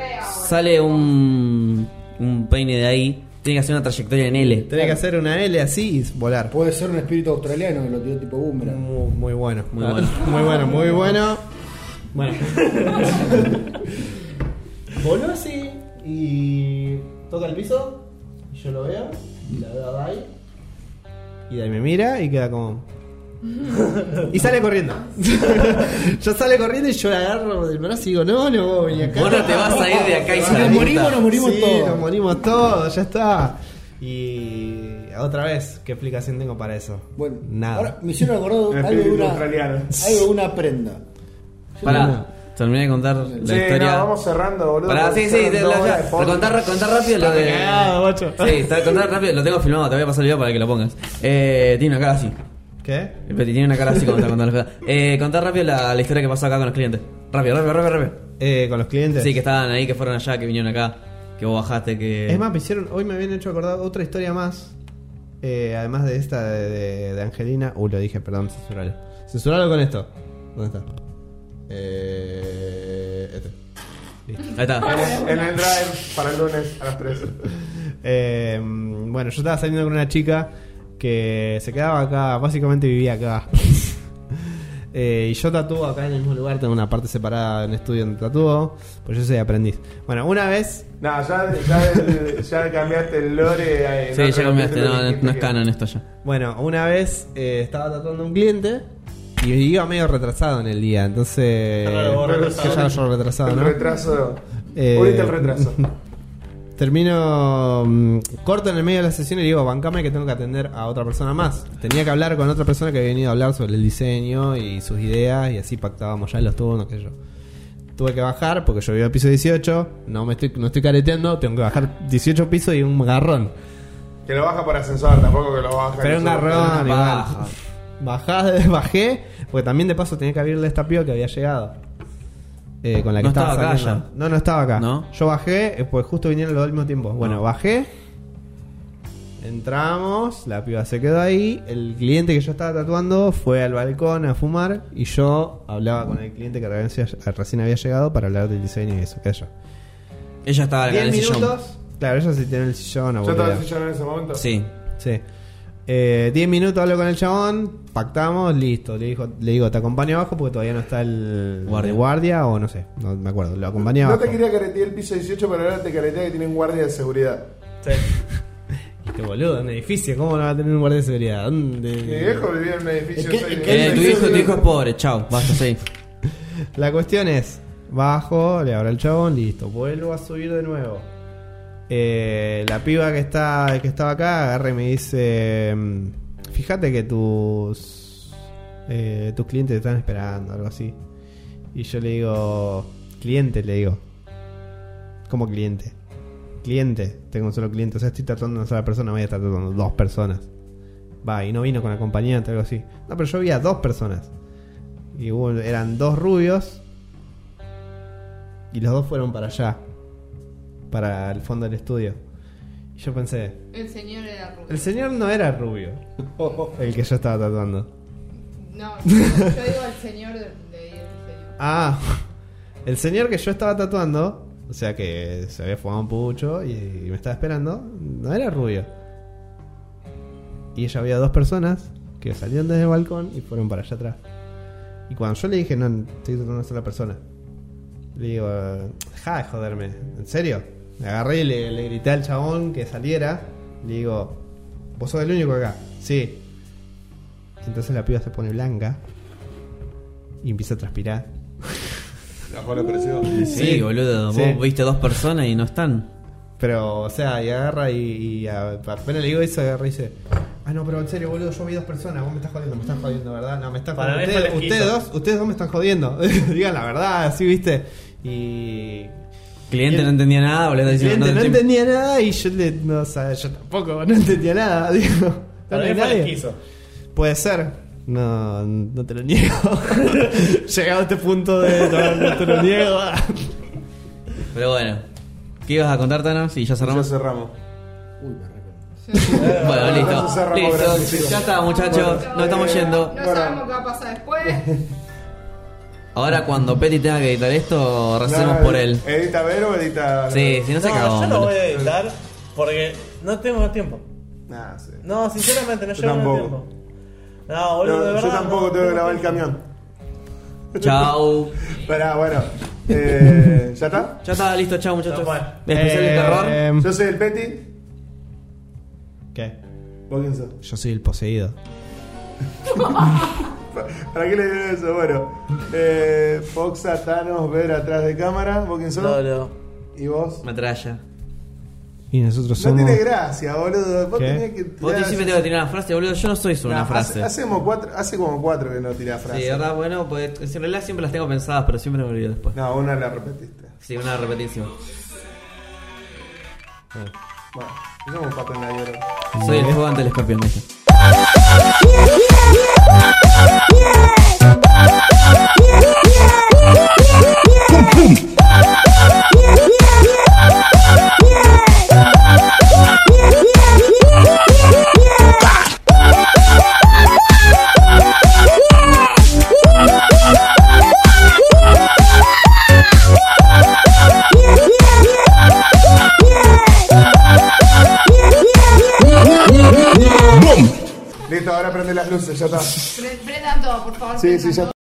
[SPEAKER 2] sale un, un peine de ahí, tiene que hacer una trayectoria en L.
[SPEAKER 3] Tenés que hacer una L así y volar.
[SPEAKER 7] Puede ser un espíritu australiano que lo tiró tipo boomerang.
[SPEAKER 3] Muy, bueno.
[SPEAKER 2] Muy bueno.
[SPEAKER 3] muy bueno, muy bueno. Bueno. Voló así y toca el piso. y Yo lo veo. y La veo a Dai. Y de ahí me mira y queda como. y sale corriendo. yo sale corriendo y yo la agarro del brazo y digo, no, no, vos vení acá.
[SPEAKER 2] Vos no te vas a ir de acá, hija
[SPEAKER 7] Si
[SPEAKER 2] de
[SPEAKER 7] nos
[SPEAKER 2] puta.
[SPEAKER 7] morimos, nos morimos
[SPEAKER 3] Sí,
[SPEAKER 7] todos.
[SPEAKER 3] nos morimos todos, ya está. Y otra vez, ¿qué explicación tengo para eso?
[SPEAKER 7] Bueno,
[SPEAKER 3] Nada.
[SPEAKER 7] ahora me hicieron acordar algo de
[SPEAKER 1] Espíritu
[SPEAKER 7] una,
[SPEAKER 1] australiano.
[SPEAKER 7] algo de una prenda.
[SPEAKER 2] Pará, terminé de contar la
[SPEAKER 1] Sí,
[SPEAKER 2] historia.
[SPEAKER 1] no, vamos cerrando, boludo.
[SPEAKER 2] Pará, sí, sí,
[SPEAKER 1] Son
[SPEAKER 2] de-
[SPEAKER 1] dos
[SPEAKER 2] la-
[SPEAKER 1] horas
[SPEAKER 2] ya.
[SPEAKER 1] de podcast.
[SPEAKER 2] Contar, contar rápido lo de.
[SPEAKER 3] cagado, macho.
[SPEAKER 2] Sí, está- contar rápido, lo tengo filmado, te voy a pasar el video para que lo pongas. Eh, tiene una cara así.
[SPEAKER 3] ¿Qué?
[SPEAKER 2] El Peti tiene una cara así cuando está contando las cosas. Eh, contar rápido la, la historia que pasó acá con los clientes. Rápido, rápido, rápido, rápido.
[SPEAKER 3] Eh, con los clientes.
[SPEAKER 2] Sí, que estaban ahí, que fueron allá, que vinieron acá, que vos bajaste, que.
[SPEAKER 3] Es más, me hicieron, hoy me habían hecho acordar otra historia más. Eh, además de esta de, de- de Angelina. Uh, lo dije, perdón, censuralo. Censuralo con esto. ¿Dónde está? Eh, este. Listo.
[SPEAKER 2] Ahí está.
[SPEAKER 1] En el drive para el lunes a las 3.
[SPEAKER 3] Eh, mm, bueno, yo estaba saliendo con una chica que se quedaba acá, básicamente vivía acá. Eh, y yo tatúo acá en el mismo lugar, tengo una parte separada en estudio donde tatúo, pues yo soy aprendiz. Bueno, una vez
[SPEAKER 1] No, ya, ya, ya cambiaste el lore. eh, en
[SPEAKER 2] Sí,
[SPEAKER 1] otro
[SPEAKER 2] ya cambiaste,
[SPEAKER 1] capítulo
[SPEAKER 2] no,
[SPEAKER 1] dijiste
[SPEAKER 2] no es
[SPEAKER 1] que-
[SPEAKER 2] canon esto ya.
[SPEAKER 3] Bueno, una vez eh, estaba tratando a un cliente y iba medio retrasado en el día, entonces.
[SPEAKER 1] Claro, vos
[SPEAKER 3] que
[SPEAKER 1] retrasado.
[SPEAKER 3] ya yo retrasado,
[SPEAKER 1] El
[SPEAKER 3] ¿no?
[SPEAKER 1] retraso.
[SPEAKER 3] Eh,
[SPEAKER 1] Ahorita el retraso.
[SPEAKER 3] Termino mm, corto en el medio de la sesión y le digo, bancame que tengo que atender a otra persona más. Tenía que hablar con otra persona que había venido a hablar sobre el diseño y sus ideas y así pactábamos ya los turnos, qué sé yo. Tuve que bajar porque yo vivo al piso 18, no me estoy, no estoy careteando, tengo que bajar 18 pisos y un garrón.
[SPEAKER 1] Que lo baja por ascensor, tampoco que lo baja.
[SPEAKER 3] Pero
[SPEAKER 1] que
[SPEAKER 3] un
[SPEAKER 1] solo-
[SPEAKER 3] garrón, igual.
[SPEAKER 2] Baja.
[SPEAKER 3] Bajá- bajé, porque también de paso tenía que abrirle a esta piba que había llegado. Eh, con la que
[SPEAKER 2] No
[SPEAKER 3] estaba,
[SPEAKER 2] estaba acá
[SPEAKER 3] saliendo.
[SPEAKER 2] ya.
[SPEAKER 3] No, no estaba acá.
[SPEAKER 2] ¿No?
[SPEAKER 3] Yo bajé, eh, pues justo vinieron los dos al mismo tiempo. Bueno,
[SPEAKER 2] No.
[SPEAKER 3] bajé. Entramos, la piba se quedó ahí. El cliente que yo estaba tatuando fue al balcón a fumar. Y yo hablaba con el cliente que recién, recién había llegado para hablar del diseño y eso, que yo.
[SPEAKER 2] Ella estaba acá en el
[SPEAKER 3] 10
[SPEAKER 2] sillón.
[SPEAKER 3] minutos. Claro, ella se tiene el sillón a
[SPEAKER 1] Yo estaba
[SPEAKER 3] boludear.
[SPEAKER 1] en sillón en ese momento.
[SPEAKER 2] Sí.
[SPEAKER 3] Sí. Eh, 10 minutos hablo con el chabón, pactamos, listo. Le, dijo, le digo, te acompaño abajo porque todavía no está el
[SPEAKER 2] Guardia.
[SPEAKER 3] el guardia o no sé, no me acuerdo. Lo acompañé
[SPEAKER 1] No
[SPEAKER 3] abajo.
[SPEAKER 1] te quería caretear el piso 18, pero ahora te caretea que tienen guardia de seguridad.
[SPEAKER 3] Este boludo, en un edificio, ¿cómo no va a tener un guardia de seguridad?
[SPEAKER 1] Mi
[SPEAKER 3] ¿Dónde?
[SPEAKER 1] viejo vivía en un edificio.
[SPEAKER 7] Es que-
[SPEAKER 1] soy-
[SPEAKER 7] es que-
[SPEAKER 2] Eh, tu, hijo, tu hijo es pobre, chao, basta, sí.
[SPEAKER 3] La cuestión es, bajo, le abro el chabón, listo. Vuelvo a subir de nuevo. Eh, la piba que está que estaba acá agarra y me dice, mm, fíjate que tus eh, tus clientes te están esperando, algo así. Y yo le digo, cliente, le digo. Como cliente. Cliente, tengo un solo cliente, o sea, estoy tratando a una sola persona, voy a estar tratando dos personas. Va, y no vino con acompañante o algo así. No, pero yo vi a dos personas. Y hubo- eran dos rubios. Y los dos fueron para allá. Para el fondo del estudio. Y yo pensé,
[SPEAKER 5] El señor era rubio.
[SPEAKER 3] el señor no era rubio. El que yo estaba tratando.
[SPEAKER 5] No, yo, yo digo el señor de, de ahí, el señor.
[SPEAKER 3] Ah, el señor que yo estaba tatuando, o sea que se había fumado un pucho y, y me estaba esperando, no era rubio. Y ella había dos personas que salieron desde el balcón y fueron para allá atrás. Y cuando yo le dije, no, estoy tratando a una sola persona, le digo, deja de joderme, ¿en serio? Le agarré y le, le grité al chabón que saliera, le digo, vos sos el único acá, sí. Entonces la piba se pone blanca y empieza a transpirar.
[SPEAKER 1] Bajó la presión.
[SPEAKER 2] Sí, boludo,
[SPEAKER 3] Sí.
[SPEAKER 2] vos viste dos personas y no están.
[SPEAKER 3] Pero, o sea, y agarra y, y a- apenas le digo eso, agarra y dice: "Ah, Ah, no, pero en serio, boludo, yo vi dos personas. Vos me estás jodiendo, me estás jodiendo, ¿verdad? No, me estás
[SPEAKER 4] Para
[SPEAKER 3] jodiendo.
[SPEAKER 4] mí fue
[SPEAKER 3] Ustedes,
[SPEAKER 4] la
[SPEAKER 3] ustedes
[SPEAKER 4] esquizo.
[SPEAKER 3] dos, ustedes dos me están jodiendo. Digan la verdad, así, viste. Y.
[SPEAKER 2] Cliente
[SPEAKER 3] Y el-
[SPEAKER 2] no entendía nada, boludo.
[SPEAKER 3] El
[SPEAKER 2] diciendo,
[SPEAKER 3] cliente no
[SPEAKER 2] te-
[SPEAKER 3] entendía nada y yo le- no, o sea, yo tampoco no entendía nada, digo. No
[SPEAKER 4] Para
[SPEAKER 3] hay
[SPEAKER 4] mí fue el
[SPEAKER 3] nadie.
[SPEAKER 4] esquizo.
[SPEAKER 3] Puede ser. No, no te lo niego. Llegado a este punto de no, no te lo niego.
[SPEAKER 2] Pero bueno. ¿Qué ibas a contar, Thanos? Y ya cerramos.
[SPEAKER 1] Ya cerramos.
[SPEAKER 2] bueno,
[SPEAKER 1] Ya
[SPEAKER 2] listo.
[SPEAKER 1] cerramos, gracias,
[SPEAKER 2] Listo.
[SPEAKER 1] chicos.
[SPEAKER 2] Ya está, muchachos.
[SPEAKER 1] Bueno,
[SPEAKER 2] Nos estamos
[SPEAKER 1] eh,
[SPEAKER 2] yendo.
[SPEAKER 5] No sabemos qué va a pasar después.
[SPEAKER 2] Ahora cuando Petty tenga que editar esto, recemos
[SPEAKER 1] No,
[SPEAKER 2] por él.
[SPEAKER 1] ¿Edita Vero o edita.?
[SPEAKER 2] Sí, si no se acabó.
[SPEAKER 4] yo lo voy
[SPEAKER 2] boludo.
[SPEAKER 4] a editar porque no tengo tiempo.
[SPEAKER 1] Nah, sí.
[SPEAKER 4] No, sinceramente, no
[SPEAKER 1] Yo
[SPEAKER 4] llevo
[SPEAKER 1] tampoco.
[SPEAKER 4] tiempo. No,
[SPEAKER 1] No,
[SPEAKER 4] boludo, de
[SPEAKER 1] yo
[SPEAKER 4] verdad.
[SPEAKER 1] tampoco
[SPEAKER 4] no,
[SPEAKER 1] tengo que
[SPEAKER 4] no
[SPEAKER 1] grabar el
[SPEAKER 4] tiempo.
[SPEAKER 1] camión.
[SPEAKER 2] Chau.
[SPEAKER 1] Pará, bueno. Eh, ¿Ya está?
[SPEAKER 2] Ya está, listo, chau, muchachos.
[SPEAKER 4] No, bueno.
[SPEAKER 2] Especial de
[SPEAKER 3] Eh,
[SPEAKER 2] terror.
[SPEAKER 1] Yo soy el Petty.
[SPEAKER 3] ¿Qué?
[SPEAKER 1] ¿Vos quién sos?
[SPEAKER 3] Yo soy el poseído.
[SPEAKER 1] ¿Para qué le dieron eso? Bueno. Eh, Foxa, Thanos, Vera atrás de cámara. ¿Vos quién sos?
[SPEAKER 2] Lolo.
[SPEAKER 1] ¿Y vos?
[SPEAKER 2] Metralla.
[SPEAKER 3] Y nosotros
[SPEAKER 1] No
[SPEAKER 3] somos.
[SPEAKER 1] tiene gracia, boludo. Vos
[SPEAKER 3] ¿Qué?
[SPEAKER 1] tenés que.
[SPEAKER 2] Vos
[SPEAKER 1] tirar-
[SPEAKER 2] siempre tengo que tirar una frase, boludo. Yo no soy solo
[SPEAKER 1] Nah,
[SPEAKER 2] una frase.
[SPEAKER 1] Hace, hacemos cuatro, hace como cuatro que no tirás
[SPEAKER 2] Sí,
[SPEAKER 1] frases.
[SPEAKER 2] de verdad, bueno, pues en realidad siempre las tengo pensadas, pero siempre me olvido después.
[SPEAKER 1] No, una la repetiste.
[SPEAKER 2] Sí, una repetición.
[SPEAKER 1] Bueno, somos un papel mayor.
[SPEAKER 2] Soy el fuego ante el escorpión. dije.
[SPEAKER 1] Listo, ahora prende las luces, ya está.
[SPEAKER 5] Pre- Prendan todo, por favor.
[SPEAKER 1] Sí, sí,
[SPEAKER 5] prendan
[SPEAKER 1] ya
[SPEAKER 5] todo.